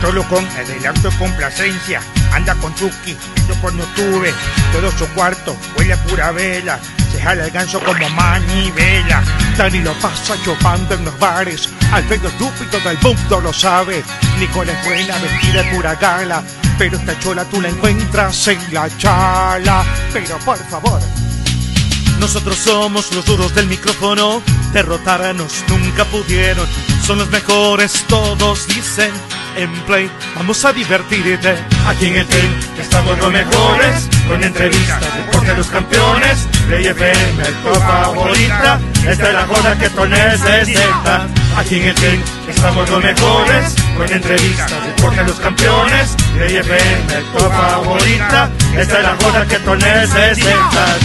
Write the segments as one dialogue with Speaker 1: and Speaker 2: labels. Speaker 1: Solo con adelanto y complacencia. Anda con Chucky, yo por no tuve. Todo su cuarto huele a pura vela. Se jala el ganso como manivela.
Speaker 2: Dani lo pasa chupando en los bares. Alfredo estúpido del mundo lo sabe. Nicole es buena, vestida de pura gala. Pero esta chola tú la encuentras en la chala. Pero por favor.
Speaker 3: Nosotros somos los duros del micrófono, derrotarnos nunca pudieron. Son los mejores, todos dicen. En Play, vamos a divertirte.
Speaker 4: Aquí en el team estamos los mejores, con entrevistas, deporte de los campeones. Play FM, tu favorita, esta es la joda que tú necesitas. Aquí en el team estamos los mejores, con entrevistas, deporte de los campeones. Play FM, tu favorita, esta es la joda que tú necesitas.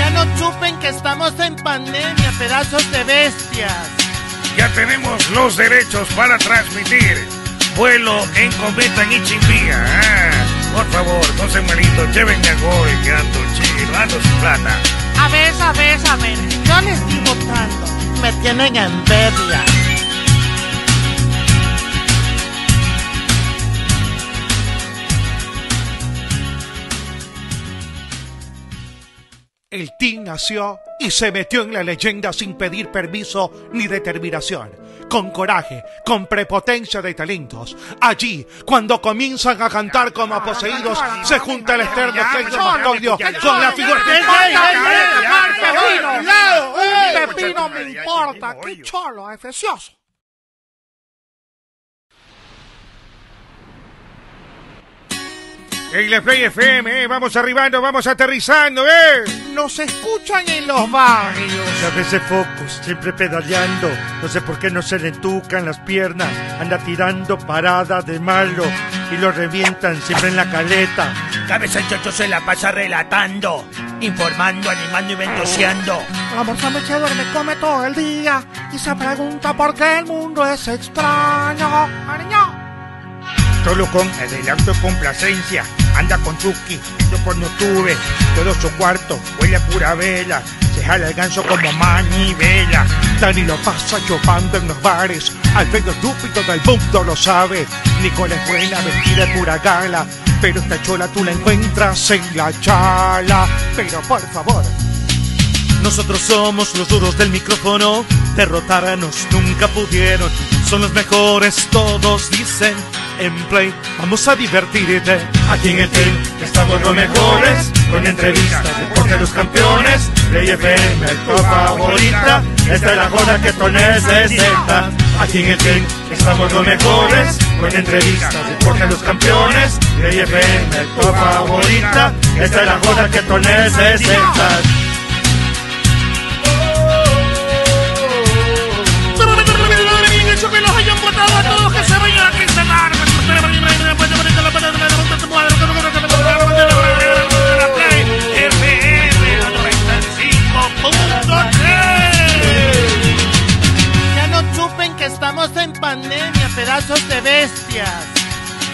Speaker 5: Ya no chupen que estamos en pandemia, pedazos de bestias.
Speaker 6: Ya tenemos los derechos para transmitir vuelo en cometa en Ichimbía. Ah, por favor, no se malito, llévenme a gol, quedando chido, dando su plata.
Speaker 5: A ver, a ver, a ver, yo les estoy votando. Me tienen envidia.
Speaker 7: El Team nació y se metió en la leyenda sin pedir permiso ni determinación. Con coraje, con prepotencia de talentos. Allí, cuando comienzan a cantar como poseídos, se junta el externo Sergio Macodio con la figura...
Speaker 5: ¡Pepino! ¡Pepino eh, me importa! ¡Qué cholo, efecioso!
Speaker 6: En la Play FM, eh, vamos arribando, vamos aterrizando, ¿eh?
Speaker 5: Nos escuchan en los barrios.
Speaker 7: A veces focos, siempre pedaleando. No sé por qué no se le entucan las piernas. Anda tirando parada de malo y lo revientan siempre en la caleta.
Speaker 8: Cabeza el chocho se la pasa relatando, informando, animando y ventoseando.
Speaker 5: La morfame se duerme, come todo el día y se pregunta por qué el mundo es extraño. Ariño.
Speaker 1: Solo con adelanto y complacencia. Anda con Chucky, yo por no tuve. Todo su cuarto huele a pura vela. Se jala el ganso como manivela.
Speaker 2: Dani lo pasa chupando en los bares. Alfredo estúpido del mundo lo sabe. Nicole es buena, vestida de pura gala. Pero esta chola tú la encuentras en la chala. Pero por favor.
Speaker 3: Nosotros somos los duros del micrófono, derrotarnos nunca pudieron. Son los mejores, todos dicen. En Play, vamos a divertirte.
Speaker 4: Aquí en el team estamos los mejores, con entrevistas, deporte de los campeones. Play FM, tu favorita, esta es la joda que tú necesitas. Aquí en el team estamos los mejores, con entrevistas, deporte de los campeones. Play FM, tu favorita, esta es la joda que tú necesitas.
Speaker 5: Ya no chupen que estamos en pandemia, pedazos de bestias.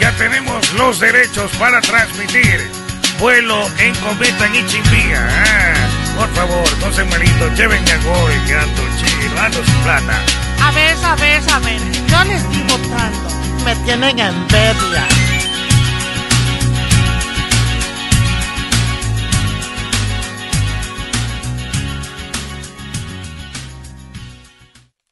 Speaker 6: Ya tenemos los derechos para transmitir vuelo en cometa en Ichimbía. Ah, por favor, no se malito, llévenme a gol, quedando chido, dando su plata.
Speaker 5: A ver, a ver, a ver, yo les estoy votando. Me tienen envidia.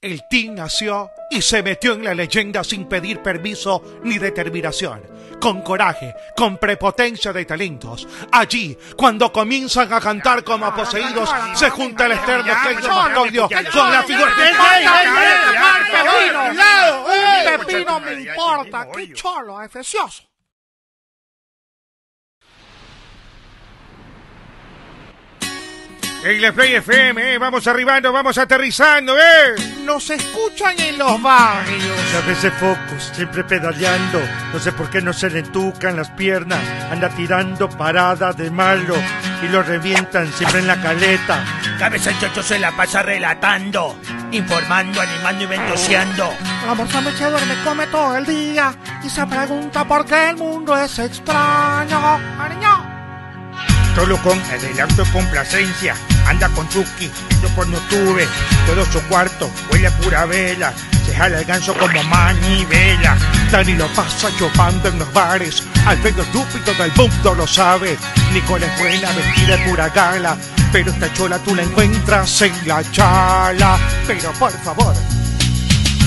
Speaker 7: El Team nació y se metió en la leyenda sin pedir permiso ni determinación. Con coraje, con prepotencia de talentos. Allí, cuando comienzan a cantar como poseídos, se junta el externo Sergio Macodio con la figura...
Speaker 5: me importa? ¡Qué cholo, efecioso!
Speaker 1: El Play FM, eh, vamos arribando, vamos aterrizando, ¿eh?
Speaker 5: Nos escuchan en los barrios.
Speaker 4: Muchas veces focos, siempre pedaleando. No sé por qué no se le entucan las piernas. Anda tirando parada de malo y lo revientan siempre en la caleta.
Speaker 8: Cabeza el chocho se la pasa relatando, informando, animando y ventoseando.
Speaker 5: La morsa me se duerme, come todo el día y se pregunta por qué el mundo es extraño. ¡Ariño!
Speaker 1: Solo con el auto complacencia, anda con Chucky, yo por no tuve, todo su cuarto huele a pura vela, se jala el ganso como manivela.
Speaker 2: Dani lo pasa chupando en los bares, Alfredo estúpido del mundo lo sabe, Nicole es buena vestida de pura gala, pero esta chola tú la encuentras en la chala, pero por favor.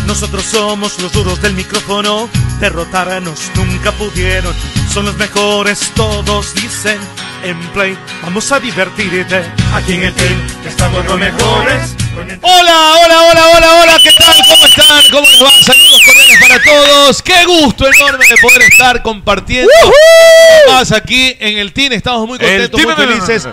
Speaker 3: Nosotros somos los duros del micrófono, derrotarnos nunca pudieron, son los mejores todos dicen en Play. Vamos a divertirte.
Speaker 4: Aquí en el team estamos los mejores.
Speaker 9: Hola, hola, hola, hola, hola, ¿qué tal? ¿Cómo están? ¿Cómo les va? Saludos cordiales para todos. Qué gusto enorme de poder estar compartiendo más aquí en el TIN. Estamos muy contentos, muy felices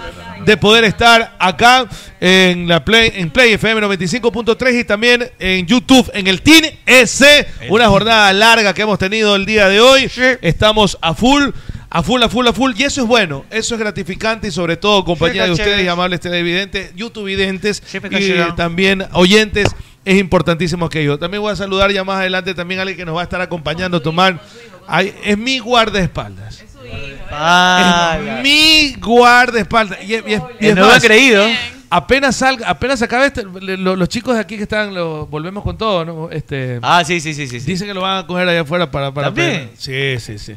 Speaker 9: de poder estar acá en la Play, en Play FM 95.3 y también en YouTube, en el TIN S. Una jornada larga que hemos tenido el día de hoy. Estamos a full. A full, a full, a full. Y eso es bueno, eso es gratificante y sobre todo, compañía de ustedes, amables televidentes, youtubevidentes y eh, también oyentes, es importantísimo aquello. También voy a saludar ya más adelante también a alguien que nos va a estar acompañando, Tomás. Ay, es mi guardaespaldas. Es mi guardaespaldas. Y, es- y es- y es
Speaker 10: no lo ha
Speaker 9: más,
Speaker 10: creído.
Speaker 9: apenas salga, apenas acabe este- le- lo- los chicos de aquí que están, lo- volvemos con todo, ¿no? Este,
Speaker 10: Ah, sí, sí, sí, sí. sí.
Speaker 9: Dicen que lo van a coger allá afuera para... para
Speaker 10: ¿También?
Speaker 9: Sí, sí, sí.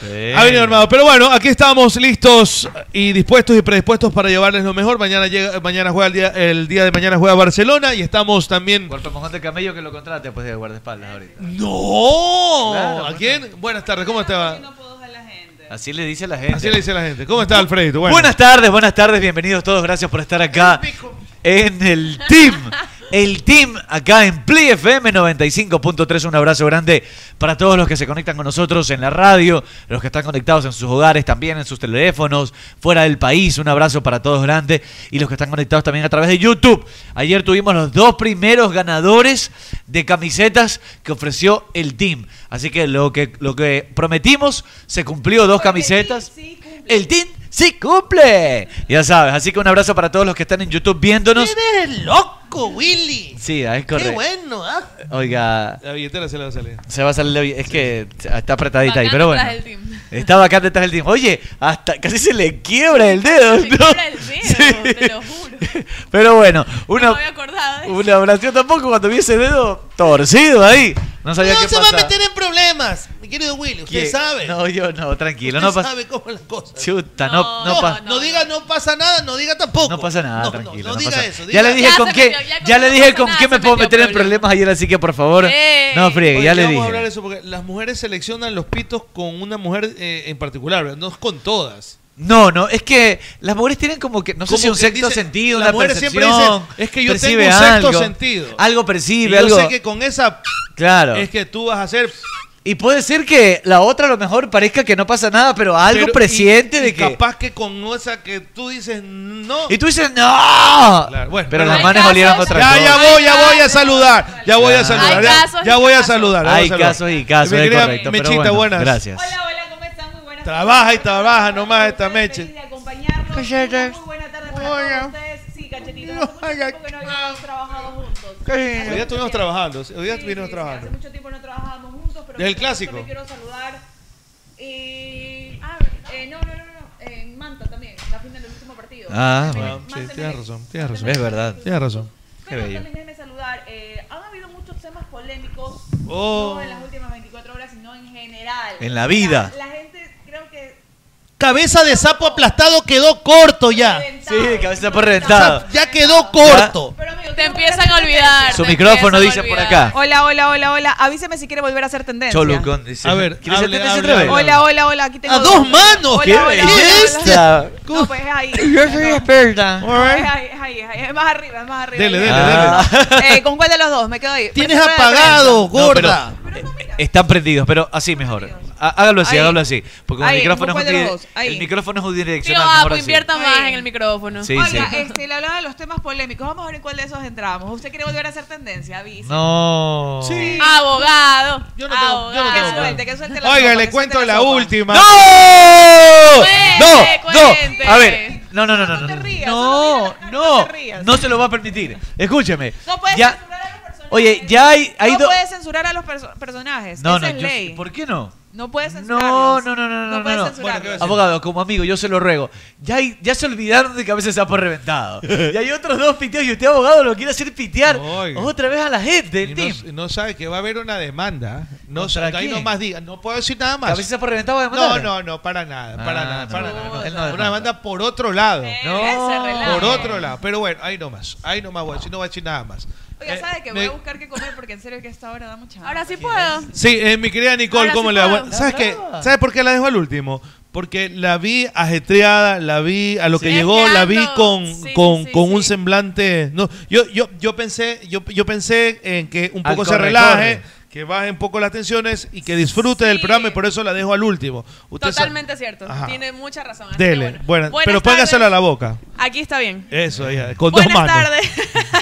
Speaker 10: Sí.
Speaker 9: Ha venido armado. Pero bueno, aquí estamos listos y dispuestos y predispuestos para llevarles lo mejor. Mañana llega, mañana juega el día, el día de mañana juega Barcelona y estamos también.
Speaker 10: Cuerpo mojón de camello que lo contrate, pues de guardaespaldas ahorita.
Speaker 9: ¡No!
Speaker 10: Claro,
Speaker 9: Oh,
Speaker 10: pues,
Speaker 9: ¿A quién? Buenas tardes, ¿cómo te va?
Speaker 10: Así le dice la gente.
Speaker 9: Así le dice la gente. ¿Cómo está Alfredito? Bueno.
Speaker 10: Buenas tardes, buenas tardes, bienvenidos todos, gracias por estar acá en el team. El team acá en Play FM 95.3. Un abrazo grande para todos los que se conectan con nosotros en la radio, los que están conectados en sus hogares, también en sus teléfonos, fuera del país. Un abrazo para todos grande y los que están conectados también a través de YouTube. Ayer tuvimos los dos primeros ganadores de camisetas que ofreció el team. Así que lo que, lo que prometimos se cumplió: dos camisetas. El team sí cumple. Ya sabes, así que un abrazo para todos los que están en YouTube viéndonos.
Speaker 9: Eres loco, Willy.
Speaker 10: Sí, ah, es correcto.
Speaker 9: bueno, ¿ah?
Speaker 10: Oiga,
Speaker 9: La billetera se le va a salir.
Speaker 10: se va a salir la vi- Es que está apretadita ahí,
Speaker 11: Bacán
Speaker 10: pero bueno.
Speaker 11: detrás del team.
Speaker 10: Está bacán detrás del team. Oye, hasta casi se le quiebra el dedo.
Speaker 11: Se
Speaker 10: ¿no?
Speaker 11: quiebra el dedo, te lo juro.
Speaker 10: Pero bueno, una,
Speaker 11: No me había acordado de eso.
Speaker 10: una oración tampoco cuando vi ese dedo torcido ahí. No sabía qué pasaba.
Speaker 9: en problemas, mi querido Willy.
Speaker 10: ¿Qué? No, yo no, tranquilo. No pasa.
Speaker 9: cómo las cosas.
Speaker 10: Chuta, no, no, pasa.
Speaker 11: No diga
Speaker 9: no pasa nada, no diga tampoco.
Speaker 10: No pasa nada, tranquilo. no pasa-
Speaker 9: diga-
Speaker 10: Ya le dije
Speaker 11: Ya
Speaker 10: con
Speaker 11: se
Speaker 10: qué,
Speaker 11: metió, ya
Speaker 10: ya,
Speaker 11: con
Speaker 10: le
Speaker 11: que no
Speaker 10: dije
Speaker 11: pasa
Speaker 10: con
Speaker 11: nada,
Speaker 10: qué me
Speaker 11: se
Speaker 10: puedo
Speaker 11: metió
Speaker 10: meter en
Speaker 11: problema.
Speaker 10: problemas ayer, así que por favor,
Speaker 11: Ey.
Speaker 10: no friegue,
Speaker 9: Oye,
Speaker 10: ya le
Speaker 9: vamos a hablar de
Speaker 10: dije.
Speaker 9: eso porque las mujeres seleccionan los pitos con una mujer eh, en particular, ¿verdad? no es con todas.
Speaker 10: No, no, es que las mujeres tienen como que, no sé
Speaker 9: Como
Speaker 10: si un
Speaker 9: que
Speaker 10: sexto
Speaker 9: dicen-
Speaker 10: sentido,
Speaker 9: las
Speaker 10: una
Speaker 9: mujeres siempre
Speaker 10: percepción.
Speaker 9: dicen, es que yo
Speaker 10: percibe
Speaker 9: tengo un sexto
Speaker 10: algo.
Speaker 9: sentido.
Speaker 10: Algo
Speaker 9: Y
Speaker 10: percibe,
Speaker 9: yo
Speaker 10: algo.
Speaker 9: sé que con esa
Speaker 10: Claro.
Speaker 9: es que tú vas a hacer
Speaker 10: Y puede ser que la otra a lo mejor parezca que no pasa nada, pero algo
Speaker 9: pero- y-
Speaker 10: presiente
Speaker 9: y
Speaker 10: de que.
Speaker 9: capaz que con esa que tú dices no.
Speaker 10: Y tú dices, ¡No!
Speaker 9: Claro, bueno,
Speaker 10: pero
Speaker 9: pero
Speaker 10: las
Speaker 9: hay
Speaker 10: manos
Speaker 11: casos-
Speaker 10: olieron otra
Speaker 9: ya,
Speaker 10: cosa.
Speaker 9: ya voy, ya voy a
Speaker 11: Hay
Speaker 9: saludar. Ya voy a
Speaker 10: casos
Speaker 9: saludar.
Speaker 11: y
Speaker 9: Ya,
Speaker 11: casos.
Speaker 9: ya voy a saludar. ya voy a
Speaker 10: Hay
Speaker 9: saludar.
Speaker 10: casos y casos,
Speaker 9: Mi
Speaker 10: es
Speaker 9: querida
Speaker 10: correcto. pero
Speaker 9: Mechita,
Speaker 10: bueno,
Speaker 9: buenas.
Speaker 10: Gracias.
Speaker 11: Hola, hola, ¿cómo están? Muy buenas
Speaker 9: Trabaja y
Speaker 11: tardes.
Speaker 9: trabaja nomás esta
Speaker 11: Muy
Speaker 9: Meche.
Speaker 11: feliz de acompañarlos. Una Muy buena tarde para
Speaker 5: Oiga.
Speaker 11: todos ustedes. Sí, cachetito. Hace mucho tiempo que no habíamos trabajado juntos.
Speaker 9: Hoy día estuvimos trabajando. Hoy día estuvimos
Speaker 11: Hace
Speaker 9: trabajando.
Speaker 11: mucho tiempo no trabajábamos juntos, pero
Speaker 9: Es el
Speaker 11: yo
Speaker 9: clásico.
Speaker 11: también quiero saludar. eh, ah, eh, no, no, no, no. En Manta también, la final del último partido.
Speaker 10: Ah,
Speaker 11: Más
Speaker 9: bueno, sí,
Speaker 11: en el-
Speaker 9: tienes razón, tienes razón.
Speaker 10: Es verdad.
Speaker 9: Tienes razón.
Speaker 10: Qué
Speaker 11: Bueno,
Speaker 10: bello.
Speaker 11: también déjenme saludar. eh, han habido muchos temas polémicos,
Speaker 9: Oh.
Speaker 11: no en las últimas 24 horas, sino en general.
Speaker 10: En la vida.
Speaker 11: La, la gente creo que.
Speaker 9: Cabeza de sapo aplastado quedó corto
Speaker 10: Sí, cabeza por reventado.
Speaker 9: Ya quedó
Speaker 10: corto.
Speaker 11: Pero, amigo, Te tengo que empiezan hacer a olvidar.
Speaker 10: Su
Speaker 11: tendencia. Te
Speaker 10: micrófono
Speaker 11: empiezan
Speaker 10: dice
Speaker 11: a
Speaker 10: por
Speaker 11: olvidar.
Speaker 10: acá.
Speaker 12: Hola, hola, hola, hola. Avíseme si quiere volver a hacer tendencia.
Speaker 10: Cholucón dice.
Speaker 9: A ver,
Speaker 10: ¿quieres ser
Speaker 9: hable, hable,
Speaker 10: tendencia otra vez?
Speaker 9: hable.
Speaker 12: Hola, hola, hola. Aquí tengo
Speaker 9: ¡A dos manos!
Speaker 12: Hola,
Speaker 10: ¡Qué
Speaker 12: hola, hola, hola.
Speaker 10: belleza!
Speaker 12: No, pues es ahí.
Speaker 10: experta.
Speaker 12: No, es ahí, es ahí, es ahí. Es más arriba, es más arriba.
Speaker 9: Dele, dele, dele.
Speaker 10: Ah.
Speaker 12: Eh, ¿Con cuál de los dos? Me quedo ahí.
Speaker 9: Tienes
Speaker 12: Parece rueda de
Speaker 9: apagado,
Speaker 10: gorda.
Speaker 12: prensa. Pero no, mira,
Speaker 10: Están prendidos, eh, pero así mejor. Há- Hágalo así,
Speaker 13: Ahí.
Speaker 10: hágalo así. Porque con el
Speaker 13: Ahí,
Speaker 10: micrófono
Speaker 13: ¿cuál
Speaker 10: es
Speaker 13: de los
Speaker 10: un
Speaker 13: dos? Ahí.
Speaker 10: El micrófono es
Speaker 13: Tío
Speaker 10: unidireccional.
Speaker 12: ah,
Speaker 10: mejor
Speaker 13: Apo,
Speaker 12: pues
Speaker 10: así.
Speaker 13: invierta más en el micrófono.
Speaker 10: Sí,
Speaker 12: Oiga,
Speaker 10: sí.
Speaker 12: este, le hablaba de los temas polémicos. Vamos a ver en cuál de esos entramos. ¿Usted quiere volver a hacer tendencia? Avisa.
Speaker 9: No.
Speaker 12: Sí.
Speaker 13: Abogado.
Speaker 12: Yo
Speaker 13: no tengo,
Speaker 12: yo no
Speaker 9: tengo
Speaker 12: Que suelte, que suelte la
Speaker 9: Oiga,
Speaker 12: sopa,
Speaker 9: le
Speaker 12: que
Speaker 9: cuento
Speaker 12: suelte
Speaker 9: la,
Speaker 12: sopa.
Speaker 9: última.
Speaker 10: ¡No! No,
Speaker 12: Cuente,
Speaker 10: no. A ver, no, no, no, no. No, no, no, no se lo va a permitir. Escúcheme.
Speaker 12: No puedes
Speaker 10: Ya- Oye, ya hay, hay
Speaker 12: no
Speaker 10: dos.
Speaker 12: puedes censurar a los perso- personajes.
Speaker 10: No,
Speaker 12: Esa
Speaker 10: no,
Speaker 12: es
Speaker 10: yo-
Speaker 12: ley.
Speaker 10: ¿por qué no?
Speaker 12: No puedes
Speaker 10: No,
Speaker 12: censurar.
Speaker 10: no, no, no, no, no,
Speaker 12: puedes
Speaker 10: no.
Speaker 12: censurarlos. Bueno, ¿qué va a decir?
Speaker 10: Abogado, como amigo, yo se lo ruego. Ya, hay- ya se olvidaron de que a veces se ha por reventado. Y hay otros dos piteos y usted, abogado, lo quiere hacer pitear otra vez a la gente. El
Speaker 9: y no, no sabe que va a haber una demanda. No, sabe, ahí
Speaker 10: qué?
Speaker 9: nomás diga. No puedo decir nada más.
Speaker 10: A veces se ha por reventado va a
Speaker 9: No,
Speaker 10: demandar.
Speaker 9: no, no, para nada,
Speaker 10: Ah,
Speaker 9: para nada,
Speaker 10: no,
Speaker 9: para
Speaker 10: no,
Speaker 9: nada.
Speaker 10: no,
Speaker 9: Una
Speaker 10: él no demanda.
Speaker 9: demanda por otro lado.
Speaker 12: Eh, se relaje.
Speaker 9: por otro lado. Pero bueno, ahí nomás. Ahí nomás voy a decir, no voy a decir nada más.
Speaker 12: Oiga,
Speaker 9: Eh,
Speaker 12: ¿sabe que
Speaker 9: me-
Speaker 12: voy a buscar qué comer? Porque en serio que esta hora da mucha
Speaker 13: Ahora sí puedo.
Speaker 9: Sí, eh, mi querida Nicole,
Speaker 13: Ahora
Speaker 9: ¿cómo
Speaker 13: sí
Speaker 9: le va?
Speaker 13: puedo.
Speaker 9: Bueno, ¿Sabes
Speaker 13: La
Speaker 9: qué?
Speaker 13: brava.
Speaker 9: ¿Sabes por qué la dejo al último? Porque la vi ajetreada, la vi a lo que
Speaker 13: Sí.
Speaker 9: llegó, la vi con,
Speaker 13: Sí,
Speaker 9: con,
Speaker 13: sí,
Speaker 9: con un semblante. No, yo, yo, yo pensé, yo, yo pensé en que un
Speaker 10: Al
Speaker 9: poco se
Speaker 10: corre,
Speaker 9: relaje,
Speaker 10: corre.
Speaker 9: que baje un poco las tensiones y que disfrute del programa y por eso la dejo al último. Usted sabe-
Speaker 13: Totalmente cierto.
Speaker 9: Ajá.
Speaker 13: Tiene mucha razón. así que
Speaker 9: Dele.
Speaker 13: bueno.
Speaker 9: Bueno,
Speaker 13: Buenas
Speaker 9: pero
Speaker 13: tardes.
Speaker 9: póngasela a la boca.
Speaker 13: Aquí está bien.
Speaker 9: Eso, ya, con
Speaker 13: Buenas
Speaker 9: dos manos.
Speaker 13: tardes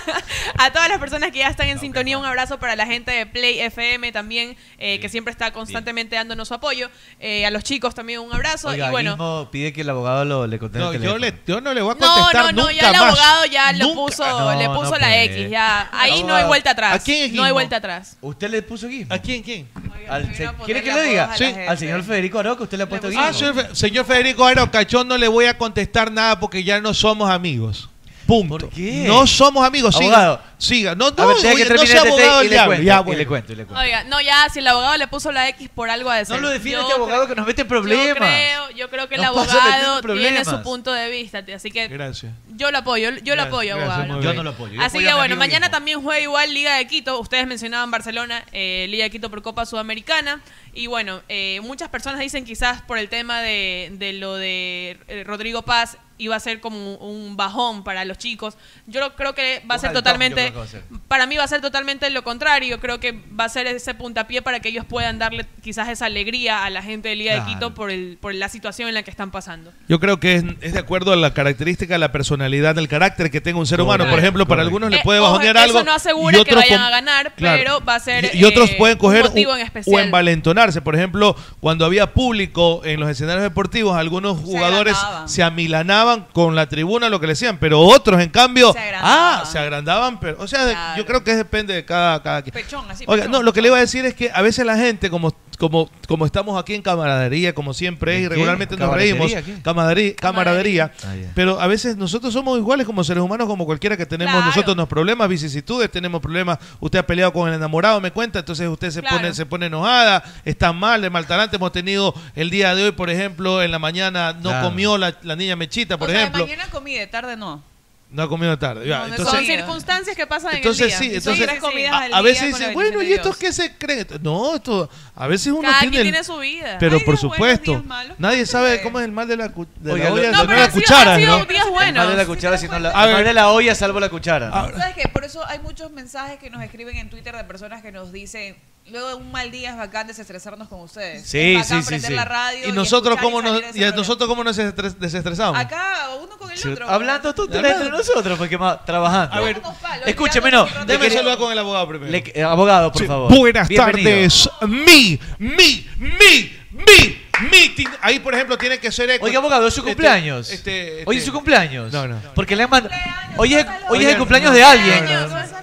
Speaker 13: a todas las personas que ya están en sintonía. Un abrazo para la gente de Play FM también, eh, que siempre está constantemente dándonos su apoyo. Eh, a los chicos también un abrazo.
Speaker 10: Oiga,
Speaker 13: y bueno,
Speaker 10: Guismo pide que el abogado lo, le conteste.
Speaker 9: No,
Speaker 10: el
Speaker 9: yo,
Speaker 10: teléfono.
Speaker 9: le, yo no le voy a
Speaker 13: No,
Speaker 9: contestar
Speaker 13: no, no,
Speaker 9: nunca
Speaker 13: ya el
Speaker 9: más.
Speaker 13: abogado ya lo
Speaker 9: Nunca.
Speaker 13: puso,
Speaker 10: No,
Speaker 13: le
Speaker 10: no
Speaker 13: puso la
Speaker 10: puede.
Speaker 13: X, ya. Ahí no hay
Speaker 10: Abogado,
Speaker 13: vuelta atrás.
Speaker 10: ¿a quién es
Speaker 13: no hay
Speaker 10: Guismo?
Speaker 13: vuelta atrás.
Speaker 10: ¿Usted le puso guismo?
Speaker 9: ¿A quién? ¿Quién?
Speaker 10: Al se-
Speaker 9: poner
Speaker 10: ¿Quiere que
Speaker 9: la
Speaker 10: le diga?
Speaker 9: voz a la gente.
Speaker 10: Al señor Federico Aroco, usted le ha puesto guismo.
Speaker 9: Ah, señor, Fe- señor Federico Aero Cachón, no le voy a contestar nada porque ya no somos amigos. Punto. No somos amigos. Siga.
Speaker 10: Abogado.
Speaker 9: Siga. No, no,
Speaker 10: A ver, tenga
Speaker 9: oye,
Speaker 10: que
Speaker 9: no
Speaker 10: terminar
Speaker 9: sea
Speaker 10: este té
Speaker 9: abogado del
Speaker 10: y le
Speaker 9: diablo.
Speaker 10: cuento,
Speaker 9: Ya,
Speaker 10: y
Speaker 9: bueno.
Speaker 10: le cuento, y le cuento.
Speaker 13: Oiga, no, ya si el abogado le puso la X por algo a decir.
Speaker 10: No lo define
Speaker 13: Yo
Speaker 10: este abogado que nos mete en problemas.
Speaker 13: Yo creo, yo creo que el
Speaker 10: Nos pasa
Speaker 13: abogado
Speaker 10: metiendo
Speaker 13: tiene su
Speaker 10: problemas.
Speaker 13: punto de vista, t- así que
Speaker 9: Gracias.
Speaker 13: yo lo apoyo, yo lo
Speaker 10: Gracias,
Speaker 13: apoyo,
Speaker 10: gracias,
Speaker 13: abogado.
Speaker 10: muy Yo bien. no lo apoyo, yo
Speaker 13: así
Speaker 10: apoyo
Speaker 13: que
Speaker 10: a mi
Speaker 13: bueno,
Speaker 10: amigo
Speaker 13: mañana también juega igual Liga de Quito. Ustedes mencionaban Barcelona, eh, Liga de Quito por Copa Sudamericana. Y bueno, eh, muchas personas dicen quizás por el tema de, de lo de eh, Rodrigo Paz iba a ser como un bajón para los chicos. Yo lo- creo que va a ser
Speaker 10: Ojalá, yo
Speaker 13: totalmente
Speaker 10: creo que va a ser.
Speaker 13: para mí va a ser totalmente lo contrario. Creo que va a ser ese puntapié para que ellos puedan darle quizás esa alegría a la gente de Liga de
Speaker 9: Claro.
Speaker 13: Quito por, el, por la situación en la que están pasando.
Speaker 9: Yo creo que es, es de acuerdo a la característica, la personalidad, el carácter que tenga un ser humano. Por ejemplo, para algunos le
Speaker 13: Eh,
Speaker 9: puede
Speaker 13: ojo,
Speaker 9: bajonear
Speaker 13: eso
Speaker 9: algo.
Speaker 13: no asegura
Speaker 9: y
Speaker 13: que
Speaker 9: otros
Speaker 13: vayan
Speaker 9: con-
Speaker 13: a ganar,
Speaker 9: Claro.
Speaker 13: pero va a ser
Speaker 9: Y, y otros
Speaker 13: eh,
Speaker 9: pueden coger
Speaker 13: un motivo
Speaker 9: un-
Speaker 13: en
Speaker 9: o
Speaker 13: especial.
Speaker 9: envalentonarse. Por ejemplo, cuando había público en los escenarios deportivos, algunos jugadores
Speaker 13: agradaban.
Speaker 9: se amilanaban con la tribuna, lo que le decían, pero otros, en cambio, ah, se agrandaban. Pero, o sea, de- yo creo que depende de cada, cada quien.
Speaker 12: Pechón, así.
Speaker 9: Oiga,
Speaker 12: pechón.
Speaker 9: no, lo que le iba a decir es que a veces la gente, como, como, como estamos aquí en camaradería, como siempre es, y
Speaker 10: ¿En qué?
Speaker 9: regularmente nos
Speaker 10: ¿Camaradería
Speaker 9: reímos,
Speaker 10: qué?
Speaker 9: camaraderi- camaradería,
Speaker 10: Ah, ya.
Speaker 9: pero a veces nosotros somos iguales como seres humanos, como cualquiera que tenemos
Speaker 10: Claro.
Speaker 9: nosotros nos problemas, vicisitudes, tenemos problemas, usted ha peleado con el enamorado, me cuenta, entonces usted se
Speaker 10: Claro.
Speaker 9: pone, se pone enojada, está mal, de maltalante, hemos tenido el día de hoy, por ejemplo, en la mañana no
Speaker 10: Claro.
Speaker 9: comió la, la niña Mechita, por
Speaker 12: O sea, de
Speaker 9: ejemplo,
Speaker 12: mañana comí, de tarde no.
Speaker 9: no ha comido tarde. ya,
Speaker 12: No, no he
Speaker 9: entonces,
Speaker 13: Son circunstancias que pasan
Speaker 9: entonces
Speaker 13: en el
Speaker 9: sí,
Speaker 13: día.
Speaker 9: entonces
Speaker 12: tres comidas
Speaker 9: a,
Speaker 12: al
Speaker 9: a
Speaker 12: día
Speaker 9: veces
Speaker 12: con la
Speaker 9: dicen,
Speaker 12: bendición
Speaker 9: bueno,
Speaker 12: de
Speaker 9: ¿y estos
Speaker 12: Dios.
Speaker 9: qué se creen? No, esto a veces uno
Speaker 13: Cada
Speaker 9: tiene,
Speaker 13: quien
Speaker 9: el-
Speaker 13: tiene su vida.
Speaker 9: Pero
Speaker 13: Hay
Speaker 9: por
Speaker 13: días buenos,
Speaker 9: supuesto, nadie sabe cómo es el mal de la, cu- de la
Speaker 10: Oiga,
Speaker 9: olla,
Speaker 10: lo- No,
Speaker 9: no
Speaker 10: pero
Speaker 9: la
Speaker 10: han sido-
Speaker 9: cuchara,
Speaker 10: han sido
Speaker 9: ¿no?
Speaker 10: días buenos. El mal de la cuchara, sino la- el mal de la olla, salvo la cuchara.
Speaker 9: Ah.
Speaker 12: ¿Sabes qué? Por eso hay muchos mensajes que nos escriben en Twitter de personas que nos dicen, luego de un mal día es bacán desestresarnos con ustedes.
Speaker 9: Sí,
Speaker 12: Es
Speaker 9: sí,
Speaker 12: bacán
Speaker 9: sí,
Speaker 12: prender
Speaker 9: sí.
Speaker 12: la radio
Speaker 9: y nosotros
Speaker 12: escuchar
Speaker 9: cómo
Speaker 12: salir
Speaker 9: nos
Speaker 12: de ese
Speaker 9: y a
Speaker 12: problema.
Speaker 9: nosotros cómo nos desestres- desestresamos.
Speaker 12: Acá, uno con el
Speaker 10: Sí,
Speaker 12: otro.
Speaker 10: Hablando tú de entre nosotros, porque más trabajando.
Speaker 9: A ver,
Speaker 10: escúcheme, no. le
Speaker 9: Déjame
Speaker 10: quería-
Speaker 9: saludar con el abogado primero.
Speaker 10: le- eh, abogado, por
Speaker 9: Sí,
Speaker 10: favor.
Speaker 9: Buenas
Speaker 10: Bienvenido.
Speaker 9: tardes, mi, mi, mi, mi, mi. ti- Ahí, por ejemplo, tiene que ser eco.
Speaker 10: Oiga, abogado, es su
Speaker 9: Este,
Speaker 10: cumpleaños.
Speaker 9: este,
Speaker 10: Hoy es su cumpleaños. No, no. Porque le han mandado. Hoy es, hoy es
Speaker 9: Oiga,
Speaker 10: el cumpleaños
Speaker 9: no.
Speaker 10: de alguien.
Speaker 9: No, no,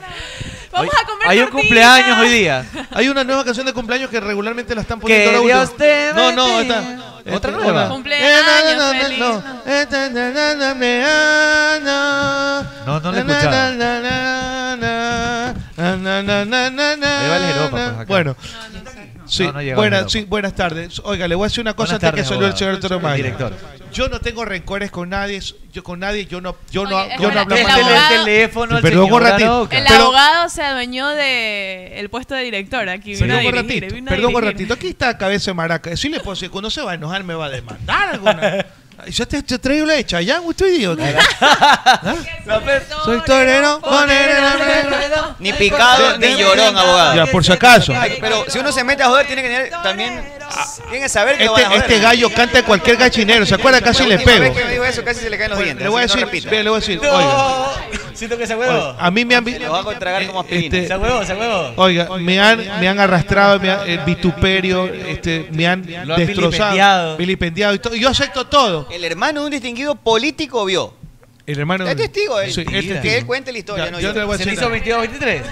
Speaker 13: Vamos a comer
Speaker 10: Hay un
Speaker 13: tortilla.
Speaker 10: cumpleaños hoy día.
Speaker 9: Hay una nueva canción de cumpleaños que regularmente la están
Speaker 10: Que
Speaker 9: poniendo ahora
Speaker 10: Dios
Speaker 9: último.
Speaker 10: te
Speaker 9: No, no,
Speaker 10: bendiga.
Speaker 9: esta. esta-
Speaker 10: Otra nueva.
Speaker 9: Eh, no, no, no, no, no. Eh, na, na, na, na, me, ah, na.
Speaker 10: No, no la
Speaker 9: Na, na,
Speaker 10: escuchaba.
Speaker 9: na, na, na, na, na, na, na, na, na,
Speaker 10: Ahí va el jeropa, pues, acá.
Speaker 9: Bueno. Sí,
Speaker 10: No, no llegó el
Speaker 9: buenas,
Speaker 10: jeropa.
Speaker 9: sí, buenas tardes. Oiga, le voy a decir una cosa
Speaker 10: Buenas
Speaker 9: antes que
Speaker 10: tardes,
Speaker 9: salude el señor
Speaker 10: abogado.
Speaker 9: Toro Maya.
Speaker 10: El director.
Speaker 9: Yo no tengo rencores con nadie, yo con nadie, yo no, yo no, yo
Speaker 13: espera,
Speaker 9: no hablo
Speaker 13: el
Speaker 9: mal de
Speaker 13: abogado-
Speaker 9: nadie.
Speaker 10: El teléfono, el
Speaker 9: Pero
Speaker 10: señor
Speaker 9: un ratito.
Speaker 10: Aroca.
Speaker 13: El
Speaker 9: Pero-
Speaker 13: abogado se adueñó de el puesto de director aquí. vino a
Speaker 9: Perdón un
Speaker 13: dirigir,
Speaker 9: ratito,
Speaker 13: vino a
Speaker 9: perdón un
Speaker 13: dirigir.
Speaker 9: ratito. Aquí está cabeza de maraca. Decirle, pues, si no se va a enojar, me va a demandar alguna.
Speaker 7: Yo te, te traigo la de Chayanne, usted idiota.
Speaker 9: ¿Ah?
Speaker 7: Soy
Speaker 14: torero, Ni picado, ni llorón, abogado.
Speaker 9: Ya, por si acaso.
Speaker 14: Ay, pero si uno se mete a joder, tiene que tener también. Tiene que saber que lo van a
Speaker 9: Este,
Speaker 14: joder.
Speaker 9: este gallo canta en cualquier gallinero, ¿se acuerda? Casi le
Speaker 14: La última
Speaker 9: pego.
Speaker 14: vez que me dijo eso, casi se le caen los dientes.
Speaker 9: Le voy a
Speaker 14: así que
Speaker 9: decir,
Speaker 14: no repita.
Speaker 9: ve, le voy a decir,
Speaker 14: No.
Speaker 9: oiga,
Speaker 14: Siento que se
Speaker 9: oiga, a mí me han visto,
Speaker 14: Lo va a contragar como aspirina.
Speaker 9: este- Se
Speaker 14: huevo, se huevo.
Speaker 9: Oiga, me han, me han arrastrado, me han- el vituperio, este, me han
Speaker 14: Lo han
Speaker 9: destrozado,
Speaker 14: vilipendiado.
Speaker 9: vilipendiado y todo. Yo acepto todo.
Speaker 14: El hermano de un distinguido político vio.
Speaker 9: El hermano.
Speaker 14: Es testigo él.
Speaker 9: Sí, es
Speaker 14: Que
Speaker 9: testigo.
Speaker 14: él cuente la historia.
Speaker 9: Ya,
Speaker 14: no
Speaker 9: yo te voy a
Speaker 14: Se
Speaker 9: decir
Speaker 14: me hizo
Speaker 9: algo.
Speaker 14: 22, 23.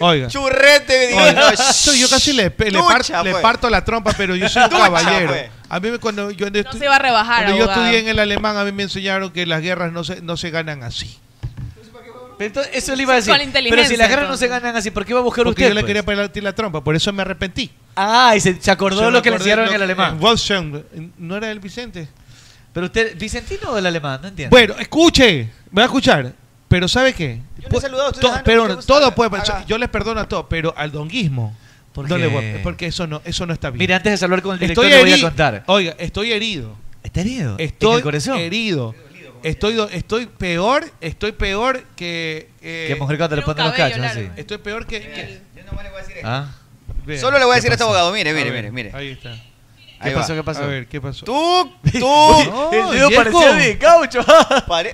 Speaker 9: Oiga.
Speaker 14: Churrete,
Speaker 9: Oiga,
Speaker 14: digo,
Speaker 9: yo- yo casi le, pe- le,
Speaker 14: Ducha,
Speaker 9: par- le
Speaker 14: pues.
Speaker 9: parto la trompa, pero yo soy un
Speaker 14: Ducha,
Speaker 9: caballero.
Speaker 14: pues.
Speaker 9: A mí me- cuando yo, estu-
Speaker 13: se va a rebajar,
Speaker 9: cuando yo
Speaker 13: abogado.
Speaker 9: estudié en el alemán, a mí me enseñaron que las guerras no se, no se ganan así.
Speaker 10: Pero entonces, eso le iba a
Speaker 13: Con
Speaker 10: decir.
Speaker 13: la
Speaker 10: Pero si
Speaker 13: inteligencia,
Speaker 10: las guerras no
Speaker 13: entonces.
Speaker 10: se ganan así, ¿por qué iba a buscar
Speaker 9: Porque
Speaker 10: usted?
Speaker 9: yo le
Speaker 10: pues?
Speaker 9: quería partir la trompa, por eso me arrepentí.
Speaker 10: Ah, y se, se acordó
Speaker 9: Se me
Speaker 10: lo que le
Speaker 9: acordé
Speaker 10: enseñaron
Speaker 9: lo
Speaker 10: en el
Speaker 9: que-
Speaker 10: alemán.
Speaker 9: en Wolfsang, ¿No era el Vicente?
Speaker 10: pues? Pero usted, ¿vicentino o del alemán? No entiendo.
Speaker 9: Bueno, escuche, me va a escuchar, pero ¿sabe qué?
Speaker 10: no he saludado a usted,
Speaker 9: To-
Speaker 10: Alejandro,
Speaker 9: pero
Speaker 10: ¿por qué
Speaker 9: todo puede pasar. Yo les perdono a todos, pero al donguismo.
Speaker 10: ¿Por
Speaker 9: no le
Speaker 10: qué?
Speaker 9: voy a- porque eso no, eso no está bien.
Speaker 10: Mira, antes de hablar con el director,
Speaker 9: Estoy
Speaker 10: le voy a
Speaker 9: heri-
Speaker 10: contar.
Speaker 9: Oiga, estoy herido.
Speaker 10: ¿Está herido?
Speaker 9: Estoy
Speaker 10: ¿En el corazón?
Speaker 9: herido. Estoy, do- estoy peor, estoy peor que... eh,
Speaker 10: Que mujer cuando le ponen los cachos, así.
Speaker 9: Estoy peor que... que-
Speaker 10: Ah.
Speaker 9: Vea.
Speaker 14: Solo le voy a
Speaker 9: ¿Qué
Speaker 14: decir a este
Speaker 9: pasó?
Speaker 14: abogado, mire,
Speaker 9: A
Speaker 14: mire,
Speaker 9: ver,
Speaker 14: mire, mire.
Speaker 9: Ahí está.
Speaker 14: Ahí va.
Speaker 9: A ver, ¿qué pasó?
Speaker 14: Tú, tú.
Speaker 9: Oye, el dedo viejo. parecía de
Speaker 10: caucho.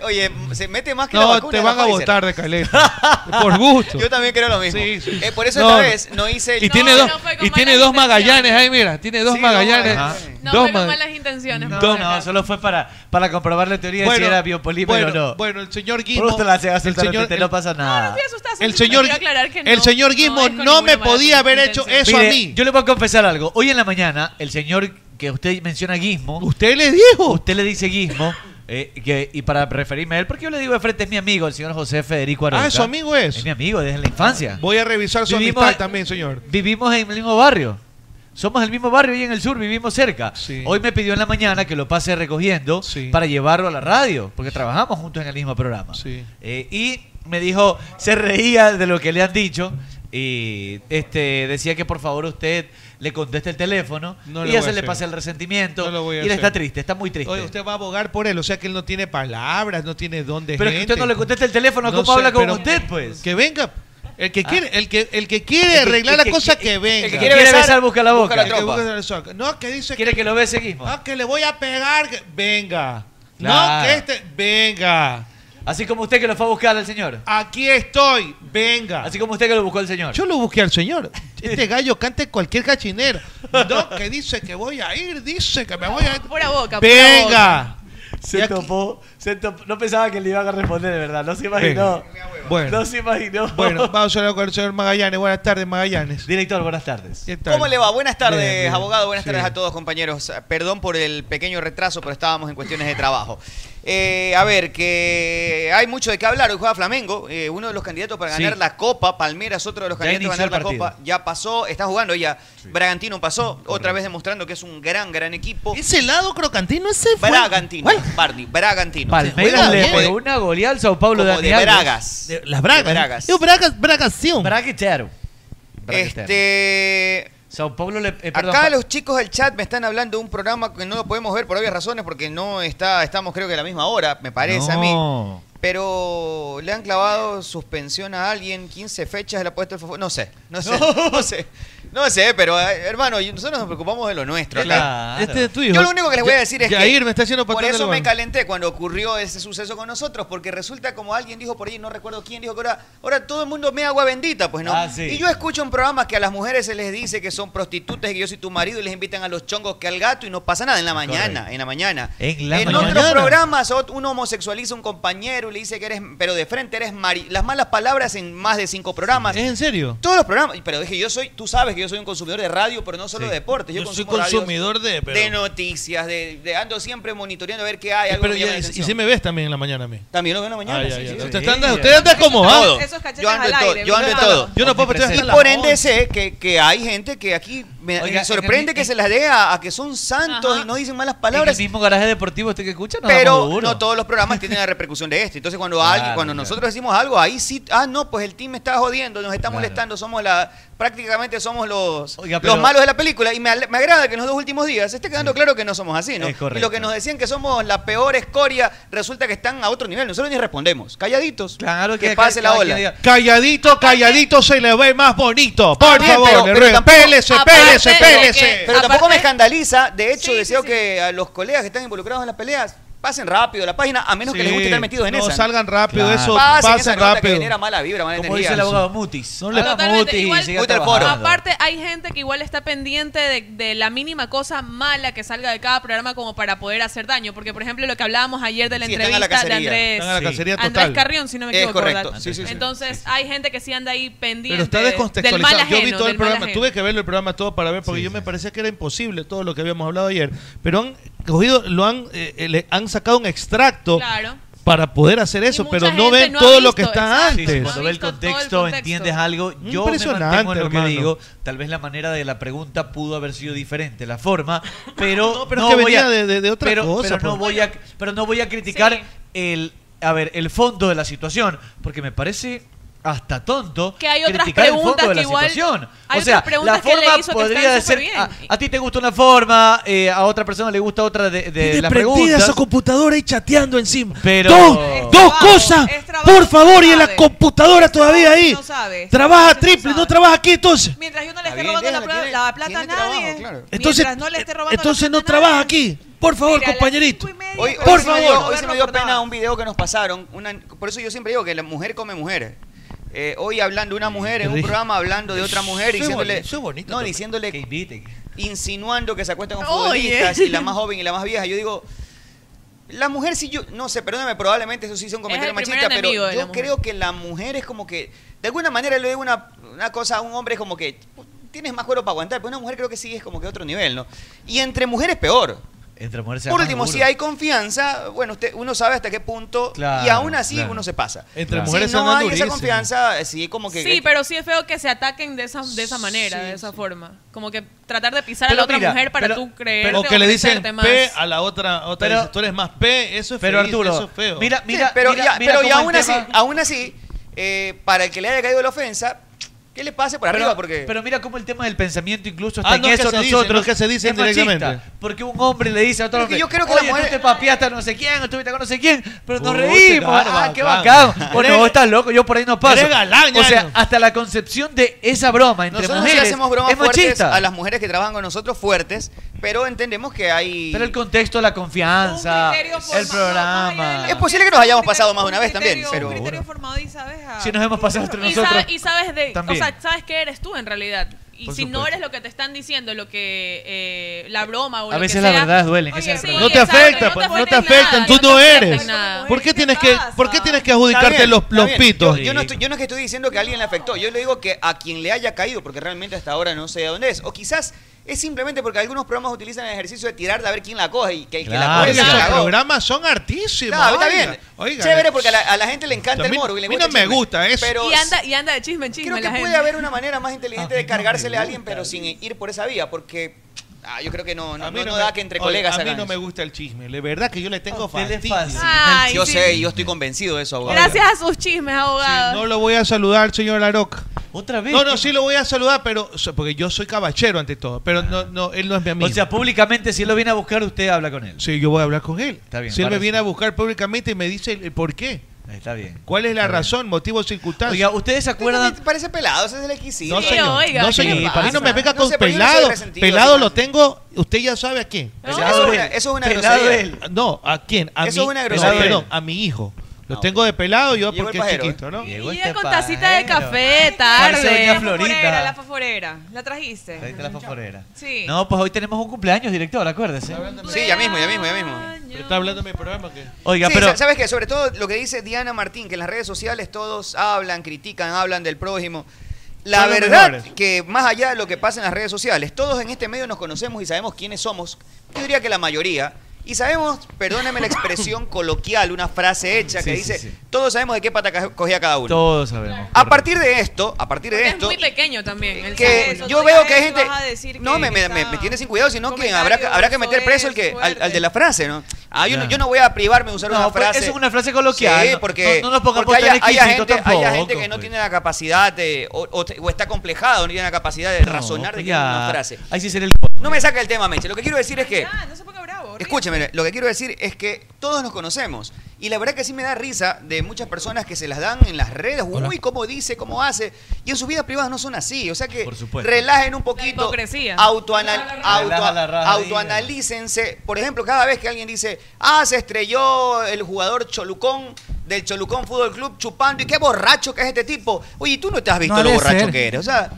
Speaker 14: Oye, se mete más que la
Speaker 9: No,
Speaker 14: vacuna.
Speaker 9: te
Speaker 14: de
Speaker 9: van
Speaker 14: la
Speaker 9: a
Speaker 14: Pfizer.
Speaker 9: votar de caleta. Por gusto.
Speaker 14: Yo también creo lo mismo.
Speaker 9: Sí, sí.
Speaker 14: Eh, por eso
Speaker 9: No.
Speaker 14: esta vez no hice el
Speaker 9: Y tiene dos, y tiene dos Magallanes ahí, mira. Tiene dos
Speaker 14: Sí, dos
Speaker 9: Magallanes.
Speaker 14: Magallanes.
Speaker 13: No
Speaker 9: Dos
Speaker 13: fue con
Speaker 9: Magallanes.
Speaker 13: malas intenciones.
Speaker 10: No,
Speaker 13: por
Speaker 10: no, solo fue para, para comprobar la teoría de si era biopolímero
Speaker 9: bueno,
Speaker 10: o no.
Speaker 9: bueno, el señor
Speaker 10: Por
Speaker 9: Guismo.
Speaker 10: usted la hace hacer
Speaker 9: el señor-
Speaker 10: tarotete, no pasa nada.
Speaker 9: el señor,
Speaker 13: quiero aclarar que
Speaker 9: el
Speaker 13: no,
Speaker 9: señor
Speaker 13: no
Speaker 9: Guismo
Speaker 13: es
Speaker 9: no,
Speaker 13: con
Speaker 9: me
Speaker 13: ninguna mala
Speaker 9: podía haber hecho eso
Speaker 10: Mire,
Speaker 9: a mí.
Speaker 10: Yo le voy a confesar algo. Hoy en la mañana, el señor que usted menciona Guismo.
Speaker 9: ¿Usted le dijo?
Speaker 10: Usted le dice Guismo. eh, que, y para referirme a él, porque yo le digo de frente, es mi amigo, el señor José Federico Arauca.
Speaker 9: Ah, su amigo es. Ah,
Speaker 10: Es mi amigo desde la infancia.
Speaker 9: Voy a revisar su
Speaker 10: Vivimos-
Speaker 9: amistad también, señor.
Speaker 10: Vivimos en el mismo barrio. Somos del mismo barrio y en el sur vivimos cerca. Hoy me pidió en la mañana que lo pase recogiendo para llevarlo a la radio, porque trabajamos juntos en el mismo programa. Eh, y me dijo, se reía de lo que le han dicho y este decía que por favor usted le conteste el teléfono
Speaker 9: No
Speaker 10: y
Speaker 9: lo
Speaker 10: ya
Speaker 9: voy
Speaker 10: se
Speaker 9: a
Speaker 10: le
Speaker 9: hacer.
Speaker 10: pase el resentimiento.
Speaker 9: No lo voy a
Speaker 10: y él
Speaker 9: hacer.
Speaker 10: está triste, está muy triste.
Speaker 9: Oye, usted va a abogar por él, o sea que él no tiene palabras, no tiene dónde.
Speaker 10: Pero es que usted no le contesta el teléfono, ¿cómo habla con usted, pues?
Speaker 9: Que venga. El que
Speaker 10: Ah.
Speaker 9: quiere, el que, el que quiere
Speaker 10: El que-
Speaker 9: arreglar
Speaker 10: el
Speaker 9: la
Speaker 10: que-
Speaker 9: cosa
Speaker 10: que-
Speaker 9: que, venga.
Speaker 10: el que quiere Quiere besar, besar, busca la boca.
Speaker 9: El que
Speaker 10: tropa.
Speaker 9: busca la soca. No, que dice
Speaker 10: ¿Quiere que lo bese, Guismo?
Speaker 9: Ah, que le voy a pegar. que- Venga. No,
Speaker 10: Claro.
Speaker 9: que este. Venga.
Speaker 10: Así como usted que lo fue a buscar al señor.
Speaker 9: Aquí estoy. Venga.
Speaker 10: Así como usted que lo buscó al señor.
Speaker 9: Yo lo busqué al señor. Este gallo canta en cualquier cachinero. No, que dice que voy a ir, dice que me voy a ir.
Speaker 13: Pura boca, pura
Speaker 9: Venga.
Speaker 10: Se topó, se topó. No pensaba que le iban a responder, de verdad. No se
Speaker 9: imaginó.
Speaker 10: imaginó.
Speaker 9: Bueno.
Speaker 10: No se imaginó.
Speaker 9: Bueno, vamos a hablar con el señor Magallanes. Buenas tardes, Magallanes.
Speaker 10: Director, buenas tardes.
Speaker 9: ¿Qué tal?
Speaker 14: ¿Cómo le va? Buenas tardes,
Speaker 9: Bien, bien.
Speaker 14: abogado. Buenas
Speaker 9: Sí.
Speaker 14: tardes a todos, compañeros. Perdón por el pequeño retraso, pero estábamos en cuestiones de trabajo. Eh, a ver, que hay mucho de qué hablar. Hoy juega Flamengo, eh, uno de los candidatos para
Speaker 10: Sí.
Speaker 14: ganar la Copa. Palmeras, otro de los
Speaker 10: Ya
Speaker 14: candidatos para
Speaker 10: inició
Speaker 14: ganar la
Speaker 10: el partido.
Speaker 14: Copa. Ya pasó, está jugando ya. Bragantino pasó, otra vez demostrando que es un gran, gran equipo.
Speaker 9: Ese lado crocantino, ese fue.
Speaker 14: Bragantino, Pardi, Bragantino.
Speaker 10: Palmeiras le
Speaker 14: Como de-
Speaker 10: pegó una goleada al Sao Paulo de
Speaker 14: como de
Speaker 10: Daniel.
Speaker 14: Bragas.
Speaker 10: De-
Speaker 9: Las ¿eh? bragas.
Speaker 14: De bragas.
Speaker 9: Yo, bragas, bragación.
Speaker 10: Braguetero. Braguetero.
Speaker 14: Este.
Speaker 10: Sao Paulo le. eh, perdón,
Speaker 14: Acá
Speaker 10: pa-
Speaker 14: los chicos del chat me están hablando de un programa que no lo podemos ver por obvias razones porque no está, estamos creo que a la misma hora, me parece a mí.
Speaker 10: No.
Speaker 14: Pero le han clavado suspensión a alguien, 15 fechas de la puesta del fofo- No sé, no sé,
Speaker 10: No.
Speaker 14: no, sé. No sé, pero eh, hermano, yo- nosotros nos preocupamos de lo nuestro. acá.
Speaker 10: Claro.
Speaker 9: Este es tu hijo.
Speaker 14: Yo lo único que les voy a decir es
Speaker 9: Jair
Speaker 14: que
Speaker 9: me está haciendo
Speaker 14: por
Speaker 9: patada en
Speaker 14: eso
Speaker 9: el
Speaker 14: me
Speaker 9: banco.
Speaker 14: calenté cuando ocurrió ese suceso con nosotros, porque resulta como alguien dijo por ahí, no recuerdo quién dijo que ahora, ahora todo el mundo me agua bendita, pues no.
Speaker 10: Ah, sí.
Speaker 14: Y yo escucho en programas que a las mujeres se les dice que son prostitutas y que yo soy tu marido y les invitan a los chongos que al gato y no pasa nada en la mañana,
Speaker 10: Correcto.
Speaker 14: en la mañana.
Speaker 10: En la
Speaker 14: en
Speaker 10: mañana.
Speaker 14: otros programas ot- uno homosexualiza a un compañero y le dice que eres, pero de frente eres mari las malas palabras en más de cinco programas.
Speaker 9: ¿Es en serio?
Speaker 14: Todos los programas, pero dije, yo soy, tú sabes que yo soy un consumidor de radio, pero no solo
Speaker 9: Sí.
Speaker 14: de deportes. Yo,
Speaker 9: Yo soy
Speaker 14: consumo radios
Speaker 9: consumidor de, pero-
Speaker 14: de noticias, de, de- ando siempre monitoreando a ver qué hay.
Speaker 9: Eh,
Speaker 14: Algo
Speaker 9: pero
Speaker 14: que me llama
Speaker 9: ya-
Speaker 14: la
Speaker 9: y
Speaker 14: atención.
Speaker 9: si me ves también en la mañana a mí.
Speaker 14: También lo veo en la mañana.
Speaker 9: Ay,
Speaker 14: sí,
Speaker 9: ay,
Speaker 14: sí,
Speaker 9: ay.
Speaker 14: sí.
Speaker 9: Usted anda- usted anda como
Speaker 14: Todo.
Speaker 9: ah.
Speaker 12: Esos cachetes
Speaker 14: Yo ando
Speaker 12: al
Speaker 14: en todo,
Speaker 12: aire.
Speaker 14: yo ando en
Speaker 12: ¿verdad?
Speaker 14: todo.
Speaker 9: Yo no puedo meter
Speaker 14: Y
Speaker 9: hasta
Speaker 14: por
Speaker 9: las
Speaker 14: ende
Speaker 9: once.
Speaker 14: sé que, que hay gente que aquí me,
Speaker 10: Oiga,
Speaker 14: me
Speaker 10: en
Speaker 14: sorprende
Speaker 10: el-
Speaker 14: que
Speaker 10: en-
Speaker 14: se las dé a,
Speaker 9: Ah,
Speaker 14: a que son santos
Speaker 10: Ajá.
Speaker 14: y no dicen malas
Speaker 10: En el
Speaker 14: palabras.
Speaker 10: mismo garaje deportivo, usted que escucha, no damos
Speaker 14: Pero
Speaker 10: duro.
Speaker 14: no todos los programas tienen la repercusión de este. Entonces, cuando
Speaker 10: Claro,
Speaker 14: alguien, cuando
Speaker 10: claro.
Speaker 14: nosotros decimos algo, ahí sí, ah, no, pues el team me está jodiendo, nos está
Speaker 10: Claro.
Speaker 14: molestando, somos la prácticamente somos los,
Speaker 10: Oiga,
Speaker 14: los
Speaker 10: pero- Mm.
Speaker 14: malos de la película. Y me, al- me agrada que en los dos últimos días se esté quedando claro que no somos así, ¿no?
Speaker 10: Es correcto.
Speaker 14: Y lo que nos decían que somos la peor escoria, resulta que están a otro nivel. Nosotros ni respondemos. Calladitos. Claro que, pase la ola.
Speaker 7: Calladito, calladito se le ve más bonito. Por
Speaker 14: Bien,
Speaker 7: favor,
Speaker 14: pero-
Speaker 7: le
Speaker 14: pero
Speaker 7: ruego.
Speaker 14: tampoco-
Speaker 7: Pélese, pélese, pélese.
Speaker 14: Pero tampoco me escandaliza. De hecho, deseo que a los colegas que están involucrados en las peleas pasen rápido la página, a menos que les guste estar metidos en
Speaker 9: no,
Speaker 14: esa.
Speaker 9: salgan rápido,
Speaker 14: Claro.
Speaker 9: eso
Speaker 14: Pasen esa
Speaker 9: pasen
Speaker 14: ronda que
Speaker 9: rápido.
Speaker 14: genera mala vibra, mala
Speaker 10: Como
Speaker 14: energía.
Speaker 10: dice el abogado Mutis. No le hagas
Speaker 13: Totalmente,
Speaker 10: Mutis.
Speaker 13: igual-
Speaker 10: siga
Speaker 14: Mutis al foro.
Speaker 10: trabajando.
Speaker 13: Aparte, hay gente que igual está pendiente de, de la mínima cosa mala que salga de cada programa como para poder hacer daño. Porque, por ejemplo, lo que hablábamos ayer de la
Speaker 9: Sí, están a la
Speaker 13: entrevista de
Speaker 9: cacería.
Speaker 13: Andrés,
Speaker 9: Están a la cacería
Speaker 13: Andrés
Speaker 9: total.
Speaker 13: Carrión, si no me
Speaker 9: Es
Speaker 13: equivoco.
Speaker 9: correcto,
Speaker 13: ¿verdad?
Speaker 9: sí, sí, sí.
Speaker 13: Entonces, hay gente que sí anda ahí pendiente
Speaker 9: Pero está
Speaker 13: de- del mal
Speaker 9: descontextualizado.
Speaker 13: ajeno.
Speaker 9: yo vi todo el
Speaker 13: del mal
Speaker 9: programa,
Speaker 13: ajeno.
Speaker 9: tuve que verlo el programa todo para ver, porque yo me parecía que era imposible todo lo que habíamos hablado ayer. Pero han cogido, lo han, eh, eh, le han sacado un extracto
Speaker 13: Claro.
Speaker 9: para poder hacer eso, pero no
Speaker 13: gente
Speaker 9: ven
Speaker 13: no ha
Speaker 9: todo lo que
Speaker 13: visto,
Speaker 9: está
Speaker 10: Sí, sí,
Speaker 9: antes.
Speaker 10: cuando ve el contexto, entiendes algo. Yo me
Speaker 9: Impresionante,
Speaker 10: mantengo en lo
Speaker 9: hermano.
Speaker 10: que digo. Tal vez la manera de la pregunta pudo haber sido diferente, la forma, pero no,
Speaker 9: pero es que
Speaker 10: voy
Speaker 9: venía
Speaker 10: a-
Speaker 9: de- de- de otra
Speaker 10: pero-
Speaker 9: cosa,
Speaker 10: Pero no
Speaker 9: pues.
Speaker 10: voy a, pero no voy a criticar el, a ver, el fondo de la situación, porque me parece hasta tonto
Speaker 13: Que hay otras
Speaker 10: criticar el fondo
Speaker 13: preguntas
Speaker 10: de la
Speaker 13: que igual-
Speaker 10: situación.
Speaker 13: hay
Speaker 10: o sea,
Speaker 13: otras preguntas
Speaker 10: la
Speaker 13: que le
Speaker 10: forma
Speaker 13: hizo que
Speaker 10: podría
Speaker 13: están
Speaker 10: ser,
Speaker 13: superbién.
Speaker 10: a, a ti te gusta una forma, eh, a otra persona le gusta otra de, de
Speaker 15: Tiene
Speaker 10: las
Speaker 15: prendida
Speaker 10: preguntas.
Speaker 15: su computadora y chateando encima.
Speaker 10: eh, Pero-
Speaker 15: Dos,
Speaker 10: Es
Speaker 15: dos cosas, por favor, y en la computadora todavía ahí. Trabaja triple, no trabaja aquí entonces.
Speaker 12: Mientras yo no le esté robando la, prueba- la plata a nadie.
Speaker 15: Entonces,
Speaker 12: mientras no le esté robando
Speaker 15: entonces no trabaja aquí. Por favor, compañerito.
Speaker 14: Hoy, hoy
Speaker 15: por
Speaker 14: se me dio,
Speaker 15: favor.
Speaker 14: hoy se me dio pena un video que nos pasaron. una- por eso yo siempre digo que la mujer come mujer. Eh, hoy hablando una mujer en un
Speaker 10: Rijo.
Speaker 14: programa hablando de otra mujer
Speaker 10: Soy
Speaker 14: diciéndole
Speaker 10: boni- soy bonito,
Speaker 14: no
Speaker 10: pero-
Speaker 14: diciéndole
Speaker 10: que inviten.
Speaker 14: insinuando que se acuestan con
Speaker 10: Oye.
Speaker 14: futbolistas y la más joven y la más vieja yo digo la mujer si yo no sé perdóname probablemente eso sí sea un comentario
Speaker 13: el primer
Speaker 14: machista pero
Speaker 13: enemigo de la
Speaker 14: yo
Speaker 13: mujer.
Speaker 14: creo que la mujer es como que de alguna manera le digo una, una cosa a un hombre es como que tienes más cuero para aguantar pero una mujer creo que sí es como que otro nivel no y entre mujeres peor
Speaker 10: Entre mujeres se
Speaker 14: por
Speaker 10: aman,
Speaker 14: último, si
Speaker 10: seguro.
Speaker 14: hay confianza, bueno, usted, uno sabe hasta qué punto
Speaker 10: Claro,
Speaker 14: y aún así
Speaker 10: claro.
Speaker 14: uno se pasa.
Speaker 10: Entre
Speaker 9: mujeres
Speaker 14: si no
Speaker 9: andan
Speaker 14: hay esa
Speaker 9: durísimo.
Speaker 14: confianza, eh, sí, como que
Speaker 13: Sí, pero sí es feo que se ataquen de esa, de esa manera, de esa forma. Como que tratar de pisar a la
Speaker 10: Pero
Speaker 13: otra
Speaker 10: mira,
Speaker 13: mujer para
Speaker 10: pero-
Speaker 13: tú creer
Speaker 9: o que le dicen
Speaker 13: más.
Speaker 9: P a la otra, otra
Speaker 10: Pero-
Speaker 9: dice, tú eres más P, eso es
Speaker 10: pero
Speaker 9: feliz,
Speaker 10: Arturo,
Speaker 9: eso es feo.
Speaker 10: mira,
Speaker 14: Sí, pero ya, pero y aún así, aún así, eh, para el que le haya caído la ofensa, ¿qué le pase por
Speaker 10: Pero-
Speaker 14: arriba? Porque
Speaker 10: pero mira cómo el tema del pensamiento incluso hasta
Speaker 9: Ah,
Speaker 10: en
Speaker 9: no es que
Speaker 10: eso
Speaker 9: se dicen,
Speaker 10: nosotros
Speaker 9: no es que se dicen
Speaker 10: es machista,
Speaker 9: directamente.
Speaker 10: porque un hombre le dice a otro
Speaker 14: Pero que
Speaker 10: hombre
Speaker 14: yo creo que
Speaker 10: oye
Speaker 14: la mujer-
Speaker 10: tú te papiaste a no sé quién estuviste con no sé quién pero nos
Speaker 9: Puta,
Speaker 10: reímos
Speaker 9: claro,
Speaker 10: ah qué
Speaker 9: bacán.
Speaker 10: bacán o no
Speaker 9: Eres-
Speaker 10: vos estás loco yo por ahí no paso
Speaker 9: eres galán,
Speaker 10: o sea
Speaker 9: ñaño.
Speaker 10: hasta la concepción de esa broma entre
Speaker 14: nosotros sí
Speaker 10: mujeres
Speaker 14: hacemos bromas
Speaker 10: es
Speaker 14: fuertes
Speaker 10: machista
Speaker 14: a las mujeres que trabajan con nosotros fuertes, pero entendemos que hay...
Speaker 10: pero el contexto la confianza el programa
Speaker 14: es posible que nos hayamos pasado más de una vez también, pero...
Speaker 10: si nos hemos pasado entre
Speaker 13: Y, sabe-
Speaker 10: nosotros
Speaker 13: y sabes de,
Speaker 10: También.
Speaker 13: o sea, sabes qué eres tú en realidad. Y
Speaker 10: Por
Speaker 13: si no
Speaker 10: supuesto.
Speaker 13: eres lo que te están diciendo, lo que eh, la broma o
Speaker 10: A
Speaker 13: lo
Speaker 10: veces
Speaker 13: que
Speaker 10: las
Speaker 13: sea,
Speaker 10: verdades duelen, ese es el problema.
Speaker 9: no te
Speaker 13: exacto,
Speaker 9: afecta, pues, no te afectan, tú no eres. ¿Por qué tienes que, por qué tienes que adjudicarte los,
Speaker 14: Está
Speaker 9: los
Speaker 14: bien.
Speaker 9: pitos?
Speaker 14: Yo, yo no estoy- yo no es que estoy diciendo que a alguien le afectó, yo le digo que a quien le haya caído, porque realmente hasta ahora no sé de dónde es. O quizás es simplemente porque algunos programas utilizan el ejercicio de tirar de a ver quién la coge y que, que la
Speaker 9: Claro,
Speaker 14: coge. se
Speaker 9: esos
Speaker 14: la cagó.
Speaker 9: programas son artísimos.
Speaker 14: No, está
Speaker 9: oiga,
Speaker 14: bien.
Speaker 9: oiga. eh.
Speaker 14: Chévere porque a la, a la gente le encanta
Speaker 9: A mí-
Speaker 14: el moro. y le
Speaker 9: a mí
Speaker 14: gusta
Speaker 9: no
Speaker 14: el
Speaker 9: me
Speaker 14: chisme.
Speaker 9: gusta eso.
Speaker 14: Pero
Speaker 13: Y anda, y anda de chisme en chisme
Speaker 14: creo que
Speaker 13: la
Speaker 14: puede
Speaker 13: gente.
Speaker 14: haber una manera más inteligente
Speaker 9: Ah,
Speaker 14: de cargársele a alguien, pero sin ir por esa vía, porque ah, yo creo que no, no,
Speaker 9: A mí
Speaker 14: no- no
Speaker 9: me-
Speaker 14: da que entre
Speaker 9: oiga,
Speaker 14: colegas
Speaker 9: A mí
Speaker 14: hagan
Speaker 9: no me
Speaker 14: eso.
Speaker 9: gusta el chisme. De verdad que yo le tengo
Speaker 10: usted le
Speaker 9: fastidio.
Speaker 10: fascina
Speaker 13: Ay,
Speaker 14: Yo
Speaker 13: sí.
Speaker 14: sé, yo estoy convencido de eso, abogado.
Speaker 13: Gracias a sus chismes, abogado.
Speaker 9: No lo voy a saludar, señor Laroc.
Speaker 10: ¿Otra vez?
Speaker 9: No, no, sí lo voy a saludar, pero so- porque yo soy cabachero ante todo. Pero no, no, él no es mi amigo.
Speaker 10: Ah. o sea públicamente si él lo viene a buscar usted habla con él
Speaker 9: sí, yo voy a hablar con él.
Speaker 10: Está bien,
Speaker 9: si él me
Speaker 10: parece.
Speaker 9: viene a buscar públicamente y me dice el el por qué.
Speaker 10: está bien
Speaker 9: ¿Cuál es la razón, motivo, circunstancia?
Speaker 10: Oiga, ¿ustedes se acuerdan?
Speaker 14: Parece pelado, ese es el exquisito.
Speaker 9: No, señor. no, señor.
Speaker 10: ¿qué le
Speaker 9: A mí no
Speaker 10: pasa?
Speaker 9: me pega
Speaker 14: No
Speaker 9: con
Speaker 14: sé, pero yo no soy
Speaker 9: pelado.
Speaker 14: resentido,
Speaker 9: pelado
Speaker 14: además.
Speaker 9: lo tengo, usted ya sabe a quién.
Speaker 14: Eso- eso es una- eso es una
Speaker 9: Pelado
Speaker 14: grosería.
Speaker 9: él. No, ¿a quién? A
Speaker 14: Eso
Speaker 9: mi-
Speaker 14: es una
Speaker 9: no,
Speaker 14: grosería.
Speaker 9: perdón, a mi hijo. Lo tengo de pelado yo
Speaker 14: Llegó el
Speaker 9: porque
Speaker 14: pajero,
Speaker 9: es chiquito, ¿no?
Speaker 10: Llegó este
Speaker 13: Llega con tacita de café, tarde.
Speaker 10: doña
Speaker 12: La faforera,
Speaker 10: Florinda.
Speaker 12: la faforera. ¿La trajiste?
Speaker 10: Ahí está la faforera.
Speaker 12: Sí.
Speaker 10: No, pues hoy tenemos un cumpleaños, director, acuérdese.
Speaker 14: Sí, ya mismo, ya mismo, ya mismo.
Speaker 9: Pero está hablando de mi programa que.
Speaker 10: Oiga,
Speaker 14: Sí,
Speaker 10: pero
Speaker 14: sa- ¿Sabes qué? Sobre todo lo que dice Diana Martín, que en las redes sociales todos hablan, critican, hablan del prójimo. La
Speaker 9: Son los
Speaker 14: verdad
Speaker 9: mejores.
Speaker 14: que más allá de lo que pasa en las redes sociales, todos en este medio nos conocemos y sabemos quiénes somos. Yo diría que la mayoría. Y sabemos, perdóneme la expresión coloquial, una frase hecha que
Speaker 10: Sí, sí,
Speaker 14: dice,
Speaker 10: sí.
Speaker 14: todos sabemos de qué pata ca- cogía cada uno.
Speaker 10: todos sabemos.
Speaker 14: A partir de esto, a partir de
Speaker 13: Es
Speaker 14: esto,
Speaker 13: muy pequeño también. el
Speaker 14: que
Speaker 13: cerebro.
Speaker 14: yo veo que hay
Speaker 12: eso,
Speaker 14: gente
Speaker 12: vas a decir
Speaker 14: no
Speaker 12: que-
Speaker 14: me,
Speaker 12: que
Speaker 14: me, me- me tiene sin cuidado sino que habrá que habrá que meter preso el que al, al de la frase no Ah, yo, no,
Speaker 10: Ya.
Speaker 14: yo no voy a privarme de usar
Speaker 10: No,
Speaker 14: una
Speaker 10: pues,
Speaker 14: frase.
Speaker 10: eso es una frase coloquial.
Speaker 14: Sí,
Speaker 10: No-
Speaker 14: porque,
Speaker 10: no- no nos pongamos
Speaker 14: porque
Speaker 10: tan
Speaker 14: haya, haya
Speaker 10: exquisitos
Speaker 14: gente, haya gente
Speaker 10: tampoco, pues.
Speaker 14: que no tiene la capacidad de, o, o te- o está complejado, no tiene la capacidad de razonar de que es una frase.
Speaker 10: pues Ahí sí sería el
Speaker 14: No me saca el tema, Meche. Lo que quiero decir es que. Escúchame, lo que quiero decir es que todos nos conocemos. Y la verdad que sí me da risa de muchas personas que se las dan en las redes. Uy, cómo dice, cómo hace. Y en sus vidas privadas no son así. O sea que
Speaker 10: supuesto.
Speaker 14: relajen un poquito.
Speaker 13: hipocresía.
Speaker 14: autoanal-
Speaker 13: Relaja la raja.
Speaker 14: auto-
Speaker 13: Relaja la raja,
Speaker 14: autoanalícense. Por ejemplo, cada vez que alguien dice, ah, se estrelló el jugador Cholucón del Cholucón Fútbol Club chupando. Y qué borracho que es este tipo. Oye, ¿y tú no te has visto
Speaker 10: No ha
Speaker 14: lo
Speaker 10: de
Speaker 14: borracho
Speaker 10: ser.
Speaker 14: que eres. O sea,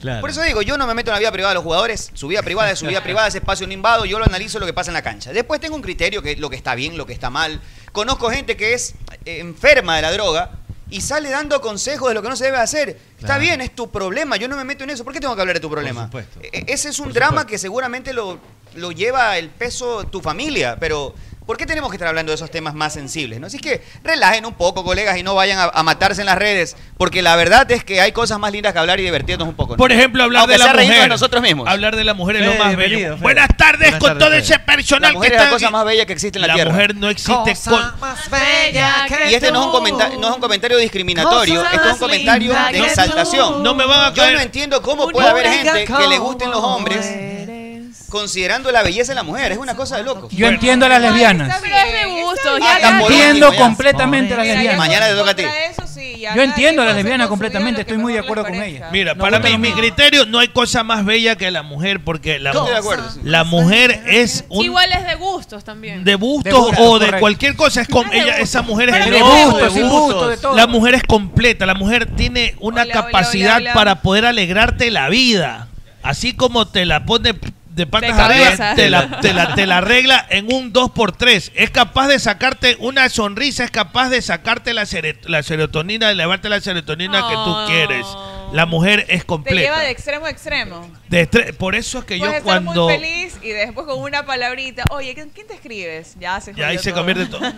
Speaker 10: Claro.
Speaker 14: por eso digo, yo no me meto en la vida privada de los jugadores, su vida privada es su vida privada, ese espacio no invado, yo lo analizo lo que pasa en la cancha. Después tengo un criterio que lo que está bien, lo que está mal. Conozco gente que es eh, enferma de la droga y sale dando consejos de lo que no se debe hacer. Está
Speaker 10: Claro.
Speaker 14: bien, es tu problema, yo no me meto en eso. ¿Por qué tengo que hablar de tu problema?
Speaker 10: supuesto.
Speaker 14: E- ese es un
Speaker 10: Por
Speaker 14: drama
Speaker 10: supuesto.
Speaker 14: que seguramente lo, lo lleva el peso tu familia, pero ¿por qué tenemos que estar hablando de esos temas más sensibles? ¿no? Así que relajen un poco, colegas, y no vayan a, a matarse en las redes, porque la verdad es que hay cosas más lindas que hablar y divertirnos un poco. ¿no?
Speaker 9: Por ejemplo, hablar
Speaker 14: Aunque
Speaker 9: de la
Speaker 14: sea reírnos
Speaker 9: mujer.
Speaker 14: de nosotros mismos.
Speaker 9: Hablar de la mujer es lo
Speaker 14: Fede,
Speaker 9: más bello.
Speaker 14: bienvenido, Fede.
Speaker 9: Buenas tardes
Speaker 14: Buenas
Speaker 9: con
Speaker 14: tardes,
Speaker 9: todo
Speaker 14: Fede.
Speaker 9: ese personal
Speaker 14: La mujer
Speaker 9: que
Speaker 14: es
Speaker 9: está
Speaker 14: la cosa
Speaker 9: aquí.
Speaker 14: más bella que existe en la,
Speaker 9: La
Speaker 14: tierra.
Speaker 9: mujer no existe con-
Speaker 14: más bella
Speaker 9: que
Speaker 14: Y este no es un
Speaker 9: tú.
Speaker 14: comentario, no es un comentario discriminatorio,
Speaker 9: Cosa
Speaker 14: esto es
Speaker 9: más
Speaker 14: un comentario
Speaker 9: linda
Speaker 14: de
Speaker 9: que
Speaker 14: exaltación.
Speaker 9: tú. No me van a
Speaker 14: Yo
Speaker 9: caer.
Speaker 14: no entiendo cómo puede haber
Speaker 9: Única
Speaker 14: gente que le
Speaker 9: como
Speaker 14: gusten los hombres considerando la belleza de la mujer, es una cosa de loco.
Speaker 16: Yo entiendo a las lesbianas.
Speaker 13: Pero es de gusto. ya
Speaker 14: Hasta
Speaker 13: la-
Speaker 14: por
Speaker 16: Entiendo
Speaker 14: último, ya.
Speaker 16: completamente a las lesbianas.
Speaker 14: Mañana te toca a ti.
Speaker 16: Yo entiendo a las lesbianas completamente, estoy muy de acuerdo con ellas.
Speaker 9: Mira,
Speaker 16: Nos
Speaker 9: para
Speaker 16: gusta
Speaker 9: mí,
Speaker 16: lo
Speaker 9: mi
Speaker 16: mismo.
Speaker 9: criterio, no hay cosa más bella que la mujer, porque la,
Speaker 13: Yo estoy
Speaker 9: mu-
Speaker 13: de acuerdo, sí.
Speaker 9: la mujer es un
Speaker 13: Igual es de gustos también.
Speaker 9: de bustos
Speaker 13: De gustos,
Speaker 9: o de
Speaker 13: correcto.
Speaker 9: cualquier cosa. Es con ella, esa mujer es
Speaker 13: Pero de
Speaker 9: enorme.
Speaker 13: gustos, sí, gustos, de todo.
Speaker 9: La mujer es completa. La mujer tiene una capacidad
Speaker 13: hola, hola.
Speaker 9: para poder alegrarte la vida. Así como te la pone de patas
Speaker 13: De
Speaker 9: arriba,
Speaker 13: cabeza.
Speaker 9: te la, te, la, te la arregla en un 2x3. Es capaz de sacarte una sonrisa, es capaz de sacarte la, sere- la serotonina, de elevarte la serotonina que tú
Speaker 12: No.
Speaker 9: quieres. La mujer es
Speaker 12: Te lleva
Speaker 9: completa.
Speaker 12: de extremo a extremo.
Speaker 9: De estre- por eso es que
Speaker 12: Puedes
Speaker 9: yo
Speaker 12: Pues estar
Speaker 9: cuando...
Speaker 12: muy feliz y después con una palabrita, oye, ¿quién quién te escribes? Ya se
Speaker 9: Y ahí
Speaker 12: jodió
Speaker 9: se
Speaker 12: todo.
Speaker 9: convierte todo.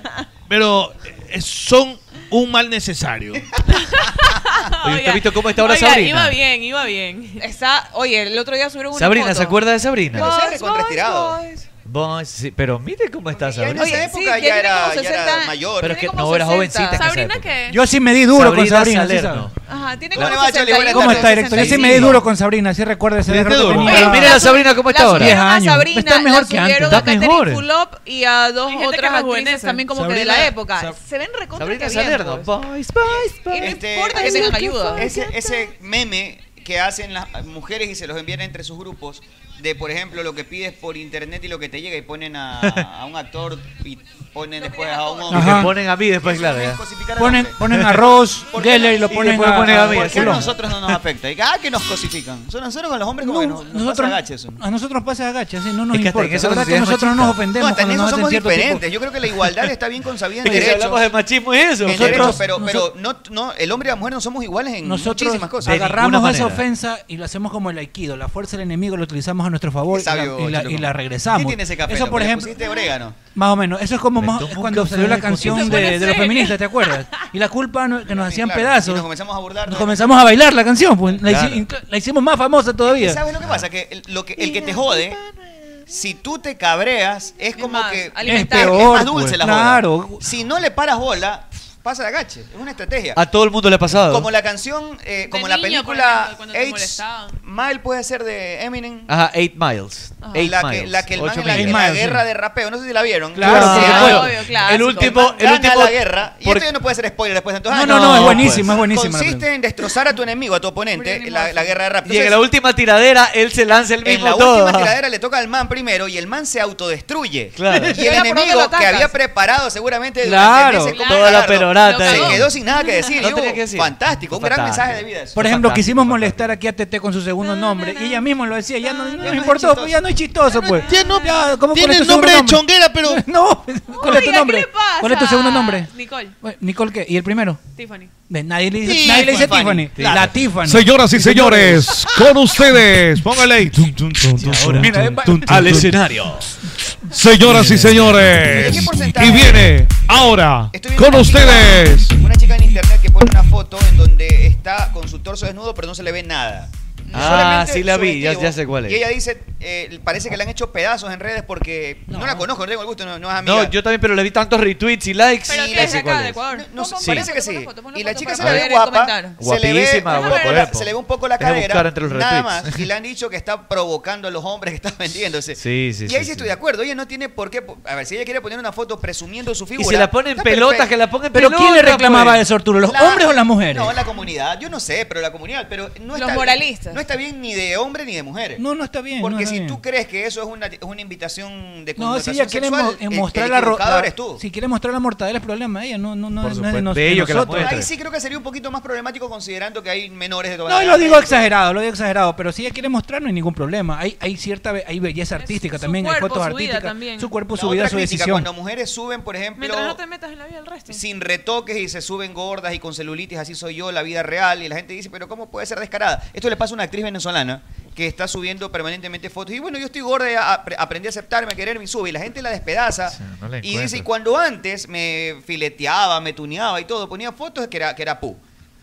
Speaker 9: Pero eh, son un mal necesario.
Speaker 10: Oye, ¿usted ha visto cómo está ahora
Speaker 12: Oiga,
Speaker 10: Sabrina?
Speaker 12: iba bien, iba bien. Está, oye, el otro día subieron una
Speaker 10: Sabrina,
Speaker 12: foto.
Speaker 10: ¿se acuerda de Sabrina?
Speaker 12: Boys,
Speaker 10: Pero se
Speaker 14: ha recontraestirado.
Speaker 12: boys, boys.
Speaker 10: Vos, sí, pero mire cómo está
Speaker 14: en
Speaker 10: Sabrina.
Speaker 14: esa Oye, época sí, ya ya tiene era- como ya era 60, mayor.
Speaker 10: Pero es que
Speaker 14: tiene
Speaker 10: no
Speaker 14: como
Speaker 10: era
Speaker 14: 60.
Speaker 10: jovencita. en esa
Speaker 13: ¿Sabrina
Speaker 10: época.
Speaker 13: qué?
Speaker 16: Yo sí me di duro con
Speaker 10: Sabrina
Speaker 16: Sabrina. sí
Speaker 10: Salerno.
Speaker 16: sabe.
Speaker 12: Ajá, tiene
Speaker 14: ¿Cómo le
Speaker 12: como
Speaker 14: va, Choli?
Speaker 12: 61,
Speaker 16: ¿Cómo está, director? Yo sí me di duro con Sabrina, sí recuerda ese
Speaker 9: ¿Te diste
Speaker 16: derrote
Speaker 9: duro?
Speaker 16: que
Speaker 12: Oye,
Speaker 16: tenía.
Speaker 12: mira la
Speaker 10: Sabrina cómo está
Speaker 12: la
Speaker 10: ahora.
Speaker 12: subieron
Speaker 16: 10
Speaker 12: a
Speaker 16: años.
Speaker 12: Sabrina,
Speaker 16: Está mejor
Speaker 12: la
Speaker 16: que antes.
Speaker 12: subieron a
Speaker 10: Está
Speaker 12: Catherine
Speaker 10: mejor.
Speaker 12: Fulop y a dos
Speaker 13: gente que
Speaker 12: otras actrices
Speaker 13: rejuvenece.
Speaker 12: también como que de
Speaker 10: Sabrina-
Speaker 12: la época.
Speaker 10: Sab-
Speaker 12: Se ven recontra
Speaker 10: Sabrina
Speaker 12: que bien,
Speaker 10: Salerno.
Speaker 12: pues.
Speaker 10: Boys, boys, boys.
Speaker 14: Este,
Speaker 12: importa que tengan ayuda.
Speaker 14: Ese, ese meme que hacen las mujeres y se los envían entre sus grupos, de por ejemplo lo que pides por internet y lo que te llega, y ponen a, a un actor y ponen después a un
Speaker 10: Y
Speaker 14: hombre.
Speaker 10: me ponen a mí después, claro. ya.
Speaker 16: Ponen, ponen arroz, Geller y lo
Speaker 10: Y
Speaker 16: ponen
Speaker 10: después
Speaker 16: a,
Speaker 10: ponen a mí,
Speaker 16: a
Speaker 10: así.
Speaker 14: ¿Por qué a
Speaker 16: Colón.
Speaker 14: nosotros no nos afecta? Y que, ah, que nos cosifican. Son nosotros con los hombres como que nos, nos pasa
Speaker 16: Nosotros,
Speaker 14: agache eso.
Speaker 16: a nosotros pasa agacha, sí, no nos
Speaker 10: Es que hasta
Speaker 16: importa.
Speaker 10: en eso
Speaker 16: La verdad
Speaker 10: consideran
Speaker 16: que nosotros no nos
Speaker 10: machista.
Speaker 14: No,
Speaker 16: ofendemos
Speaker 14: hasta en
Speaker 16: cuando nos
Speaker 14: eso
Speaker 16: hacen
Speaker 14: somos
Speaker 16: cierto tipo.
Speaker 14: diferentes. Yo creo que la igualdad está bien concebida en
Speaker 10: Es que si
Speaker 14: derechos.
Speaker 10: hablamos de machismo es eso.
Speaker 14: En
Speaker 10: Nosotros-
Speaker 14: derechos, pero, pero no, no, el hombre y la mujer no somos iguales en
Speaker 16: Nosotros
Speaker 14: muchísimas cosas.
Speaker 16: agarramos esa
Speaker 10: manera.
Speaker 16: ofensa y lo hacemos como el aikido, la fuerza del enemigo lo utilizamos a nuestro favor
Speaker 14: Qué
Speaker 16: y la,
Speaker 14: sabio,
Speaker 16: y la-
Speaker 14: Cholo.
Speaker 16: y la regresamos.
Speaker 14: ¿Qué tiene ese café,
Speaker 16: eso
Speaker 14: loco?
Speaker 16: por
Speaker 14: ¿Le
Speaker 16: ejemplo,
Speaker 14: pusiste orégano?
Speaker 16: más o menos, eso es como más, es cuando salió la
Speaker 10: Se
Speaker 16: canción
Speaker 10: pone
Speaker 16: de, de los
Speaker 10: serio.
Speaker 16: feministas, ¿te acuerdas? Y la culpa no- que nos hacían
Speaker 14: claro, y
Speaker 16: pedazos.
Speaker 14: nos comenzamos a burlar,
Speaker 16: Nos
Speaker 14: ¿no?
Speaker 16: comenzamos a bailar la canción, pues, la, hici-
Speaker 10: Claro.
Speaker 16: inc- la hicimos más famosa
Speaker 14: ¿Y
Speaker 16: todavía.
Speaker 14: sabes lo que pasa? Que el, lo que, el que te jode, si tú te cabreas, es como que
Speaker 16: alimentar.
Speaker 14: es peor, es más dulce
Speaker 16: pues,
Speaker 14: la joda.
Speaker 16: claro.
Speaker 14: Si no le paras bola, pasa la gache. Es una estrategia.
Speaker 10: A todo el mundo le ha pasado.
Speaker 14: Como la canción, eh, como la
Speaker 13: niño, por
Speaker 14: película
Speaker 13: ejemplo, cuando te
Speaker 14: Eight
Speaker 13: molestaban.
Speaker 14: Mile puede ser de Eminem.
Speaker 10: Ajá, 8 miles. Eight
Speaker 14: la, que,
Speaker 10: miles.
Speaker 14: la que el man
Speaker 10: Ocho
Speaker 14: en la, en
Speaker 10: millas.
Speaker 14: la guerra de rapeo, no sé si la vieron.
Speaker 10: Claro,
Speaker 14: Que
Speaker 10: por
Speaker 14: se
Speaker 10: supuesto.
Speaker 14: llama-
Speaker 10: Obvio, clásico. El último-
Speaker 14: man
Speaker 10: el
Speaker 14: gana
Speaker 10: último-
Speaker 14: la guerra. Y
Speaker 10: por-
Speaker 14: esto ya no puede ser spoiler pues, ah, después de tantos
Speaker 16: No,
Speaker 14: años.
Speaker 16: no, no, es buenísima,
Speaker 10: pues.
Speaker 16: es buenísima. la
Speaker 14: Consiste en destrozar a tu enemigo, a tu oponente, la, la guerra de rapeo.
Speaker 10: Y en
Speaker 14: Entonces,
Speaker 10: la última tiradera, él se lanza el
Speaker 14: en
Speaker 10: mismo
Speaker 14: la
Speaker 10: todo.
Speaker 14: última tiradera le toca al man primero y el man se autodestruye.
Speaker 10: Claro.
Speaker 14: Y
Speaker 10: Y
Speaker 14: el
Speaker 10: ahora, ¿por dónde lo
Speaker 14: enemigo que
Speaker 10: atacas?
Speaker 14: había preparado seguramente durante
Speaker 10: Claro,
Speaker 14: meses como
Speaker 10: toda la
Speaker 14: Gerardo,
Speaker 10: perorata
Speaker 14: Se
Speaker 10: ahí.
Speaker 14: quedó sin nada que decir.
Speaker 10: No
Speaker 14: y,
Speaker 10: tenía
Speaker 14: uh,
Speaker 10: que decir.
Speaker 14: Fantástico, un gran
Speaker 10: Fantástico.
Speaker 14: mensaje de vida. eso.
Speaker 16: Por ejemplo, quisimos molestar aquí a Tete con su segundo nombre y ella misma lo decía, ya no, no nos
Speaker 14: es
Speaker 16: importó,
Speaker 14: chistoso.
Speaker 16: pues ya no es chistoso, pues. Ya, ¿cómo-
Speaker 9: tiene
Speaker 16: cuál es tu
Speaker 9: el nombre de
Speaker 16: sobrenombre?
Speaker 9: chonguera, pero-
Speaker 16: No, ¿cuál es tu
Speaker 13: Oiga, ¿qué
Speaker 16: nombre?
Speaker 13: le pasa?
Speaker 16: ¿Cuál es tu segundo nombre?
Speaker 13: Nicole.
Speaker 16: Bueno, Nicole, ¿qué? ¿Y el primero?
Speaker 13: Tiffany.
Speaker 16: Ve, Nadie le dice,
Speaker 13: Tiffany.
Speaker 16: nadie le dice Tiffany.
Speaker 9: Claro.
Speaker 16: La Tiffany.
Speaker 9: Señoras y señores, con ustedes, póngale ahí. Tum, tum, tum, tum, tum,
Speaker 16: Mira,
Speaker 9: tum,
Speaker 16: es pa-
Speaker 9: tum, tum,
Speaker 16: al
Speaker 9: tum.
Speaker 10: escenario.
Speaker 9: Señoras y
Speaker 14: ¿De qué
Speaker 9: señores,
Speaker 14: porcentaje?
Speaker 9: y viene ahora
Speaker 14: Estoy viendo
Speaker 9: con
Speaker 14: una chica-
Speaker 9: ustedes.
Speaker 14: Una chica en internet que pone una foto en donde está con su torso desnudo, pero no se le ve nada.
Speaker 10: Ah, sí la vi, ya,
Speaker 14: sugestivo.
Speaker 10: ya sé cuál es.
Speaker 14: Y ella dice, eh, parece que la han hecho pedazos en redes porque no, la conozco, no tengo el gusto, no, no es amiga.
Speaker 10: No, yo también, pero le vi tantos retweets y likes.
Speaker 14: Pero
Speaker 10: y
Speaker 14: que
Speaker 10: ya
Speaker 14: es
Speaker 10: sé
Speaker 14: acá
Speaker 10: cuál
Speaker 14: de
Speaker 10: es.
Speaker 14: Ecuador.
Speaker 10: No,
Speaker 14: No,
Speaker 10: sí.
Speaker 14: parece que sí. Y la chica se
Speaker 10: para
Speaker 14: le ve
Speaker 10: ver el
Speaker 14: guapa,
Speaker 10: comentario.
Speaker 14: se le ve,
Speaker 10: Guapísima, guapo
Speaker 14: se le-
Speaker 10: cuerpo.
Speaker 14: se le ve un poco la
Speaker 10: Voy a buscar
Speaker 14: cadera,
Speaker 10: entre los
Speaker 14: nada
Speaker 10: retweets.
Speaker 14: más. Y le han dicho que está provocando a los hombres que están vendiéndose.
Speaker 10: Sí, sí,
Speaker 14: Y
Speaker 10: sí,
Speaker 14: ahí sí
Speaker 10: sí.
Speaker 14: estoy de acuerdo, ella no tiene por qué, po- a ver, si ella quiere poner una foto presumiendo su figura.
Speaker 10: se la pone en
Speaker 14: está
Speaker 10: pelotas,
Speaker 14: perfecto.
Speaker 10: que la ponga en
Speaker 16: Pero ¿quién le
Speaker 10: pelota,
Speaker 16: reclamaba
Speaker 10: pues.
Speaker 16: eso, Arturo? ¿Los
Speaker 14: La-
Speaker 16: hombres o las mujeres?
Speaker 14: No, la comunidad, yo no sé, pero la comunidad, pero no
Speaker 12: Los
Speaker 14: está
Speaker 12: moralistas.
Speaker 14: No está bien ni de hombres ni de mujeres.
Speaker 16: No, no está bien.
Speaker 14: Porque si
Speaker 16: tú
Speaker 14: tú crees que eso es una, es una invitación de
Speaker 16: No, si
Speaker 14: connotación
Speaker 16: ella quiere
Speaker 14: sexual,
Speaker 16: mo- eh,
Speaker 14: el-
Speaker 16: mostrar
Speaker 14: el
Speaker 16: la ro-
Speaker 14: equivocado
Speaker 16: la-
Speaker 14: eres tú.
Speaker 16: Si quiere mostrar la mortadela es problema de ella, no, no, no, no es de, nos-
Speaker 10: de ellos que la
Speaker 16: nosotros.
Speaker 10: muestre.
Speaker 14: Ahí sí creo que sería un poquito más problemático considerando que hay menores de toda
Speaker 16: No,
Speaker 14: la
Speaker 16: lo
Speaker 14: edad.
Speaker 16: digo exagerado, lo digo exagerado, pero si ella quiere mostrar no hay ningún problema. Hay, hay cierta be- hay belleza artística también,
Speaker 14: cuerpo,
Speaker 16: hay fotos
Speaker 14: su vida
Speaker 16: artísticas,
Speaker 14: también.
Speaker 16: su cuerpo,
Speaker 14: La
Speaker 16: su vida,
Speaker 14: otra
Speaker 16: su
Speaker 14: crítica,
Speaker 16: decisión.
Speaker 14: Cuando mujeres suben, por ejemplo,
Speaker 13: Mientras no te metas en la vida del resto.
Speaker 14: sin retoques y se suben gordas y con celulitis, así soy yo, la vida real, y la gente dice, pero ¿cómo puede ser descarada? Esto le pasa a una actriz venezolana que está subiendo permanentemente fotos, y bueno, yo estoy gorda, ya ap- aprendí a aceptarme, a quererme, y sube, y la gente la despedaza,
Speaker 10: no la
Speaker 14: y
Speaker 10: encuentro.
Speaker 14: dice, y cuando antes me fileteaba, me tuneaba y todo, ponía fotos que era, que era pu.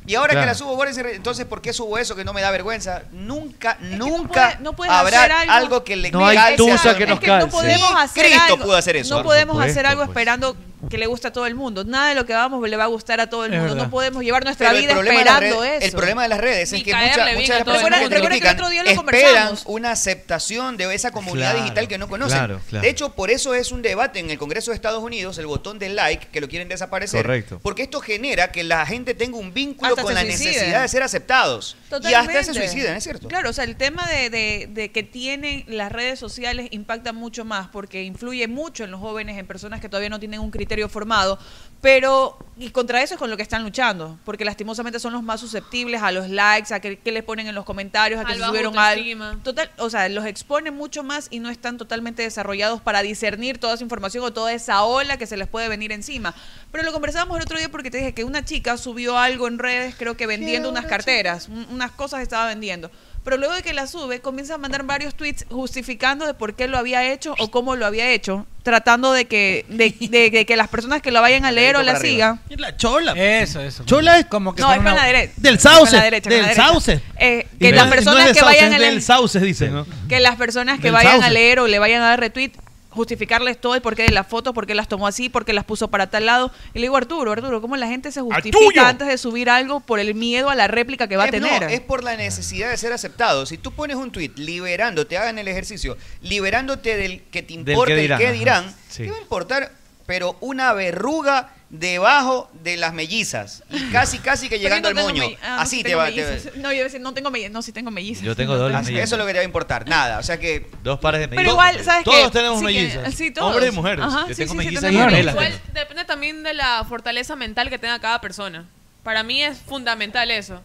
Speaker 14: Y ahora
Speaker 10: Claro.
Speaker 14: que la subo, gorda, dice, entonces, ¿por qué subo eso que no me da vergüenza? Nunca, nunca
Speaker 12: puede- no puedes
Speaker 14: habrá
Speaker 12: hacer
Speaker 14: algo,
Speaker 12: algo-
Speaker 14: que le
Speaker 10: No hay
Speaker 14: calce a
Speaker 10: tusa
Speaker 14: todo el
Speaker 10: que nos
Speaker 14: mundo.
Speaker 10: calce.
Speaker 12: No podemos
Speaker 14: Sí,
Speaker 12: hacer
Speaker 14: Cristo
Speaker 12: algo.
Speaker 14: pudo hacer eso.
Speaker 12: No
Speaker 14: Por
Speaker 12: podemos
Speaker 14: supuesto,
Speaker 12: hacer algo
Speaker 14: pues.
Speaker 12: esperando que le guste a todo el mundo. Nada de lo que hagamos le va a gustar a todo el
Speaker 14: Es
Speaker 12: mundo.
Speaker 14: verdad.
Speaker 12: No podemos llevar nuestra
Speaker 14: Pero el
Speaker 12: vida
Speaker 14: problema de las
Speaker 12: esperando
Speaker 14: redes-
Speaker 12: eso.
Speaker 14: El problema de las redes es
Speaker 12: Ni
Speaker 14: que
Speaker 12: caerle
Speaker 14: mucha-
Speaker 12: bien
Speaker 14: muchas de
Speaker 12: a
Speaker 14: las
Speaker 12: todo el
Speaker 14: personas que
Speaker 12: mundo. Recuerda que el
Speaker 14: critican
Speaker 12: otro día lo
Speaker 14: esperan
Speaker 12: conversamos.
Speaker 14: una aceptación de esa comunidad
Speaker 10: Claro,
Speaker 14: digital que no conocen.
Speaker 10: claro, claro.
Speaker 14: De hecho, por eso es un debate en el Congreso de Estados Unidos, el botón de like, que lo quieren desaparecer.
Speaker 10: Correcto.
Speaker 14: Porque esto genera que la gente tenga un vínculo
Speaker 12: Hasta
Speaker 14: con
Speaker 12: se
Speaker 14: la
Speaker 12: suiciden.
Speaker 14: necesidad de ser aceptados. Y hasta se
Speaker 12: Totalmente.
Speaker 14: suicidan, es cierto.
Speaker 12: Claro, o sea, el tema de, de- de que tienen las redes sociales impacta mucho más porque influye mucho en los jóvenes, en personas que todavía no tienen un criterio formado, pero y contra eso es con lo que están luchando, porque lastimosamente son los más susceptibles a los likes, a que, que le ponen en los comentarios, a que
Speaker 13: Al
Speaker 12: se
Speaker 13: bajo
Speaker 12: subieron al
Speaker 13: autoestima.
Speaker 12: total, o sea, los exponen mucho más y no están totalmente desarrollados para discernir toda esa información o toda esa ola que se les puede venir encima. Pero lo conversábamos el otro día porque te dije que una chica subió algo en redes, creo que vendiendo unas carteras, un- unas cosas estaba vendiendo. Pero luego de que la sube, comienza a mandar varios tweets justificando de por qué lo había hecho o cómo lo había hecho, tratando de que, de, de- de que las personas que lo vayan a leer o la
Speaker 16: para arriba.
Speaker 12: sigan.
Speaker 16: La chola. Eso, eso. Chola es como que
Speaker 12: No,
Speaker 16: fuera
Speaker 12: es con
Speaker 16: una-
Speaker 12: la derecha.
Speaker 15: Del
Speaker 12: Es con la
Speaker 15: sauce,
Speaker 12: derecha, con la
Speaker 15: del
Speaker 12: derecha.
Speaker 15: sauce.
Speaker 12: Eh,
Speaker 15: Y
Speaker 12: que las
Speaker 15: no es- no es
Speaker 12: personas
Speaker 15: del
Speaker 12: que
Speaker 15: sauce,
Speaker 12: vayan a
Speaker 15: es
Speaker 12: leer
Speaker 15: del sauce dicen, ¿no?
Speaker 12: que las personas que
Speaker 15: Del
Speaker 12: vayan a
Speaker 15: sauce.
Speaker 12: leer o le vayan a dar retweet justificarles todo el porqué de las fotos, por qué las tomó así, por qué las puso para tal lado. Y le digo, Arturo, Arturo, ¿cómo la gente se
Speaker 14: tuyo!
Speaker 12: justifica antes de subir algo por el miedo a la réplica que va a
Speaker 14: Es- no,
Speaker 12: tener?
Speaker 14: es por la necesidad de ser aceptado. Si tú pones un tweet liberándote, hagan el ejercicio, liberándote del que te
Speaker 10: que
Speaker 14: importa el
Speaker 10: dirán,
Speaker 14: que
Speaker 10: ajá.
Speaker 14: dirán,
Speaker 10: Sí.
Speaker 14: te va a importar, pero una verruga debajo de las mellizas. Y casi, casi que
Speaker 12: Pero yo
Speaker 14: llegando
Speaker 12: no
Speaker 14: al
Speaker 12: tengo
Speaker 14: moño.
Speaker 12: mell- ah, no,
Speaker 14: Así
Speaker 12: sí
Speaker 14: te
Speaker 12: tengo
Speaker 14: va. te va-
Speaker 12: mellizas. No, yo a veces no tengo mellizas. No, sí tengo mellizas.
Speaker 10: Yo tengo dos
Speaker 14: Así que eso es lo que te va a importar, nada. O sea que.
Speaker 10: Dos pares de
Speaker 12: Pero
Speaker 10: mellizas.
Speaker 12: igual, ¿sabes qué?
Speaker 10: Todos tenemos
Speaker 12: Sí,
Speaker 10: mellizas.
Speaker 12: que- sí, todos.
Speaker 10: Hombres y mujeres.
Speaker 12: Ajá,
Speaker 10: Yo
Speaker 12: sí,
Speaker 10: tengo
Speaker 12: sí, sí,
Speaker 10: mellizas y
Speaker 12: tenemos
Speaker 10: gemelas.
Speaker 13: Igual depende también de la fortaleza mental que tenga cada persona. Para mí es fundamental eso.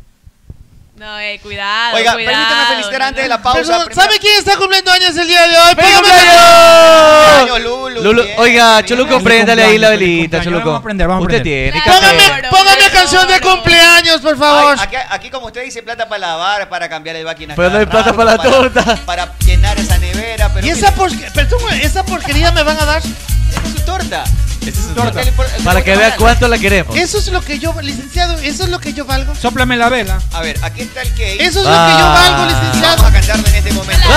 Speaker 13: No, eh, cuidado.
Speaker 14: Oiga,
Speaker 13: cuidado,
Speaker 14: permítame felicitar
Speaker 13: no,
Speaker 14: antes
Speaker 13: no.
Speaker 14: de la pausa.
Speaker 15: eh. Perdón,
Speaker 14: primero-
Speaker 15: ¿Sabe quién está cumpliendo años el día de hoy?
Speaker 14: ¡Feliz
Speaker 15: ¡Póngame
Speaker 14: cumpleaños!
Speaker 15: cumpleaños!
Speaker 14: Lulu,
Speaker 10: Lulu,
Speaker 14: bien.
Speaker 10: oiga, Choluco,
Speaker 16: Feliz
Speaker 10: préndale ahí la
Speaker 16: cumpleaños, feliz
Speaker 10: velita,
Speaker 16: cumpleaños.
Speaker 10: Choluco.
Speaker 16: Vamos a prender, vamos a
Speaker 10: Usted
Speaker 16: prender.
Speaker 10: tiene que
Speaker 15: Póngame, póngame canción de cumpleaños, por favor.
Speaker 14: Ay, aquí, aquí como usted dice, plata para lavar, para cambiar el máquina.
Speaker 10: Pero no hay plata para la torta.
Speaker 14: Para llenar esa nevera. Pero
Speaker 15: ¿Y
Speaker 14: mire,
Speaker 15: esa, porque- perdón, esa porquería me van a dar?
Speaker 14: es su torta.
Speaker 10: torta. Para que vea cuánto la queremos.
Speaker 15: Eso es lo que yo, licenciado, eso es lo que yo valgo.
Speaker 16: Sóplame la vela.
Speaker 14: A ver, aquí está el cake.
Speaker 15: Eso es lo que yo valgo,
Speaker 10: Ah.
Speaker 15: licenciado.
Speaker 14: Vamos a cantarlo en este momento.
Speaker 16: ¡Uh!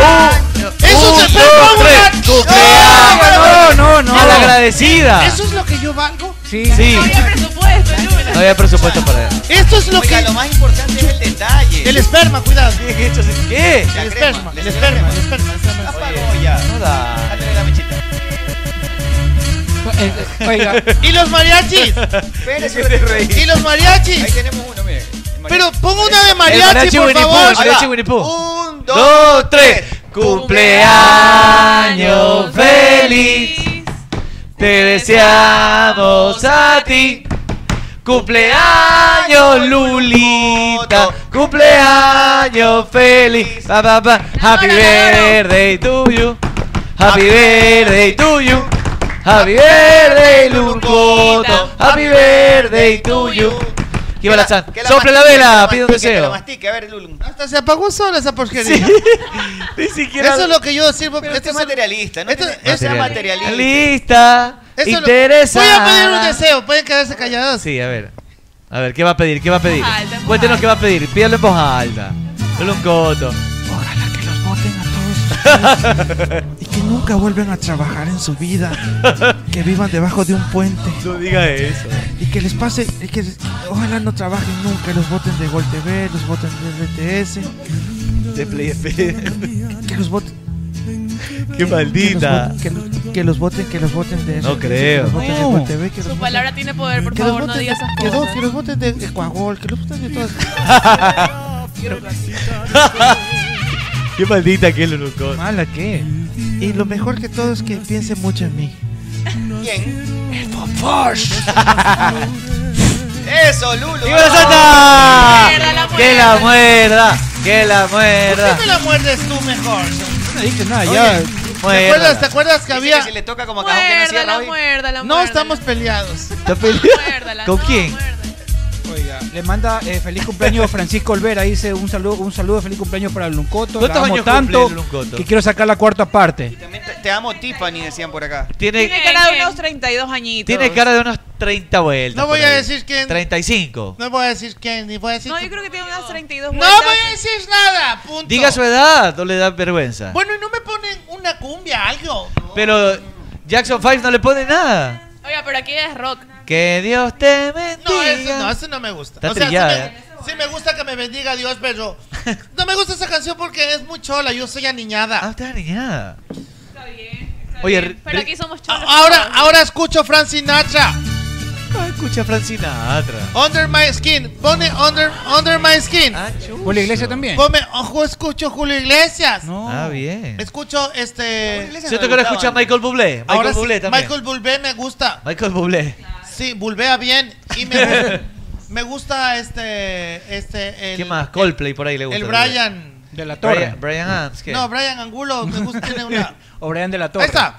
Speaker 10: ¡Vamos!
Speaker 15: Eso
Speaker 10: Un,
Speaker 15: se
Speaker 10: dos,
Speaker 15: puede
Speaker 10: tres. ¡Cumpleaños!
Speaker 16: No, no, no.
Speaker 10: Malagradecida.
Speaker 15: Eso es lo que yo valgo.
Speaker 16: Sí,
Speaker 10: Sí.
Speaker 13: presupuesto,
Speaker 10: No había presupuesto para eso.
Speaker 15: Esto es lo
Speaker 14: Oiga,
Speaker 15: que
Speaker 14: lo más importante es el detalle.
Speaker 15: el esperma, cuidado.
Speaker 10: ¿Qué?
Speaker 14: La
Speaker 15: El
Speaker 14: crema,
Speaker 15: esperma, el esperma,
Speaker 14: le salió crema.
Speaker 15: el esperma, el esperma.
Speaker 14: Apagó ya.
Speaker 10: No da.
Speaker 14: Dale la mechita.
Speaker 10: Eh,
Speaker 16: Oiga,
Speaker 15: Y los mariachis.
Speaker 14: Espérese
Speaker 10: que te
Speaker 14: un ratito.
Speaker 10: reí.
Speaker 15: Y los
Speaker 14: Ahí
Speaker 15: mariachis.
Speaker 14: tenemos uno, mire. El mariachi.
Speaker 15: Pero pongo una de
Speaker 10: El
Speaker 15: mariachi,
Speaker 10: mariachi
Speaker 15: por
Speaker 10: Winnie Pooh,
Speaker 15: favor.
Speaker 10: el mariachi
Speaker 14: Ahí va.
Speaker 10: Winnie Pooh.
Speaker 14: Un, dos,
Speaker 10: Dos, tres. Cumpleaños feliz. Te deseamos a ti. Cumpleaños Lulita, cumpleaños feliz. Pa, pa, pa. Happy birthday to you. Happy birthday to you. Happy birthday Lulucoto. Happy birthday to you. Aquí va la chan.
Speaker 14: Que
Speaker 10: Sopla la
Speaker 14: mastique,
Speaker 10: vela,
Speaker 14: que
Speaker 10: pide un
Speaker 14: mastique, que la
Speaker 10: deseo.
Speaker 14: mastique. A ver, Lulum.
Speaker 15: Hasta se apagó sola esa porquería.
Speaker 10: Ni siquiera.
Speaker 15: Eso es lo que yo sirvo.
Speaker 14: Pero
Speaker 15: esto
Speaker 14: este es
Speaker 15: es-
Speaker 14: materialista, ¿no?
Speaker 15: esto-
Speaker 14: tiene-
Speaker 15: esto-
Speaker 14: no sea materialista.
Speaker 10: Lista.
Speaker 15: eso es lo-
Speaker 10: Interesante.
Speaker 15: Voy a pedir un deseo. Pueden quedarse callados.
Speaker 10: Sí, a ver. A ver, ¿qué va a pedir? ¿Qué va a pedir?
Speaker 13: Voz alta, voz
Speaker 10: Cuéntenos
Speaker 13: alta.
Speaker 10: qué va a pedir. Pídalo en voz alta. Solo un coto.
Speaker 9: Ojalá que los voten a todos ustedes. y que nunca vuelvan a trabajar en su vida. Que vivan debajo de un puente.
Speaker 10: No diga eso.
Speaker 9: Y que les pase, y que les- ojalá no trabajen nunca, los voten de Gol TV, los voten de RTS.
Speaker 10: De Play FM.
Speaker 9: Que los voten.
Speaker 10: Qué maldita.
Speaker 9: Que los voten, que los voten, que los voten de
Speaker 10: No
Speaker 9: RTS,
Speaker 10: creo.
Speaker 9: Que los voten de Gol TV, que los
Speaker 17: Su
Speaker 9: voten-
Speaker 17: palabra tiene poder, por
Speaker 9: que
Speaker 17: favor,
Speaker 9: los
Speaker 17: no
Speaker 9: voten-
Speaker 17: digas esas
Speaker 9: que los-
Speaker 17: cosas.
Speaker 9: Que los voten de de Coagol, que los voten de todas.
Speaker 10: Qué maldita que es Lulucón.
Speaker 9: Mala que. Y lo mejor que todo es que piense mucho en mí.
Speaker 10: eh.
Speaker 14: ¿Quién?
Speaker 9: El Force.
Speaker 14: Eso, Lulo.
Speaker 10: ¡Viva la Santa! ¡Que la muerda! ¡Que la muerda!
Speaker 15: ¿Por qué me la muerdes tú mejor?
Speaker 10: No dije nada,
Speaker 15: ya. ¿Te acuerdas, ¿Te acuerdas que había.?
Speaker 14: si le toca como
Speaker 17: cajón que no cierra hoy.
Speaker 15: No estamos peleados.
Speaker 10: ¿Con quién?
Speaker 16: Oiga, le manda eh, feliz cumpleaños Francisco Olvera. Dice un saludo, un saludo, feliz cumpleaños para Luncoto. La
Speaker 10: ¿Cuántos
Speaker 16: amo
Speaker 10: años
Speaker 16: tanto
Speaker 10: cumple Luncoto?
Speaker 16: que quiero sacar la cuarta parte.
Speaker 14: También te, te amo Tiffany, decían por acá.
Speaker 12: Tiene cara de unos 32 añitos.
Speaker 10: Tiene cara de unos 30 vueltas.
Speaker 15: No
Speaker 10: por
Speaker 15: voy a
Speaker 10: ahí.
Speaker 15: decir quién.
Speaker 10: 35.
Speaker 15: No voy a decir quién, ni voy a decir.
Speaker 12: No, yo creo que tiene unas 32
Speaker 15: No
Speaker 12: vueltas.
Speaker 15: voy a decir nada, punto.
Speaker 10: Diga su edad, no le da vergüenza.
Speaker 15: Bueno, y no me ponen una cumbia, algo.
Speaker 10: Pero Jackson 5 no le pone nada.
Speaker 17: Oiga, pero aquí es rock.
Speaker 10: Que Dios te bendiga.
Speaker 15: No, eso no, eso no me gusta.
Speaker 10: Está
Speaker 15: o sea, sí
Speaker 10: trillada, ¿eh?
Speaker 15: me- sí, me, gusta que me bendiga Dios, pero no me gusta esa canción porque es muy chola. Yo soy aniñada.
Speaker 10: Ah, usted aniñada.
Speaker 17: Oye,
Speaker 10: Oye,
Speaker 17: pero aquí somos
Speaker 14: Ah,
Speaker 17: cholos.
Speaker 15: Ahora, ahora escucho Frank Sinatra.
Speaker 10: Ah, escucha Francina Atra.
Speaker 15: Under My Skin. Pone Under, under My Skin.
Speaker 10: Ah,
Speaker 16: Julio Iglesias también.
Speaker 15: Ponme, ojo, escucho Julio Iglesias.
Speaker 10: Ah, bien.
Speaker 15: Escucho este.
Speaker 10: Siento que ahora escucha a Michael Bublé. Michael
Speaker 15: Ahora sí,
Speaker 10: Bublé también.
Speaker 15: Michael Bublé me gusta.
Speaker 10: Michael Bublé.
Speaker 15: Sí, bulbea bien. Y me, gu- me gusta este. este el,
Speaker 10: ¿Qué más? Coldplay por ahí le gusta.
Speaker 15: El Brian.
Speaker 16: De la
Speaker 10: Torre. Brian- Brian Adams, ¿qué?
Speaker 15: No, Brian Angulo. Me gusta, tiene una.
Speaker 16: O Brian de la Torre.
Speaker 15: Ahí está.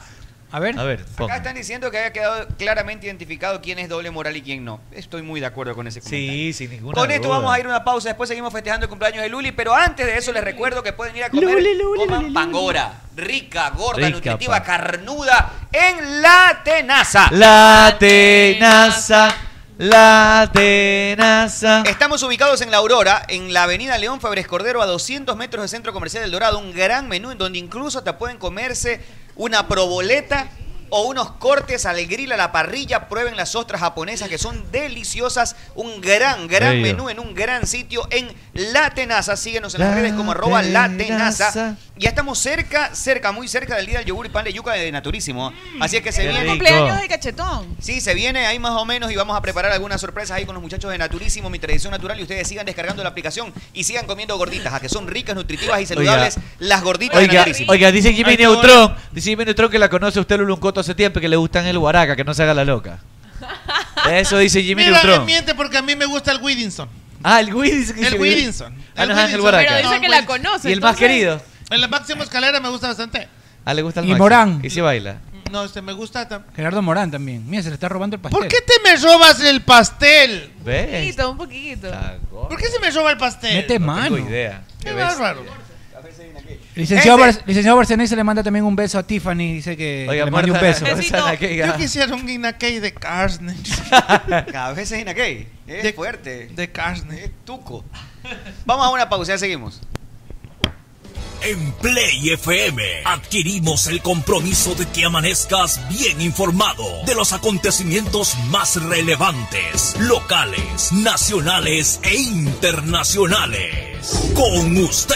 Speaker 16: A ver.
Speaker 10: A ver,
Speaker 14: Acá están diciendo que había quedado claramente identificado quién es doble moral y quién no. Estoy muy de acuerdo con ese comentario.
Speaker 10: Sí, sin ninguna
Speaker 14: Con esto
Speaker 10: duda.
Speaker 14: vamos a ir a una pausa, después seguimos festejando el cumpleaños de Luli, pero antes de eso les recuerdo que pueden ir a comer coman pangora, rica, gorda,
Speaker 10: Rica,
Speaker 14: nutritiva,
Speaker 10: pa.
Speaker 14: carnuda, en La Tenaza.
Speaker 10: La tenaza, la tenaza.
Speaker 14: Estamos ubicados en La Aurora, en la avenida León Febres Cordero, a 200 metros del Centro Comercial del Dorado, un gran menú en donde incluso hasta pueden comerse una proboleta o unos cortes al grill, a la parrilla. Prueben las ostras japonesas que son deliciosas. Un gran, gran
Speaker 10: Bello.
Speaker 14: menú en un gran sitio en La Tenaza. Síguenos en las
Speaker 10: La
Speaker 14: redes como arroba La
Speaker 10: Tenaza.
Speaker 14: Tenaza. Ya estamos cerca, cerca, muy cerca del día del yogur y pan de yuca de Naturísimo.
Speaker 15: Mm,
Speaker 14: Así es que se
Speaker 12: Es el
Speaker 14: viene...
Speaker 12: cumpleaños de cachetón.
Speaker 14: Sí, se viene ahí más o menos y vamos a preparar algunas sorpresas ahí con los muchachos de Naturísimo, mi tradición natural y ustedes sigan descargando la aplicación y sigan comiendo gorditas, a que son ricas, nutritivas y saludables las gorditas de
Speaker 10: Oiga,
Speaker 14: Naturísimo.
Speaker 10: oiga, dice Jimmy
Speaker 14: Ay, qué
Speaker 10: Neutron, dice Jimmy Neutron que la conoce usted Luluncoto hace tiempo y que le gustan el guaraca, que no se haga la loca. Eso dice Jimmy
Speaker 15: Mira, me
Speaker 10: Neutron.
Speaker 15: miente porque a mí me gusta el Whittington.
Speaker 10: Ah, el Willis.
Speaker 15: El Whittington.
Speaker 10: Ah, no, es Ángel
Speaker 15: Whittington.
Speaker 10: Guaraca.
Speaker 15: el Whittington.
Speaker 10: Y el más querido.
Speaker 15: En la máxima escalera me gusta bastante.
Speaker 10: Ah, le gusta el
Speaker 16: Y
Speaker 10: Maxi.
Speaker 16: Morán.
Speaker 10: Y se baila.
Speaker 15: No, este me gusta. tam-
Speaker 16: Gerardo Morán también. Mira, se le está robando el pastel.
Speaker 15: ¿Por qué te me robas el pastel?
Speaker 10: ¿Ves?
Speaker 15: un poquito.
Speaker 10: ¿Por
Speaker 15: qué se me roba el pastel?
Speaker 16: Mete mano.
Speaker 10: Tengo idea.
Speaker 15: Qué
Speaker 10: Qué bestia.
Speaker 15: bárbaro.
Speaker 16: Licenciado,
Speaker 15: Ese-
Speaker 16: Bar- licenciado Barcenés le manda también un beso a Tiffany. Dice que
Speaker 10: Oiga,
Speaker 16: le mande un
Speaker 10: Marta,
Speaker 16: beso.
Speaker 10: Besito. Rosana, que diga.
Speaker 15: Yo quisiera un Inakei de carne.
Speaker 14: A veces Inakei. Es
Speaker 15: De-
Speaker 14: fuerte.
Speaker 15: De carne.
Speaker 14: Es tuco. Vamos a una pausa, ya seguimos.
Speaker 18: En Play FM adquirimos el compromiso de que amanezcas bien informado de los acontecimientos más relevantes, locales, nacionales e internacionales. Con usted,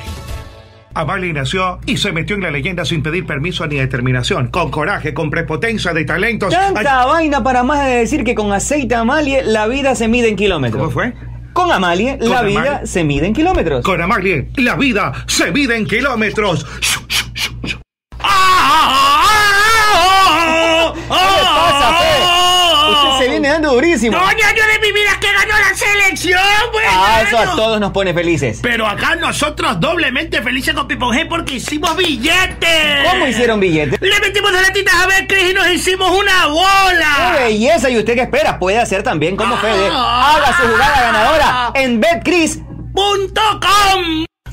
Speaker 2: Amalie nació y se metió en la leyenda sin pedir permiso ni determinación, con coraje, con prepotencia de talentos.
Speaker 19: Tanta vaina para más de decir que con aceite Amalie la vida se mide en kilómetros. ¿Cómo fue? Con Amalie
Speaker 2: Con
Speaker 19: la
Speaker 2: Amalie.
Speaker 19: vida se mide en kilómetros.
Speaker 2: Con Amalie, la vida se mide en kilómetros.
Speaker 19: ¿Qué le pasa, Fe? Usted se viene dando durísimo.
Speaker 3: ¡No, años de mi vida que ganó la
Speaker 20: gran selección, güey.
Speaker 21: Ah, eso a todos nos pone felices.
Speaker 20: Pero acá nosotros doblemente felices con Pipo G porque hicimos billetes.
Speaker 21: ¿Cómo hicieron billetes?
Speaker 20: Le metimos de latitas a ver, Cris, y nos hicimos una bola.
Speaker 21: ¡Qué belleza! ¿Y usted qué espera? Puede hacer también como
Speaker 20: Ah.
Speaker 21: Fede. Haga su jugada ganadora en betcris.com.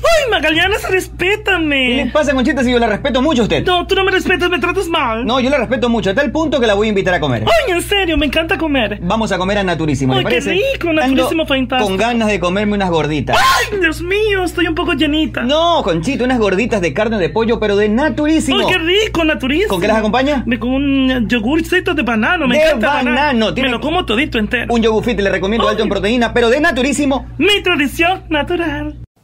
Speaker 20: ¡Ay, Magaliana, respétame!
Speaker 21: ¿Qué le pasa, Conchita, si yo la respeto mucho a usted?
Speaker 20: No, tú no me respetas, me tratas mal.
Speaker 21: No, yo la respeto mucho, a tal punto que la voy a invitar a comer.
Speaker 20: Ay, en serio, me encanta comer.
Speaker 21: Vamos a comer a Naturísimo,
Speaker 20: Ay,
Speaker 21: ¿le
Speaker 20: qué
Speaker 21: parece?
Speaker 20: rico,
Speaker 21: Ando
Speaker 20: Naturísimo fantástico.
Speaker 21: Con ganas de comerme unas gorditas.
Speaker 20: ¡Ay, Dios mío! Estoy un poco llenita.
Speaker 21: No, Conchita, unas gorditas de carne de pollo, pero de Naturísimo.
Speaker 20: ¡Ay, qué rico, Naturísimo!
Speaker 21: ¿Con qué las acompaña?
Speaker 20: Me- Con un yogurcito de banano, me
Speaker 21: de
Speaker 20: encanta el
Speaker 21: banano.
Speaker 20: Me lo como todito entero.
Speaker 21: Un yogurfit le recomiendo alto en proteína, pero de naturísimo.
Speaker 20: Mi tradición natural.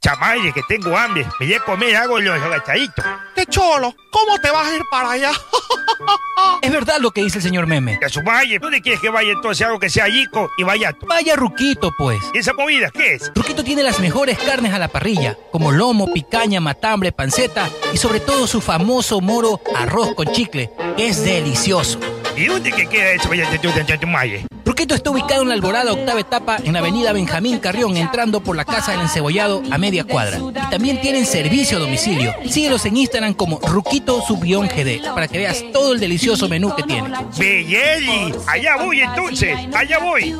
Speaker 1: Chamaye, que tengo hambre. Me voy a comer algo los agachaditos.
Speaker 5: ¡Qué cholo! ¿Cómo te vas a ir para allá?
Speaker 1: Es verdad lo que dice el señor Meme. A su valle, ¿dónde quieres que vaya entonces algo que sea yico y vaya tú?
Speaker 22: Vaya Ruquito, pues.
Speaker 1: ¿Y esa comida qué es?
Speaker 22: Ruquito tiene las mejores carnes a la parrilla, como lomo, picaña, matambre, panceta y sobre todo su famoso moro arroz con chicle, que es delicioso.
Speaker 1: ¿Y dónde que queda eso? Vaya, tú, tú, tú, tú, maye?
Speaker 22: Ruquito está ubicado en la Alborada Octava Etapa en la avenida Benjamín Carrión, entrando por la Casa del Encebollado a media cuadra. Y también tienen servicio a domicilio. Síguelos en Instagram como Ruquito Subión GD para que veas todo el delicioso menú que tiene.
Speaker 1: Belleli, allá voy entonces, allá voy.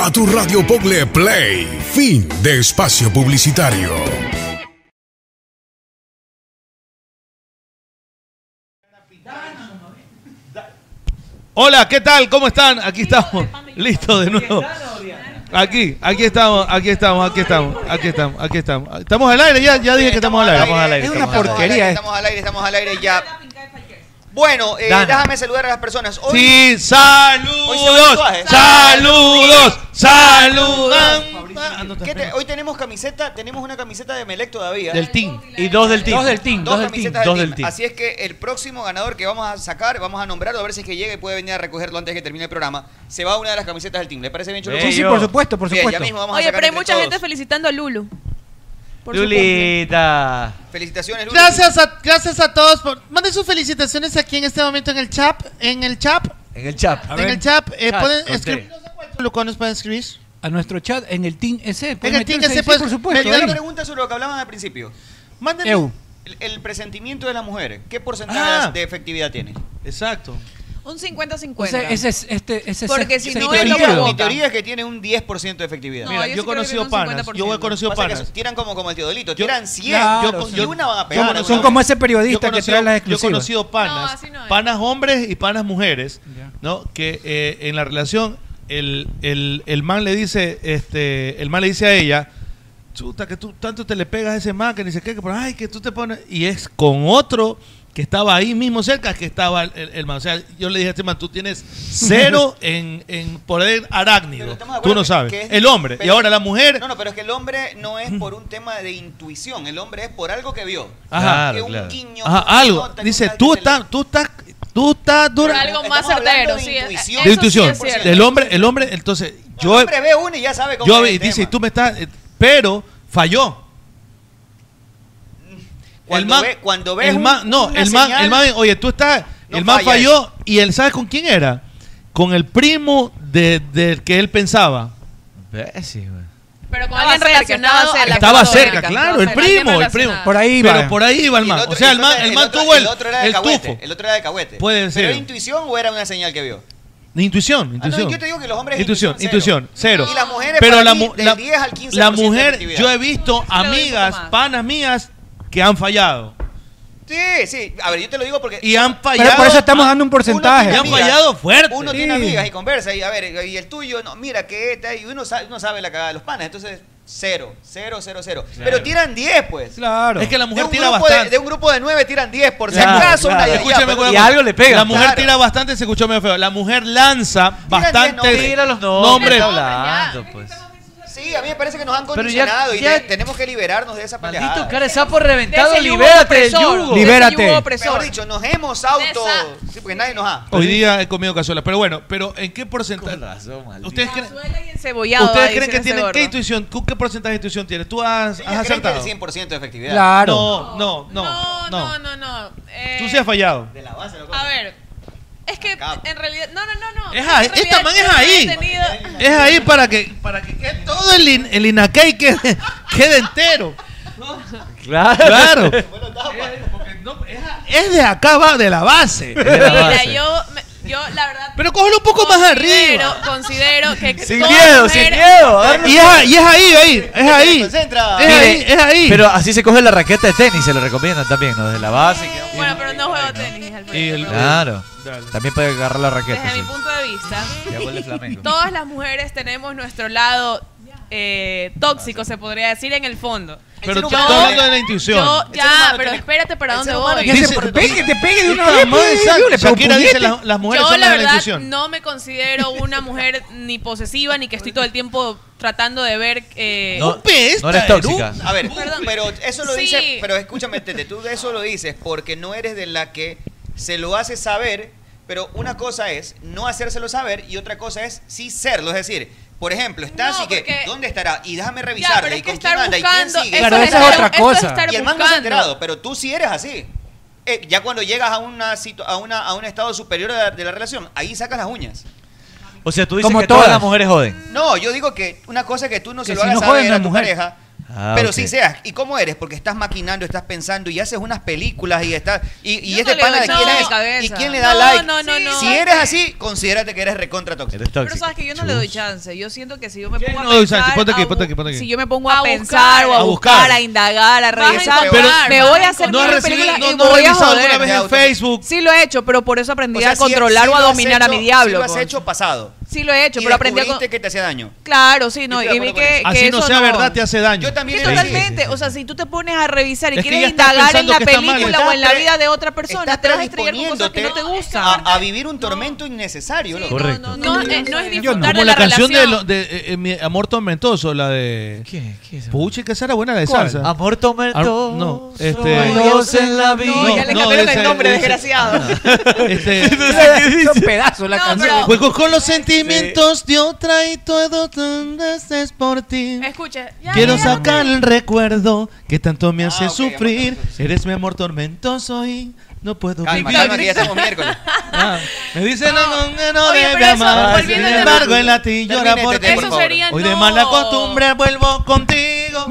Speaker 18: A tu radio Pogle Play, fin de espacio publicitario.
Speaker 9: Hola, ¿qué tal? ¿Cómo están? Aquí estamos. Listo de nuevo. Aquí, aquí estamos, aquí estamos, aquí estamos, aquí estamos, aquí estamos. Estamos al aire, ya, ya dije que estamos al aire.
Speaker 14: Estamos al aire, estamos al aire.
Speaker 10: eh.
Speaker 14: Estamos al aire, estamos al aire ya. Bueno, eh,
Speaker 9: Dana.
Speaker 14: déjame saludar a las personas. Hoy-
Speaker 9: Sí,
Speaker 14: Hoy se van
Speaker 9: saludos,
Speaker 14: tatuajes.
Speaker 9: saludos, saludos.
Speaker 14: ¿Qué te- hoy tenemos camiseta, tenemos una camiseta de Melec todavía.
Speaker 10: Del team. Y dos del team. Dos del team,
Speaker 14: Dos,
Speaker 10: dos del
Speaker 14: camisetas
Speaker 10: team,
Speaker 14: del,
Speaker 10: dos del
Speaker 14: team.
Speaker 10: team.
Speaker 14: Así es que el próximo ganador que vamos a sacar, vamos a nombrarlo, a ver si es que llega y puede venir a recogerlo antes de que termine el programa. Se va una de las camisetas del team. ¿Le parece bien, Cholo?
Speaker 10: Sí, sí, por
Speaker 16: supuesto, por
Speaker 14: Bien,
Speaker 16: supuesto.
Speaker 14: ya mismo vamos a
Speaker 13: Oye,
Speaker 14: sacar
Speaker 13: pero hay
Speaker 14: entre
Speaker 13: mucha
Speaker 14: todos.
Speaker 13: gente felicitando a Lulu. Por su cumple.
Speaker 10: Lulita.
Speaker 14: Felicitaciones, Lulu.
Speaker 23: Gracias a, gracias a todos por. Manden sus felicitaciones aquí en este momento en el chat. En el chat.
Speaker 10: En el chat.
Speaker 23: En el chat. eh, pueden escribir.
Speaker 14: T.
Speaker 23: Lucones pueden escribir.
Speaker 16: A nuestro chat en el Team E SC.
Speaker 23: En el
Speaker 14: E
Speaker 23: Team SC, pues,
Speaker 16: pues, por
Speaker 14: Pero
Speaker 16: supuesto.
Speaker 14: yo le
Speaker 16: ahí.
Speaker 14: pregunta sobre lo que hablaban al principio. Mándenme
Speaker 16: Eu.
Speaker 14: el, el presentimiento de las mujeres. ¿Qué porcentaje
Speaker 10: Ah.
Speaker 14: de efectividad tiene?
Speaker 9: Exacto.
Speaker 12: Un 50-50.
Speaker 16: O sea, ese es- este- ese es
Speaker 12: Porque
Speaker 16: sexto-
Speaker 12: si
Speaker 14: Mi
Speaker 12: no, él
Speaker 14: teoría,
Speaker 12: no
Speaker 14: mi
Speaker 12: vota.
Speaker 14: teoría es que tiene un 10% de efectividad.
Speaker 12: No, Mira, yo yo sí he creo conocido que tiene un panas, 50%. yo he conocido
Speaker 14: Pasa que
Speaker 12: panas.
Speaker 14: tiran como, como el teodolito, tiran 100
Speaker 16: claro,
Speaker 14: yo con-
Speaker 16: sí.
Speaker 14: y una van a
Speaker 16: Yo
Speaker 14: pegar.
Speaker 16: conocí-
Speaker 14: alguna
Speaker 16: son como
Speaker 14: vez.
Speaker 16: ese periodista
Speaker 9: Yo
Speaker 16: que
Speaker 9: conocí-
Speaker 16: trae las
Speaker 9: Yo he
Speaker 16: exclusivas.
Speaker 9: conocido panas, panas hombres y panas mujeres, ¿no? Que eh, en la relación el, el, el man le dice, este, el man le dice a ella, chuta que tú tanto te le pegas a ese man que ni sé qué, que por ay que tú te pones y es con otro que estaba ahí mismo cerca que estaba el, el- el man. O sea, yo le dije a este man, tú tienes cero en, en poder arácnido.
Speaker 14: Estamos
Speaker 9: Tú
Speaker 14: de acuerdo
Speaker 9: no
Speaker 14: que-
Speaker 9: sabes.
Speaker 14: que es-
Speaker 9: el hombre. y
Speaker 14: pero-
Speaker 9: ahora la mujer.
Speaker 14: No, no, pero es que el hombre no es por un tema de intuición. El hombre es por algo que vio.
Speaker 9: Ajá,
Speaker 14: Que un
Speaker 9: claro.
Speaker 14: guiño,
Speaker 9: Ajá,
Speaker 14: una
Speaker 9: algo.
Speaker 14: nota,
Speaker 9: Dice,
Speaker 14: una-
Speaker 9: tú estás, tú estás, tú estás
Speaker 13: Por
Speaker 9: dura.
Speaker 13: algo más
Speaker 14: Estamos hablando
Speaker 13: certero,
Speaker 14: de
Speaker 13: sí. eh,
Speaker 14: intuición.
Speaker 9: de intuición.
Speaker 14: es cierto.
Speaker 9: el hombre, el hombre, entonces, yo,
Speaker 14: El hombre ve uno y ya sabe cómo
Speaker 9: yo
Speaker 14: es
Speaker 9: y
Speaker 14: el tema.
Speaker 9: dice, tú me estás, eh, pero falló.
Speaker 14: Cuando ve- cuando ves
Speaker 9: el
Speaker 14: un-
Speaker 9: man, no,
Speaker 14: una
Speaker 9: el man,
Speaker 14: señal-
Speaker 9: el man, oye, tú estás,
Speaker 14: No
Speaker 9: el man
Speaker 14: falla
Speaker 9: falló y él sabe con quién era, con el primo de- del que él pensaba.
Speaker 13: Pero con alguien relacionado a la
Speaker 9: Estaba
Speaker 13: persona.
Speaker 9: cerca, claro,
Speaker 13: Estaba
Speaker 9: el
Speaker 13: cerca.
Speaker 9: primo, el
Speaker 13: Alguien
Speaker 9: primo.
Speaker 13: relacionado.
Speaker 9: Pero por ahí iba el man.
Speaker 14: Y otro-
Speaker 9: o sea, el man,
Speaker 14: entonces
Speaker 9: el man
Speaker 14: otro-
Speaker 9: tuvo el,
Speaker 14: el otro era de
Speaker 9: el
Speaker 14: cahuete,
Speaker 9: tufo.
Speaker 14: El otro era de cahuete.
Speaker 9: Puede
Speaker 14: ¿Pero
Speaker 9: ser.
Speaker 14: era intuición o era una señal que vio?
Speaker 9: Intuición,
Speaker 14: Ah, no,
Speaker 9: intuición.
Speaker 14: yo te digo que los hombres
Speaker 9: Intuición, intuición, cero.
Speaker 14: Y las mujeres
Speaker 9: Pero
Speaker 14: para
Speaker 9: la,
Speaker 14: mí,
Speaker 9: mu-
Speaker 14: del
Speaker 9: la-
Speaker 14: 10 al 15%
Speaker 9: la
Speaker 14: de
Speaker 9: mujer,
Speaker 14: efectividad.
Speaker 9: yo he visto amigas, panas mías que han fallado.
Speaker 14: Sí, sí. A ver, yo te lo digo porque.
Speaker 9: Y han fallado.
Speaker 16: Pero por eso estamos dando un porcentaje.
Speaker 9: Y han fallado fuerte.
Speaker 14: Uno este, tiene amigas y conversa. Y a ver, y el tuyo, no, mira que esta. Y uno sabe, uno sabe la cagada de los panas. Entonces, Cero, cero, cero, cero.
Speaker 10: Claro.
Speaker 14: Pero tiran 10, pues.
Speaker 10: Claro. Es que la mujer
Speaker 14: de un
Speaker 10: tira
Speaker 14: grupo
Speaker 9: bastante.
Speaker 14: De, de un grupo de 9 tiran 10, por si
Speaker 9: Claro,
Speaker 14: acaso.
Speaker 9: claro.
Speaker 14: una- ya,
Speaker 9: Escúchame,
Speaker 14: pero-
Speaker 9: una cosa. La mujer tira bastante, se escuchó medio feo. La mujer lanza bastante.
Speaker 10: nombres. Tira los nombres,
Speaker 9: nombres.
Speaker 10: hablando, pues.
Speaker 14: Sí, a mí me parece que nos han
Speaker 10: Pero ya-
Speaker 14: condicionado y
Speaker 10: ya-
Speaker 14: de- tenemos que liberarnos de esa pelea.
Speaker 10: Maldito cara de sapo reventado,
Speaker 14: De ese yugo
Speaker 10: libérate del
Speaker 14: opresor,
Speaker 10: yugo.
Speaker 14: de ese
Speaker 9: Libérate.
Speaker 14: yugo opresor. Mejor dicho, nos hemos auto. Sí, porque nadie nos ha.
Speaker 9: Hoy día he comido cazuela. Pero bueno, pero ¿en qué porcentaje? ¿Ustedes creen,
Speaker 12: Cebollado.
Speaker 9: ustedes
Speaker 12: va a
Speaker 9: creen
Speaker 12: decir
Speaker 9: que
Speaker 12: ese
Speaker 9: tienen qué
Speaker 12: gordo.
Speaker 9: intuición? ¿Tú qué porcentaje de intuición tienes? ¿Tú has, has
Speaker 14: creen que el
Speaker 9: acertado?
Speaker 14: 100% de efectividad.
Speaker 9: Claro. No, no, no.
Speaker 13: No,
Speaker 9: no.
Speaker 13: no, no. eh,
Speaker 9: Tú sí has fallado.
Speaker 13: A ver. Es que en realidad. No, no, no, no.
Speaker 9: Es ahí,
Speaker 13: En
Speaker 9: esta man es
Speaker 13: realidad
Speaker 9: ahí.
Speaker 13: yo he tenido-
Speaker 9: Es ahí para que, para que quede todo el, in- el Inacay quede, quede entero. Claro. Es de acá, va, de la base.
Speaker 13: Mira, yo, me- yo la verdad.
Speaker 9: Pero cógelo un poco más arriba.
Speaker 13: Considero que.
Speaker 9: Sin
Speaker 13: toda
Speaker 9: miedo,
Speaker 13: mujer-
Speaker 9: sin miedo. Darle- Y es ahí, y es ahí, ahí, es ahí.
Speaker 14: Concentra.
Speaker 9: Es ahí, es ahí.
Speaker 10: Pero así se coge la raqueta de tenis, se lo recomiendan también, ¿no? Desde la base.
Speaker 13: Bueno, pero no juego tenis. Alfredo.
Speaker 10: que- claro.
Speaker 9: Dale.
Speaker 10: También puede agarrar la raqueta.
Speaker 13: Desde mi
Speaker 10: sí.
Speaker 13: punto de vista,
Speaker 10: Ya huele flamenco.
Speaker 13: todas las mujeres tenemos nuestro lado eh, tóxico, se podría decir, en el fondo.
Speaker 9: Pero tú estás hablando de la intuición.
Speaker 13: Yo,
Speaker 9: El ser
Speaker 13: ya,
Speaker 9: humano
Speaker 13: pero
Speaker 9: tiene-
Speaker 13: espérate para dónde voy.
Speaker 9: pegue, te pegue
Speaker 13: de una vez, madre,
Speaker 9: Exacto.
Speaker 13: exacto.
Speaker 9: Shakira dice las, las mujeres
Speaker 13: Yo
Speaker 9: son
Speaker 13: la
Speaker 9: las de la
Speaker 13: verdad
Speaker 9: intuición.
Speaker 13: no me considero una mujer ni posesiva ni que estoy todo el tiempo tratando de ver eh,
Speaker 10: No, no eres tóxica.
Speaker 14: A ver, pero eso lo
Speaker 13: Sí.
Speaker 14: dice, pero escúchame, Tete, tú de eso lo dices porque no eres de la que se lo hace saber, pero una cosa es no hacérselo saber y otra cosa es sí serlo, es decir, por ejemplo, estás
Speaker 13: No,
Speaker 14: y que
Speaker 13: porque-
Speaker 14: ¿dónde estará? Y déjame
Speaker 13: Ya,
Speaker 14: revisarla
Speaker 13: pero
Speaker 14: y
Speaker 13: es que
Speaker 14: con
Speaker 13: estar
Speaker 14: quién anda y quién
Speaker 13: buscando,
Speaker 14: sigue.
Speaker 13: eso Claro, es esa es estar- otra eso es cosa. estar
Speaker 14: Y el man no se ha
Speaker 13: buscando.
Speaker 14: enterado, pero tú sí eres así. Eh, ya cuando llegas a una situ- a una a un estado superior de la, de la relación, ahí sacas las uñas.
Speaker 10: O sea, tú dices
Speaker 14: Como
Speaker 10: que todas.
Speaker 14: todas.
Speaker 10: las mujeres joden.
Speaker 14: No, yo digo que una cosa es que tú no
Speaker 10: Que
Speaker 14: se lo
Speaker 10: si
Speaker 14: hagas
Speaker 10: no
Speaker 14: saber
Speaker 10: joden, no
Speaker 14: a
Speaker 10: es
Speaker 14: tu
Speaker 10: mujer.
Speaker 14: pareja,
Speaker 10: Ah,
Speaker 14: pero
Speaker 10: ok.
Speaker 14: sí seas. ¿Y cómo eres? Porque estás maquinando, estás pensando y haces unas películas y estás. Y, y
Speaker 13: Yo
Speaker 14: este
Speaker 13: no le
Speaker 14: pana
Speaker 13: doy
Speaker 14: de quién
Speaker 13: no,
Speaker 14: es.
Speaker 13: cabeza.
Speaker 14: ¿Y quién le da
Speaker 13: No,
Speaker 14: like?
Speaker 13: no, no,
Speaker 14: Sí,
Speaker 13: no.
Speaker 14: Si eres así, considérate que eres recontra tóxico.
Speaker 12: Pero sabes que yo no le doy chance. Yo siento que si yo me pongo
Speaker 9: No,
Speaker 12: a pensar,
Speaker 9: Sánchez, ponte aquí,
Speaker 12: a
Speaker 9: ponte aquí, ponte aquí.
Speaker 12: si yo me pongo a,
Speaker 13: buscar,
Speaker 12: pensar o a,
Speaker 9: a
Speaker 12: buscar,
Speaker 9: buscar.
Speaker 12: a indagar, a
Speaker 13: a
Speaker 12: revisar,
Speaker 9: Pero-
Speaker 12: me voy a hacer
Speaker 9: no has
Speaker 12: mil
Speaker 9: recibido-
Speaker 12: películas
Speaker 9: no-
Speaker 12: y
Speaker 9: no has
Speaker 12: voy a
Speaker 9: revisado
Speaker 12: joder.
Speaker 9: alguna vez en Facebook.
Speaker 12: Sí lo he hecho, pero por eso aprendí
Speaker 14: O sea,
Speaker 12: a
Speaker 14: sí-
Speaker 12: controlar
Speaker 14: sí
Speaker 12: o a
Speaker 14: lo has
Speaker 12: dominar a
Speaker 14: hecho-
Speaker 12: mi diablo.
Speaker 14: Sí lo has
Speaker 12: con-
Speaker 14: hecho pasado.
Speaker 12: Sí lo he hecho,
Speaker 14: Y
Speaker 12: pero aprendí a... con-
Speaker 14: descubriste que te hacía daño.
Speaker 12: Claro, sí, no,
Speaker 14: Yo estoy
Speaker 12: y
Speaker 14: de
Speaker 12: vi
Speaker 14: acuerdo con
Speaker 12: que,
Speaker 14: eso.
Speaker 12: que
Speaker 9: Así
Speaker 12: eso
Speaker 9: no sea verdad, te hace daño.
Speaker 14: Yo también
Speaker 12: Que
Speaker 14: era así.
Speaker 12: totalmente, o sea, si tú te pones a revisar y
Speaker 9: Es que ya
Speaker 12: quieres
Speaker 9: estás
Speaker 12: indagar en
Speaker 9: pensando
Speaker 12: la
Speaker 9: que está mal.
Speaker 12: película o en la
Speaker 9: Estás
Speaker 12: vida de otra persona, te vas a estrellar con cosas que no te gustan.
Speaker 14: A, a vivir un tormento innecesario. loco.
Speaker 9: Correcto.
Speaker 13: no, no, eh, no es disfrutar
Speaker 9: Como
Speaker 13: de
Speaker 9: la,
Speaker 13: la,
Speaker 9: canción de,
Speaker 13: relación.
Speaker 9: lo- de, eh, eh, mi Amor Tormentoso, la de.
Speaker 10: ¿Qué? ¿Qué es?
Speaker 9: Puchi, que esa era buena la de
Speaker 10: ¿Cuál?
Speaker 9: salsa.
Speaker 10: Amor
Speaker 9: Ar- Ah,
Speaker 10: Tormentoso,
Speaker 9: No,
Speaker 10: hay
Speaker 9: este.
Speaker 10: dos en la vida. No, ya le cambiaron el nombre,
Speaker 12: desgraciado.
Speaker 9: Este.
Speaker 15: Son pedazos la canción.
Speaker 9: Juego con los sentimientos de otra y todo donde estés por ti.
Speaker 13: Escucha, ya,
Speaker 9: Quiero
Speaker 13: ya,
Speaker 9: sacar el recuerdo que tanto me hace sufrir. Eres mi amor tormentoso y no puedo
Speaker 14: Calma,
Speaker 9: vivir.
Speaker 14: calma, que ya estamos miércoles.
Speaker 9: Ah, me dicen no, que no
Speaker 13: Oye,
Speaker 9: debe
Speaker 13: pero eso,
Speaker 9: amar. Sin
Speaker 13: volviendo al-
Speaker 9: embargo, en la ti llora
Speaker 13: Termina
Speaker 9: por
Speaker 13: este tema, por
Speaker 9: ti.
Speaker 13: favor. Eso sería
Speaker 9: Hoy de
Speaker 13: no.
Speaker 9: mala costumbre vuelvo contigo.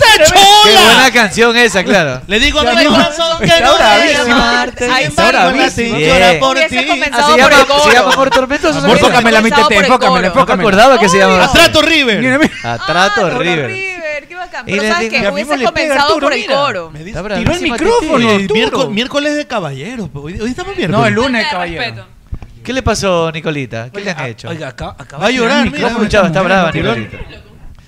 Speaker 9: ¡Te
Speaker 10: Qué
Speaker 9: chola!
Speaker 10: buena canción esa, claro.
Speaker 9: Le digo a
Speaker 10: Ya
Speaker 9: mi
Speaker 10: no-
Speaker 9: corazón que
Speaker 10: Está
Speaker 9: no debe
Speaker 10: bravísimo.
Speaker 9: amarte.
Speaker 10: Ay,
Speaker 9: Sin
Speaker 10: está
Speaker 9: embargo, en la
Speaker 10: bravísimo.
Speaker 9: ti llora
Speaker 10: Bien.
Speaker 9: por
Speaker 10: Hubiese
Speaker 9: ti.
Speaker 10: comenzado Ah, se por llama- el coro. se llama Amor Tormentoso,
Speaker 9: Amor,
Speaker 10: se llama.
Speaker 9: tócame la
Speaker 10: Comenzado
Speaker 9: mente,
Speaker 10: por el
Speaker 9: enfócame,
Speaker 10: coro.
Speaker 9: enfócame.
Speaker 10: No me acordaba que se llamaba así.
Speaker 9: Atrato River.
Speaker 10: Atrato River.
Speaker 12: River, ¿qué bacán?
Speaker 10: Y
Speaker 12: Pero
Speaker 10: le
Speaker 12: sabes
Speaker 10: digo- Ya
Speaker 12: que
Speaker 10: mismo
Speaker 12: hubiese
Speaker 10: le pega
Speaker 12: comenzado
Speaker 10: Arturo,
Speaker 12: por el
Speaker 10: mira.
Speaker 12: coro.
Speaker 10: Me
Speaker 9: Está
Speaker 10: bravísimo,
Speaker 9: el micrófono.
Speaker 10: Titi.
Speaker 9: Miércoles, miércoles de caballeros. po. Hoy, hoy estamos viendo.
Speaker 10: No, el
Speaker 9: lunes
Speaker 13: de
Speaker 9: caballero.
Speaker 13: respeto.
Speaker 10: ¿Qué le pasó, Nicolita? ¿Qué le han hecho?
Speaker 15: Oiga, acá, acá
Speaker 9: Va a llorar, mira,
Speaker 10: No escuchaba, está
Speaker 9: mira,
Speaker 10: brava,
Speaker 9: mira,
Speaker 10: Nicolita.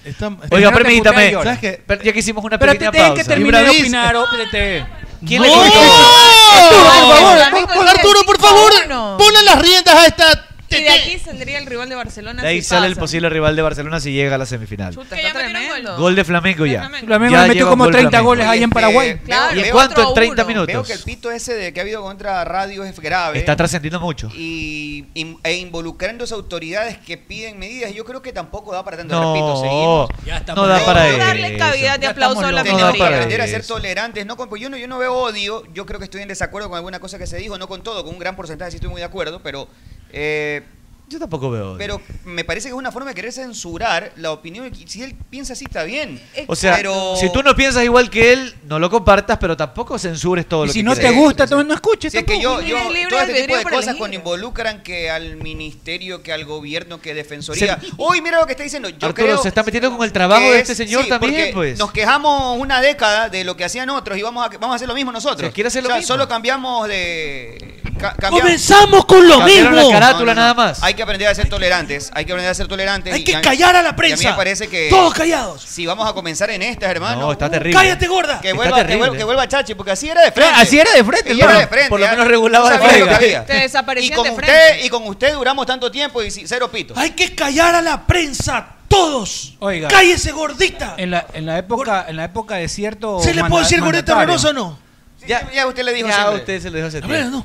Speaker 9: Está- está-
Speaker 10: Oiga,
Speaker 9: no te putea,
Speaker 10: permítame.
Speaker 9: llora. ¿Sabes qué?
Speaker 10: Per- Ya que hicimos una
Speaker 15: Pero te
Speaker 10: pequeña
Speaker 15: tienen que
Speaker 10: pausa.
Speaker 15: terminar de
Speaker 9: Bravis-
Speaker 15: opinar, ópete.
Speaker 10: ¿Quién
Speaker 9: ¡No!
Speaker 10: le quitó?
Speaker 9: Por favor, Arturo, por favor,
Speaker 12: Uno.
Speaker 9: ponle las riendas a esta.
Speaker 12: Y de aquí saldría el rival de Barcelona.
Speaker 10: De ahí
Speaker 12: si
Speaker 10: sale el
Speaker 12: pasa.
Speaker 10: posible rival de Barcelona si llega a la semifinal.
Speaker 12: Chuta, está tremendo.
Speaker 10: Gol de Flamengo ya.
Speaker 15: Flamengo
Speaker 10: Ya
Speaker 15: le metió
Speaker 10: lleva un
Speaker 15: como
Speaker 10: gol
Speaker 15: 30
Speaker 10: Flamengo.
Speaker 15: goles ahí en
Speaker 14: eh,
Speaker 15: Paraguay.
Speaker 10: ¿Y en cuánto? En 30 minutos.
Speaker 14: Veo que el pito ese de que ha habido contra radio es grave.
Speaker 10: Está trascendiendo mucho.
Speaker 14: y, in- e involucrándose autoridades que piden medidas. Yo creo que tampoco da para tanto. Repito,
Speaker 10: No,
Speaker 14: seguimos.
Speaker 10: no da para eso.
Speaker 12: de aplauso a la
Speaker 14: Tenemos que
Speaker 10: minoría.
Speaker 14: aprender a ser
Speaker 10: Eso.
Speaker 14: tolerantes. No, con- pues yo, no, yo no veo odio. Yo creo que estoy en desacuerdo con alguna cosa que se dijo. No con todo, con un gran porcentaje sí estoy muy de acuerdo. Pero, eh,
Speaker 10: Yo tampoco veo.
Speaker 14: pero me parece que es una forma de querer censurar la opinión. Y Si él piensa así, está bien.
Speaker 10: O sea,
Speaker 14: Pero-
Speaker 10: si tú no piensas igual que él, no lo compartas, pero tampoco censures todo
Speaker 15: Y
Speaker 10: lo
Speaker 15: si
Speaker 10: que
Speaker 15: no te
Speaker 10: crees.
Speaker 15: gusta, entonces no escuches.
Speaker 14: Si es que yo,
Speaker 15: tampoco.
Speaker 14: yo
Speaker 12: Tienes libre
Speaker 14: todo este tipo
Speaker 12: albedrío
Speaker 14: de
Speaker 12: para
Speaker 14: cosas
Speaker 12: elegir.
Speaker 14: cuando involucran que al ministerio, que al gobierno, que defensoría. Uy, mira lo que está diciendo. Yo
Speaker 10: Arturo,
Speaker 14: creo
Speaker 10: se está metiendo con el trabajo
Speaker 14: que
Speaker 10: de
Speaker 14: es-
Speaker 10: este señor
Speaker 14: sí, porque
Speaker 10: también, pues.
Speaker 14: Nos quejamos una década de lo que hacían otros y vamos a, vamos a hacer lo mismo nosotros.
Speaker 10: Se quiere hacer lo
Speaker 14: O sea,
Speaker 10: mismo.
Speaker 14: solo cambiamos de. ca- cambiamos-
Speaker 15: Comenzamos con lo
Speaker 10: Cambiaron la
Speaker 15: mismo.
Speaker 10: carátula nada más.
Speaker 14: Hay que que aprender a ser tolerantes. Hay que aprender a ser tolerantes.
Speaker 24: Hay que callar a la
Speaker 14: Y a
Speaker 24: prensa.
Speaker 14: mí me parece que.
Speaker 24: Todos callados.
Speaker 14: Si vamos a comenzar en estas, hermano. uh,
Speaker 10: No, está terrible. Cállate,
Speaker 24: gorda.
Speaker 14: Que
Speaker 10: Está
Speaker 14: vuelva, que
Speaker 10: terrible.
Speaker 14: vuelva, que vuelva Chachi, porque así era de frente.
Speaker 10: así era de frente,
Speaker 14: Y
Speaker 10: hermano.
Speaker 14: era de frente.
Speaker 10: Por lo
Speaker 14: ¿ah?
Speaker 10: menos regulaba
Speaker 14: Tú
Speaker 10: de
Speaker 14: sabías lo
Speaker 10: frente.
Speaker 14: que había.
Speaker 25: Te desaparecían
Speaker 14: y con
Speaker 25: de frente.
Speaker 14: Usted, y con usted duramos tanto tiempo y si- cero pitos.
Speaker 24: Hay que callar a la prensa, todos.
Speaker 16: Oiga.
Speaker 24: Cállese, gordita.
Speaker 16: En la, en la época, en la época de cierto.
Speaker 24: ¿Se le
Speaker 16: manda-
Speaker 24: puede decir gordita
Speaker 16: mandatario.
Speaker 24: Rosa o no?
Speaker 14: Ya, ya usted le dijo
Speaker 16: Ya
Speaker 14: siempre.
Speaker 16: usted
Speaker 10: se lo dijo hace
Speaker 24: A ver, no.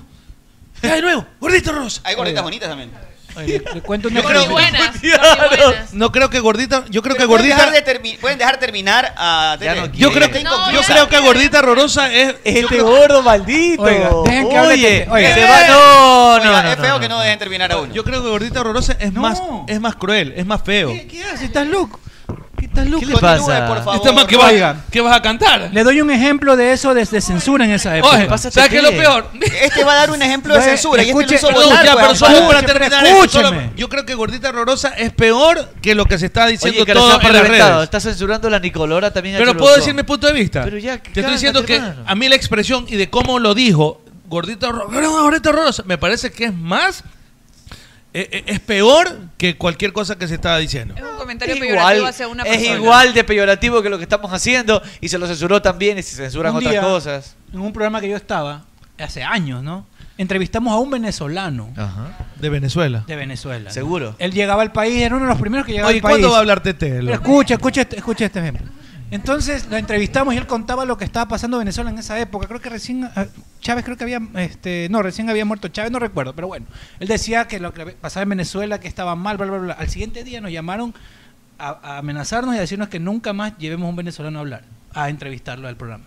Speaker 24: Ya de nuevo, gordita Rosa.
Speaker 14: Hay gorditas bonitas también.
Speaker 16: Oye, le- le cuento una
Speaker 14: Yo creo-
Speaker 16: anécdota.
Speaker 9: No creo que gordita, yo creo que
Speaker 14: Pero pueden
Speaker 9: gordita
Speaker 14: dejar de termi- pueden dejar terminar a Tere.
Speaker 9: Yo creo que, yo creo que gordita horrorosa es este gordo maldito.
Speaker 14: Oiga, dejen que hable Tete. Oiga.
Speaker 9: se
Speaker 14: Bien.
Speaker 9: va- no,
Speaker 14: Oiga,
Speaker 9: no,
Speaker 14: es
Speaker 9: no,
Speaker 14: feo
Speaker 9: no,
Speaker 14: que no dejen terminar a uno.
Speaker 9: Yo creo que gordita horrorosa es más es más cruel, es más feo.
Speaker 24: ¿Qué haces? ¿Estás loco? ¿Qué estás loco?
Speaker 9: ¿Qué le pasa? Está más que
Speaker 16: Oiga.
Speaker 9: va, Este ¿Qué vas a cantar?
Speaker 16: Le doy un ejemplo de eso desde censura en esa época.
Speaker 9: Oye, ¿sabes qué es lo peor?
Speaker 14: Este va a dar un ejemplo de
Speaker 16: Ve,
Speaker 14: censura. y este
Speaker 16: escuche-
Speaker 14: lo hizo
Speaker 9: Perdón,
Speaker 14: volar,
Speaker 9: ya,
Speaker 14: pues,
Speaker 9: pero solo
Speaker 14: Rafael.
Speaker 9: para terminar esto, solo- yo creo que gordita horrorosa es peor que lo que se está diciendo
Speaker 10: Oye, que
Speaker 9: todo
Speaker 10: está
Speaker 9: en las redes.
Speaker 10: Está censurando la Nicolora también. a
Speaker 9: Pero
Speaker 10: Cholo
Speaker 9: puedo
Speaker 10: Botón.
Speaker 9: decir mi punto de vista.
Speaker 10: Pero ya,
Speaker 9: Te estoy diciendo
Speaker 10: cállate,
Speaker 9: que
Speaker 10: hermano.
Speaker 9: a mí la expresión y de cómo lo dijo gordita horror- gordita horrorosa, me parece que es más eh, eh, es peor que cualquier cosa que se estaba diciendo.
Speaker 25: Es un comentario
Speaker 10: Es
Speaker 25: peyorativo
Speaker 10: igual-
Speaker 25: hacia una
Speaker 10: Es
Speaker 25: persona.
Speaker 10: igual de peyorativo que lo que estamos haciendo y se lo censuró también y se censuran
Speaker 16: Un
Speaker 10: otras
Speaker 16: día,
Speaker 10: cosas.
Speaker 16: En un programa que yo estaba, hace años, ¿no? Entrevistamos a un venezolano.
Speaker 9: De Venezuela.
Speaker 16: De Venezuela. ¿no?
Speaker 10: Seguro.
Speaker 16: Él llegaba al país, era uno de los primeros que llegaba
Speaker 9: Oye,
Speaker 16: al país.
Speaker 9: ¿cuándo va a hablar Tete?
Speaker 16: Pero escucha, escucha este, escucha este ejemplo. Entonces lo entrevistamos y él contaba lo que estaba pasando en Venezuela en esa época. Creo que recién ah, Chávez, creo que había, este, no, recién había muerto Chávez, no recuerdo, pero bueno. Él decía que lo que pasaba en Venezuela, que estaba mal, bla, bla, bla. Al siguiente día nos llamaron a, a amenazarnos y a decirnos que nunca más llevemos a un venezolano a hablar, a entrevistarlo al programa.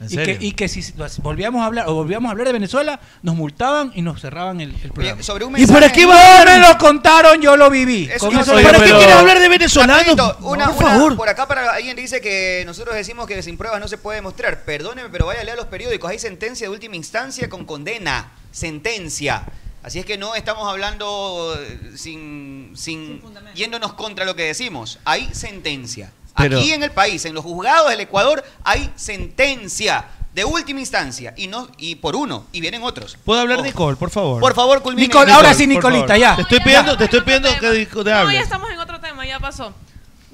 Speaker 10: ¿En
Speaker 16: Y que,
Speaker 10: serio?
Speaker 16: y que si lo- volvíamos a hablar o volvíamos a hablar de Venezuela, nos multaban y nos cerraban el, el programa.
Speaker 14: sobre un
Speaker 16: ¿Y
Speaker 14: mensaje-
Speaker 16: para qué va a hablar? Me lo contaron, yo lo viví.
Speaker 14: Eso
Speaker 16: Con
Speaker 14: no
Speaker 16: eso-
Speaker 14: soy yo,
Speaker 16: ¿Para qué
Speaker 14: pero-
Speaker 16: quieres hablar de venezolanos?
Speaker 14: Rapidito, una-
Speaker 16: por
Speaker 14: una-
Speaker 16: favor.
Speaker 14: por acá para alguien dice que nosotros decimos que sin pruebas no se puede demostrar. Perdóneme, pero vaya a leer los periódicos. Hay sentencia de última instancia con condena. Sentencia. Así es que no estamos hablando eh, sin, sin yéndonos contra lo que decimos. Hay sentencia.
Speaker 10: Pero-
Speaker 14: Aquí en el país, en los juzgados del Ecuador, hay sentencia de última instancia y no y por uno y vienen otros.
Speaker 9: ¿Puedo hablar, Nicole, Oh. por favor?
Speaker 14: Por favor, culmine.
Speaker 9: Nicole, ahora sí,
Speaker 14: por favor.
Speaker 9: Nicolita, ya. Te estoy
Speaker 14: Ya.
Speaker 9: pidiendo, te estoy pidiendo que discu- te
Speaker 12: No, ya
Speaker 9: hables.
Speaker 12: estamos en otro tema, ya pasó.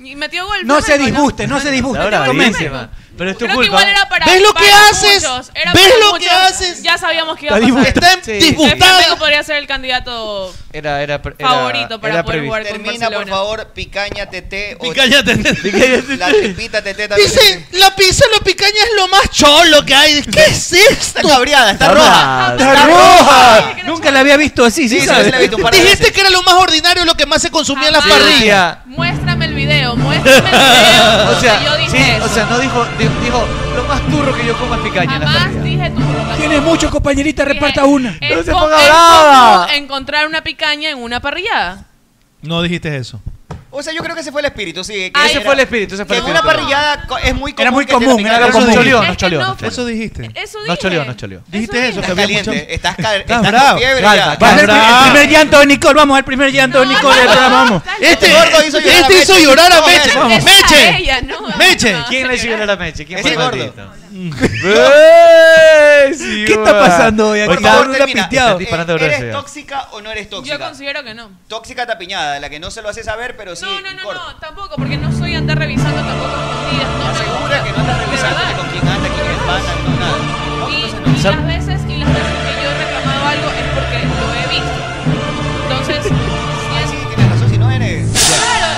Speaker 12: Y metió gol.
Speaker 16: No se
Speaker 12: Flamengo,
Speaker 16: disguste, no se disguste.
Speaker 10: Está
Speaker 16: comente.
Speaker 10: bravísima. Pero es tu
Speaker 12: Creo que
Speaker 10: culpa.
Speaker 12: igual era para
Speaker 16: ¿Ves lo
Speaker 12: para
Speaker 16: que haces?
Speaker 12: muchos, era
Speaker 16: ¿Ves
Speaker 12: para
Speaker 16: lo
Speaker 12: muchos.
Speaker 16: que haces?
Speaker 12: Ya sabíamos que iba
Speaker 10: Está
Speaker 12: a pasar.
Speaker 10: disgustada. Está
Speaker 12: Sí.
Speaker 10: disgustada.
Speaker 12: El Flamengo podría ser el candidato
Speaker 10: Era, era, pre- era-
Speaker 12: favorito para
Speaker 10: era
Speaker 12: poder
Speaker 10: previsto.
Speaker 12: jugar con
Speaker 14: Termina, por
Speaker 12: Barcelona.
Speaker 14: favor, picaña TT. o-
Speaker 9: Picaña TT.
Speaker 14: La chipita TT también.
Speaker 15: Dice, la pizza la picaña es lo más cholo que hay. ¿Qué es esto?
Speaker 14: Está cabreada, está
Speaker 15: roja.
Speaker 16: ¡Está roja! Nunca la había visto así, sí,
Speaker 15: Sí, sí,
Speaker 16: sabes.
Speaker 15: sí la he visto un par de
Speaker 16: Dijiste
Speaker 15: veces. que era lo más ordinario, lo que más se consumía en las
Speaker 16: Sí,
Speaker 15: parrillas.
Speaker 16: decía.
Speaker 12: Muéstrame el video, muéstrame el video.
Speaker 10: o sea,
Speaker 12: yo dije
Speaker 10: sí,
Speaker 12: eso.
Speaker 10: o sea, no dijo, di- dijo, lo más turro que yo como es picaña. en la
Speaker 12: Jamás dije tu boca.
Speaker 16: Tienes mucho, compañerita, reparta una.
Speaker 12: Es
Speaker 10: se
Speaker 12: co-
Speaker 10: ponga
Speaker 12: es
Speaker 10: brava.
Speaker 12: como encontrar una picaña en una parrillada.
Speaker 9: No dijiste eso.
Speaker 14: O sea, yo creo que ese fue el espíritu, sí. que
Speaker 12: Ahí-
Speaker 9: Ese fue el espíritu, ese fue el
Speaker 14: Que en una
Speaker 9: espíritu.
Speaker 14: parrillada co- es muy común.
Speaker 9: Era muy
Speaker 14: que te
Speaker 9: común,
Speaker 14: la
Speaker 9: era
Speaker 14: picaña-
Speaker 9: común.
Speaker 10: Nos choleó,
Speaker 9: Es
Speaker 10: nos
Speaker 9: que
Speaker 10: choleó,
Speaker 9: no
Speaker 10: nos choleó.
Speaker 9: Eso dijiste.
Speaker 12: Eso
Speaker 10: Nos choleó, nos choleó.
Speaker 9: Dijiste eso,
Speaker 14: Estás
Speaker 9: que había
Speaker 14: caliente,
Speaker 9: mucho-
Speaker 14: estás cal-
Speaker 9: Estás
Speaker 14: estás
Speaker 9: bravo.
Speaker 14: con fiebre
Speaker 9: Calma,
Speaker 14: ya.
Speaker 16: Va a ser el
Speaker 9: bravo.
Speaker 16: primer llanto de Nicole, vamos al primer llanto de Nicole del programa, vamos.
Speaker 15: Este, este hizo llorar a Meche.
Speaker 16: Vamos.
Speaker 15: Meche.
Speaker 12: Ella, no.
Speaker 15: Meche.
Speaker 10: ¿Quién le hizo llorar a Meche? ¿Quién fue
Speaker 15: Ese
Speaker 10: el
Speaker 15: gordo.
Speaker 10: maldito?
Speaker 16: ¿Qué está pasando hoy aquí?
Speaker 10: Por favor,
Speaker 16: Una
Speaker 10: termina.
Speaker 16: piteada.
Speaker 10: Están disparando
Speaker 14: ¿Eres
Speaker 10: gracias.
Speaker 14: tóxica o no eres tóxica?
Speaker 12: Yo considero que no.
Speaker 14: Tóxica tapiñada, la que no se lo hace saber, pero sí. No, no, no, no
Speaker 12: tampoco, porque no soy andar revisando tampoco escondidas. No
Speaker 14: Asegura que no estás revisando ni con quién anda, con quién pasa, no nada.
Speaker 12: Y, y las veces y las veces que yo he reclamado algo es porque lo he visto. Entonces, si es-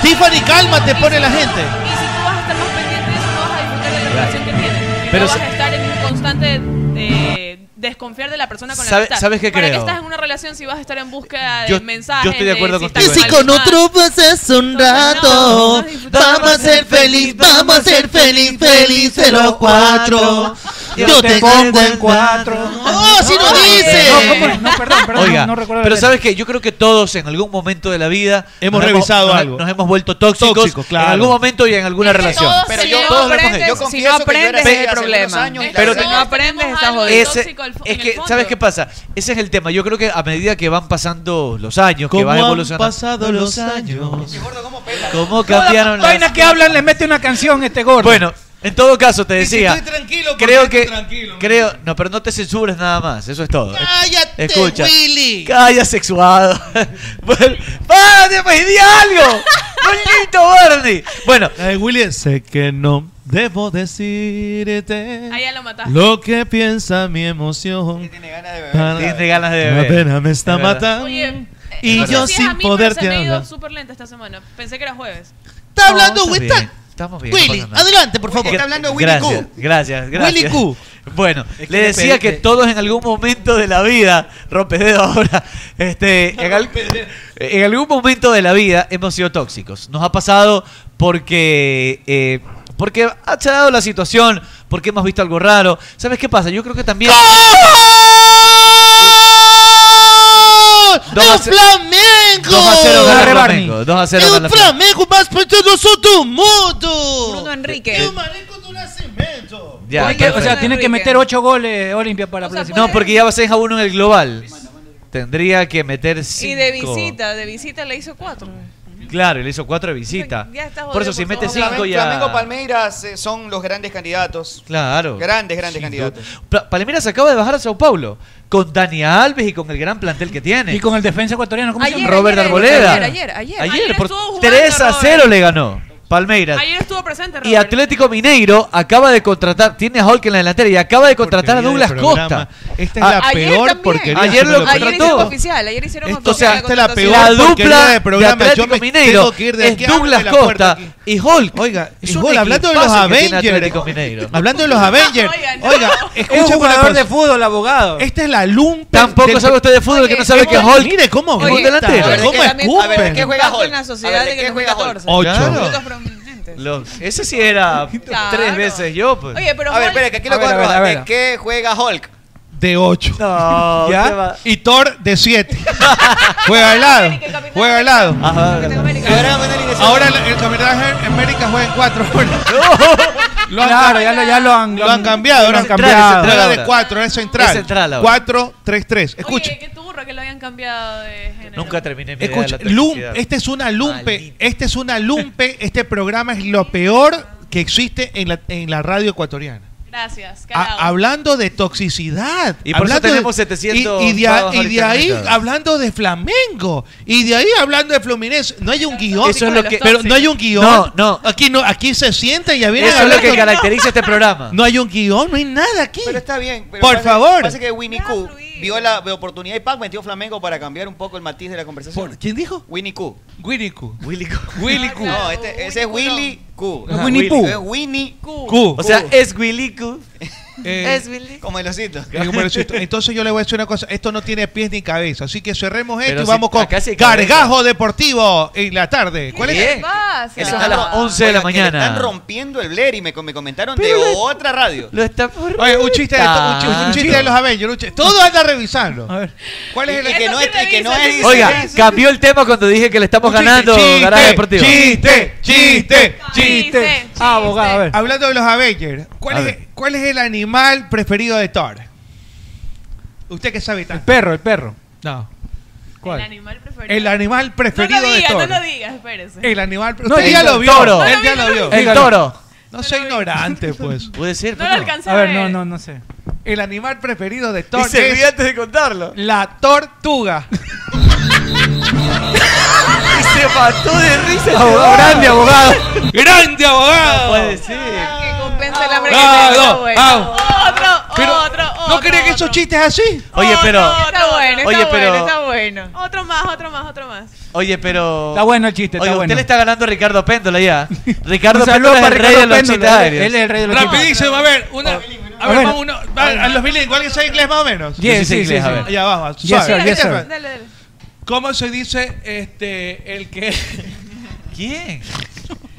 Speaker 15: Tiffany, cálmate, pone la gente.
Speaker 12: y si tú vas a estar más pendiente de eso, no vas a disfrutar de la relación que tienes.
Speaker 10: Pero
Speaker 12: Pero vas
Speaker 10: sa-
Speaker 12: a estar en un constante eh, desconfiar de la persona con
Speaker 10: ¿Sabe-
Speaker 12: la que estás.
Speaker 10: sabes qué
Speaker 12: ¿Para
Speaker 10: creo?
Speaker 12: qué estás en una relación si vas a estar en búsqueda
Speaker 10: Yo-
Speaker 12: de mensajes?
Speaker 10: yo estoy de acuerdo
Speaker 12: con
Speaker 10: contigo. Y si
Speaker 15: Con otro pasas un rato. Vamos a ser feliz, vamos a ser feliz, felices los cuatro. Yo te pongo en cuatro. ¡Oh, si no dice!
Speaker 10: Oiga,
Speaker 16: no recuerdo la
Speaker 10: pero
Speaker 16: letra.
Speaker 10: ¿sabes qué? Yo creo que todos en algún momento de la vida
Speaker 9: Hemos
Speaker 10: nos
Speaker 9: revisado
Speaker 10: nos-
Speaker 9: algo.
Speaker 10: Nos hemos vuelto tóxicos
Speaker 9: Tóxicos, claro.
Speaker 10: en algún momento y en alguna relación.
Speaker 14: Pero
Speaker 12: si
Speaker 14: yo,
Speaker 12: no
Speaker 14: todos lo hemos
Speaker 12: aprendes,
Speaker 14: hecho. Yo
Speaker 12: si no
Speaker 14: confieso que yo era
Speaker 12: aprendes,
Speaker 14: así
Speaker 12: es el
Speaker 14: hace unos
Speaker 12: problema.
Speaker 14: años y la
Speaker 10: Pero
Speaker 14: verdad-
Speaker 10: te- no
Speaker 12: aprendes, estás
Speaker 10: Ese-
Speaker 12: jodido. Tóxico al fo-
Speaker 10: es
Speaker 12: en
Speaker 10: que,
Speaker 12: el fondo.
Speaker 10: ¿sabes qué pasa? Ese es el tema. Yo creo que a medida que van pasando los años, que
Speaker 9: ¿Cómo
Speaker 10: vas
Speaker 9: han
Speaker 10: evolucionando.
Speaker 9: pasado los años?
Speaker 10: ¿Cómo cambiaron las
Speaker 16: Vainas que hablan, le mete una canción este gordo.
Speaker 10: Bueno, En todo caso, te
Speaker 9: si
Speaker 10: decía.
Speaker 9: estoy tranquilo, ¿por
Speaker 10: creo
Speaker 9: qué
Speaker 10: que.
Speaker 9: estoy tranquilo?
Speaker 10: creo, no, pero no te censures nada más. Eso es todo.
Speaker 23: ¡Cállate,
Speaker 10: Escucha.
Speaker 23: Willy!
Speaker 10: Calla, sexuado. Bueno, ¡Párate, pues, di algo! ¡Bonito, Barney! Bueno.
Speaker 9: William, sé que no debo decirte
Speaker 13: Ahí ya lo mataste.
Speaker 9: lo que piensa mi emoción. Tiene ganas de beber.
Speaker 10: Tiene ganas de beber.
Speaker 9: La pena me está
Speaker 10: Es verdad.
Speaker 9: matando.
Speaker 13: Oye,
Speaker 9: Y
Speaker 13: no sé
Speaker 9: yo
Speaker 13: si es
Speaker 9: sin
Speaker 13: a mí,
Speaker 9: poder
Speaker 13: pero se me ha
Speaker 9: te
Speaker 13: ido
Speaker 9: hablar.
Speaker 13: súper lenta esta semana. Pensé que era jueves.
Speaker 23: Está hablando
Speaker 10: Estamos
Speaker 23: Winston.
Speaker 10: bien, Estamos bien.
Speaker 23: Willy,
Speaker 10: no pasa nada.
Speaker 23: adelante, por favor. Está hablando Willy
Speaker 10: gracias,
Speaker 23: Q.
Speaker 10: Gracias, gracias.
Speaker 23: Willy Q.
Speaker 10: Bueno,
Speaker 23: que
Speaker 10: le
Speaker 23: le
Speaker 10: decía
Speaker 23: pedí-
Speaker 10: que todos en algún momento de la vida, rompedeo ahora, este, en, al- en algún momento de la vida hemos sido tóxicos. Nos ha pasado porque, eh, porque ha dado la situación, porque hemos visto algo raro. ¿Sabes qué pasa? Yo creo que también...
Speaker 23: ¡Es
Speaker 10: a
Speaker 15: ¡Oh,
Speaker 23: un
Speaker 10: cero-
Speaker 23: Flamengo!
Speaker 10: 2 a 0 gana el Flamengo. 2 a 0
Speaker 23: ¡Es
Speaker 10: gana
Speaker 23: un
Speaker 10: el Flamengo.
Speaker 23: Flamengo más poderoso do mundo!
Speaker 12: Bruno Enrique.
Speaker 10: Ya,
Speaker 16: Tiene que- o sea,
Speaker 10: perfecto.
Speaker 16: tiene que meter ocho goles Olimpia para clasificar.
Speaker 10: No, porque ya va 6 a 1 en el global. Tendría que meter 5.
Speaker 12: Y de visita, de visita le hizo cuatro.
Speaker 10: Claro, y le hizo 4 de visita.
Speaker 12: Ya estás
Speaker 10: Por eso,
Speaker 12: jodido,
Speaker 10: si
Speaker 12: por
Speaker 10: mete
Speaker 12: favor.
Speaker 10: 5 ya.
Speaker 14: Flamengo Palmeiras eh, son los grandes candidatos.
Speaker 10: Claro.
Speaker 14: Grandes, grandes
Speaker 10: Sin
Speaker 14: candidatos.
Speaker 10: duda. Pla- Palmeiras acaba de bajar a Sao Paulo con Dani Alves y con el gran plantel que tiene. Y
Speaker 16: con el defensa ecuatoriano,
Speaker 10: ¿cómo Robert
Speaker 12: ayer,
Speaker 10: Arboleda.
Speaker 12: ayer, ayer, ayer. Ayer
Speaker 10: por
Speaker 12: estuvo jugando,
Speaker 10: 3 a
Speaker 12: Robert.
Speaker 10: 0 le ganó Palmeiras.
Speaker 13: Ayer estuvo presente,
Speaker 10: Y Atlético Mineiro acaba de contratar, tiene a Hulk en la delantera y acaba de contratar
Speaker 9: Porquería
Speaker 10: a
Speaker 9: de
Speaker 10: Douglas
Speaker 9: programa.
Speaker 10: Costa.
Speaker 9: Esta es la
Speaker 10: A-
Speaker 9: peor
Speaker 12: también.
Speaker 9: porquería.
Speaker 10: Ayer lo
Speaker 12: Ayer hicieron
Speaker 10: contrató.
Speaker 12: oficial, ayer hicieron
Speaker 9: Esto,
Speaker 10: O sea,
Speaker 12: oficial.
Speaker 9: esta es la peor
Speaker 10: la
Speaker 9: porquería
Speaker 10: dupla
Speaker 9: de programa.
Speaker 10: de
Speaker 9: Yo
Speaker 10: Atlético
Speaker 9: me
Speaker 10: Mineiro
Speaker 9: tengo que ir de
Speaker 10: es
Speaker 9: aquí,
Speaker 10: Douglas
Speaker 9: ábreme la puerta
Speaker 10: Costa y Hulk.
Speaker 9: Oiga,
Speaker 10: Es
Speaker 9: y
Speaker 10: un
Speaker 9: Hulk, hablando de los
Speaker 10: equipazo que tiene
Speaker 9: Avengers.
Speaker 10: Atlético Mineiro.
Speaker 9: Hablando de los Avengers. Oiga, escucha
Speaker 16: es un
Speaker 9: una
Speaker 16: jugador
Speaker 9: cosa.
Speaker 16: de fútbol, abogado.
Speaker 9: Esta es la lumpa.
Speaker 10: Tampoco sabe usted de fútbol que no sabe que Hulk
Speaker 9: Mire cómo
Speaker 10: es un
Speaker 9: grita,
Speaker 10: delantero.
Speaker 9: ¿Cómo
Speaker 10: A
Speaker 9: escupe?
Speaker 10: ver, ¿de qué- a ver, ¿de qué juega
Speaker 12: Impacto
Speaker 10: Hulk?
Speaker 12: en la
Speaker 14: A ver,
Speaker 12: sociedad
Speaker 14: ¿de
Speaker 12: de
Speaker 14: qué juega
Speaker 12: 2014.
Speaker 10: Hulk? Ocho.
Speaker 12: Minutos prominentes.
Speaker 10: Los- ese sí era
Speaker 12: Claro.
Speaker 10: tres veces yo. Pues.
Speaker 12: Oye, pero
Speaker 14: a ver,
Speaker 12: Hulk-
Speaker 14: espera, que aquí
Speaker 10: A
Speaker 14: lo
Speaker 10: ver, a ver, a
Speaker 14: cuento. ¿De
Speaker 10: ver.
Speaker 14: qué juega Hulk?
Speaker 9: De 8.
Speaker 10: No, usted va-
Speaker 9: Y Thor de 7. juega al lado. Juega al lado. Ahora el, el Capitán América juega en 4. lo han,
Speaker 16: Claro, ya lo, ya lo han,
Speaker 9: lo han cambiado. Ahora
Speaker 16: han cambiado.
Speaker 9: Juega de 4, es central.
Speaker 10: Es central ahora.
Speaker 9: 4, 3, 3. Escuche.
Speaker 13: Oye, qué turro que lo habían cambiado de género.
Speaker 10: Nunca terminé mi idea de
Speaker 9: Escucha,
Speaker 10: la
Speaker 9: lum-
Speaker 10: toxicidad.
Speaker 9: este es una lumpe, este es una lumpe, este programa es lo peor que existe en la, en la radio ecuatoriana.
Speaker 13: Gracias,
Speaker 9: A- hablando de toxicidad.
Speaker 10: Y por eso
Speaker 9: hablando
Speaker 10: tenemos 700
Speaker 9: Y, y de, a-
Speaker 10: pavos
Speaker 9: y de
Speaker 10: ahorita
Speaker 9: ahí
Speaker 10: conectados.
Speaker 9: hablando de Flamengo. Y de ahí hablando de Fluminense. No hay un guión.
Speaker 10: Eso es lo que-
Speaker 9: pero no hay un guión.
Speaker 10: No, no.
Speaker 9: Aquí, no, aquí se siente y ya vienen
Speaker 10: Eso es lo
Speaker 9: hablando-
Speaker 10: que caracteriza este programa.
Speaker 9: No hay un guión, no hay nada aquí.
Speaker 14: Pero está bien. pero
Speaker 9: Por
Speaker 14: pasa-
Speaker 9: favor.
Speaker 14: Pasa que Winnie Q vio la oportunidad y Pac metió Flamengo para cambiar un poco el matiz de la conversación.
Speaker 9: ¿Quién dijo?
Speaker 14: Winnie Q.
Speaker 9: Winnie Q.
Speaker 10: Willy Q.
Speaker 9: Willy Q.
Speaker 14: No, este, ese es Willy Q.
Speaker 9: Es Winnie Pooh.
Speaker 14: Es Winnie Q.
Speaker 9: Q.
Speaker 10: O sea, es Willy Q.
Speaker 9: Eh,
Speaker 10: es Willy.
Speaker 14: Como el osito.
Speaker 9: Eh, como les digo, Entonces yo le voy a decir una cosa, esto no tiene pies ni cabeza, así que cerremos esto
Speaker 10: Pero
Speaker 9: y
Speaker 10: si-
Speaker 9: vamos con
Speaker 10: acá sí hay
Speaker 9: Gargajo Deportivo en la tarde. ¿Cuál
Speaker 10: Bien.
Speaker 9: es?
Speaker 10: ¿Qué pasa? Eso es a las 11 de la
Speaker 14: que le
Speaker 10: mañana.
Speaker 14: Están rompiendo el Blair y me, me comentaron
Speaker 10: Pero
Speaker 14: de
Speaker 10: le-
Speaker 14: otra radio.
Speaker 10: Lo está por
Speaker 9: Oye, un chiste, de, to- un chiste- un
Speaker 10: Ah.
Speaker 9: chiste de los Avengers, un chiste- todo anda revisando. ¿Cuál es el
Speaker 14: Y que no es- y que no es-
Speaker 10: Oiga, cambió el tema cuando dije que le estamos ganando Garaje Deportivo.
Speaker 9: Chiste, chiste,
Speaker 10: Chiste,
Speaker 9: chiste. Abogado, Hablando de los Avengers, ¿cuál,
Speaker 10: A
Speaker 9: es,
Speaker 10: ver.
Speaker 9: ¿cuál es el animal preferido de Thor? ¿Usted qué sabe tanto? El
Speaker 16: perro, el perro.
Speaker 9: No.
Speaker 13: El animal preferido.
Speaker 9: El animal preferido
Speaker 13: no lo
Speaker 9: de
Speaker 13: digas,
Speaker 9: Thor.
Speaker 13: no lo digas, espérese.
Speaker 9: El animal.
Speaker 16: No,
Speaker 9: usted
Speaker 16: el
Speaker 9: ya lo vio.
Speaker 16: toro.
Speaker 9: Él
Speaker 16: No,
Speaker 9: ya
Speaker 16: no,
Speaker 9: lo
Speaker 16: no,
Speaker 9: vio.
Speaker 16: no. El toro.
Speaker 9: No soy ignorante, pues.
Speaker 10: Puede ser.
Speaker 13: No lo alcancé
Speaker 16: A ver, no, no, no sé.
Speaker 9: El animal preferido de Thor.
Speaker 16: Y se
Speaker 9: es
Speaker 16: ríe
Speaker 10: antes de contarlo.
Speaker 9: La tortuga.
Speaker 10: Se mató de risa.
Speaker 16: Abogado, grande, abogado.
Speaker 9: Grande abogado.
Speaker 10: puede ser.
Speaker 12: Que compensa el hambre que
Speaker 9: Ah,
Speaker 12: tengo,
Speaker 9: no,
Speaker 12: bueno. Otro, otro,
Speaker 9: ¿No crees que esos chistes así?
Speaker 10: Oye, pero.
Speaker 12: Otro, Está bueno, está
Speaker 10: Oye, pero-
Speaker 12: bueno, está bueno.
Speaker 13: Otro más, otro más, otro más.
Speaker 10: Oye, pero.
Speaker 16: Está bueno el chiste, está
Speaker 10: Oiga,
Speaker 16: bueno.
Speaker 10: usted le está ganando a Ricardo Péndola ya. Ricardo
Speaker 16: Un saludo
Speaker 10: Péndola es el
Speaker 16: para
Speaker 10: rey de
Speaker 16: Ricardo
Speaker 10: los
Speaker 16: Péndola,
Speaker 10: chistes aéreos.
Speaker 16: él es el rey de los chistes.
Speaker 9: Rapidísimo, a ver, una. A ver,
Speaker 16: ver.
Speaker 9: vamos uno. va, A los bilingües, ¿alguien sabe inglés más o menos?
Speaker 16: Yes, Yo sí sé sí, inglés, sí, a sí. ver.
Speaker 9: Ya vamos.
Speaker 16: Yes,
Speaker 9: suave.
Speaker 16: sir, yes, sir.
Speaker 9: Dale, dale. ¿Cómo se dice este el que.
Speaker 10: ¿Quién?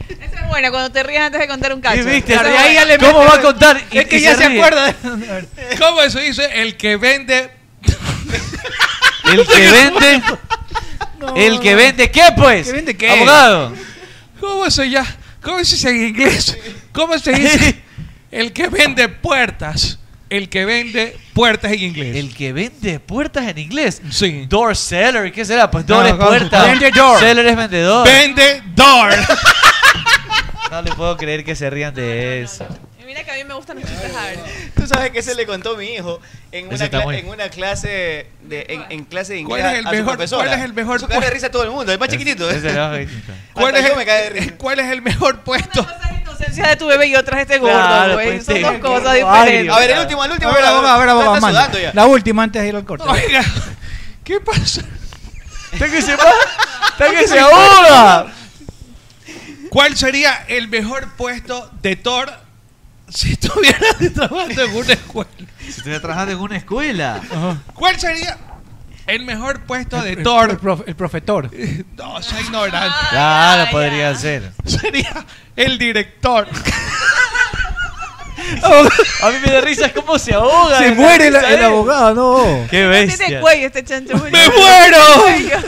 Speaker 12: Esa es buena, cuando te ríes antes de contar un cacho.
Speaker 9: viste?
Speaker 12: Esa es
Speaker 9: De ahí
Speaker 12: buena.
Speaker 9: ya le ¿Cómo meten- va a contar? Y-
Speaker 16: Es que
Speaker 9: y
Speaker 16: ya
Speaker 9: se
Speaker 16: se,
Speaker 9: ríe.
Speaker 16: acuerda. de-
Speaker 9: ¿Cómo se dice el que vende.
Speaker 10: El que vende. el que vende, ¿qué pues?
Speaker 9: ¿Que vende qué?
Speaker 10: Abogado.
Speaker 9: ¿Cómo se llama? ¿Cómo se dice en inglés? ¿Cómo se dice el que vende puertas? El que vende puertas en inglés.
Speaker 10: El que vende puertas en inglés.
Speaker 9: Sí.
Speaker 10: Door seller, ¿qué será? Pues door
Speaker 9: No,
Speaker 10: es
Speaker 9: ¿cómo?
Speaker 10: puerta.
Speaker 9: Vendedor.
Speaker 10: Seller es vendedor.
Speaker 9: Vendedor.
Speaker 10: No le puedo creer que se rían de eso.
Speaker 26: Y Mira que a mí me gustan los chistes, a ver.
Speaker 3: Tú sabes que se le contó a mi hijo en
Speaker 10: Eso
Speaker 3: una,
Speaker 10: está
Speaker 3: cla-
Speaker 10: muy-
Speaker 3: en una clase de en, en clase de
Speaker 10: ¿Cuál
Speaker 3: inglés
Speaker 10: es el
Speaker 3: a
Speaker 10: mejor-
Speaker 3: su profesora.
Speaker 10: cuál es el mejor
Speaker 3: Su cara de
Speaker 10: pu-
Speaker 3: risa a todo el mundo, el más chiquitito.
Speaker 10: Ese
Speaker 3: ¿eh?
Speaker 10: era más chiquito.
Speaker 3: ¿Cuál es el me cae de risa?
Speaker 9: ¿Cuál es el mejor puesto?
Speaker 12: Esencia de tu bebé y otra es este gordo,
Speaker 16: Claro,
Speaker 12: güey.
Speaker 16: pues,
Speaker 12: Son
Speaker 16: sí.
Speaker 12: dos cosas
Speaker 16: Agrio,
Speaker 12: diferentes.
Speaker 16: A ver, el último, el último. A ver, a ver, a ver, a ver,
Speaker 12: Está
Speaker 16: manda.
Speaker 12: sudando ya.
Speaker 16: La última antes de ir al corte. Oiga,
Speaker 9: ¿qué pasa?
Speaker 10: Está que se va, está
Speaker 9: que se ahoga. ¿Cuál sería el mejor puesto de Thor si estuviera trabajando en una escuela?
Speaker 10: Si estuviera trabajando en una escuela.
Speaker 9: ¿Cuál sería el mejor puesto de
Speaker 16: El-
Speaker 9: Thor?
Speaker 16: El, prof- el profetor.
Speaker 9: No, soy ignorante.
Speaker 10: Claro, pues. podría ser.
Speaker 9: Sería el director.
Speaker 10: A mí me da risa es como se ahoga.
Speaker 9: Se
Speaker 10: de la ¿eh?
Speaker 9: muere
Speaker 10: risa
Speaker 9: la- el
Speaker 10: él.
Speaker 9: abogado,
Speaker 16: no.
Speaker 10: Qué
Speaker 12: Tiene
Speaker 10: bestia.
Speaker 12: cuello este chancho. ¡Me
Speaker 16: muero!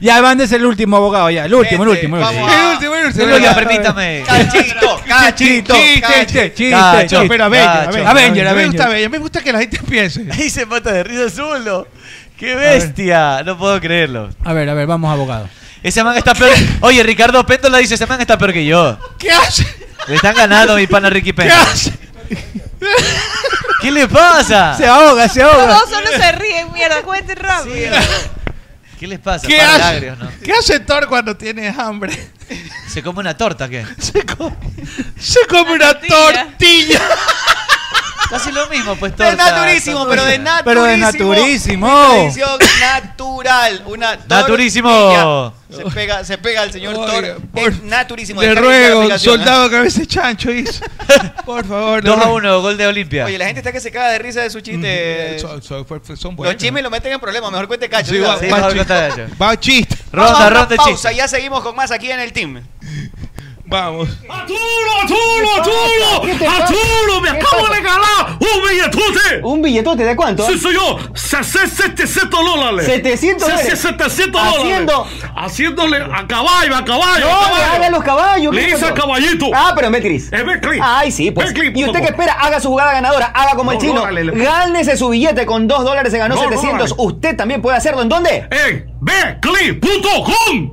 Speaker 16: Ya, mándese el último abogado, ya. El último, el último. El último,
Speaker 9: a-
Speaker 16: el último. el último.
Speaker 9: El último,
Speaker 16: Ya,
Speaker 10: permítame.
Speaker 16: Cachito,
Speaker 9: cachito. Chiste, chiste, Cacho,
Speaker 16: chiste. Pero Avenger,
Speaker 9: cacho.
Speaker 16: Avenger,
Speaker 9: Avenger, Avenger.
Speaker 16: Avenger. Me gusta Avenger, me gusta que la gente piense.
Speaker 10: Ahí se mata de risa solo. Qué bestia. No puedo creerlo.
Speaker 16: A ver, a ver, vamos, abogado.
Speaker 10: Ese man está peor. Oye, Ricardo Péndola dice: Ese man está peor que yo.
Speaker 9: ¿Qué hace?
Speaker 10: Le están ganando a mi pana Ricky
Speaker 9: ¿Qué
Speaker 10: Péndola.
Speaker 9: hace?
Speaker 10: ¿Qué le pasa?
Speaker 9: Se ahoga, se ahoga.
Speaker 12: Los dos solo se ríen, mierda. Cuente rápido.
Speaker 10: ¿Qué les pasa?
Speaker 9: ¿Qué
Speaker 10: Para
Speaker 9: hace?
Speaker 10: lágrimas, ¿no?
Speaker 9: ¿Qué hace Thor cuando tiene hambre?
Speaker 10: ¿Se come una torta qué?
Speaker 9: Se come una tortilla.
Speaker 10: Casi lo mismo, pues
Speaker 3: De
Speaker 10: torta.
Speaker 3: naturísimo, pero de naturísimo.
Speaker 16: Pero de naturísimo.
Speaker 3: Tradición natural. Una Thor
Speaker 10: Naturísimo.
Speaker 3: y ya. Se pega, se pega al señor Thor. Es naturísimo.
Speaker 9: Le
Speaker 3: Dejar de buscar
Speaker 9: ruego,
Speaker 3: aplicación, ¿eh?
Speaker 9: soldado cabeza de chancho, hizo. Por favor. le
Speaker 10: 2 a
Speaker 9: ruego.
Speaker 10: 1, gol de Olimpia.
Speaker 3: Oye, la gente está que se caga de risa de su chiste.
Speaker 9: Son- son- Eh, fue- son
Speaker 3: Los
Speaker 9: buenos.
Speaker 3: chismes lo meten en problemas. Mejor cuente cacho.
Speaker 9: Sí,
Speaker 3: diga.
Speaker 9: va- va chiste. Va chiste.
Speaker 3: Vamos a una pausa, ya seguimos con más aquí en el team.
Speaker 9: Vamos.
Speaker 15: ¡Chulo,
Speaker 3: ¿Qué te
Speaker 15: chulo!
Speaker 3: pasa?
Speaker 15: ¡A chulo! ¡Me
Speaker 3: ¿Qué
Speaker 15: acabo
Speaker 3: pasa?
Speaker 15: de ganar un billetote!
Speaker 14: ¿Un billetote de cuánto?
Speaker 15: Sí, señor. 700 dólares.
Speaker 14: 700 dólares.
Speaker 15: 700 dólares.
Speaker 14: Haciendo-
Speaker 15: Haciéndole a caballo, a caballo.
Speaker 14: No,
Speaker 15: a caballo.
Speaker 14: haga los caballos.
Speaker 15: Le
Speaker 14: ¿qué
Speaker 15: hice
Speaker 14: pasó?
Speaker 15: a caballito.
Speaker 14: Ah, pero en Betcris.
Speaker 15: En Betcris.
Speaker 14: Ay, sí, pues.
Speaker 15: Betcris,
Speaker 14: y
Speaker 15: punto
Speaker 14: usted que
Speaker 15: com.
Speaker 14: espera, haga su jugada ganadora, haga como el
Speaker 15: No,
Speaker 14: chino.
Speaker 15: no, dale, le-
Speaker 14: Gánese su billete con 2 dólares, se ganó
Speaker 15: No, no,
Speaker 14: 700. usted también puede hacerlo. ¿En dónde?
Speaker 15: En Betcris.com.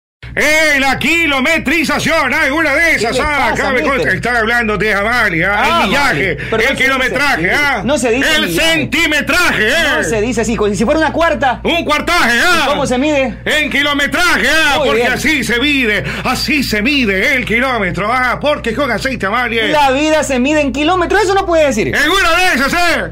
Speaker 15: ¡Eh, la kilometrización! ¿Alguna de esas?
Speaker 14: le
Speaker 15: Ah,
Speaker 14: pasa,
Speaker 15: acá me
Speaker 14: mister?
Speaker 15: consta que están hablando de Amalia,
Speaker 14: Ah,
Speaker 15: el millaje,
Speaker 14: vale. Pero no se
Speaker 15: el
Speaker 14: dice
Speaker 15: kilometraje,
Speaker 14: así.
Speaker 15: ¿ah?
Speaker 14: No se dice
Speaker 15: El
Speaker 14: millaje.
Speaker 15: centimetraje, ¿eh?
Speaker 14: No se dice así. Si fuera una cuarta.
Speaker 15: Un cuartaje, ¿ah?
Speaker 14: ¿Y ¿Cómo se mide?
Speaker 15: En kilometraje, ah,
Speaker 14: Muy
Speaker 15: porque
Speaker 14: bien.
Speaker 15: así se mide, así se mide el kilómetro, ah, porque con aceite, Amalia.
Speaker 14: La vida se mide en kilómetros, eso no puede decir.
Speaker 15: ¡En una de esas, eh!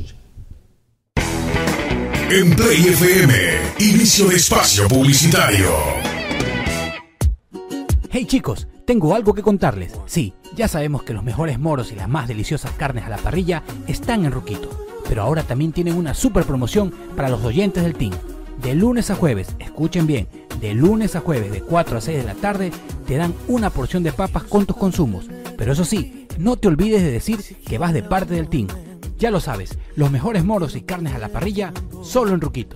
Speaker 23: En Play FM, inicio de espacio publicitario.
Speaker 22: Hey chicos, tengo algo que contarles. Sí, ya sabemos que los mejores moros y las más deliciosas carnes a la parrilla están en Ruquito, pero ahora también tienen una super promoción para los oyentes del team. De lunes a jueves, escuchen bien, de lunes a jueves de 4 a 6 de la tarde te dan una porción de papas con tus consumos. Pero eso sí, no te olvides de decir que vas de parte del team. Ya lo sabes, los mejores moros y carnes a la parrilla solo en Ruquito.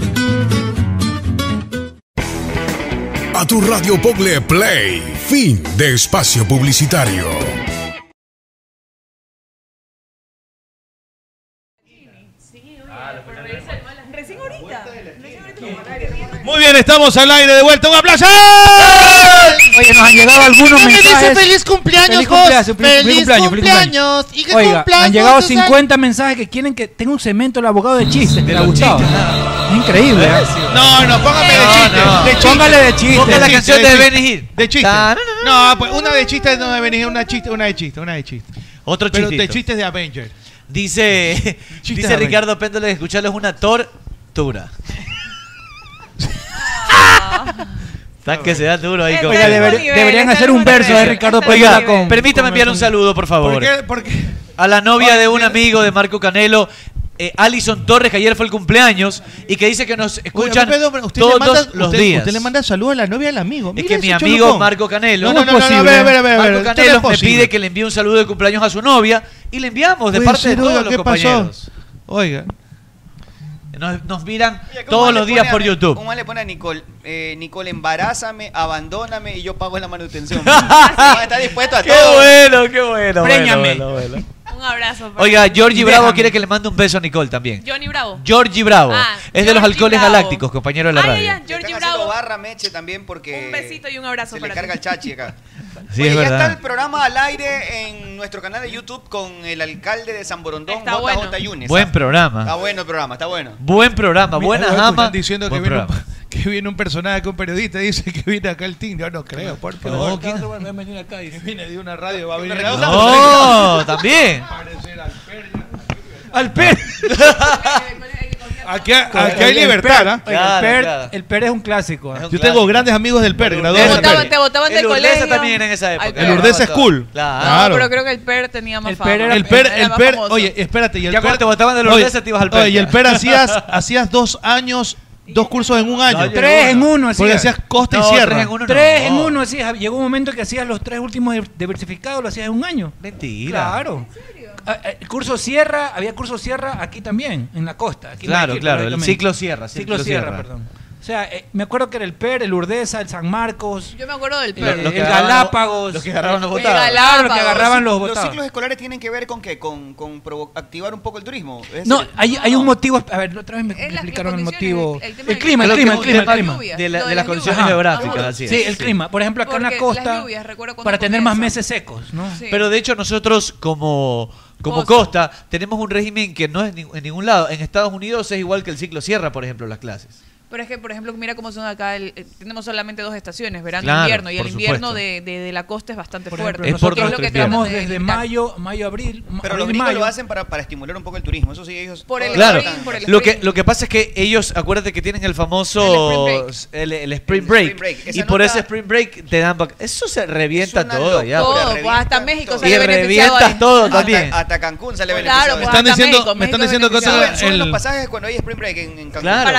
Speaker 23: A tu radio Poble Play, fin de espacio publicitario.
Speaker 12: Recién ahorita. Recién ahorita me mandaron.
Speaker 23: Muy bien, estamos al aire de vuelta. ¡Un aplauso!
Speaker 16: Oye, nos han llegado algunos
Speaker 27: ¿Qué me
Speaker 16: mensajes.
Speaker 27: dice feliz cumpleaños,
Speaker 16: Feliz
Speaker 27: vos?
Speaker 16: cumpleaños, feliz-
Speaker 27: Feliz
Speaker 16: feliz cumpleaños, feliz
Speaker 27: cumpleaños. Y que
Speaker 16: Oiga,
Speaker 27: cumplas
Speaker 16: han llegado
Speaker 27: muchos años.
Speaker 16: 50 mensajes que quieren que tenga un cemento el abogado de chiste. ¿Te ha gustado? Es increíble. ¿eh?
Speaker 9: No, no, póngame de chiste. de chiste.
Speaker 16: Póngale de chiste.
Speaker 9: Ponga
Speaker 16: De chiste, de
Speaker 9: chiste.
Speaker 16: Benny Hill.
Speaker 9: De chiste. No, pues una de chiste no de Benny Hill, una chiste, una de chiste, una de chiste.
Speaker 10: Otro
Speaker 9: Pero de
Speaker 10: chistito.
Speaker 9: chistes de Avenger.
Speaker 10: Dice,
Speaker 9: Chiste
Speaker 10: dice
Speaker 9: de
Speaker 10: Ricardo Péndoles que escucharlo es una tortura. Están que se dan duro ahí.
Speaker 9: Está
Speaker 10: con-
Speaker 9: en otro Deber- nivel, deberían está en hacer un otro verso de nivel. Ricardo Está en
Speaker 10: Oiga,
Speaker 9: otro nivel.
Speaker 10: permítame enviar un saludo, por favor.
Speaker 9: ¿Por qué? ¿Por qué?
Speaker 10: A la novia de un amigo de Marco Canelo, eh, Alison Torres, que ayer fue el cumpleaños, y que dice que nos escuchan
Speaker 9: Oiga, Pepe, usted le
Speaker 10: todos
Speaker 9: manda-
Speaker 10: los
Speaker 9: usted-
Speaker 10: días.
Speaker 9: Usted le manda saludos a la novia del amigo.
Speaker 10: Es
Speaker 9: Mira
Speaker 10: que mi
Speaker 9: ese
Speaker 10: amigo
Speaker 9: cholucón.
Speaker 10: Marco Canelo.
Speaker 9: No, no, no, no, no, a ver, a ver, a ver, a ver,
Speaker 10: Marco
Speaker 9: esto no
Speaker 10: Canelo
Speaker 9: es
Speaker 10: me
Speaker 9: posible.
Speaker 10: pide que le envíe un saludo de cumpleaños a su novia y le enviamos de
Speaker 9: Oye,
Speaker 10: parte de
Speaker 9: Cirulo,
Speaker 10: todos los
Speaker 9: ¿qué pasó?
Speaker 10: compañeros.
Speaker 9: Oiga.
Speaker 10: Nos, nos miran
Speaker 14: Oye, ¿cómo
Speaker 10: todos
Speaker 14: más le
Speaker 10: los días
Speaker 14: pone a-
Speaker 10: por YouTube.
Speaker 14: ¿Cómo más le pone a Nicole? Eh, Nicole, embarázame, abandóname y yo pago la manutención. Está dispuesto a
Speaker 10: Qué
Speaker 14: todo.
Speaker 10: bueno, qué bueno.
Speaker 14: Préñame.
Speaker 10: bueno, bueno, bueno.
Speaker 28: Un abrazo. para-
Speaker 10: Oiga, Georgie Bravo quiere que le mande un beso a Nicole también.
Speaker 28: Johnny Bravo.
Speaker 10: Georgie Bravo.
Speaker 28: Ah,
Speaker 10: es de los alcoholes galácticos, compañero de la radio.
Speaker 14: Georgie Bravo. barra Meche también porque un besito
Speaker 12: y un abrazo
Speaker 14: se le carga el chachi acá.
Speaker 10: Sí,
Speaker 14: Oye,
Speaker 10: es
Speaker 14: ya está
Speaker 10: verdad.
Speaker 14: el programa al aire en nuestro canal de YouTube con el alcalde de San Borondón,
Speaker 12: Está
Speaker 14: JJ
Speaker 12: bueno.
Speaker 14: Yunes.
Speaker 10: Buen programa.
Speaker 14: Está bueno el programa, está bueno.
Speaker 10: Buen programa,
Speaker 9: Mira,
Speaker 10: buena
Speaker 9: oye, pues,
Speaker 10: jama.
Speaker 9: Están diciendo que
Speaker 10: buen
Speaker 9: viene, un,
Speaker 10: programa.
Speaker 9: que viene un personaje, que un periodista dice que viene acá el team. Yo no creo, por favor.
Speaker 10: No, ¿quién?
Speaker 9: Viene de una radio, va a venir a
Speaker 10: No, también.
Speaker 9: Al PER. aquí, aquí hay
Speaker 16: El- el Per-
Speaker 9: libertad, ¿ah?
Speaker 16: oiga, El Per, el Per es un clásico. ¿ah?
Speaker 9: Yo tengo grandes amigos del PER, graduados del
Speaker 12: Botaban-
Speaker 9: PER.
Speaker 12: te botaban del
Speaker 10: El Urdesa
Speaker 12: colegio.
Speaker 10: también era en esa época.
Speaker 12: Al
Speaker 9: El Urdesa es cool.
Speaker 12: No, pero creo que el Per tenía más
Speaker 9: El
Speaker 12: fama.
Speaker 9: per, el per, el
Speaker 12: más
Speaker 9: per
Speaker 12: famoso.
Speaker 9: oye, espérate. Y el
Speaker 10: Ya
Speaker 9: per,
Speaker 10: cuando te botaban de la
Speaker 9: oye,
Speaker 10: Urdesa, te ibas al per.
Speaker 9: Oye, y el per hacías, hacías dos años, dos cursos en un año.
Speaker 16: yo Tres en uno hacía.
Speaker 9: Porque hacías costa y sierra.
Speaker 16: Tres en uno, así. Javi. Llegó un momento que hacías los tres últimos di- diversificados, lo hacías en un año.
Speaker 10: Mentira.
Speaker 16: Claro. Ah, ah, El curso Sierra, había curso Sierra aquí también, en la costa. aquí en
Speaker 10: Claro,
Speaker 16: Guayaquil,
Speaker 10: claro, el
Speaker 16: prácticamente.
Speaker 10: ciclo Sierra,
Speaker 16: Ciclo,
Speaker 10: ciclo
Speaker 16: Sierra,
Speaker 10: Sierra.
Speaker 16: perdón. O sea, eh, me acuerdo que era el PER, el Urdesa, el San Marcos.
Speaker 12: Yo me acuerdo del
Speaker 16: Eh,
Speaker 12: Per.
Speaker 16: el Galápagos.
Speaker 10: los que agarraban los
Speaker 16: El
Speaker 10: botados.
Speaker 16: Galápagos, los que agarraban los
Speaker 14: Los
Speaker 16: botados.
Speaker 14: ciclos escolares tienen que ver con qué? Con, con provo- activar un poco el turismo. Es
Speaker 16: No,
Speaker 14: decir,
Speaker 16: hay, hay un motivo. A ver, otra vez me, me explicaron el motivo. El, clima, el clima, el clima, el clima.
Speaker 10: De, la- de las condiciones geográficas, así es.
Speaker 16: Sí, el clima. Por ejemplo, acá en la
Speaker 12: Porque
Speaker 16: costa,
Speaker 12: las lluvias, recuerdo cuando
Speaker 16: para tener más
Speaker 12: comienza.
Speaker 16: meses secos, ¿no?
Speaker 12: Sí.
Speaker 10: Pero de hecho nosotros como, como costa. tenemos un régimen que no es ni- en ningún lado. En Estados Unidos es igual que el ciclo Sierra, por ejemplo, las clases.
Speaker 12: Pero es que, por ejemplo, mira cómo son acá. el- eh, tenemos solamente dos estaciones, verano
Speaker 10: Claro,
Speaker 12: e invierno. Y
Speaker 10: por
Speaker 12: el invierno
Speaker 10: supuesto.
Speaker 12: de, de- de la costa es bastante
Speaker 16: Por
Speaker 12: fuerte.
Speaker 16: ejemplo, es
Speaker 12: que es
Speaker 16: nosotros
Speaker 12: lo que
Speaker 16: estamos
Speaker 12: tratamos de
Speaker 16: desde
Speaker 12: evitar.
Speaker 16: mayo, mayo, abril. ma-
Speaker 14: pero los
Speaker 16: abril,
Speaker 14: gringos
Speaker 16: mayo.
Speaker 14: lo hacen para, para estimular un poco el turismo. Eso sí, ellos.
Speaker 12: Por el
Speaker 10: Claro,
Speaker 12: spring, por el
Speaker 10: lo que,
Speaker 12: spring.
Speaker 10: lo que pasa es que ellos, acuérdate que tienen el famoso
Speaker 12: El
Speaker 10: el, el spring
Speaker 12: El
Speaker 10: break,
Speaker 12: spring break.
Speaker 10: y
Speaker 12: Esa
Speaker 10: por
Speaker 12: nota-
Speaker 10: ese spring break te dan vac- eso se revienta todo ya.
Speaker 12: Todo, pues, hasta México se
Speaker 10: Y
Speaker 12: le beneficiado
Speaker 10: revientas
Speaker 12: ahí.
Speaker 10: todo
Speaker 14: Hasta-
Speaker 10: también.
Speaker 14: Hasta Cancún sale
Speaker 12: Claro,
Speaker 14: beneficiado.
Speaker 12: pues, Me están hasta diciendo- México, me están México diciendo que otro-
Speaker 14: Suben- suben
Speaker 9: el-
Speaker 14: los pasajes cuando hay spring break en, en Cancún.
Speaker 9: Claro.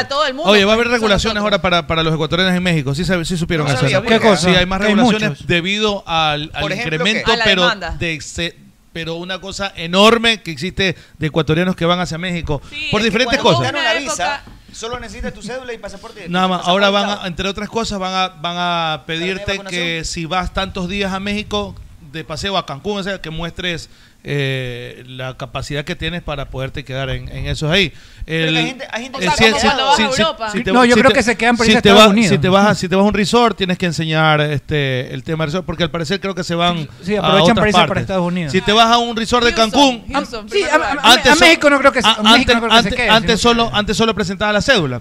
Speaker 9: Oye, va a haber regulaciones ahora para, para los ecuatorianos en México. Sí, sab- sí supieron
Speaker 14: No
Speaker 9: eso.
Speaker 14: sabía,
Speaker 9: ¿no?
Speaker 14: ¿por qué?
Speaker 9: Sí, hay más
Speaker 14: Que hay
Speaker 9: regulaciones
Speaker 14: muchos.
Speaker 9: debido al, al
Speaker 14: Por ejemplo, ¿qué?
Speaker 9: incremento,
Speaker 14: A la
Speaker 9: pero,
Speaker 14: demanda.
Speaker 9: de exce- pero una cosa
Speaker 14: Eh,
Speaker 9: enorme que existe de ecuatorianos que van hacia México por diferentes cosas.
Speaker 14: Una visa, solo necesitas tu cédula y pasaporte.
Speaker 9: Nada más, ahora
Speaker 14: Pasaporte.
Speaker 9: van a, entre otras cosas, van a, van a pedirte que si vas tantos días a México, de paseo a Cancún, o sea, que muestres eh, la capacidad que tienes para poderte quedar en, en esos ahí. El-
Speaker 14: hay gente- hay gente que
Speaker 9: el- si-
Speaker 14: se va
Speaker 9: si-
Speaker 14: cuando vas
Speaker 9: si-
Speaker 14: a
Speaker 9: si-
Speaker 14: Europa.
Speaker 9: si te-
Speaker 16: No, yo
Speaker 9: si
Speaker 16: creo
Speaker 9: te-
Speaker 16: que se quedan por
Speaker 9: si
Speaker 16: irse a
Speaker 9: te
Speaker 16: Estados
Speaker 9: vas-
Speaker 16: Unidos.
Speaker 9: Si te, vas, a- si te vas a un resort, tienes que enseñar este el tema resort, porque al parecer creo que se van
Speaker 16: Sí,
Speaker 9: a
Speaker 16: aprovechan
Speaker 9: otras
Speaker 16: para irse para
Speaker 9: partes.
Speaker 16: Estados Unidos.
Speaker 9: Si te vas a un resort de Cancún,
Speaker 16: Ah, sí, a, a- a-
Speaker 9: antes
Speaker 16: a México no creo que, se-
Speaker 9: a-
Speaker 16: a México
Speaker 9: antes,
Speaker 16: no creo que
Speaker 9: antes-
Speaker 16: se quede.
Speaker 9: antes solo, antes solo presentaba la cédula.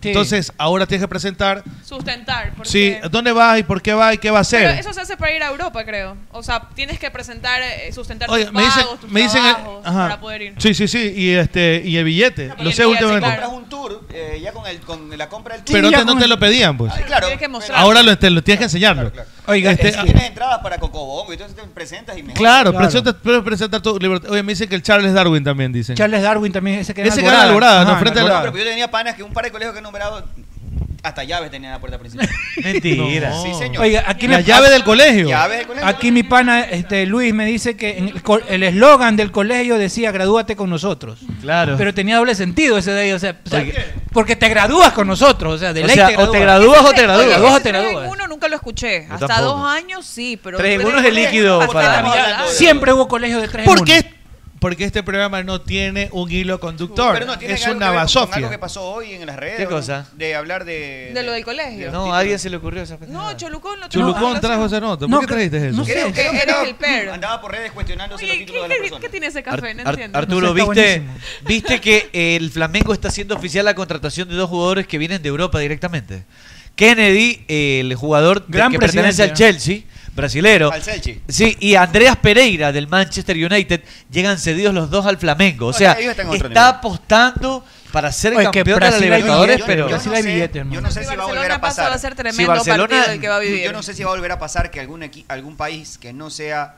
Speaker 16: sí.
Speaker 9: Entonces, ahora tienes que presentar
Speaker 28: Sustentar. porque-
Speaker 9: sí, dónde vas y por qué vas y qué va a
Speaker 28: Pero
Speaker 9: hacer.
Speaker 28: eso se hace para ir a Europa, creo. O sea, tienes que presentar, eh, sustentar
Speaker 9: Oye,
Speaker 28: tus
Speaker 9: me dicen,
Speaker 28: pagos, tus
Speaker 9: me
Speaker 10: eh,
Speaker 9: dicen, eh,
Speaker 28: trabajos
Speaker 9: ajá.
Speaker 28: para poder ir.
Speaker 9: Sí, sí, sí, y este y el billete, lo sé últimamente.
Speaker 14: compras un tour, eh, ya con, el, con la compra del tour.
Speaker 9: Pero antes no te lo pedían, pues.
Speaker 14: Ay, claro.
Speaker 9: Ahora lo, te lo tienes que enseñarlo.
Speaker 14: Oiga,
Speaker 9: Este,
Speaker 14: si tienes entradas para Cocobongo, entonces te presentas y mejor.
Speaker 9: Claro, presenta, pero presenta tu libertad. Oye, me dicen que el Charles Darwin también dicen.
Speaker 16: Charles Darwin también, ese que era
Speaker 9: Ese que era
Speaker 16: Alborada.
Speaker 9: Alborada,
Speaker 16: Ajá,
Speaker 9: no, frente a
Speaker 14: No,
Speaker 9: la-
Speaker 14: pero yo tenía panas que un par de colegios que he nombrado hasta llaves tenían en la puerta principal.
Speaker 10: Mentira.
Speaker 14: Sí, señor.
Speaker 16: Oiga, aquí
Speaker 14: La
Speaker 16: me-
Speaker 14: llave
Speaker 9: del colegio.
Speaker 14: Llaves del colegio.
Speaker 16: Aquí mi pana este, Luis me dice que en el co- el eslogan del colegio decía gradúate con nosotros.
Speaker 10: Claro.
Speaker 16: Pero tenía doble sentido ese de ahí, o sea, o sea, porque te gradúas con nosotros, o sea, de
Speaker 10: O
Speaker 16: ley
Speaker 10: sea,
Speaker 16: te
Speaker 10: o te
Speaker 16: gradúas.
Speaker 10: gradúas o te
Speaker 16: Te
Speaker 10: gradúas. Oye,
Speaker 16: gradúas o
Speaker 10: ese
Speaker 16: te
Speaker 10: tren
Speaker 16: gradúas.
Speaker 12: Uno nunca lo escuché. Hasta
Speaker 10: tampoco.
Speaker 12: dos años sí, pero.
Speaker 10: Tres en
Speaker 12: pero
Speaker 10: uno es el
Speaker 12: después-
Speaker 10: líquido
Speaker 12: hasta
Speaker 10: para-
Speaker 12: la mitad.
Speaker 16: Siempre hubo colegios de tres
Speaker 12: ¿Por
Speaker 16: qué?
Speaker 15: porque este programa no tiene un hilo conductor.
Speaker 14: Pero no, tiene
Speaker 15: es
Speaker 14: algo
Speaker 15: una
Speaker 14: que ver con- con
Speaker 15: basofia.
Speaker 14: algo que pasó hoy en las redes.
Speaker 15: ¿Qué
Speaker 14: ¿o no?
Speaker 15: cosa?
Speaker 14: De hablar de...
Speaker 12: De lo del colegio.
Speaker 10: No, a alguien se le ocurrió esa pendejada.
Speaker 12: No, Cholucón lo trajo.
Speaker 15: Chulucón trajo esa nota. ¿Por
Speaker 10: No,
Speaker 15: qué
Speaker 10: creo-
Speaker 15: trajiste eso?
Speaker 10: no sé.
Speaker 12: Creo que
Speaker 14: Creo que
Speaker 12: eres
Speaker 14: no.
Speaker 12: el perro.
Speaker 14: Andaba por redes cuestionándose
Speaker 12: Oye, ¿qué, qué- qué tiene ese café? No
Speaker 10: Ar-
Speaker 12: entiendo.
Speaker 10: Arturo, ¿viste, ¿viste que el Flamengo está haciendo oficial la contratación de dos jugadores que vienen de Europa directamente? Kennedy, eh, el jugador de-
Speaker 14: Gran
Speaker 10: que pertenece al
Speaker 14: presidente.
Speaker 10: Chelsea, brasilero.
Speaker 14: Al Chelsea.
Speaker 10: Sí, y Andreas Pereira del Manchester United llegan cedidos los dos al Flamengo. O sea,
Speaker 14: ellos están en otro
Speaker 10: está apostando para ser
Speaker 16: Oye, que
Speaker 10: campeón de la
Speaker 16: Brasil hay
Speaker 10: Libertadores,
Speaker 16: billete,
Speaker 10: pero...
Speaker 16: Brasil hay billete, hermano.
Speaker 14: Yo no sé si va a volver
Speaker 12: pasa,
Speaker 14: a pasar.
Speaker 12: va a ser tremendo
Speaker 10: Barcelona-
Speaker 12: partido el que va a vivir.
Speaker 14: Yo no sé si va a volver a pasar que algún, equi- algún país que no sea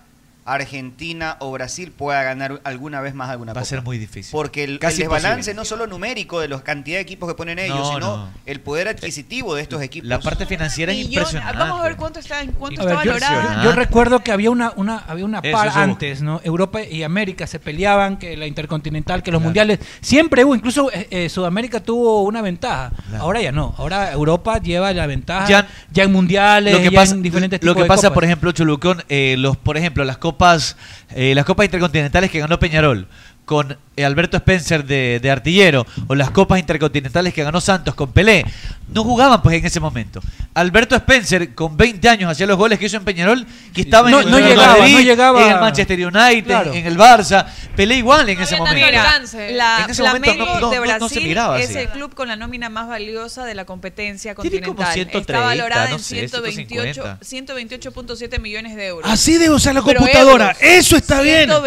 Speaker 14: Argentina o Brasil pueda ganar alguna vez más alguna
Speaker 10: Va a
Speaker 14: copa.
Speaker 10: ser muy difícil.
Speaker 14: Porque el,
Speaker 10: Casi
Speaker 14: el desbalance
Speaker 10: imposible.
Speaker 14: no solo numérico de la cantidad de equipos que ponen ellos,
Speaker 10: No,
Speaker 14: sino
Speaker 10: no. Eh,
Speaker 14: el poder adquisitivo de estos equipos.
Speaker 10: La parte financiera es
Speaker 12: Millón-
Speaker 10: impresionante.
Speaker 12: Ah, Vamos a ver cuánto está, en cuánto
Speaker 16: A
Speaker 12: está
Speaker 16: ver, yo,
Speaker 12: valorada.
Speaker 16: yo- yo recuerdo que había una, una, había una
Speaker 10: Eso,
Speaker 16: par
Speaker 10: eso.
Speaker 16: antes, ¿no? Europa y América se peleaban, que la intercontinental, que los mundiales. Siempre hubo, incluso eh, eh, Sudamérica tuvo una ventaja. Ahora ya no. Ahora Europa lleva la ventaja ya,
Speaker 10: Ya-
Speaker 16: en mundiales,
Speaker 10: lo que
Speaker 16: ya
Speaker 10: pasa,
Speaker 16: en diferentes
Speaker 10: lo
Speaker 16: tipos
Speaker 10: que
Speaker 16: de
Speaker 10: pasa
Speaker 16: copas.
Speaker 10: por ejemplo Chulucón eh, los por ejemplo las copas eh, las copas intercontinentales que ganó Peñarol con eh, Alberto Spencer de, de artillero o las copas intercontinentales que ganó Santos con Pelé no jugaban pues en ese momento Alberto Spencer con 20 años hacía los goles que hizo en Peñarol que estaba
Speaker 16: No-
Speaker 10: en, el
Speaker 16: no
Speaker 10: Real
Speaker 16: llegaba,
Speaker 10: Madrid,
Speaker 16: no llegaba.
Speaker 10: en el Manchester United
Speaker 16: Claro.
Speaker 10: en el Barça Pelé igual en ese momento
Speaker 12: Mira, la
Speaker 10: En ese momento
Speaker 12: Flamengo
Speaker 10: no- no-
Speaker 12: de
Speaker 10: no- no se
Speaker 12: Brasil
Speaker 10: miraba
Speaker 12: es
Speaker 10: así.
Speaker 12: el club con la nómina más valiosa de la competencia
Speaker 10: Tiene como
Speaker 12: continental.
Speaker 10: 130,
Speaker 12: Está valorada
Speaker 10: no
Speaker 12: en
Speaker 10: sé,
Speaker 12: 128
Speaker 10: 150.
Speaker 12: 128.7 millones de euros.
Speaker 20: Así debe usar la
Speaker 12: Pero
Speaker 20: computadora.
Speaker 12: euros.
Speaker 20: Eso está bien. No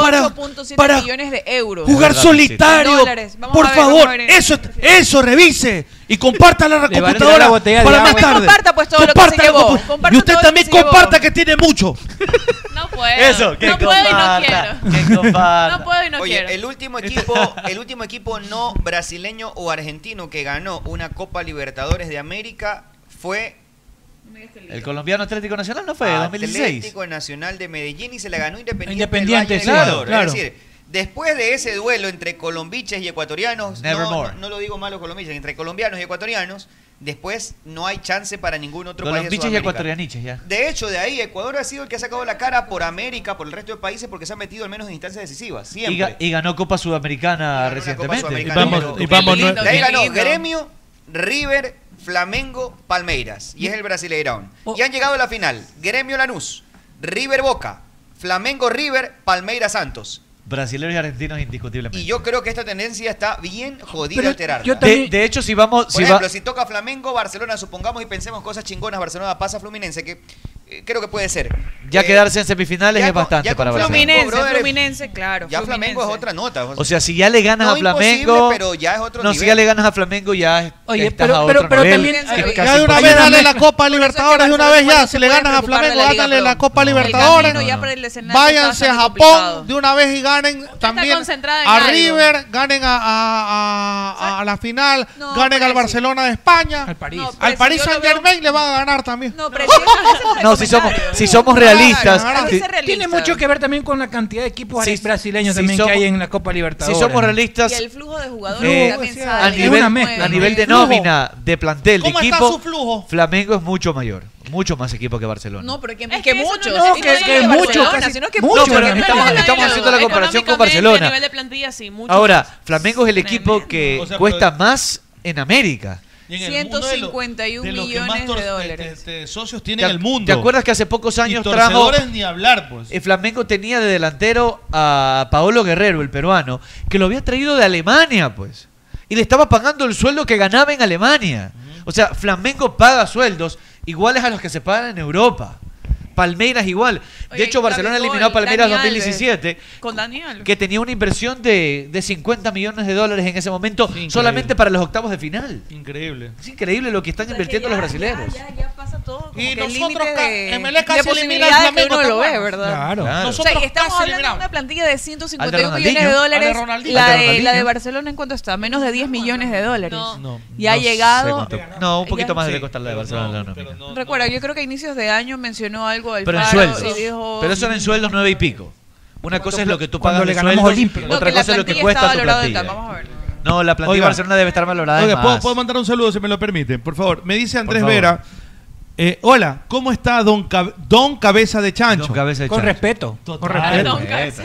Speaker 20: para,
Speaker 12: 128.7
Speaker 20: para
Speaker 12: millones de euros.
Speaker 20: jugar
Speaker 12: Dólares.
Speaker 20: solitario.
Speaker 12: Dólares. Vamos
Speaker 20: Por
Speaker 12: a ver,
Speaker 20: favor,
Speaker 12: vamos a ver.
Speaker 20: eso, eso revise y comparta la
Speaker 16: van a tirar
Speaker 20: computadora
Speaker 16: la botella de
Speaker 20: para
Speaker 16: agua.
Speaker 20: más tarde.
Speaker 12: Comparta, pues, todo lo que se
Speaker 20: Comparta la
Speaker 12: llevó.
Speaker 20: compu-
Speaker 12: Comparta
Speaker 20: y usted
Speaker 12: todo lo que
Speaker 20: también
Speaker 12: se llevó.
Speaker 20: comparta que tiene mucho.
Speaker 13: No puedo.
Speaker 10: Eso, que
Speaker 13: no puedo y no
Speaker 10: comparta,
Speaker 13: quiero.
Speaker 10: que comparta.
Speaker 13: No puedo y no
Speaker 14: Oye,
Speaker 13: quiero.
Speaker 14: el último equipo, el último equipo no brasileño o argentino que ganó una Copa Libertadores de América fue
Speaker 10: el colombiano Atlético Nacional no fue 2016
Speaker 14: Ah, Atlético Nacional de Medellín y se la ganó Independiente,
Speaker 10: Independiente,
Speaker 14: del Valle de
Speaker 10: claro,
Speaker 14: Ecuador.
Speaker 10: claro.
Speaker 14: Es decir, después de ese duelo entre colombiches y ecuatorianos, no,
Speaker 10: Nevermore.
Speaker 14: no- no lo digo malo colombiches, entre colombianos y ecuatorianos, después no hay chance para ningún otro país de
Speaker 10: Colombiches y
Speaker 14: Sudamérica.
Speaker 10: ecuatorianiches ya
Speaker 14: De hecho, de ahí Ecuador ha sido el que ha sacado la cara por América, por el resto de países, porque se ha metido al menos en instancias decisivas. Siempre.
Speaker 10: Y, ga- y ganó Copa Sudamericana recientemente.
Speaker 14: Sudamericana, Y vamos- pero- y
Speaker 15: vamos,
Speaker 14: De ahí ganó Gremio, River, Flamengo, Palmeiras. Y es el Brasileirão. Y han llegado a la final. Gremio Lanús, River Boca, Flamengo River, Palmeiras Santos.
Speaker 10: Brasileños y argentinos indiscutiblemente.
Speaker 14: Y yo creo que esta tendencia está bien jodida
Speaker 10: Pero
Speaker 14: alterar.
Speaker 10: yo también- De- de hecho, si vamos-
Speaker 14: Por
Speaker 10: si
Speaker 14: ejemplo,
Speaker 10: va-
Speaker 14: si toca Flamengo, Barcelona, supongamos y pensemos cosas chingonas, Barcelona pasa a Fluminense, que eh, creo que puede ser.
Speaker 10: ya
Speaker 14: Eh,
Speaker 10: quedarse en semifinales es bastante para Barcelona.
Speaker 12: Fluminense,
Speaker 14: brother,
Speaker 12: Fluminense, claro.
Speaker 14: Ya Flamengo es
Speaker 12: Fluminense.
Speaker 14: otra nota.
Speaker 10: O sea, si ya le ganas
Speaker 14: No
Speaker 10: a Flamengo.
Speaker 14: imposible, pero ya es otro
Speaker 10: No, si
Speaker 14: nivel.
Speaker 10: ya le ganas a Flamengo, ya es-
Speaker 16: Oye,
Speaker 10: estás
Speaker 16: pero-
Speaker 10: a
Speaker 16: pero-
Speaker 10: otro
Speaker 16: pero
Speaker 10: nivel,
Speaker 16: también-
Speaker 10: que es
Speaker 14: eh,
Speaker 16: Oye,
Speaker 10: casi
Speaker 16: ya de una
Speaker 10: imposible.
Speaker 16: vez dale la
Speaker 15: Copa Libertadores de una vez ya. Si le ganas
Speaker 12: preocupar
Speaker 15: a
Speaker 12: de la Liga
Speaker 15: Flamengo, háganle
Speaker 12: Pro.
Speaker 15: la Copa
Speaker 12: El
Speaker 15: Libertadores.
Speaker 12: camino ya para el escenario está
Speaker 15: Váyanse a
Speaker 12: bastante
Speaker 15: Japón
Speaker 12: complicado.
Speaker 15: de una vez y ganen también
Speaker 13: concentrada en
Speaker 15: a
Speaker 13: algo.
Speaker 15: River, ganen a, a- a- a la final, ganen al Barcelona de España, al París,
Speaker 12: pues,
Speaker 13: No,
Speaker 15: al
Speaker 13: Presi,
Speaker 15: París
Speaker 13: yo lo
Speaker 15: Saint Germain le van a ganar también.
Speaker 10: No, si somos, si somos realistas. si-
Speaker 16: Tiene mucho que ver también con la cantidad de equipos
Speaker 10: Sí,
Speaker 16: brasileños
Speaker 10: si
Speaker 16: también que
Speaker 10: somos-
Speaker 16: hay en la Copa Libertadores.
Speaker 10: Si somos realistas.
Speaker 12: Y el flujo de jugadores
Speaker 10: eh,
Speaker 12: también
Speaker 10: a,
Speaker 12: sale.
Speaker 16: Es
Speaker 10: nivel,
Speaker 16: una mezcla,
Speaker 10: a
Speaker 16: ¿no?
Speaker 10: nivel de
Speaker 16: Flujo.
Speaker 10: nómina, de plantel, de
Speaker 12: ¿Cómo está
Speaker 10: equipo,
Speaker 12: su flujo?
Speaker 10: Flamengo es mucho mayor, mucho más equipo que Barcelona.
Speaker 12: No, pero que, es que, muchos.
Speaker 13: no-
Speaker 12: Y
Speaker 13: que-
Speaker 12: solo
Speaker 13: que
Speaker 12: de
Speaker 13: mucho,
Speaker 12: Barcelona,
Speaker 13: casi-
Speaker 12: sino que
Speaker 10: No,
Speaker 12: muchos.
Speaker 10: pero
Speaker 12: porque
Speaker 10: estamos,
Speaker 12: Barcelona
Speaker 10: estamos
Speaker 12: es
Speaker 10: haciendo la comparación con
Speaker 13: A
Speaker 10: Barcelona.
Speaker 13: nivel de plantilla, sí, mucho.
Speaker 10: Ahora, Flamengo es el equipo que cuesta más en América.
Speaker 15: Y en el mundo de lo-
Speaker 12: 151
Speaker 15: de los que más
Speaker 12: millones de
Speaker 15: tor-
Speaker 12: dólares.
Speaker 15: de- de socios tienen en el mundo.
Speaker 10: ¿Te acuerdas que hace pocos años
Speaker 15: Y
Speaker 10: trajo
Speaker 15: torcedores ni hablar, pues.
Speaker 10: el Flamengo tenía de delantero a Paolo Guerrero, el peruano, que lo había traído de Alemania, pues. Y le estaba pagando el sueldo que ganaba en Alemania. O sea, Flamengo paga sueldos iguales a los que se pagan en Europa. Palmeiras igual. De
Speaker 12: Oye,
Speaker 10: hecho, Barcelona
Speaker 12: Gabigol,
Speaker 10: eliminó a Palmeiras
Speaker 12: Dani Alves.
Speaker 10: 2017,
Speaker 12: Con Daniel.
Speaker 10: que tenía una inversión de, de 50 millones de dólares en ese momento solamente para los octavos de final.
Speaker 15: Increíble.
Speaker 10: Es increíble lo que están invirtiendo los brasileños.
Speaker 12: Ya, ya pasa todo. como
Speaker 15: Y
Speaker 12: que el
Speaker 15: nosotros
Speaker 12: límite
Speaker 15: ca-
Speaker 12: de-
Speaker 15: Emelec casi
Speaker 12: de
Speaker 15: elimina al
Speaker 12: posibilidades que
Speaker 15: Flamengo,
Speaker 12: uno
Speaker 15: ¿te
Speaker 12: lo ve,
Speaker 15: acuerdas?
Speaker 12: ¿verdad?
Speaker 15: Claro. Claro.
Speaker 12: O sea,
Speaker 15: Nosotros
Speaker 12: estamos
Speaker 15: casi
Speaker 12: hablando de
Speaker 15: eliminamos.
Speaker 12: una plantilla de
Speaker 10: Al de
Speaker 12: 151
Speaker 10: Ronaldinho.
Speaker 12: millones de
Speaker 10: Al
Speaker 12: dólares.
Speaker 10: de Ronaldinho.
Speaker 12: La
Speaker 10: Al de
Speaker 12: de, la de
Speaker 10: Ronaldinho.
Speaker 12: Barcelona, ¿en cuánto está? Menos de 10 millones de dólares.
Speaker 10: No.
Speaker 12: Y
Speaker 10: No
Speaker 12: ha
Speaker 10: sé
Speaker 12: llegado...
Speaker 10: cuánto. No, un poquito
Speaker 12: ya-
Speaker 10: más de costar la de Barcelona. la nómina.
Speaker 12: Recuerda, yo creo que a inicios de año mencionó algo del
Speaker 10: Pero en sueldos. Pero eso era en sueldos nueve y pico. Una cosa es lo que tú
Speaker 16: cuando
Speaker 10: pagas
Speaker 16: le
Speaker 10: de
Speaker 16: ganamos
Speaker 10: sueldos,
Speaker 16: Olimpia. No,
Speaker 10: otra
Speaker 16: que la
Speaker 10: cosa es lo que
Speaker 16: plantilla
Speaker 10: cuesta
Speaker 16: estaba
Speaker 10: tu
Speaker 16: valorada en
Speaker 10: plantilla.
Speaker 16: tal,
Speaker 12: vamos a ver.
Speaker 10: No, la plantilla de
Speaker 15: Oiga.
Speaker 10: Barcelona debe estar valorada
Speaker 15: Oiga,
Speaker 10: en
Speaker 15: ¿puedo,
Speaker 10: más.
Speaker 15: puedo mandar un saludo si me lo permiten, por favor? Me dice Andrés
Speaker 10: favor.
Speaker 15: Vera
Speaker 9: Eh, hola, ¿cómo está don, Cab- don Cabeza de Chancho?
Speaker 16: Con respeto. Con respeto.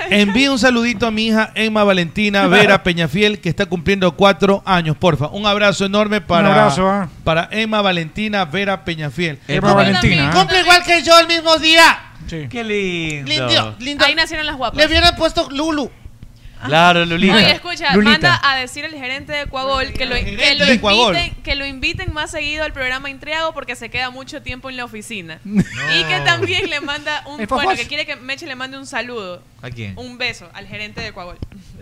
Speaker 9: Envío un saludito a mi hija Emma Valentina Vera Peñafiel, que está cumpliendo cuatro años, porfa. Un abrazo enorme para,
Speaker 16: Un abrazo, ah.
Speaker 9: para Emma Valentina Vera Peñafiel.
Speaker 16: Emma
Speaker 9: Ah.
Speaker 16: Valentina,
Speaker 2: Cumple igual que yo el mismo día.
Speaker 10: Qué lindo.
Speaker 2: Lindo, lindo.
Speaker 12: Ahí nacieron las guapas.
Speaker 2: Le hubieran puesto Lulu.
Speaker 10: Claro, Lulita.
Speaker 12: Oye, escucha,
Speaker 10: Lulita.
Speaker 12: manda a decir al gerente de Cuagol que lo, que, lo
Speaker 10: de Cuagol.
Speaker 12: inviten, que lo inviten más seguido al programa Intriago porque se queda mucho tiempo en la oficina. Y que también le manda un...
Speaker 10: El papá.
Speaker 12: Bueno, que quiere que Meche le mande un saludo.
Speaker 10: ¿A quién?
Speaker 12: Un beso al gerente de Cuagol.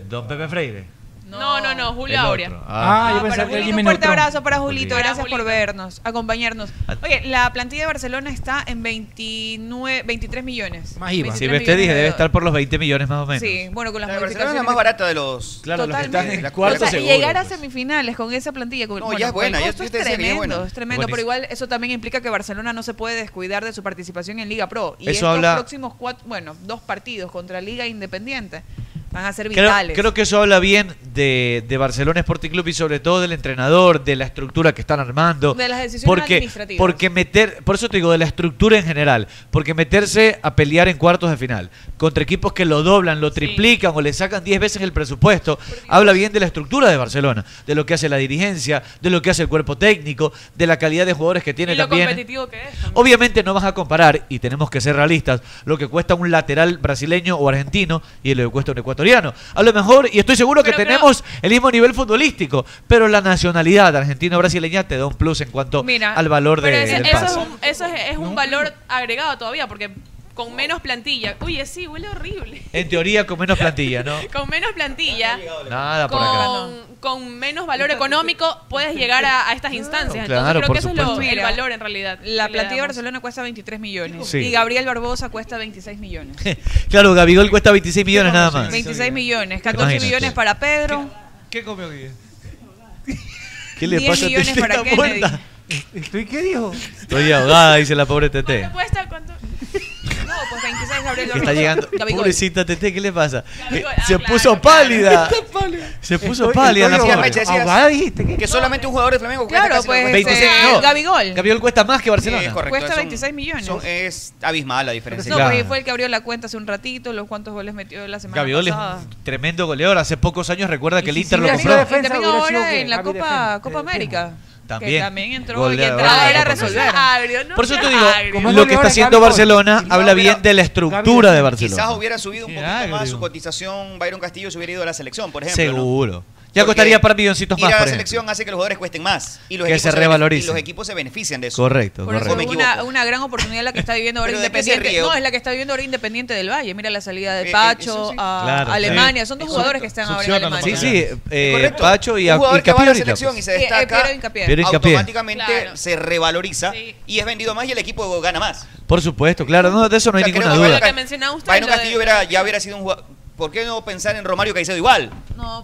Speaker 10: Don Pepe Freire.
Speaker 12: No, no, no, Julio
Speaker 10: El otro.
Speaker 12: Aurea.
Speaker 10: Ah. Ah, yo pensaba
Speaker 12: para
Speaker 10: que
Speaker 12: Julito,
Speaker 10: Jimmy
Speaker 12: Un fuerte
Speaker 10: Neutron.
Speaker 12: abrazo para Julito,
Speaker 10: Julito.
Speaker 12: gracias por vernos, acompañarnos. Oye, la plantilla de Barcelona está en 29, 23 millones.
Speaker 10: Más
Speaker 12: IVA.
Speaker 10: Sí, ves, te dije, debe estar por los 20 millones más o menos.
Speaker 12: Sí, bueno, con las
Speaker 14: Barcelona es la
Speaker 12: modificaciones
Speaker 14: más
Speaker 12: que-
Speaker 14: barata de los.
Speaker 10: Claro, los que están en
Speaker 14: la-
Speaker 10: cuarto pues.
Speaker 14: o sea,
Speaker 12: O sea, llegar a semifinales con esa plantilla. Con,
Speaker 14: No, ya es buena,
Speaker 12: el
Speaker 14: ya
Speaker 12: costo
Speaker 14: yo
Speaker 12: es
Speaker 14: te decía que ya es
Speaker 12: tremendo,
Speaker 14: buena.
Speaker 12: es tremendo, pero
Speaker 14: Buenísimo.
Speaker 12: igual eso también implica que Barcelona no se puede descuidar de su participación en Liga Pro. Y
Speaker 10: Eso
Speaker 12: estos
Speaker 10: habla-
Speaker 12: próximos cuatro, bueno, dos partidos contra Liga Independiente van a ser
Speaker 10: Creo,
Speaker 12: vitales.
Speaker 10: creo que eso habla bien de, de Barcelona Sporting Club y sobre todo del entrenador, de la estructura que están armando.
Speaker 12: De las decisiones
Speaker 10: porque,
Speaker 12: administrativas.
Speaker 10: porque meter, por eso te digo, de la estructura en general, porque meterse a pelear en cuartos de final contra equipos que lo doblan, lo triplican o le sacan 10 veces el presupuesto, habla bien de la estructura de Barcelona, de lo que hace la dirigencia, de lo que hace el cuerpo técnico, de la calidad de jugadores que tiene
Speaker 12: y lo
Speaker 10: también.
Speaker 12: competitivo que es.
Speaker 10: Obviamente no vas a comparar, y tenemos que ser realistas, lo que cuesta un lateral brasileño o argentino y lo que cuesta un ecuatoriano. A lo mejor, y estoy seguro que tenemos el mismo nivel futbolístico, pero la nacionalidad argentina-brasileña te da un plus en cuanto
Speaker 12: Mira,
Speaker 10: al valor de,
Speaker 12: pero es-
Speaker 10: del
Speaker 12: eso
Speaker 10: pase.
Speaker 12: es un, eso es, es un valor agregado todavía, porque con menos plantilla. Oye, sí, huele horrible.
Speaker 10: En teoría, con menos plantilla, ¿no?
Speaker 12: Con menos plantilla,
Speaker 10: Nada por acá.
Speaker 12: con, con menos valor económico, puedes llegar a, a estas instancias.
Speaker 10: Claro,
Speaker 12: Entonces, creo
Speaker 10: por
Speaker 12: que eso es
Speaker 10: supuesto.
Speaker 12: lo- el valor en realidad. La plantilla de Barcelona cuesta 23 millones
Speaker 10: Sí.
Speaker 12: y Gabriel Barbosa cuesta 26 millones.
Speaker 10: Claro, Gabigol cuesta 26 millones nada más.
Speaker 12: 26 millones, 14
Speaker 10: Imagínate.
Speaker 12: millones para Pedro,
Speaker 9: ¿Qué comió Guille?
Speaker 10: ¿Qué le
Speaker 12: 10
Speaker 10: pasa a
Speaker 12: millones
Speaker 10: Tete?
Speaker 12: para
Speaker 10: Está
Speaker 12: Kennedy.
Speaker 10: muerta.
Speaker 16: ¿Estoy qué dijo?
Speaker 10: Estoy ahogada, dice la pobre Tete.
Speaker 12: ¿Cuesta cuánto? No, pues 26 Gabriel
Speaker 10: Que
Speaker 12: Barbosa.
Speaker 10: está llegando.
Speaker 12: Gabigol.
Speaker 10: Pobrecita Tete, ¿qué le pasa?
Speaker 12: Gabigol, ah,
Speaker 10: Se puso pálida. Se puso pálida la
Speaker 14: Decías,
Speaker 10: pobre.
Speaker 14: Meche, decías Que
Speaker 10: eh.
Speaker 14: solamente un jugador de Flamengo cuesta
Speaker 12: Claro,
Speaker 14: casi lo que
Speaker 12: pues,
Speaker 14: cuesta.
Speaker 12: eh,
Speaker 14: no.
Speaker 12: Gabigol.
Speaker 10: Gabigol cuesta más que Barcelona.
Speaker 14: Sí, es correcto,
Speaker 12: cuesta
Speaker 14: es un-
Speaker 12: 26 millones.
Speaker 14: son- es abismal la diferencia.
Speaker 12: No, pues y fue el que abrió la cuenta hace un ratito, los cuantos goles metió la semana
Speaker 10: Gaviol es
Speaker 12: pasada.
Speaker 10: un tremendo goleador. Hace pocos años recuerda que el Inter
Speaker 12: Y
Speaker 10: lo
Speaker 12: también-
Speaker 10: compró.
Speaker 12: y también
Speaker 16: hubiera sido
Speaker 12: ahora
Speaker 16: que
Speaker 12: en la
Speaker 16: Gaby
Speaker 12: Copa, Copa América.
Speaker 10: También.
Speaker 12: Que también entró y
Speaker 10: Goleador de
Speaker 12: entraba
Speaker 10: la
Speaker 12: era
Speaker 10: Copa
Speaker 12: resolver.
Speaker 10: Por eso te digo, lo que está haciendo Barcelona habla bien de la estructura de
Speaker 14: Quizás
Speaker 10: Barcelona.
Speaker 14: hubiera subido un poquito más su cotización Byron Castillo se hubiera ido a la selección, por ejemplo. ¿no?
Speaker 10: Seguro. Ya
Speaker 14: Porque
Speaker 10: costaría para milloncitos más.
Speaker 14: Ir a
Speaker 10: por
Speaker 14: la
Speaker 10: ejemplo.
Speaker 14: selección hace que los jugadores cuesten más. Y los
Speaker 10: Que
Speaker 14: equipos
Speaker 10: se
Speaker 14: bene-
Speaker 10: revaloricen.
Speaker 14: Y los equipos se benefician de eso.
Speaker 10: Correcto,
Speaker 14: Por eso
Speaker 10: correcto.
Speaker 14: me equivoco.
Speaker 12: Una, una gran oportunidad la que está viviendo ahora
Speaker 14: Pero ¿de qué se
Speaker 12: Independiente.
Speaker 14: rió?
Speaker 12: No, es la que está viviendo ahora Independiente del Valle. Mira la salida
Speaker 14: Eh,
Speaker 12: de
Speaker 14: eh,
Speaker 12: Pacho
Speaker 14: eso sí.
Speaker 12: a
Speaker 10: Claro,
Speaker 12: Alemania.
Speaker 10: sí.
Speaker 12: Son dos
Speaker 10: Eso
Speaker 12: jugadores que están ahora en
Speaker 10: Succiona
Speaker 12: Alemania.
Speaker 10: nomás. Sí, sí. eh,
Speaker 14: Correcto.
Speaker 10: Pacho y,
Speaker 14: un jugador
Speaker 10: y
Speaker 14: que va a la
Speaker 10: Capié ahorita,
Speaker 14: selección y
Speaker 10: pues.
Speaker 14: se
Speaker 12: Eh, eh,
Speaker 14: destaca,
Speaker 12: Piero Hincapié.
Speaker 10: Piero Hincapié.
Speaker 14: automáticamente se revaloriza y es vendido más y el equipo gana más.
Speaker 10: Por supuesto, claro. No, de eso no hay
Speaker 14: O sea,
Speaker 10: ninguna
Speaker 14: creo que
Speaker 10: duda.
Speaker 14: Byron-
Speaker 12: mencionaba usted,
Speaker 14: Byron
Speaker 12: lo de-
Speaker 14: Castillo hubiera- ya hubiera sido un jugador. ¿Por qué no pensar en Romario Caicedo igual?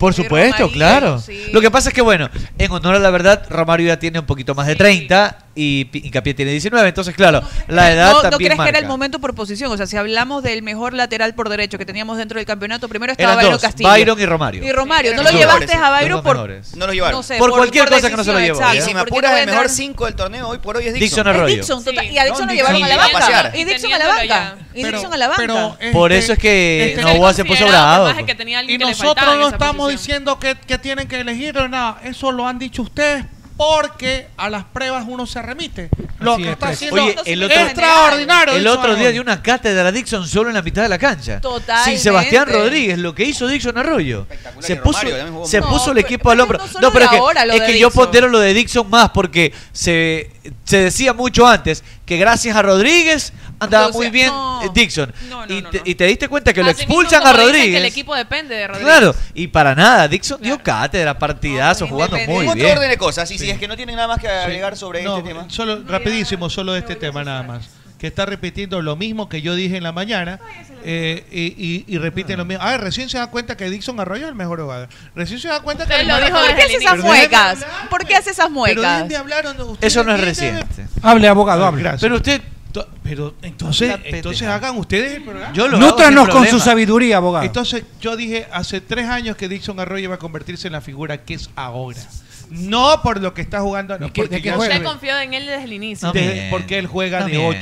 Speaker 10: Por supuesto, claro. Lo que pasa es que, bueno, en honor a la verdad, Romario ya tiene un poquito más de 30 y Pi- Hincapié tiene 19. Entonces, claro, la edad
Speaker 12: no, ¿no
Speaker 10: también
Speaker 12: crees que era el
Speaker 10: marca.
Speaker 12: momento por posición? O sea, si hablamos del mejor lateral por derecho que teníamos dentro del campeonato, primero estaba
Speaker 10: Eran
Speaker 12: Byron
Speaker 10: dos,
Speaker 12: Castillo.
Speaker 10: Byron y Romario.
Speaker 12: Y Romario.
Speaker 10: Sí,
Speaker 12: ¿No lo
Speaker 10: los
Speaker 12: llevaste
Speaker 10: mejores,
Speaker 12: a
Speaker 10: los
Speaker 12: Byron
Speaker 10: dos
Speaker 12: por...?
Speaker 10: mejores.
Speaker 14: No lo llevaron.
Speaker 12: No sé,
Speaker 10: Por cualquier cosa que no se lo
Speaker 12: decisión,
Speaker 10: llevó,
Speaker 12: exacto,
Speaker 14: Y si me
Speaker 12: porque
Speaker 14: apuras,
Speaker 12: no
Speaker 14: el mejor
Speaker 12: entran-
Speaker 14: 5 del torneo hoy por hoy es Dixon.
Speaker 10: Dixon Arroyo.
Speaker 12: Es Dixon, total- y a Dixon lo llevaron a la
Speaker 14: Dixon. Sí, a
Speaker 12: banca.
Speaker 14: pasear.
Speaker 12: Y Dixon a la banca. Y Dixon a la banca.
Speaker 10: Por eso es que
Speaker 12: este-
Speaker 10: Novoa se puso
Speaker 12: considerado
Speaker 10: bravo.
Speaker 12: que más
Speaker 10: pues.
Speaker 12: que tenía alguien
Speaker 15: Y
Speaker 12: que le
Speaker 15: nosotros
Speaker 12: faltaba en
Speaker 15: no
Speaker 12: esa
Speaker 15: estamos
Speaker 12: posición.
Speaker 15: diciendo que, que tienen que elegir o nada. Eso lo han dicho ustedes porque a las pruebas uno se remite. Lo
Speaker 10: Así
Speaker 15: que
Speaker 10: es,
Speaker 15: está
Speaker 10: pues.
Speaker 15: haciendo
Speaker 10: Oye, el otro-
Speaker 15: extraordinario.
Speaker 10: El
Speaker 15: hizo
Speaker 10: otro día
Speaker 15: Arroyo.
Speaker 10: dio una cátedra a Dixon solo en la mitad de la cancha.
Speaker 12: Totalmente.
Speaker 10: Sin Sebastián Rodríguez, lo que hizo Dixon Arroyo. Se
Speaker 14: que
Speaker 10: puso,
Speaker 14: Romario también jugó
Speaker 10: se
Speaker 14: muy
Speaker 10: puso
Speaker 14: bien.
Speaker 10: el equipo al hombro.
Speaker 12: solo
Speaker 10: No, pero es
Speaker 12: de
Speaker 10: que,
Speaker 12: ahora lo
Speaker 10: es
Speaker 12: de
Speaker 10: que yo
Speaker 12: Dixon.
Speaker 10: pondero lo de Dixon más porque se, se decía mucho antes que gracias a Rodríguez andaba
Speaker 12: O sea,
Speaker 10: muy bien eh, Dixon. y, te, y te diste cuenta que lo
Speaker 12: Así mismo
Speaker 10: expulsan
Speaker 12: como
Speaker 10: a
Speaker 12: dicen
Speaker 10: Rodríguez.
Speaker 12: que el equipo depende de Rodríguez.
Speaker 10: Claro, y para nada. Dixon dio cátedra, partidazo, jugando muy
Speaker 14: otro
Speaker 10: bien.
Speaker 14: orden de cosas. Y si
Speaker 9: Sí.
Speaker 14: es que no tienen nada más que agregar sobre
Speaker 9: No,
Speaker 14: este tema.
Speaker 9: Solo, rapidísimo, solo de este tema nada más. Que está repitiendo lo mismo que yo dije en la mañana eh, y, y- y repite lo mismo. Ah, recién se da cuenta que Dixon Arroyo es el mejor jugador. Recién se da cuenta que
Speaker 12: Usted
Speaker 9: el
Speaker 12: lo
Speaker 9: mejor
Speaker 12: dijo
Speaker 9: jugador-
Speaker 12: ¿Por qué hace
Speaker 9: Pero
Speaker 12: esas
Speaker 9: déjeme
Speaker 12: muecas? ¿Por qué hace esas
Speaker 9: Pero
Speaker 12: muecas?
Speaker 9: déjenme hablar, ¿o no? Ustedes
Speaker 10: Eso no es
Speaker 9: entienden-
Speaker 10: reciente.
Speaker 16: Hable, abogado,
Speaker 9: Ah,
Speaker 16: hable.
Speaker 10: Pero usted.
Speaker 9: to- Pero entonces, entonces hagan ustedes el programa.
Speaker 10: Yo lo
Speaker 16: Nútranos con su sabiduría, abogado.
Speaker 9: Entonces, yo dije hace tres años que Dixon Arroyo iba a convertirse en la figura que es ahora. No por lo que está jugando. No, porque yo
Speaker 12: Usted
Speaker 9: sé-
Speaker 12: confió en él desde el inicio.
Speaker 9: de- porque él juega de
Speaker 10: También.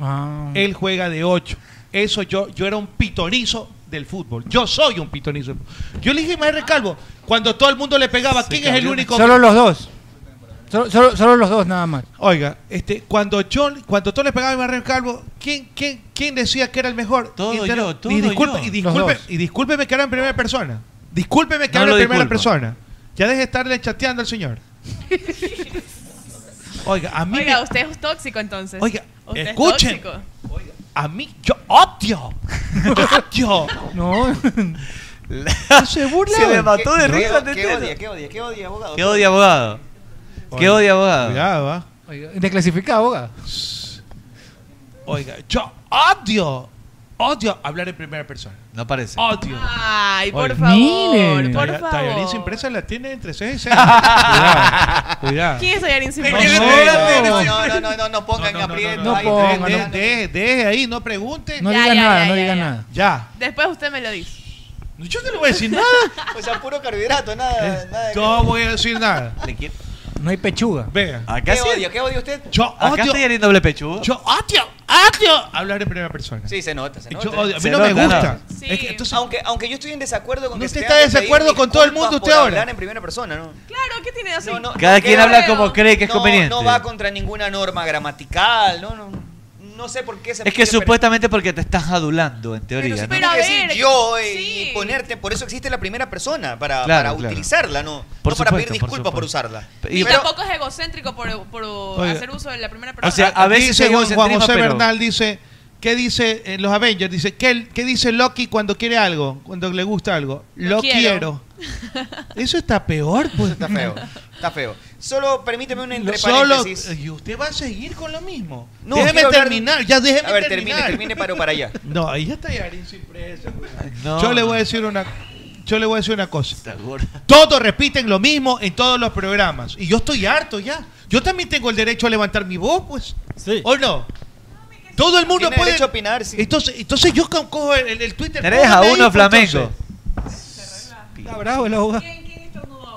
Speaker 10: Ah.
Speaker 9: 8. Él juega de 8. Eso yo, yo era un pitonizo del fútbol. Yo soy un pitonizo. del fútbol. Yo le dije a Mayer Calvo, cuando todo el mundo le pegaba, ¿quién es el único?
Speaker 16: Solo los dos. Solo, solo- solo los dos nada más.
Speaker 9: Oiga, este, cuando yo, cuando todos le pegaban a Mayer Calvo, ¿quién, quién, quién decía que era el mejor?
Speaker 10: Todo
Speaker 9: Y
Speaker 10: yo, todo
Speaker 9: y, disculpe-
Speaker 10: yo.
Speaker 9: y
Speaker 10: Los
Speaker 9: disculpe,
Speaker 10: dos.
Speaker 9: y discúlpeme que era en primera persona. Discúlpeme que era
Speaker 10: No
Speaker 9: en
Speaker 10: lo
Speaker 9: primera
Speaker 10: disculpo.
Speaker 9: persona. Ya deje de estarle chateando al señor. Oiga, a mí
Speaker 12: Oiga,
Speaker 9: me-
Speaker 12: usted es tóxico entonces.
Speaker 9: Oiga,
Speaker 12: Usted es
Speaker 9: escuchen.
Speaker 12: tóxico.
Speaker 9: A mí, yo odio. Odio.
Speaker 16: no.
Speaker 9: se burla.
Speaker 10: Se me mató de
Speaker 14: ¿Qué-
Speaker 10: risa, te
Speaker 14: ¿Qué, qué
Speaker 10: entero.
Speaker 14: odia? ¿Qué odia? ¿Qué odia, abogado?
Speaker 10: ¿Qué odia, abogado? ¿Qué odia, abogado?
Speaker 9: Cuidado, ¿ah?
Speaker 16: Desclasificado, abogado.
Speaker 9: Oiga, yo odio. Odio hablar en primera persona.
Speaker 10: No parece.
Speaker 9: Odio.
Speaker 12: Ay, por
Speaker 9: Oiga.
Speaker 12: favor, por
Speaker 9: Talla-
Speaker 12: favor.
Speaker 9: Tallarín sin presa la tiene entre ceja y ceja. Cuidado, cuidado.
Speaker 12: ¿Quién es Ayarin sin
Speaker 9: No,
Speaker 12: presa?
Speaker 9: no,
Speaker 14: No, no, no, no, no pongan en aprieto.
Speaker 9: no,
Speaker 14: ahí.
Speaker 9: no,
Speaker 14: Dejen,
Speaker 9: no,
Speaker 14: dejen,
Speaker 9: de- de- Deje ahí, no pregunte.
Speaker 16: No
Speaker 12: Ya,
Speaker 16: diga
Speaker 12: ya,
Speaker 16: nada,
Speaker 12: ya,
Speaker 16: no
Speaker 12: ya,
Speaker 16: diga
Speaker 12: ya.
Speaker 16: nada.
Speaker 9: Ya.
Speaker 12: Después usted me lo dice.
Speaker 9: Yo no le voy a decir nada.
Speaker 14: O sea, puro carbohidrato, nada. nada de-
Speaker 9: No voy a decir nada.
Speaker 16: No hay pechuga.
Speaker 9: Venga.
Speaker 10: Acá
Speaker 14: ¿Qué
Speaker 10: sí.
Speaker 14: odia? ¿Qué odia usted?
Speaker 9: Yo
Speaker 10: Acá
Speaker 9: odio.
Speaker 10: estoy en doble pechuga.
Speaker 9: Yo odio, odio hablar en primera persona.
Speaker 14: Sí, se nota, se nota.
Speaker 9: Yo odio. A mí
Speaker 10: Se
Speaker 9: no me
Speaker 10: nota,
Speaker 9: gusta.
Speaker 14: Sí. aunque, aunque yo estoy en desacuerdo con
Speaker 9: No,
Speaker 14: que
Speaker 9: usted
Speaker 14: se
Speaker 9: está
Speaker 14: tenga que
Speaker 9: de desacuerdo
Speaker 14: pedir
Speaker 9: con todo el mundo
Speaker 14: disculpas
Speaker 9: usted
Speaker 14: por
Speaker 9: ahora.
Speaker 14: hablar en primera persona, ¿no?
Speaker 12: Claro, ¿qué tiene de así?
Speaker 10: Cada quien
Speaker 14: creo-
Speaker 10: habla como cree que es
Speaker 14: no,
Speaker 10: conveniente.
Speaker 14: No va contra ninguna norma gramatical, no, no. No sé por qué se
Speaker 10: Es que
Speaker 14: pide per-
Speaker 10: supuestamente porque te estás adulando, en teoría. ¿no?
Speaker 14: Pero
Speaker 12: a
Speaker 14: decir
Speaker 12: ver,
Speaker 14: yo eh, y ponerte, por eso existe la primera persona, para,
Speaker 10: Claro,
Speaker 14: para
Speaker 10: claro.
Speaker 14: utilizarla, no,
Speaker 10: Por
Speaker 14: no para pedir
Speaker 10: supuesto, por
Speaker 14: disculpas por,
Speaker 10: supuesto.
Speaker 14: usarla.
Speaker 10: Y-
Speaker 12: Y
Speaker 10: Pero-
Speaker 12: tampoco es egocéntrico por, por hacer uso de la primera persona.
Speaker 10: O sea, a veces
Speaker 9: dice
Speaker 10: hay
Speaker 9: Juan, Juan
Speaker 10: egocentrismo,
Speaker 9: José
Speaker 10: pero-
Speaker 9: Bernal dice ¿Qué dice en los Avengers? Dice, ¿qué, qué dice Loki cuando quiere algo? Cuando le gusta algo. Lo, quiero.
Speaker 14: quiero.
Speaker 9: Eso está peor, pues.
Speaker 14: Está feo, está feo. Solo permíteme un entre
Speaker 9: Solo,
Speaker 14: paréntesis.
Speaker 9: y usted va a seguir con lo mismo.
Speaker 14: No,
Speaker 9: déjeme
Speaker 14: quiero hablar-
Speaker 9: terminar, ya déjeme
Speaker 14: A ver, termine,
Speaker 9: terminar.
Speaker 14: termine, paro para allá.
Speaker 9: No, ahí ya está Yarin sin presa. Yo le voy a decir una yo le voy a decir una cosa. Todos repiten lo mismo en todos los programas y yo estoy harto ya. Yo también tengo el derecho a levantar mi voz, pues. ¿O no? Todo el mundo
Speaker 14: Tiene
Speaker 9: puede
Speaker 14: derecho a opinar, sí.
Speaker 9: Entonces, entonces yo co- cojo el, el- el Twitter.
Speaker 10: 3 a
Speaker 9: póngame ahí,
Speaker 10: 1
Speaker 9: pues,
Speaker 10: Flamengo.
Speaker 9: entonces.
Speaker 16: Está bravo el abogado.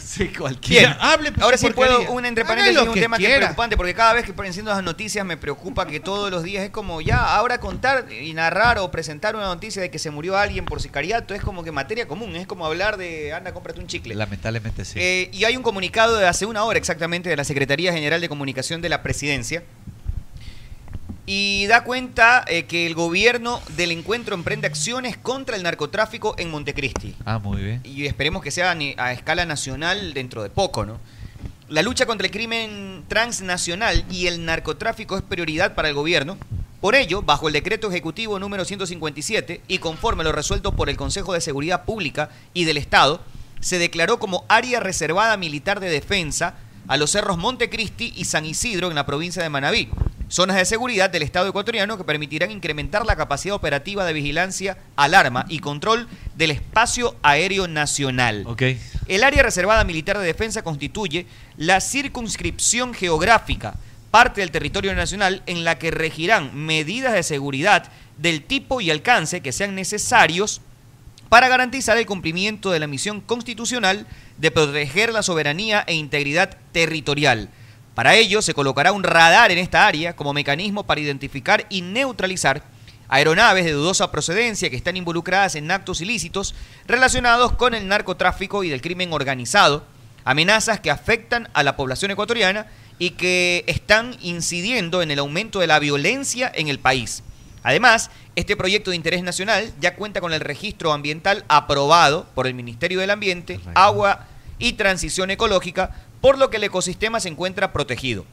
Speaker 10: Sí,
Speaker 14: Bien,
Speaker 10: cualquiera.
Speaker 9: hable, pues,
Speaker 14: ahora sí
Speaker 9: porquería.
Speaker 14: puedo un entre
Speaker 9: Haga
Speaker 14: paréntesis
Speaker 9: lo
Speaker 14: y un
Speaker 9: que
Speaker 14: tema que es
Speaker 9: quiera.
Speaker 14: preocupante, porque cada vez que enciendo las noticias me preocupa que todos los días es como ya, ahora contar y narrar o presentar una noticia de que se murió alguien por sicariato es como que materia común, es como hablar de anda, cómprate un chicle.
Speaker 10: Lamentablemente sí.
Speaker 14: Eh, y hay un comunicado de hace una hora exactamente de la Secretaría General de Comunicación de la Presidencia. Y da cuenta eh, que el gobierno del encuentro emprende acciones contra el narcotráfico en Montecristi
Speaker 10: Ah, muy bien.
Speaker 14: y esperemos que sea a ni- a escala nacional dentro de poco, ¿no? La lucha contra el crimen transnacional y el narcotráfico es prioridad para el gobierno. Por ello, bajo el decreto ejecutivo número 157 y conforme a lo resuelto por el Consejo de Seguridad Pública y del Estado, se declaró como área reservada militar de defensa a los cerros Montecristi y San Isidro en la provincia de Manabí, zonas de seguridad del Estado ecuatoriano que permitirán incrementar la capacidad operativa de vigilancia, alarma y control del espacio aéreo nacional.
Speaker 10: Ok.
Speaker 14: El área reservada militar de defensa constituye la circunscripción geográfica, parte del territorio nacional, en la que regirán medidas de seguridad del tipo y alcance que sean necesarios para garantizar el cumplimiento de la misión constitucional de proteger la soberanía e integridad territorial. Para ello se colocará un radar en esta área como mecanismo para identificar y neutralizar aeronaves de dudosa procedencia que están involucradas en actos ilícitos relacionados con el narcotráfico y del crimen organizado, amenazas que afectan a la población ecuatoriana y que están incidiendo en el aumento de la violencia en el país. Además, este proyecto de interés nacional ya cuenta con el registro ambiental aprobado por el Ministerio del Ambiente, Agua y Transición Ecológica, por lo que el ecosistema se encuentra protegido.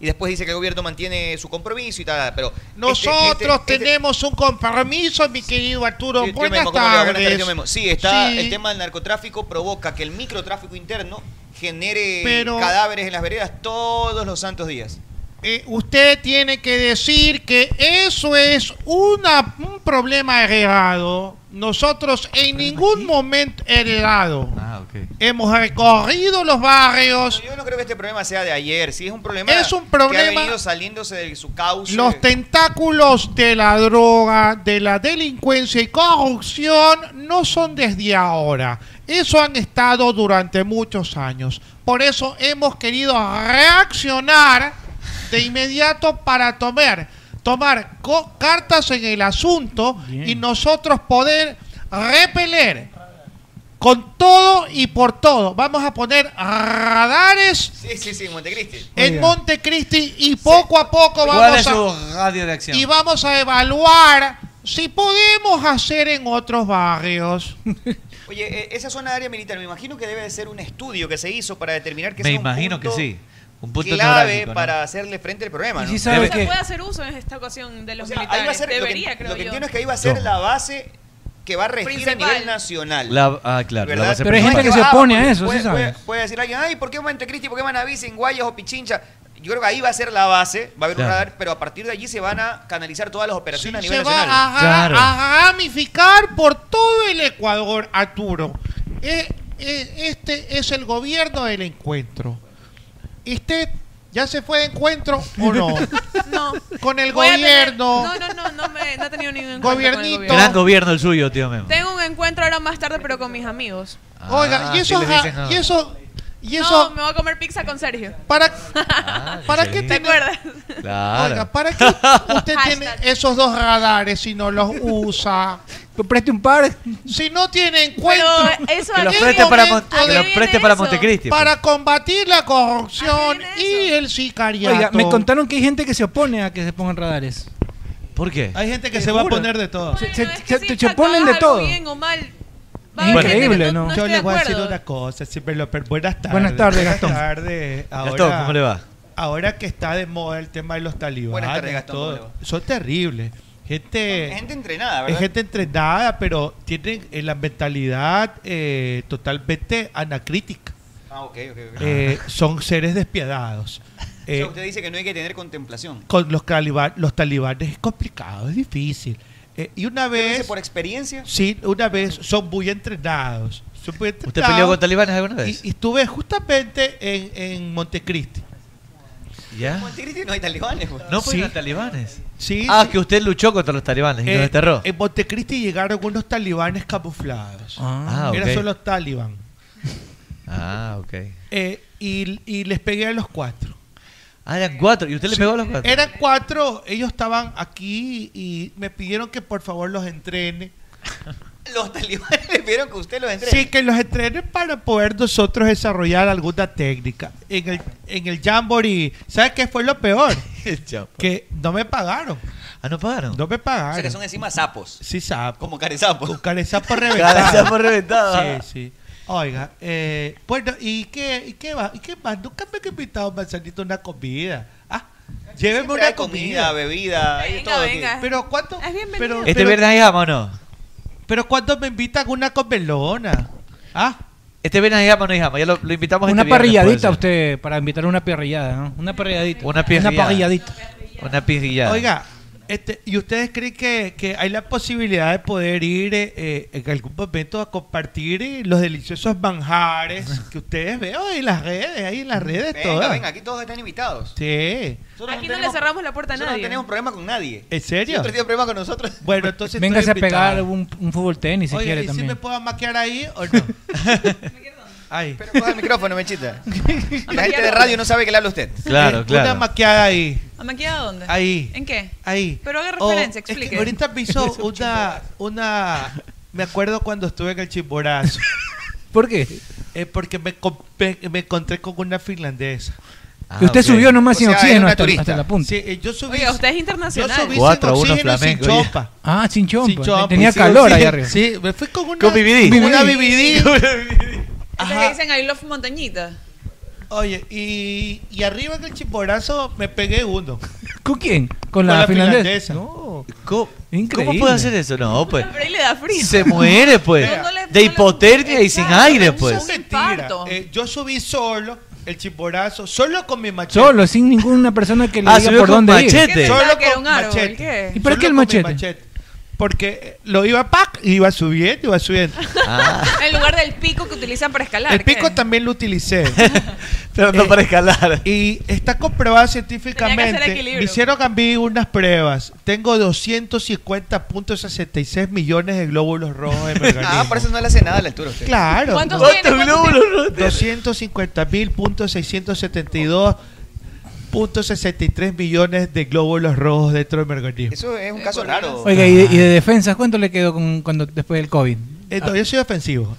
Speaker 14: Y después dice que el gobierno mantiene su compromiso y tal, pero... este-
Speaker 9: Nosotros
Speaker 14: este- este-
Speaker 9: tenemos un compromiso, mi querido Arturo.
Speaker 14: Sí, tío
Speaker 9: Buenas,
Speaker 14: Memo, ¿cómo le va?
Speaker 9: tardes.
Speaker 14: Buenas tardes, tío Memo. Sí, está
Speaker 9: Sí.
Speaker 14: el tema del narcotráfico provoca que el microtráfico interno genere
Speaker 9: Pero-
Speaker 14: cadáveres en las veredas todos los santos días.
Speaker 9: Eh, usted tiene que decir que eso es una, un problema heredado. Nosotros en ningún momento heredado
Speaker 10: Ah, ok.
Speaker 9: hemos recorrido los barrios
Speaker 14: creo que este problema sea de ayer. Sí, es un problema,
Speaker 15: Es un problema-
Speaker 14: que ha venido saliéndose de su cauce.
Speaker 15: Los tentáculos de la droga, de la delincuencia y corrupción no son desde ahora. Eso han estado durante muchos años. Por eso hemos querido reaccionar de inmediato para tomar, tomar co- cartas en el asunto y nosotros poder repeler con todo y por todo. Vamos a poner radares
Speaker 14: Sí, sí, sí, Montecristi.
Speaker 15: en Montecristi y poco a poco vamos a
Speaker 10: radio de acción?
Speaker 15: y vamos a evaluar si podemos hacer en otros barrios.
Speaker 14: Oye, eh, esa zona de área militar, me imagino que debe de ser un estudio que se hizo para determinar que
Speaker 10: Me
Speaker 14: sea un
Speaker 10: imagino que
Speaker 14: punto
Speaker 10: sí. Un punto
Speaker 14: clave
Speaker 10: neurálgico, ¿no?
Speaker 14: para hacerle frente al problema, ¿no?
Speaker 12: No se puede hacer uso en esta ocasión de los militares.
Speaker 14: Ahí va a ser,
Speaker 12: Debería,
Speaker 14: lo que,
Speaker 12: creo
Speaker 14: lo que
Speaker 12: yo.
Speaker 14: entiendo es que ahí va a ser
Speaker 10: No.
Speaker 14: la base que va a regir a
Speaker 12: Principal.
Speaker 14: nivel nacional.
Speaker 10: La- ah, claro.
Speaker 14: ¿Verdad?
Speaker 10: la base
Speaker 16: Pero hay gente
Speaker 10: principal.
Speaker 16: que se
Speaker 14: Ah,
Speaker 16: opone a
Speaker 14: porque
Speaker 16: eso,
Speaker 14: puede,
Speaker 16: sí sabes.
Speaker 14: puede- puede decir alguien, ay, ¿por qué Montecristi? ¿Por qué Manaví, en Guayas o Pichincha? Yo creo que ahí va a ser la base, va a haber
Speaker 10: Claro.
Speaker 14: un radar, pero a partir de allí se van a canalizar todas las operaciones a
Speaker 15: Se
Speaker 14: nivel
Speaker 15: va a,
Speaker 14: nacional.
Speaker 15: ga- a gamificar por todo el Ecuador, Arturo. Eh, eh, este es el gobierno del encuentro. ¿Usted ya se fue de encuentro o no?
Speaker 12: No.
Speaker 15: Con el
Speaker 12: Voy a tener-
Speaker 15: gobierno.
Speaker 12: no, no, no, no, me- no he tenido ningún encuentro con el
Speaker 15: Gobiernito.
Speaker 12: gobierno.
Speaker 10: Gran gobierno el suyo, tío Memo.
Speaker 12: Tengo un encuentro ahora más tarde, pero con mis amigos.
Speaker 15: Oiga,
Speaker 10: Ah,
Speaker 15: y
Speaker 10: sí
Speaker 15: eso,
Speaker 10: les dicen ahora.
Speaker 15: y eso, y
Speaker 12: No,
Speaker 15: eso,
Speaker 12: me voy a comer pizza con Sergio.
Speaker 15: ¿para, para qué
Speaker 12: ¿Te
Speaker 15: tener-
Speaker 12: acuerdas?
Speaker 10: Claro.
Speaker 15: Oiga, ¿para qué usted tiene esos dos radares si no los usa?
Speaker 16: Preste un par.
Speaker 15: Si no tiene encuentro.
Speaker 12: Pero eso
Speaker 10: Que los
Speaker 15: es
Speaker 10: preste para Mon-
Speaker 15: momento
Speaker 10: que
Speaker 15: de-
Speaker 10: los preste para Montecristi, pues.
Speaker 15: Para combatir la corrupción y el sicariato.
Speaker 16: Oiga, me contaron que hay gente que se opone a que se pongan radares.
Speaker 10: ¿Por qué?
Speaker 9: Hay gente que
Speaker 16: Te
Speaker 9: se va a
Speaker 16: juro.
Speaker 9: poner de todo.
Speaker 16: Se, se- se- se oponen de todo.
Speaker 12: Bien o mal. Va a
Speaker 16: Es
Speaker 12: haber gente que
Speaker 16: increíble, ¿no?
Speaker 12: estoy
Speaker 9: Yo
Speaker 12: de
Speaker 9: le voy a decir
Speaker 12: acuerdo.
Speaker 9: una cosa, siempre lo per- Buenas tardes.
Speaker 16: Buenas tardes, Gastón.
Speaker 9: Buenas tardes. Ahora,
Speaker 10: Gastón, ¿cómo le va?
Speaker 9: Ahora que está de moda el tema de los talibanes.
Speaker 14: Buenas tardes, Gastón,
Speaker 9: todo,
Speaker 14: ¿cómo
Speaker 9: son terribles. Gente,
Speaker 14: Es gente entrenada,
Speaker 9: es
Speaker 14: ¿verdad?
Speaker 9: gente entrenada, pero tienen eh, la mentalidad eh, totalmente anacrítica.
Speaker 14: Ah, ok, ok, ok.
Speaker 9: Eh, son seres despiadados.
Speaker 14: O sea,
Speaker 9: Eh,
Speaker 14: usted dice que no hay que tener contemplación.
Speaker 9: con los, caliba- los talibanes es complicado, es difícil. Eh, y una
Speaker 14: ¿Usted lo dice
Speaker 9: vez,
Speaker 14: por experiencia?
Speaker 9: sí, una vez son muy entrenados. son muy
Speaker 10: ¿Usted
Speaker 9: entrenados.
Speaker 10: peleó con talibanes alguna vez?
Speaker 9: Y, y estuve justamente en, en Montecristi.
Speaker 10: pues. ¿Ya?
Speaker 14: Montecristi no hay talibanes, güey.
Speaker 10: ¿Ah? No, pues eran talibanes.
Speaker 9: Sí.
Speaker 10: Ah, que usted luchó contra los talibanes y
Speaker 9: Eh,
Speaker 10: los desterró.
Speaker 9: En Montecristi llegaron unos talibanes camuflados.
Speaker 10: Ah,
Speaker 9: Eran
Speaker 10: ok.
Speaker 9: solo talibán.
Speaker 10: Ah, ok.
Speaker 9: Eh, y, y les pegué a los cuatro.
Speaker 10: Ah, eran cuatro. ¿Y usted le
Speaker 9: Sí.
Speaker 10: pegó a los cuatro?
Speaker 9: Eran cuatro, ellos estaban aquí y me pidieron que por favor los entrene.
Speaker 14: Los talibanes le pidieron que usted los entrene.
Speaker 9: Sí, que los entrene para poder nosotros desarrollar alguna técnica. En el, en el jamboree, ¿sabes qué fue lo peor?
Speaker 10: El chavo.
Speaker 9: que no me pagaron.
Speaker 10: Ah, no pagaron.
Speaker 9: No me pagaron.
Speaker 14: O sea, que son encima sapos.
Speaker 9: Sí, sapo.
Speaker 14: Como carezapo.
Speaker 9: Con carezapo reventado.
Speaker 10: Carezapo reventado.
Speaker 9: Sí, sí. Oiga, eh, bueno, ¿y qué, y qué va? ¿Y qué más? Nunca me han invitado, Manzanito, a una comida. Ah, llévenme
Speaker 14: Siempre hay
Speaker 9: una
Speaker 14: comida,
Speaker 9: comida.
Speaker 14: bebida, hay de
Speaker 12: Venga,
Speaker 14: todo aquí.
Speaker 12: venga.
Speaker 9: Pero ¿cuánto?
Speaker 12: Es bienvenido.
Speaker 9: Pero,
Speaker 10: ¿Este
Speaker 9: pero-
Speaker 10: viernes hay gama o no?
Speaker 9: Pero ¿cuándo me invitan a una comelona? Ah,
Speaker 10: Este viernes hay gama o no hay gama. Ya lo, lo invitamos
Speaker 16: Una
Speaker 10: este viernes, puede
Speaker 16: parrilladita
Speaker 10: ser.
Speaker 16: a usted, para invitar una parrillada, ¿no? Una parrilladita.
Speaker 10: Una parrillada.
Speaker 16: Una parrilladita.
Speaker 10: Una pizrillada.
Speaker 9: Oiga, este, ¿y ustedes creen que, que hay la posibilidad de poder ir eh, eh, en algún momento a compartir eh, los deliciosos manjares que ustedes veo en las redes, ahí en las redes
Speaker 14: Venga,
Speaker 9: todas?
Speaker 14: venga, aquí todos están invitados.
Speaker 9: Sí.
Speaker 14: Nosotros
Speaker 12: Aquí no le cerramos la puerta a
Speaker 14: nosotros
Speaker 12: nadie. ¿eh?
Speaker 14: No tenemos problema con nadie.
Speaker 9: ¿En serio?
Speaker 14: Siempre tiene problema con nosotros.
Speaker 9: Bueno, entonces
Speaker 16: Véngase a
Speaker 9: estoy invitado.
Speaker 16: pegar un, un fútbol tenis si
Speaker 9: Oye,
Speaker 16: quiere
Speaker 9: ¿y
Speaker 16: también.
Speaker 9: si me puedo maquear ahí o no? Ahí.
Speaker 14: Pero coja el micrófono, Mechita. La gente de radio no sabe que le habla usted.
Speaker 10: Claro,
Speaker 9: Eh,
Speaker 10: claro.
Speaker 9: Una maqueada ahí.
Speaker 12: ¿A maquillado dónde?
Speaker 9: Ahí.
Speaker 12: ¿En qué?
Speaker 9: Ahí.
Speaker 12: Pero haga
Speaker 9: O-
Speaker 12: referencia,
Speaker 9: es que
Speaker 12: explique.
Speaker 9: ahorita me hizo una, una... Me acuerdo cuando estuve en el Chimborazo.
Speaker 16: ¿Por qué?
Speaker 9: Eh, porque me, com- me- me encontré con una finlandesa.
Speaker 10: Ah,
Speaker 16: Y usted subió nomás sin oxígeno hasta, hasta la punta.
Speaker 9: Sí, eh, yo subí,
Speaker 12: Oiga, usted es
Speaker 9: yo
Speaker 12: internacional.
Speaker 9: subí
Speaker 10: Cuatro a
Speaker 9: sin
Speaker 10: uno
Speaker 9: oxígeno y sin
Speaker 10: Flamengo, ya.
Speaker 9: chompa.
Speaker 16: Ah, sin chompa.
Speaker 9: Sin chompa,
Speaker 16: Tenía
Speaker 9: sin
Speaker 16: calor ahí
Speaker 9: oxígeno.
Speaker 16: arriba.
Speaker 9: Sí, me fui con una...
Speaker 10: Con BBD.
Speaker 9: Una
Speaker 16: BBD.
Speaker 9: BBD.
Speaker 12: Este que dicen I love montañita.
Speaker 9: Oye, y, y arriba en el chimborazo me pegué uno.
Speaker 16: ¿Con quién? ¿Con la, finlandesa? No.
Speaker 10: ¿Cómo,
Speaker 16: Increíble.
Speaker 10: ¿Cómo puede hacer eso? No, pues.
Speaker 12: Pero ahí le da frío.
Speaker 10: Se muere, pues.
Speaker 12: No, no le-
Speaker 10: de
Speaker 12: no le-
Speaker 10: hipotermia y sin
Speaker 12: Exacto,
Speaker 10: aire,
Speaker 12: un
Speaker 10: pues.
Speaker 12: segundo.
Speaker 9: Mentira.
Speaker 12: Parto.
Speaker 9: Eh, yo subí solo el chimborazo, solo con mi machete.
Speaker 16: Solo, sin ninguna persona que le
Speaker 10: Ah,
Speaker 16: diga
Speaker 10: subió
Speaker 16: por
Speaker 10: con
Speaker 16: dónde
Speaker 10: machete.
Speaker 16: ir.
Speaker 10: ¿Qué
Speaker 12: pensaba
Speaker 9: Solo
Speaker 12: que era un árbol?
Speaker 9: machete.
Speaker 12: ¿Qué?
Speaker 16: ¿Y para
Speaker 9: Solo
Speaker 16: qué el
Speaker 9: con mi
Speaker 16: machete?
Speaker 9: Porque eh, lo iba pac, iba subiendo, iba subiendo.
Speaker 10: Ah,
Speaker 12: En lugar del pico que utilizan para escalar.
Speaker 9: el pico
Speaker 12: ¿qué?
Speaker 9: también lo utilicé. Eh,
Speaker 10: Pero no para escalar.
Speaker 9: Y está comprobado científicamente.
Speaker 10: equilibrio.
Speaker 9: Me hicieron a mí unas pruebas. Tengo 250.66 millones de glóbulos rojos en mi organismo.
Speaker 15: Ah, por eso no le hace nada a la altura a usted.
Speaker 9: Claro.
Speaker 15: ¿Cuántos ¿Cuántos tiene? ¿Cuántos glóbulos tiene?
Speaker 9: 250.672.63 millones de glóbulos rojos dentro de mi organismo.
Speaker 15: Eso es un caso raro.
Speaker 16: Oiga, ¿y de, y de defensas cuánto le quedó con, cuando, después del COVID? Ah.
Speaker 9: Eh, no, yo soy ofensivo.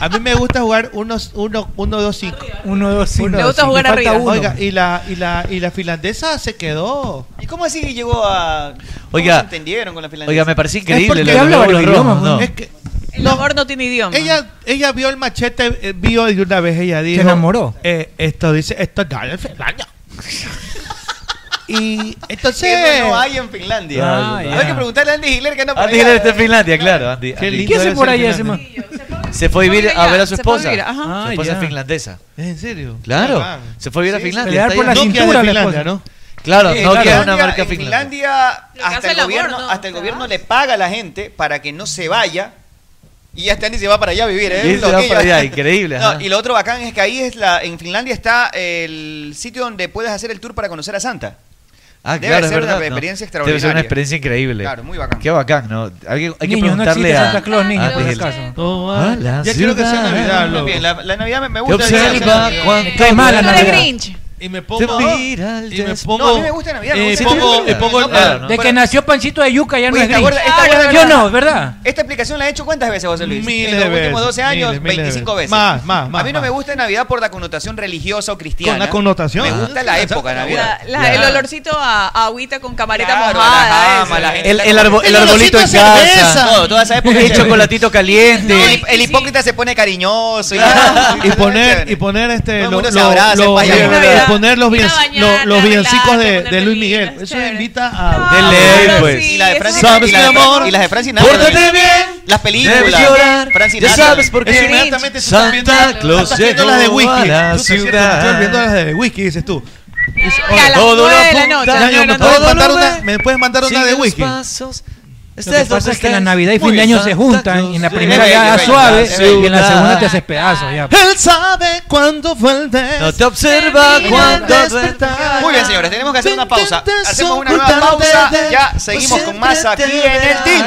Speaker 9: A mí me gusta jugar 1-2-5.
Speaker 16: 1-2-5.
Speaker 15: Le gusta jugar arriba.
Speaker 9: Oiga, y la, y, la, y la finlandesa se quedó.
Speaker 15: ¿Y cómo así que llegó a.? ¿Cómo
Speaker 10: Oiga,
Speaker 15: se entendieron con la finlandesa?
Speaker 10: oiga, me parece
Speaker 9: Es
Speaker 10: increíble
Speaker 9: porque
Speaker 10: lo de
Speaker 9: habla
Speaker 10: glóbulos
Speaker 9: varios
Speaker 10: rojos,
Speaker 9: idiomas,
Speaker 10: ¿no?
Speaker 9: es que- no,
Speaker 12: no tiene idioma.
Speaker 9: Ella, ella vio el machete, eh, vio de una vez, ella dijo.
Speaker 16: enamoró?
Speaker 9: eh, esto dice, esto es nada en Finlandia. y entonces.
Speaker 15: Eso no hay en Finlandia.
Speaker 10: Ah,
Speaker 15: Hay
Speaker 10: ya.
Speaker 15: que preguntarle a Andy Hiller que anda por
Speaker 10: Andy
Speaker 15: allá.
Speaker 10: Hiller está en este Finlandia, claro. Andy,
Speaker 9: Qué
Speaker 10: Andy.
Speaker 9: lindo ¿Qué hace por ahí ese man?
Speaker 10: Se fue a vivir a ver a su
Speaker 9: Se fue a
Speaker 10: esposa.
Speaker 9: vivir, ajá.
Speaker 10: Su esposa
Speaker 9: Ah,
Speaker 10: es
Speaker 9: ya.
Speaker 10: finlandesa.
Speaker 9: ¿Es en serio?
Speaker 10: Claro.
Speaker 9: Ah, van.
Speaker 10: Se fue a vivir a
Speaker 9: Sí,
Speaker 10: Finlandia.
Speaker 9: pelear
Speaker 10: está
Speaker 9: por
Speaker 10: ahí.
Speaker 9: la
Speaker 10: Nokia
Speaker 9: cintura
Speaker 10: es de
Speaker 9: la
Speaker 10: Finlandia,
Speaker 9: esposa.
Speaker 10: ¿no? Claro,
Speaker 15: Sí,
Speaker 10: Nokia es una
Speaker 15: Finlandia-
Speaker 10: marca
Speaker 15: en
Speaker 10: finlandesa.
Speaker 15: Finlandia, hasta,
Speaker 12: hace
Speaker 15: el
Speaker 12: el amor,
Speaker 15: gobierno,
Speaker 12: ¿no?
Speaker 15: hasta el gobierno le paga a la gente para que no se vaya. Y ya este Andy se va para allá a vivir. ¿eh?
Speaker 10: Y él se va
Speaker 15: Loquillo.
Speaker 10: para allá, increíble,
Speaker 15: No,
Speaker 10: ajá.
Speaker 15: y lo otro bacán es que ahí es la, en Finlandia está el sitio donde puedes hacer el tour para conocer a Santa.
Speaker 10: Ah,
Speaker 15: Debe
Speaker 10: claro, es
Speaker 15: ser
Speaker 10: verdad,
Speaker 15: una
Speaker 10: ¿no?
Speaker 15: experiencia
Speaker 10: Debe ser una
Speaker 15: extraordinaria.
Speaker 10: experiencia increíble.
Speaker 15: Claro, muy bacán.
Speaker 10: Qué bacán, ¿no? Hay, que- hay que
Speaker 16: Niños, no
Speaker 10: preguntarle
Speaker 16: existe
Speaker 10: a
Speaker 16: Santa Claus, niños,
Speaker 10: a
Speaker 16: por si
Speaker 10: Ángel.
Speaker 16: acaso.
Speaker 10: A la
Speaker 9: Ya quiero que sea
Speaker 10: ciudad.
Speaker 9: Navidad, loco.
Speaker 15: Bien, la, la Navidad me, me
Speaker 10: Te
Speaker 15: gusta.
Speaker 10: observa cuánto
Speaker 15: Cae mal la
Speaker 10: duele.
Speaker 15: Navidad.
Speaker 9: Y me pongo.
Speaker 10: mira
Speaker 9: y me pongo.
Speaker 15: No, a mí me gusta Navidad. me
Speaker 9: eh,
Speaker 15: gusta
Speaker 9: pongo,
Speaker 15: Navidad.
Speaker 9: y pongo
Speaker 15: No,
Speaker 9: el-
Speaker 15: claro, no.
Speaker 16: De que
Speaker 15: Bueno,
Speaker 16: nació Pancito de Yuca ya no
Speaker 15: Oye,
Speaker 16: es
Speaker 15: ¿te acuerdas-
Speaker 16: grinch. Ah,
Speaker 9: Ah,
Speaker 15: esta acuerdas-
Speaker 16: Yo no, ¿verdad?
Speaker 15: Esta explicación la he hecho cuántas veces, José Luis.
Speaker 9: Miles
Speaker 15: en los
Speaker 9: de
Speaker 15: últimos
Speaker 9: veces,
Speaker 15: 12 años,
Speaker 9: miles, miles de
Speaker 15: 25
Speaker 9: veces.
Speaker 15: veces.
Speaker 9: Más, más, más,
Speaker 15: A mí no
Speaker 9: más.
Speaker 15: me gusta Navidad por la connotación religiosa o cristiana.
Speaker 9: Con la connotación.
Speaker 15: Me gusta la época Navidad.
Speaker 12: La- la- El olorcito a, a agüita con camareta
Speaker 15: Claro,
Speaker 12: mojada.
Speaker 15: la
Speaker 12: ese.
Speaker 15: jama, la gente
Speaker 10: El,
Speaker 15: está
Speaker 10: el,
Speaker 15: como-
Speaker 10: arbo- el arbolito en
Speaker 15: olorcito a cerveza.
Speaker 10: casa.
Speaker 15: Todo, toda esa época.
Speaker 10: El chocolatito caliente.
Speaker 15: El, el hipócrita se pone cariñoso. Y, todo.
Speaker 9: y poner y poner este
Speaker 15: el
Speaker 9: lo-
Speaker 15: mundo se
Speaker 9: lo-
Speaker 15: abraza,
Speaker 9: lo-
Speaker 15: es
Speaker 9: lo-
Speaker 15: Navidad.
Speaker 9: poner los,
Speaker 15: Una
Speaker 9: bien-
Speaker 15: bañana,
Speaker 9: lo- los villancicos de,
Speaker 15: relajarte,
Speaker 9: de Luis Miguel eso invita a
Speaker 10: De ley, pues.
Speaker 15: Y la de Francis
Speaker 10: Sabes,
Speaker 15: y la de
Speaker 10: mi
Speaker 15: Fran-
Speaker 10: amor,
Speaker 15: Y las de Francis
Speaker 10: pórtate bien.
Speaker 15: Las películas.
Speaker 10: Debes llorar.
Speaker 15: Francis
Speaker 10: Ya
Speaker 15: Sinatra.
Speaker 10: sabes por
Speaker 9: Eso
Speaker 10: qué.
Speaker 9: inmediatamente tú estás viendo-
Speaker 10: Santa Claus
Speaker 9: estás viendo
Speaker 10: llegó
Speaker 9: las de
Speaker 10: a
Speaker 9: whisky Tú
Speaker 10: la
Speaker 9: estás viendo- estás viendo
Speaker 10: ciudad.
Speaker 9: las de whisky dices tú
Speaker 12: Y a las
Speaker 10: Todo
Speaker 12: nueve
Speaker 10: lo
Speaker 12: de la
Speaker 10: apunta,
Speaker 12: noche.
Speaker 9: Ñaño,
Speaker 10: no,
Speaker 9: ¿me
Speaker 10: no,
Speaker 9: puedes
Speaker 10: no,
Speaker 9: mandar
Speaker 10: no,
Speaker 9: una-
Speaker 10: no.
Speaker 9: me puedes mandar una
Speaker 10: Sigue
Speaker 9: de
Speaker 10: los
Speaker 9: whisky
Speaker 10: pasos.
Speaker 16: Lo que
Speaker 10: Estés
Speaker 16: pasa
Speaker 10: donde
Speaker 16: es que la
Speaker 10: estés.
Speaker 16: Navidad y
Speaker 10: Muy
Speaker 16: fin de año
Speaker 10: bien.
Speaker 16: se juntan y en la
Speaker 10: Santa
Speaker 16: primera
Speaker 10: Claus
Speaker 16: ya
Speaker 10: llega
Speaker 16: suave
Speaker 10: la
Speaker 16: y en la
Speaker 10: ciudad.
Speaker 16: segunda te haces pedazos ya.
Speaker 9: él sabe cuándo vuelve
Speaker 10: No te observa cuando
Speaker 15: Muy bien, señores, tenemos que hacer una pausa. Hacemos una nueva pausa.
Speaker 14: pues
Speaker 15: Ya seguimos con más aquí en el team.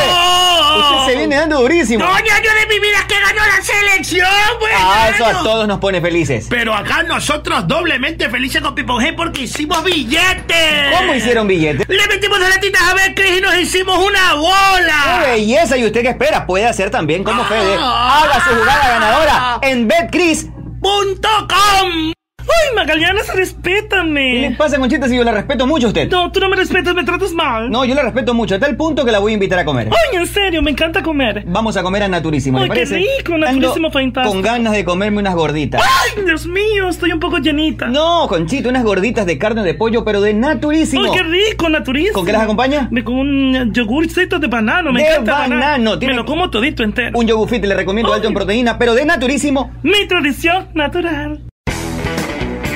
Speaker 14: Usted se viene dando durísimo.
Speaker 20: año de mi vida que ganó la selección, güey!
Speaker 14: Ah, eso a todos nos pone felices.
Speaker 20: Pero acá nosotros doblemente felices con Pipo G porque hicimos billetes.
Speaker 14: ¿Cómo hicieron billetes?
Speaker 20: Le metimos las latitas a ver y nos hicimos una bola.
Speaker 14: ¡Qué belleza! ¿Y usted qué espera? Puede hacer también como Fede.
Speaker 20: Ah.
Speaker 14: Haga su jugada ganadora en BetCris.com.
Speaker 20: ¡Ay, Magallanes, respétame!
Speaker 14: ¿Qué le pasa, Conchita, si yo la respeto mucho a usted? No, tú no me respetas, me tratas mal. No, yo la respeto mucho, a tal punto que la voy a invitar a comer.
Speaker 20: Ay, en serio, me encanta comer.
Speaker 14: Vamos a comer a Naturísimo, ¿le
Speaker 20: Ay, qué
Speaker 14: parece?
Speaker 20: rico, Naturísimo
Speaker 14: Ando
Speaker 20: fantástico.
Speaker 14: Con ganas de comerme unas gorditas.
Speaker 20: ¡Ay, Dios mío! Estoy un poco llenita.
Speaker 14: No, Conchita, unas gorditas de carne de pollo, pero de Naturísimo.
Speaker 20: ¡Ay, qué rico, naturísimo!
Speaker 14: ¿Con qué las acompaña?
Speaker 20: Con un yogurcito de banano, me
Speaker 14: de
Speaker 20: encanta el
Speaker 14: banano.
Speaker 20: Me lo como todito entero.
Speaker 14: Un yogurfit le recomiendo alto en proteína, pero de Naturísimo.
Speaker 20: Mi tradición natural.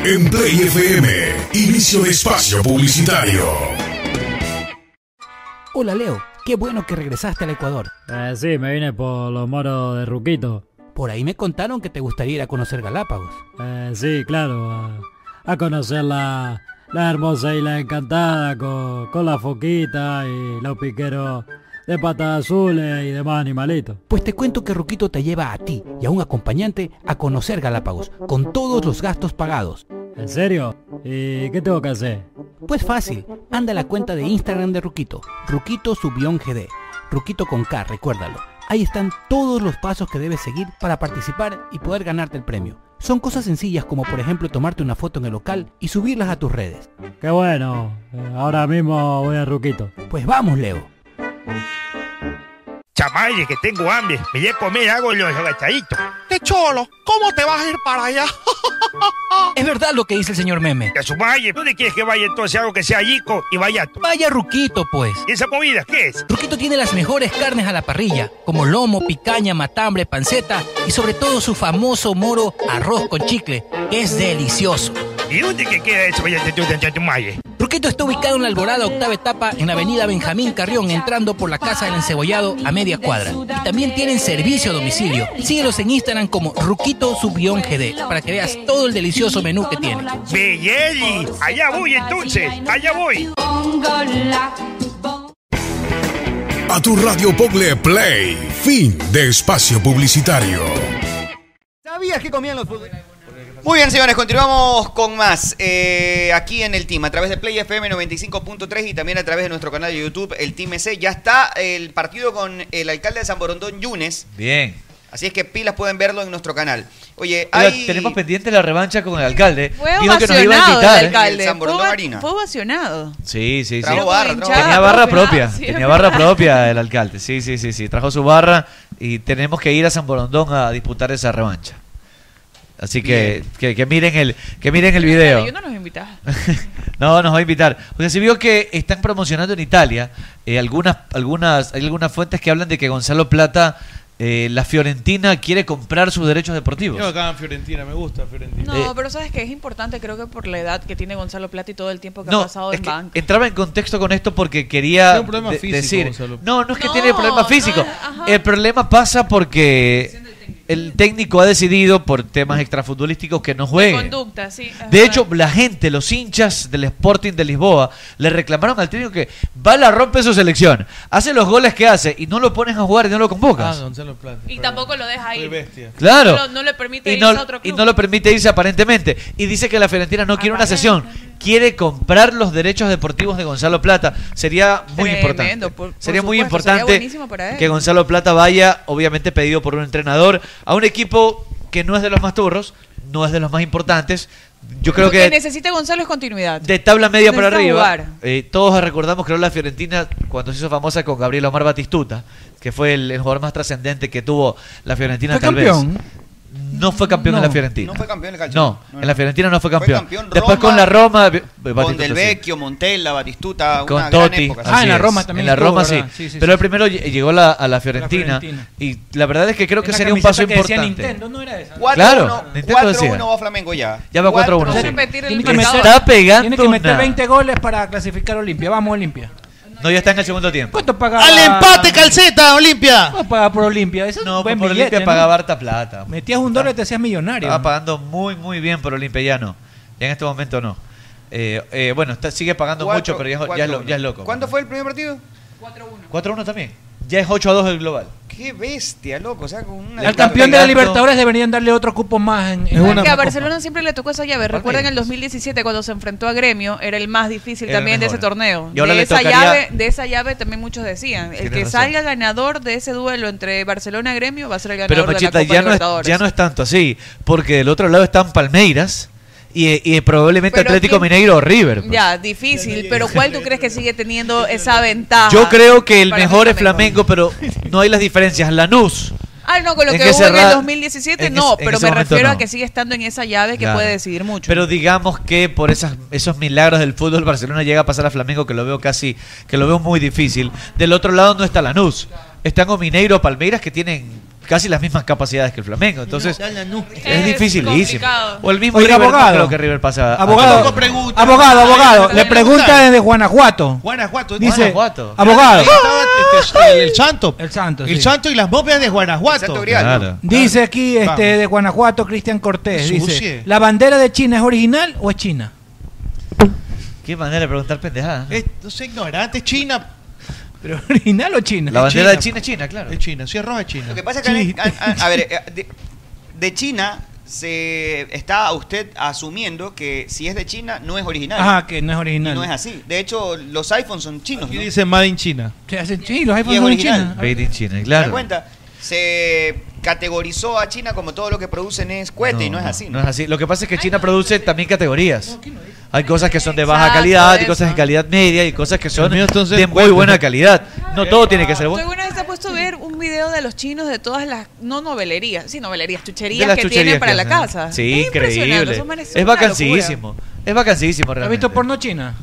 Speaker 1: En Play FM, inicio de espacio publicitario.
Speaker 22: Hola Leo, qué bueno que regresaste al Ecuador.
Speaker 8: Eh, sí, me vine por los moros de Ruquito.
Speaker 22: Por ahí me contaron que te gustaría ir a conocer Galápagos.
Speaker 8: Eh, sí, claro, a, a conocer la, la hermosa isla encantada con, con la foquita y los piqueros de patas azules y demás animalitos.
Speaker 22: Pues te cuento que Ruquito te lleva a ti y a un acompañante a conocer Galápagos, con todos los gastos pagados.
Speaker 8: ¿En serio? ¿Y qué tengo que hacer?
Speaker 22: Pues fácil, anda a la cuenta de Instagram de Ruquito, Ruquito Subión GD, Ruquito con K, recuérdalo. Ahí están todos los pasos que debes seguir para participar y poder ganarte el premio.
Speaker 6: Son cosas sencillas como por ejemplo tomarte una foto en el local y subirlas a tus redes.
Speaker 8: Qué bueno. Eh, Ahora mismo voy a Ruquito.
Speaker 6: Pues vamos, Leo.
Speaker 1: Chamaye, que tengo hambre. Me voy a comer algo y los agachaditos.
Speaker 5: ¡Qué cholo! ¿Cómo te vas a ir para allá?
Speaker 6: Es verdad lo que dice el señor Meme.
Speaker 1: Que a su valle. ¿Dónde quieres que vaya entonces algo que sea yico y vallato?
Speaker 22: Vaya Ruquito, pues.
Speaker 1: ¿Y esa comida qué es?
Speaker 22: Ruquito tiene las mejores carnes a la parrilla, como lomo, picaña, matambre, panceta y sobre todo su famoso moro arroz con chicle, que es delicioso.
Speaker 1: ¿Y dónde que queda eso vallatito de Chatumaye?
Speaker 22: Ruquito está ubicado en la Alborada Octava Etapa en la avenida Benjamín Carrión, entrando por la Casa del Encebollado a media cuadra. Y también tienen servicio a domicilio. Síguelos en Instagram como Ruquito Subión GD para que veas todo el delicioso menú que tiene.
Speaker 1: ¡Belleli! Allá voy entonces. Allá voy.
Speaker 29: A tu radio Poble Play. Fin de espacio publicitario.
Speaker 11: ¿Sabías que comían los futbolistas?
Speaker 14: Muy bien, señores, continuamos con más eh, aquí en el Team, a través de Play FM 95.3 y también a través de nuestro canal de YouTube, el Team EC. Ya está el partido con el alcalde de San Borondón, Yunes.
Speaker 10: Bien.
Speaker 14: Así es que pilas pueden verlo en nuestro canal. Oye,
Speaker 10: Oiga,
Speaker 14: hay...
Speaker 10: Tenemos pendiente la revancha con el alcalde.
Speaker 12: Fue
Speaker 10: Dijo que nos iba a
Speaker 12: ovacionado el
Speaker 10: invitar. ¿eh?
Speaker 12: alcalde.
Speaker 14: San Borondón
Speaker 12: Fue-
Speaker 14: Marina.
Speaker 12: Fue ovacionado.
Speaker 10: Sí, sí, sí.
Speaker 14: Trajo barra, trajo
Speaker 10: tenía
Speaker 12: barra.
Speaker 10: barra
Speaker 12: Ah,
Speaker 10: propia.
Speaker 12: sí, es
Speaker 10: tenía barra
Speaker 12: verdad.
Speaker 10: propia el alcalde. Sí, sí, sí, sí. Trajo su barra y tenemos que ir a San Borondón a disputar esa revancha. Así que, que, que miren el que miren el video. Eh,
Speaker 12: Yo no los invitaba.
Speaker 10: No, nos va a invitar. O sea, se vio que están promocionando en Italia eh, algunas algunas hay algunas fuentes que hablan de que Gonzalo Plata eh, la Fiorentina quiere comprar sus derechos deportivos.
Speaker 15: Yo acá en Fiorentina, me gusta Fiorentina.
Speaker 12: No, pero sabes que es importante, creo que por la edad que tiene Gonzalo Plata y todo el tiempo que ha
Speaker 10: No,
Speaker 12: pasado
Speaker 10: es
Speaker 12: en
Speaker 10: que
Speaker 12: banca.
Speaker 10: entraba en contexto con esto porque quería
Speaker 15: Tiene un problema
Speaker 10: de-
Speaker 15: físico,
Speaker 10: decir.
Speaker 15: Gonzalo.
Speaker 10: No, no es que tiene
Speaker 12: No,
Speaker 10: problema
Speaker 12: no
Speaker 10: físico.
Speaker 12: es- ajá.
Speaker 10: el problema pasa porque el técnico ha decidido por temas extrafutbolísticos que no
Speaker 12: De
Speaker 10: juegue.
Speaker 12: conducta, sí. es
Speaker 10: De
Speaker 12: verdad.
Speaker 10: hecho, la gente, los hinchas del Sporting de Lisboa, le reclamaron al técnico que Bala rompe su selección, hace los goles que hace y no lo pones a jugar y no lo convocas.
Speaker 15: Ah, Gonzalo Plata.
Speaker 12: y tampoco lo deja ir.
Speaker 10: Claro.
Speaker 12: No, lo- no le permite
Speaker 10: y
Speaker 12: irse
Speaker 10: no,
Speaker 12: a otro
Speaker 10: y
Speaker 12: club.
Speaker 10: no lo permite irse aparentemente. Y dice que la Fiorentina
Speaker 12: Ah,
Speaker 10: no quiere una sesión. Quiere comprar los derechos deportivos de Gonzalo Plata. Sería muy
Speaker 12: Tremendo,
Speaker 10: importante.
Speaker 12: por- por
Speaker 10: sería muy
Speaker 12: supuesto, sería
Speaker 10: importante
Speaker 12: buenísimo para él.
Speaker 10: que Gonzalo Plata vaya, obviamente pedido por un entrenador, a un equipo que no es de los más turros, no es de los más importantes. Yo creo
Speaker 12: Lo que
Speaker 10: que
Speaker 12: necesita Gonzalo es continuidad. este
Speaker 10: de tabla media para
Speaker 12: Necesita
Speaker 10: arriba.
Speaker 12: jugar.
Speaker 10: eh, todos recordamos, creo, la Fiorentina cuando se hizo famosa con Gabriel Omar Batistuta, que fue el, el jugador más trascendente que tuvo la Fiorentina
Speaker 14: ¿Fue
Speaker 10: tal
Speaker 14: campeón?
Speaker 10: vez. No fue campeón
Speaker 14: No.
Speaker 10: en la Fiorentina.
Speaker 14: No fue campeón en el calcio.
Speaker 10: No,
Speaker 14: No,
Speaker 10: en la
Speaker 14: no.
Speaker 10: Fiorentina no fue
Speaker 14: Fue
Speaker 10: campeón.
Speaker 14: campeón
Speaker 10: Después
Speaker 14: Roma,
Speaker 10: con la Roma, eh,
Speaker 14: Con
Speaker 10: Batistuta,
Speaker 14: Del
Speaker 10: sí.
Speaker 14: Vecchio, Montella, Batistuta,
Speaker 10: Con
Speaker 14: una gran
Speaker 10: Totti.
Speaker 14: época.
Speaker 16: Ah,
Speaker 10: así es. En la Roma sí. Pero el primero ll- llegó a la, a la Fiorentina,
Speaker 14: Fiorentina.
Speaker 10: y la verdad es que creo que
Speaker 16: la
Speaker 10: sería un
Speaker 16: camiseta
Speaker 10: paso
Speaker 16: que decía
Speaker 10: importante.
Speaker 16: Nintendo, ¿no era esa?
Speaker 10: Claro, Nintendo decía.
Speaker 14: 4-1 va Flamengo ya.
Speaker 10: Ya va 4-1. sí.
Speaker 16: Tiene que
Speaker 10: Me
Speaker 16: meter-
Speaker 10: está pegando
Speaker 16: Tiene que meter
Speaker 10: una-
Speaker 16: 20 goles para clasificar a Olimpia. Vamos, Olimpia.
Speaker 10: No, ya está en el segundo tiempo.
Speaker 16: ¿Cuánto paga?
Speaker 10: ¡Al empate,
Speaker 16: calceta, Olimpia! No paga por Olimpia. Eso no,
Speaker 10: Por Olimpia Ah, pagaba harta plata.
Speaker 16: Metías un dólar y te hacías millonario.
Speaker 10: Estaba pagando muy, muy bien por Olimpia, ya no. Ya en este momento no. Eh, eh, bueno, está- sigue pagando mucho, pero ya, es- ya es, lo- ya es loco.
Speaker 14: ¿Cuánto fue el primer partido?
Speaker 10: 4-1 también. Ya es 8-2 el global.
Speaker 14: Qué bestia, loco. O sea, con una...
Speaker 16: Al campeón de la Libertadores deberían darle otro cupo más. En, en
Speaker 12: Porque
Speaker 16: la
Speaker 12: a
Speaker 16: Copa.
Speaker 12: Barcelona siempre le tocó esa llave. Recuerden el 2017 cuando se enfrentó a Gremio, era el más difícil
Speaker 10: Era el
Speaker 12: también de ese
Speaker 10: mejor.
Speaker 12: torneo.
Speaker 10: Y ahora
Speaker 12: de
Speaker 10: le
Speaker 12: esa
Speaker 10: tocaría-
Speaker 12: llave, de esa llave también muchos decían, el
Speaker 10: Tienes
Speaker 12: que
Speaker 10: razón.
Speaker 12: salga ganador de ese duelo entre Barcelona y Gremio va a ser el ganador
Speaker 10: Pero Machita,
Speaker 12: de la Copa
Speaker 10: ya no, es,
Speaker 12: Libertadores.
Speaker 10: ya no es tanto así, porque del otro lado están Palmeiras y, eh, y probablemente
Speaker 12: Pero
Speaker 10: Atlético
Speaker 12: ¿quién-
Speaker 10: Mineiro o River. pues.
Speaker 12: Ya, difícil, pero ¿cuál tú crees que sigue teniendo esa ventaja?
Speaker 10: Yo creo que el
Speaker 12: Para mí
Speaker 10: mejor es Flamengo, pero no hay las diferencias. Lanús.
Speaker 12: Ah, no, con lo
Speaker 10: en
Speaker 12: que
Speaker 10: ese
Speaker 12: hubo en el
Speaker 10: ra-
Speaker 12: 2017
Speaker 10: en ese-
Speaker 12: no,
Speaker 10: en
Speaker 12: pero
Speaker 10: ese
Speaker 12: me
Speaker 10: momento
Speaker 12: refiero a
Speaker 10: no.
Speaker 12: que sigue estando en esa llave que
Speaker 10: Claro.
Speaker 12: puede decidir mucho.
Speaker 10: Pero digamos que por esas, esos milagros del fútbol Barcelona llega a pasar a Flamengo, que lo veo casi, que lo veo muy difícil. Del otro lado no está Lanús. Están o Mineiro o Palmeiras que tienen casi las mismas capacidades que el Flamengo. Entonces, es dificilísimo. O el mismo
Speaker 16: Oiga,
Speaker 10: River, no
Speaker 16: abogado.
Speaker 10: creo que River pasa Ah, a-
Speaker 16: Abogado,
Speaker 10: a-
Speaker 16: abogado, abogado, le pregunta desde Guanajuato.
Speaker 15: Guanajuato.
Speaker 16: Dice,
Speaker 15: Guanajuato.
Speaker 16: abogado.
Speaker 15: Estaba, este, El Santo.
Speaker 16: El Santo,
Speaker 15: El
Speaker 16: sí.
Speaker 15: Santo y las bombeas de Guanajuato.
Speaker 10: Claro.
Speaker 16: Dice aquí este
Speaker 15: Vamos.
Speaker 16: de Guanajuato Cristian Cortés,
Speaker 15: Sucie.
Speaker 16: dice, ¿la bandera de China es original o es China?
Speaker 10: Qué manera de preguntar pendejada.
Speaker 15: Eh, no sé, ignorante, China.
Speaker 16: ¿Pero original o China?
Speaker 10: La bandera de China es China, claro.
Speaker 15: Es China, sí, es roja China.
Speaker 14: Lo que pasa es que, a, a- a ver, eh, de, de China se está usted asumiendo que si es de China no es original.
Speaker 16: Ajá, Ah, que no es original.
Speaker 14: Y no es así. De hecho, los iPhones son chinos. ¿no?
Speaker 15: Dice Made in China.
Speaker 16: Sí, hacen- sí, los iPhones son
Speaker 14: es
Speaker 16: en
Speaker 14: original.
Speaker 16: China.
Speaker 10: Made in China,
Speaker 14: ¿Te das
Speaker 10: claro.
Speaker 14: cuenta? se categorizó a China como todo lo que producen es cohete y no es así.
Speaker 10: No es así. Lo que pasa es que China produce también categorías. Hay cosas que son de baja calidad, hay cosas de calidad media y cosas que son de muy buena calidad. No todo tiene que ser bueno.
Speaker 12: ¿Alguna vez te has puesto a ver un video de los chinos de todas las, no novelerías, sí, novelerías,
Speaker 10: De
Speaker 12: chucherías
Speaker 10: las
Speaker 12: que
Speaker 10: chucherías
Speaker 12: tienen para
Speaker 10: que
Speaker 12: la
Speaker 10: hacen.
Speaker 12: casa?
Speaker 10: Sí,
Speaker 12: Es impresionante,
Speaker 10: increíble.
Speaker 12: esos manes son
Speaker 10: Es
Speaker 12: una
Speaker 10: vacancísimo. Es vacancísimo
Speaker 16: ¿Has
Speaker 10: realmente.
Speaker 16: visto porno china?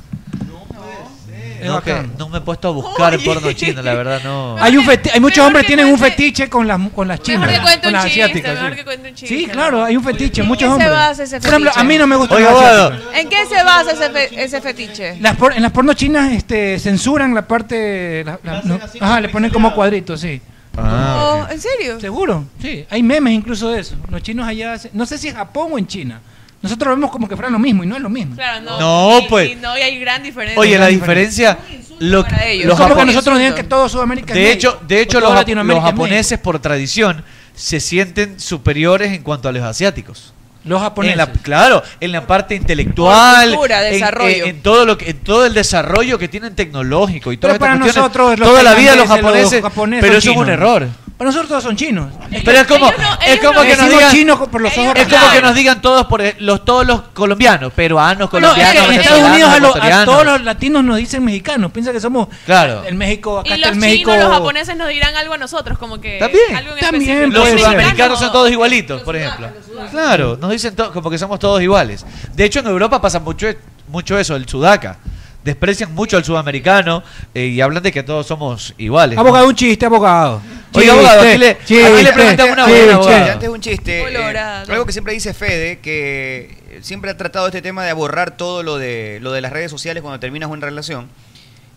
Speaker 10: No, que- no me he puesto a buscar porno chino, la verdad no.
Speaker 16: Hay, un feti- hay muchos hombres tienen un fetiche con las, con las chinas,
Speaker 10: que cuente
Speaker 16: con
Speaker 10: un
Speaker 16: las
Speaker 10: chiste,
Speaker 16: asiáticas.
Speaker 10: mejor
Speaker 16: sí.
Speaker 10: que
Speaker 12: cuente un
Speaker 16: Sí, claro, hay un fetiche, muchos
Speaker 12: ¿En qué
Speaker 16: hombres.
Speaker 12: se basa ese
Speaker 16: Por ejemplo, a mí no me gusta
Speaker 10: Oiga,
Speaker 12: locura. ¿En qué se basa ese, fe- ese fetiche?
Speaker 16: Las por- en las porno chinas este, censuran la parte... la- la- no- ajá, le ponen como cuadritos, sí. Ah,
Speaker 12: Oh, ¿En serio?
Speaker 16: Seguro, sí. Hay memes incluso de eso. Los chinos allá... hacen- No sé si es Japón o en China. Nosotros lo vemos como que fuera lo mismo y no es lo mismo.
Speaker 13: Claro, no.
Speaker 10: No,
Speaker 13: y-
Speaker 10: pues.
Speaker 13: y no, y hay gran diferencia.
Speaker 10: Oye, la diferencia lo,
Speaker 13: ellos.
Speaker 10: los
Speaker 16: Los como que
Speaker 10: japoneses-
Speaker 16: nosotros nos digan que todo Sudamérica es
Speaker 10: De
Speaker 16: negro,
Speaker 10: hecho, de
Speaker 16: o
Speaker 10: hecho
Speaker 16: todo
Speaker 10: los, jap-
Speaker 16: Latinoamérica
Speaker 10: los
Speaker 16: es negro.
Speaker 10: japoneses por tradición se sienten superiores en cuanto a los asiáticos.
Speaker 16: Los japoneses.
Speaker 10: En la- claro, en la parte intelectual,
Speaker 12: Por cultura,
Speaker 10: en-
Speaker 12: desarrollo.
Speaker 10: En, en todo lo que, en todo el desarrollo que tienen tecnológico y
Speaker 16: Pero
Speaker 10: todas
Speaker 16: para
Speaker 10: estas cuestiones,
Speaker 16: nosotros los
Speaker 10: toda la vida los
Speaker 16: tailandeses,
Speaker 10: japoneses,
Speaker 16: japoneses son
Speaker 10: pero eso es un
Speaker 16: chinos.
Speaker 10: error.
Speaker 16: Para nosotros todos son chinos.
Speaker 10: Pero es como, es como que nos
Speaker 16: Decimos
Speaker 10: digan
Speaker 16: chino por los ojos
Speaker 10: es como que nos digan todos por e- los todos los colombianos, peruanos,
Speaker 16: No, es
Speaker 10: colombianos,
Speaker 16: que en Estados
Speaker 10: venezolanos,
Speaker 16: Unidos a, los- a
Speaker 10: ecuatorianos.
Speaker 16: todos los latinos nos dicen mexicanos. Piensa que somos
Speaker 10: Claro.
Speaker 16: el México, acá
Speaker 13: Y
Speaker 16: está
Speaker 13: los
Speaker 16: el México.
Speaker 13: chinos, los japoneses nos dirán algo a nosotros, como que
Speaker 10: También.
Speaker 13: algo en
Speaker 16: También
Speaker 13: específico.
Speaker 10: Los
Speaker 13: Los
Speaker 10: sudamericanos son todos igualitos, por ejemplo. Claro, nos dicen to- como que somos todos iguales. De hecho, en Europa pasa mucho, e- mucho eso, el sudaca. Desprecian mucho al sudamericano eh, y hablan de que todos somos iguales. ¿no?
Speaker 16: Abogado, un chiste, abogado.
Speaker 10: Oiga, abogado, aquí le- aquí le preguntan una buena, abogado.
Speaker 14: Antes un chiste. eh, algo que siempre dice Fede, que siempre ha tratado este tema de borrar todo lo de, lo de las redes sociales cuando terminas una relación.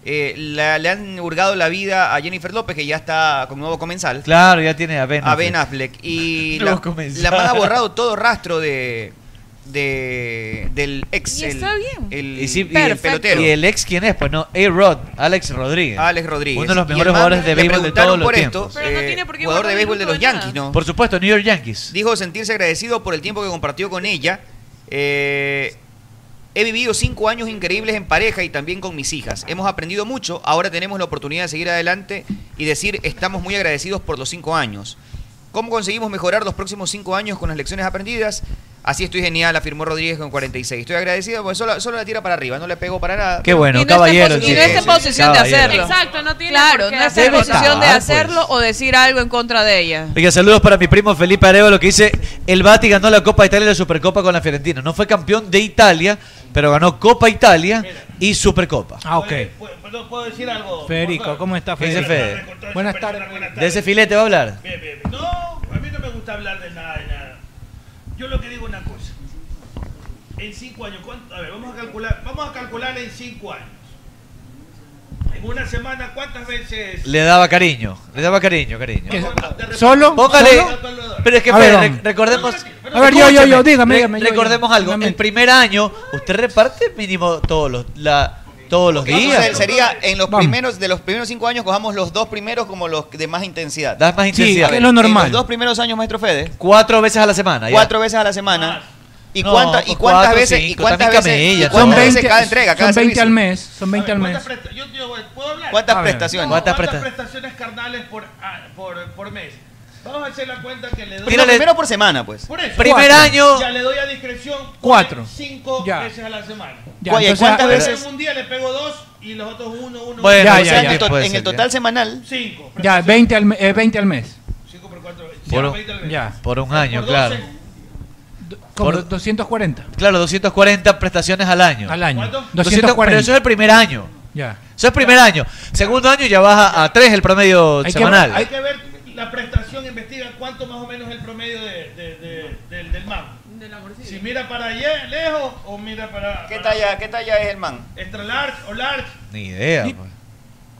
Speaker 14: Eh, la- le han hurgado la vida a Jennifer López, que ya está como nuevo comensal.
Speaker 10: Claro, ya tiene a Ben.
Speaker 14: a Ben Affleck. Y
Speaker 10: Nuevo
Speaker 14: la,
Speaker 10: comensal.
Speaker 14: la man ha borrado todo rastro de, de del ex.
Speaker 12: Y está bien.
Speaker 14: el-
Speaker 10: Y, sí, y el
Speaker 14: el pelotero.
Speaker 10: y el ex, ¿quién es? Pues no, A-Rod, Alex Rodríguez.
Speaker 14: Alex Rodríguez.
Speaker 10: Uno de los
Speaker 14: Y
Speaker 10: mejores
Speaker 14: el man
Speaker 10: jugadores de
Speaker 14: le
Speaker 10: béisbol de
Speaker 14: preguntaron
Speaker 10: todos los
Speaker 14: por esto,
Speaker 10: tiempos.
Speaker 14: eh, jugador de béisbol de los Yankees, ¿no?
Speaker 10: Por supuesto, New York Yankees.
Speaker 14: Dijo sentirse agradecido por el tiempo que compartió con ella. Eh, he vivido cinco años increíbles en pareja y también con mis hijas. Hemos aprendido mucho. Ahora tenemos la oportunidad de seguir adelante y decir estamos muy agradecidos por los cinco años. ¿Cómo conseguimos mejorar los próximos cinco años con las lecciones aprendidas? Así estoy genial, afirmó Rodríguez con 46. Estoy agradecido, pues solo, solo la tira para arriba, no le pegó para nada.
Speaker 10: Qué bueno,
Speaker 14: Y no está
Speaker 10: caballero.
Speaker 14: en posi-
Speaker 10: sí,
Speaker 14: y no está en
Speaker 10: sí,
Speaker 14: posición de
Speaker 10: caballero.
Speaker 12: hacerlo.
Speaker 13: Exacto, no tiene
Speaker 12: Claro,
Speaker 13: por qué
Speaker 12: no está en
Speaker 10: hacerlo.
Speaker 12: posición de
Speaker 10: Ah, pues.
Speaker 12: hacerlo o decir algo en contra de ella.
Speaker 10: Oiga, saludos para mi primo Felipe Arevalo que dice, el Bati ganó la Copa de Italia y la Supercopa con la Fiorentina. No fue campeón de Italia, pero ganó Copa Italia y Supercopa.
Speaker 16: Ah, ok.
Speaker 15: ¿Puedo, puedo decir algo?
Speaker 16: Federico, ¿cómo está
Speaker 10: ¿Qué dice
Speaker 16: Federico?
Speaker 10: Fede?
Speaker 16: Buenas tardes.
Speaker 10: ¿De ese filete va a hablar?
Speaker 15: Bien, bien, bien. No, a mí no me gusta hablar de nada, de nada. Yo lo que digo es una cosa. En cinco años, ¿cuánto? A ver, vamos a calcular, vamos a calcular en cinco años. En una semana, ¿cuántas veces?
Speaker 10: Le daba cariño, le daba cariño, cariño.
Speaker 16: ¿Solo?
Speaker 10: Póngale.
Speaker 16: ¿Solo?
Speaker 10: Pero es que
Speaker 16: A ver,
Speaker 10: Fede,
Speaker 16: vamos.
Speaker 10: rec- recordemos.
Speaker 16: A ver, yo, yo, yo,
Speaker 10: Escúchame,
Speaker 16: dígame,
Speaker 10: re-
Speaker 16: dígame, yo, yo.
Speaker 10: Recordemos algo. El primer año, usted reparte mínimo todos los, la, todos los
Speaker 14: Entonces,
Speaker 10: días.
Speaker 14: sería en los
Speaker 10: Vamos.
Speaker 14: primeros de los primeros cinco años cojamos los dos primeros como los de más intensidad.
Speaker 10: Das más intensidad.
Speaker 14: A ver, En los dos primeros años, maestro Fede,
Speaker 10: Cuatro veces a la semana. ya.
Speaker 14: cuatro veces a la semana. ¿Y,
Speaker 10: No,
Speaker 14: cuánta-
Speaker 10: pues
Speaker 14: y cuántas
Speaker 10: cuatro,
Speaker 14: veces? ¿Y
Speaker 10: cinco,
Speaker 14: cuántas
Speaker 10: también
Speaker 14: veces?
Speaker 10: camella,
Speaker 14: y cuántas
Speaker 10: todo.
Speaker 14: veces cada entrega, cada
Speaker 16: son 20
Speaker 14: servicio?
Speaker 16: al mes, son 20 al mes.
Speaker 14: ¿Cuántas
Speaker 16: A ver.
Speaker 14: prestaciones?
Speaker 16: ¿Cuántas
Speaker 15: ¿Cuántas
Speaker 16: presta-
Speaker 15: prestaciones carnales por, a- por, por mes? Vamos a hacer la cuenta que le doy.
Speaker 14: Primero, primero por semana, pues.
Speaker 15: Por eso.
Speaker 14: Primer
Speaker 15: Cuatro.
Speaker 14: año-
Speaker 15: Ya le doy a discreción.
Speaker 14: Cuatro.
Speaker 15: ponle Cinco
Speaker 14: Ya.
Speaker 15: veces a la semana.
Speaker 14: Ya, Oye, entonces- ¿cuántas veces?
Speaker 15: En un día le pego dos y los otros uno, uno.
Speaker 14: Bueno,
Speaker 15: uno.
Speaker 14: Ya, o ya, sea, ya, en el to- puede en ser, el total ya. semanal-
Speaker 15: Cinco.
Speaker 16: Ya, 20 al, me- eh, 20 al mes.
Speaker 10: Por,
Speaker 16: veces.
Speaker 10: un,
Speaker 16: Ya.
Speaker 10: por un año,
Speaker 16: Por
Speaker 10: claro.
Speaker 16: Como
Speaker 10: Por-
Speaker 16: 240.
Speaker 10: Claro, 240 prestaciones al año.
Speaker 16: Al año. ¿Cuánto?
Speaker 10: 240. Pero eso es el primer año.
Speaker 16: Ya.
Speaker 10: Eso es el primer año. Segundo año ya baja a 3 el promedio
Speaker 16: Hay que-
Speaker 10: semanal.
Speaker 15: Hay que ver la prestación, investiga cuánto más o menos es el promedio de, de- de- del, del man. Si mira para allá, lejos o mira para.
Speaker 14: ¿Qué
Speaker 15: para-
Speaker 14: talla, ¿Qué talla es el man?
Speaker 15: ¿Extra large o large?
Speaker 10: Ni idea. pues.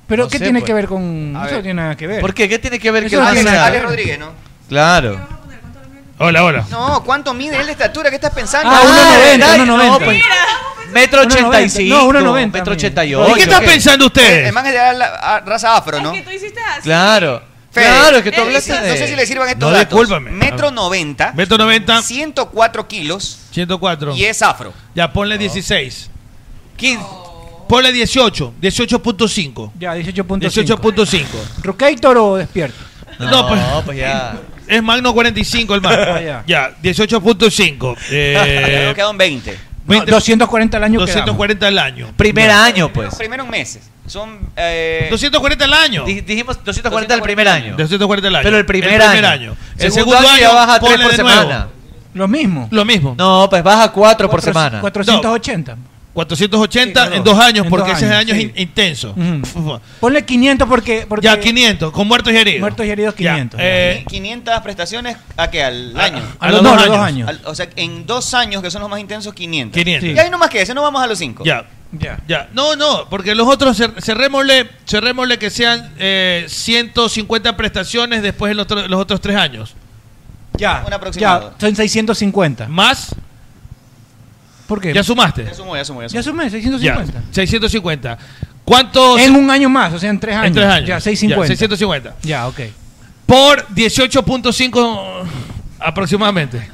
Speaker 16: Pero
Speaker 10: No
Speaker 16: ¿qué
Speaker 10: sé,
Speaker 16: tiene
Speaker 10: pues.
Speaker 16: que ver con
Speaker 10: A
Speaker 16: eso?
Speaker 10: ver.
Speaker 16: No tiene nada que ver.
Speaker 10: ¿Por qué? ¿Qué tiene que ver
Speaker 16: Eso
Speaker 10: que
Speaker 16: no
Speaker 10: no
Speaker 16: tiene
Speaker 10: sea-
Speaker 16: nada que
Speaker 14: Alex
Speaker 16: ver.
Speaker 14: Rodríguez, ¿no?
Speaker 10: Claro. Hola, hola.
Speaker 14: No, ¿cuánto mide él de estatura? ¿Qué estás pensando?
Speaker 10: Ah, 1.90,
Speaker 14: ¿verdad?
Speaker 10: 1.90.
Speaker 14: No, pues.
Speaker 10: Metro
Speaker 14: 1.90,
Speaker 10: 85.
Speaker 14: no,
Speaker 10: 1.90. Metro 88.
Speaker 14: ¿Y qué están pensando
Speaker 10: ustedes?
Speaker 14: El man es de la- a- raza afro, ¿no?
Speaker 10: Claro.
Speaker 14: Fede,
Speaker 10: Claro, es que tú
Speaker 14: él
Speaker 10: hablaste
Speaker 14: dice-
Speaker 10: de...
Speaker 14: No sé si le sirvan estos
Speaker 10: No,
Speaker 14: datos.
Speaker 10: discúlpame.
Speaker 14: Metro 90.
Speaker 15: Metro 90.
Speaker 14: 104 kilos.
Speaker 15: 104.
Speaker 14: Y es afro.
Speaker 15: Ya,
Speaker 10: Ah.
Speaker 15: ponle 16. 15.
Speaker 10: Oh.
Speaker 15: Ponle 18. 18.5.
Speaker 16: Ya, 18.5.
Speaker 15: 18.5.
Speaker 16: ¿Rucator o despierto?
Speaker 9: No, pues,
Speaker 14: ya.
Speaker 9: Es Magno 45 el
Speaker 10: Ah,
Speaker 9: Magno. ya, 18.5. Eh,
Speaker 14: Creo que quedan 20.
Speaker 9: 20.
Speaker 16: 240 al año.
Speaker 9: 240 al año.
Speaker 10: Primer año, pues.
Speaker 14: Primero en meses. Son.
Speaker 9: 240 al año.
Speaker 10: Dijimos 240 al primer año.
Speaker 9: 240 al año.
Speaker 10: Pero el primer año.
Speaker 9: El segundo, año,
Speaker 10: ya baja tres
Speaker 9: ponle
Speaker 10: por
Speaker 9: de nuevo.
Speaker 10: semana.
Speaker 16: Lo mismo.
Speaker 9: Lo mismo.
Speaker 10: No, pues baja 4 por semana.
Speaker 16: 480.
Speaker 9: 480
Speaker 16: Sí,
Speaker 9: en dos años,
Speaker 16: en
Speaker 9: porque
Speaker 16: dos
Speaker 9: ese año
Speaker 16: años,
Speaker 9: es
Speaker 16: sí.
Speaker 9: in- intenso.
Speaker 16: Ponle 500 porque, porque.
Speaker 9: Ya, 500, con muertos y heridos.
Speaker 16: Muertos y heridos,
Speaker 9: Ya,
Speaker 16: 500.
Speaker 9: eh,
Speaker 14: 500 prestaciones a qué? Al año.
Speaker 9: a los no, dos a los dos años.
Speaker 14: Al- o sea, en dos años, que son los más intensos, 500.
Speaker 9: 500.
Speaker 14: Y ahí nomás que ese, no vamos a los 5.
Speaker 9: Ya.
Speaker 16: Ya.
Speaker 9: Ya. No, no, porque los otros cer- cerrémosle, cerrémosle que sean eh, 150 prestaciones después de los, tro- los otros tres años.
Speaker 16: Ya.
Speaker 14: Un
Speaker 16: Ya,
Speaker 14: aproximado.
Speaker 16: son 650.
Speaker 9: ¿Más?
Speaker 16: ¿Por qué?
Speaker 9: ¿Ya sumaste?
Speaker 14: Ya sumo, ya sumo, ya sumo.
Speaker 16: Ya sumé, 650.
Speaker 9: 650. ¿Cuántos?
Speaker 16: En un año más, o sea, en tres años.
Speaker 9: En tres años.
Speaker 16: Ya, 650.
Speaker 9: Ya, 650.
Speaker 16: Ya, ok.
Speaker 9: Por 18.5 aproximadamente.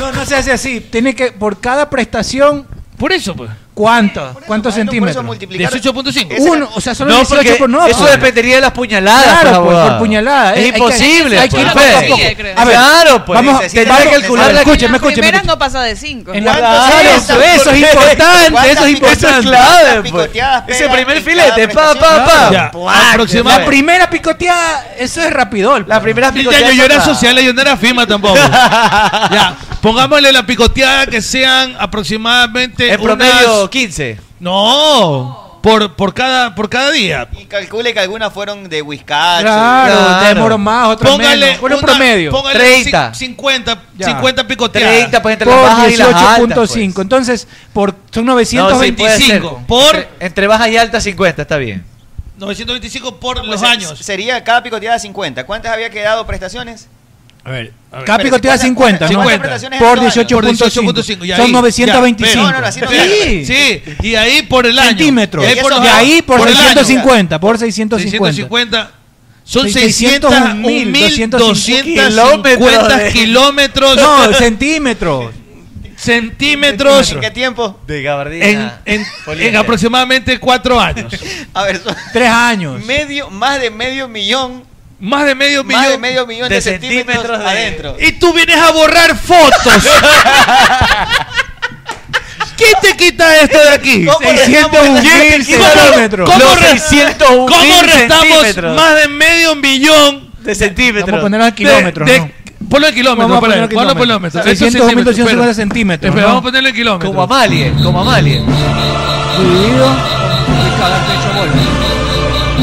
Speaker 16: No, no se hace así. Tiene que, por cada prestación.
Speaker 9: Por eso, pues.
Speaker 16: ¿Cuánto? ¿Cuántos centímetros?
Speaker 9: 18.5.
Speaker 16: Uno, o sea, solo
Speaker 10: No,
Speaker 16: 18
Speaker 10: porque
Speaker 16: con no,
Speaker 10: eso
Speaker 16: pues.
Speaker 10: dependería de las puñaladas.
Speaker 16: Claro,
Speaker 10: pues,
Speaker 16: por,
Speaker 10: abogado.
Speaker 16: por puñalada.
Speaker 10: Es
Speaker 16: eh, hay que-
Speaker 10: imposible.
Speaker 16: hay que ir a
Speaker 10: pues.
Speaker 16: poco a
Speaker 10: Pues.
Speaker 16: poco. A ver,
Speaker 10: claro, pues.
Speaker 16: Vamos,
Speaker 10: Necesitas-
Speaker 16: tendrá que calcular.
Speaker 10: necesitas-
Speaker 16: Escúcheme,
Speaker 12: Las
Speaker 16: escúcheme.
Speaker 12: primeras no pasa de 5.
Speaker 16: En la- Ah,
Speaker 10: Claro, eso, eso es importante, eso es importante. Eso es clave, pues. Ese primer filete, pa, pa, pa.
Speaker 9: Ya,
Speaker 16: La
Speaker 9: aproximadamente.
Speaker 16: primera picoteada, eso es rapidol. pues.
Speaker 10: La primera
Speaker 9: Ya, yo, yo era social y yo no era firma tampoco. ya, pongámosle la picoteada que sean aproximadamente.
Speaker 10: En promedio, 15.
Speaker 9: No, por, por, cada, por cada día.
Speaker 14: Y calcule que algunas fueron de Wisconsin.
Speaker 16: Claro, te demoró más, otro
Speaker 9: Póngale
Speaker 16: menos. Bueno,
Speaker 9: una-
Speaker 16: promedio.
Speaker 9: póngale
Speaker 10: 30.
Speaker 9: cin- 50,
Speaker 16: Ya.
Speaker 10: Ah.
Speaker 9: 50 picoteadas. 30
Speaker 10: pues
Speaker 16: Por 18.5.
Speaker 9: pues.
Speaker 16: Entonces, por, son
Speaker 10: No, sí, puede ser.
Speaker 16: 925.
Speaker 9: por-
Speaker 10: Entre, entre bajas y altas, 50, está bien.
Speaker 9: 925 por
Speaker 14: Pues
Speaker 9: los
Speaker 14: se-
Speaker 9: años.
Speaker 14: Sería cada picoteada 50. ¿cuántas había quedado prestaciones?
Speaker 9: A ver, a ver.
Speaker 16: Cada picoteada 50, ¿no?
Speaker 9: 50.
Speaker 16: Por
Speaker 9: Por
Speaker 16: 18.5.
Speaker 9: 18.5, ya
Speaker 16: Son
Speaker 9: ahí, ya,
Speaker 16: 925.
Speaker 9: pero- sí, sí, y ahí por el año.
Speaker 16: Centímetros.
Speaker 9: Y ahí por, los
Speaker 16: de
Speaker 9: años,
Speaker 16: ahí por,
Speaker 9: el año.
Speaker 16: 650. Por 650.
Speaker 9: 650. Son
Speaker 16: 600,
Speaker 9: 600,
Speaker 16: 1.250
Speaker 9: 1.250 kilómetros.
Speaker 16: No, centímetros.
Speaker 9: centímetros.
Speaker 14: ¿En qué tiempo?
Speaker 10: De
Speaker 9: En,
Speaker 10: gabardina.
Speaker 9: en-
Speaker 10: Poliéster.
Speaker 9: en aproximadamente cuatro años.
Speaker 14: A ver, son
Speaker 16: Tres años.
Speaker 14: medio, más de medio millón.
Speaker 9: Más de medio millón.
Speaker 14: Más de medio millón de,
Speaker 10: de
Speaker 14: centímetros,
Speaker 10: centímetros de-
Speaker 14: adentro.
Speaker 9: Y tú vienes a borrar fotos. ¿Quién te quita esto de aquí?
Speaker 14: ¿Cómo le
Speaker 9: ¿Cómo-
Speaker 16: 601
Speaker 9: quién
Speaker 15: este
Speaker 16: mil
Speaker 9: te quita-
Speaker 16: centímetros.
Speaker 9: ¿Cómo,
Speaker 10: Los
Speaker 9: re-
Speaker 10: 601
Speaker 9: cómo
Speaker 10: mil
Speaker 9: restamos
Speaker 10: centímetros.
Speaker 9: más de medio millón
Speaker 10: De
Speaker 16: Vamos a
Speaker 10: centímetros.
Speaker 16: ponerlo en kilómetros.
Speaker 9: de,
Speaker 16: ¿no?
Speaker 9: Ponlo en kilómetros,
Speaker 16: Vamos
Speaker 9: ponlo,
Speaker 16: a ponerlo en
Speaker 9: ponlo en
Speaker 16: kilómetros.
Speaker 9: kilómetros. Eso es
Speaker 16: 600,
Speaker 9: centímetros,
Speaker 16: 1250
Speaker 9: espera.
Speaker 16: centímetros,
Speaker 9: Espera,
Speaker 16: ¿no?
Speaker 9: vamos a ponerlo en kilómetros.
Speaker 10: Como Amalie, como Amalie.
Speaker 16: Dividido.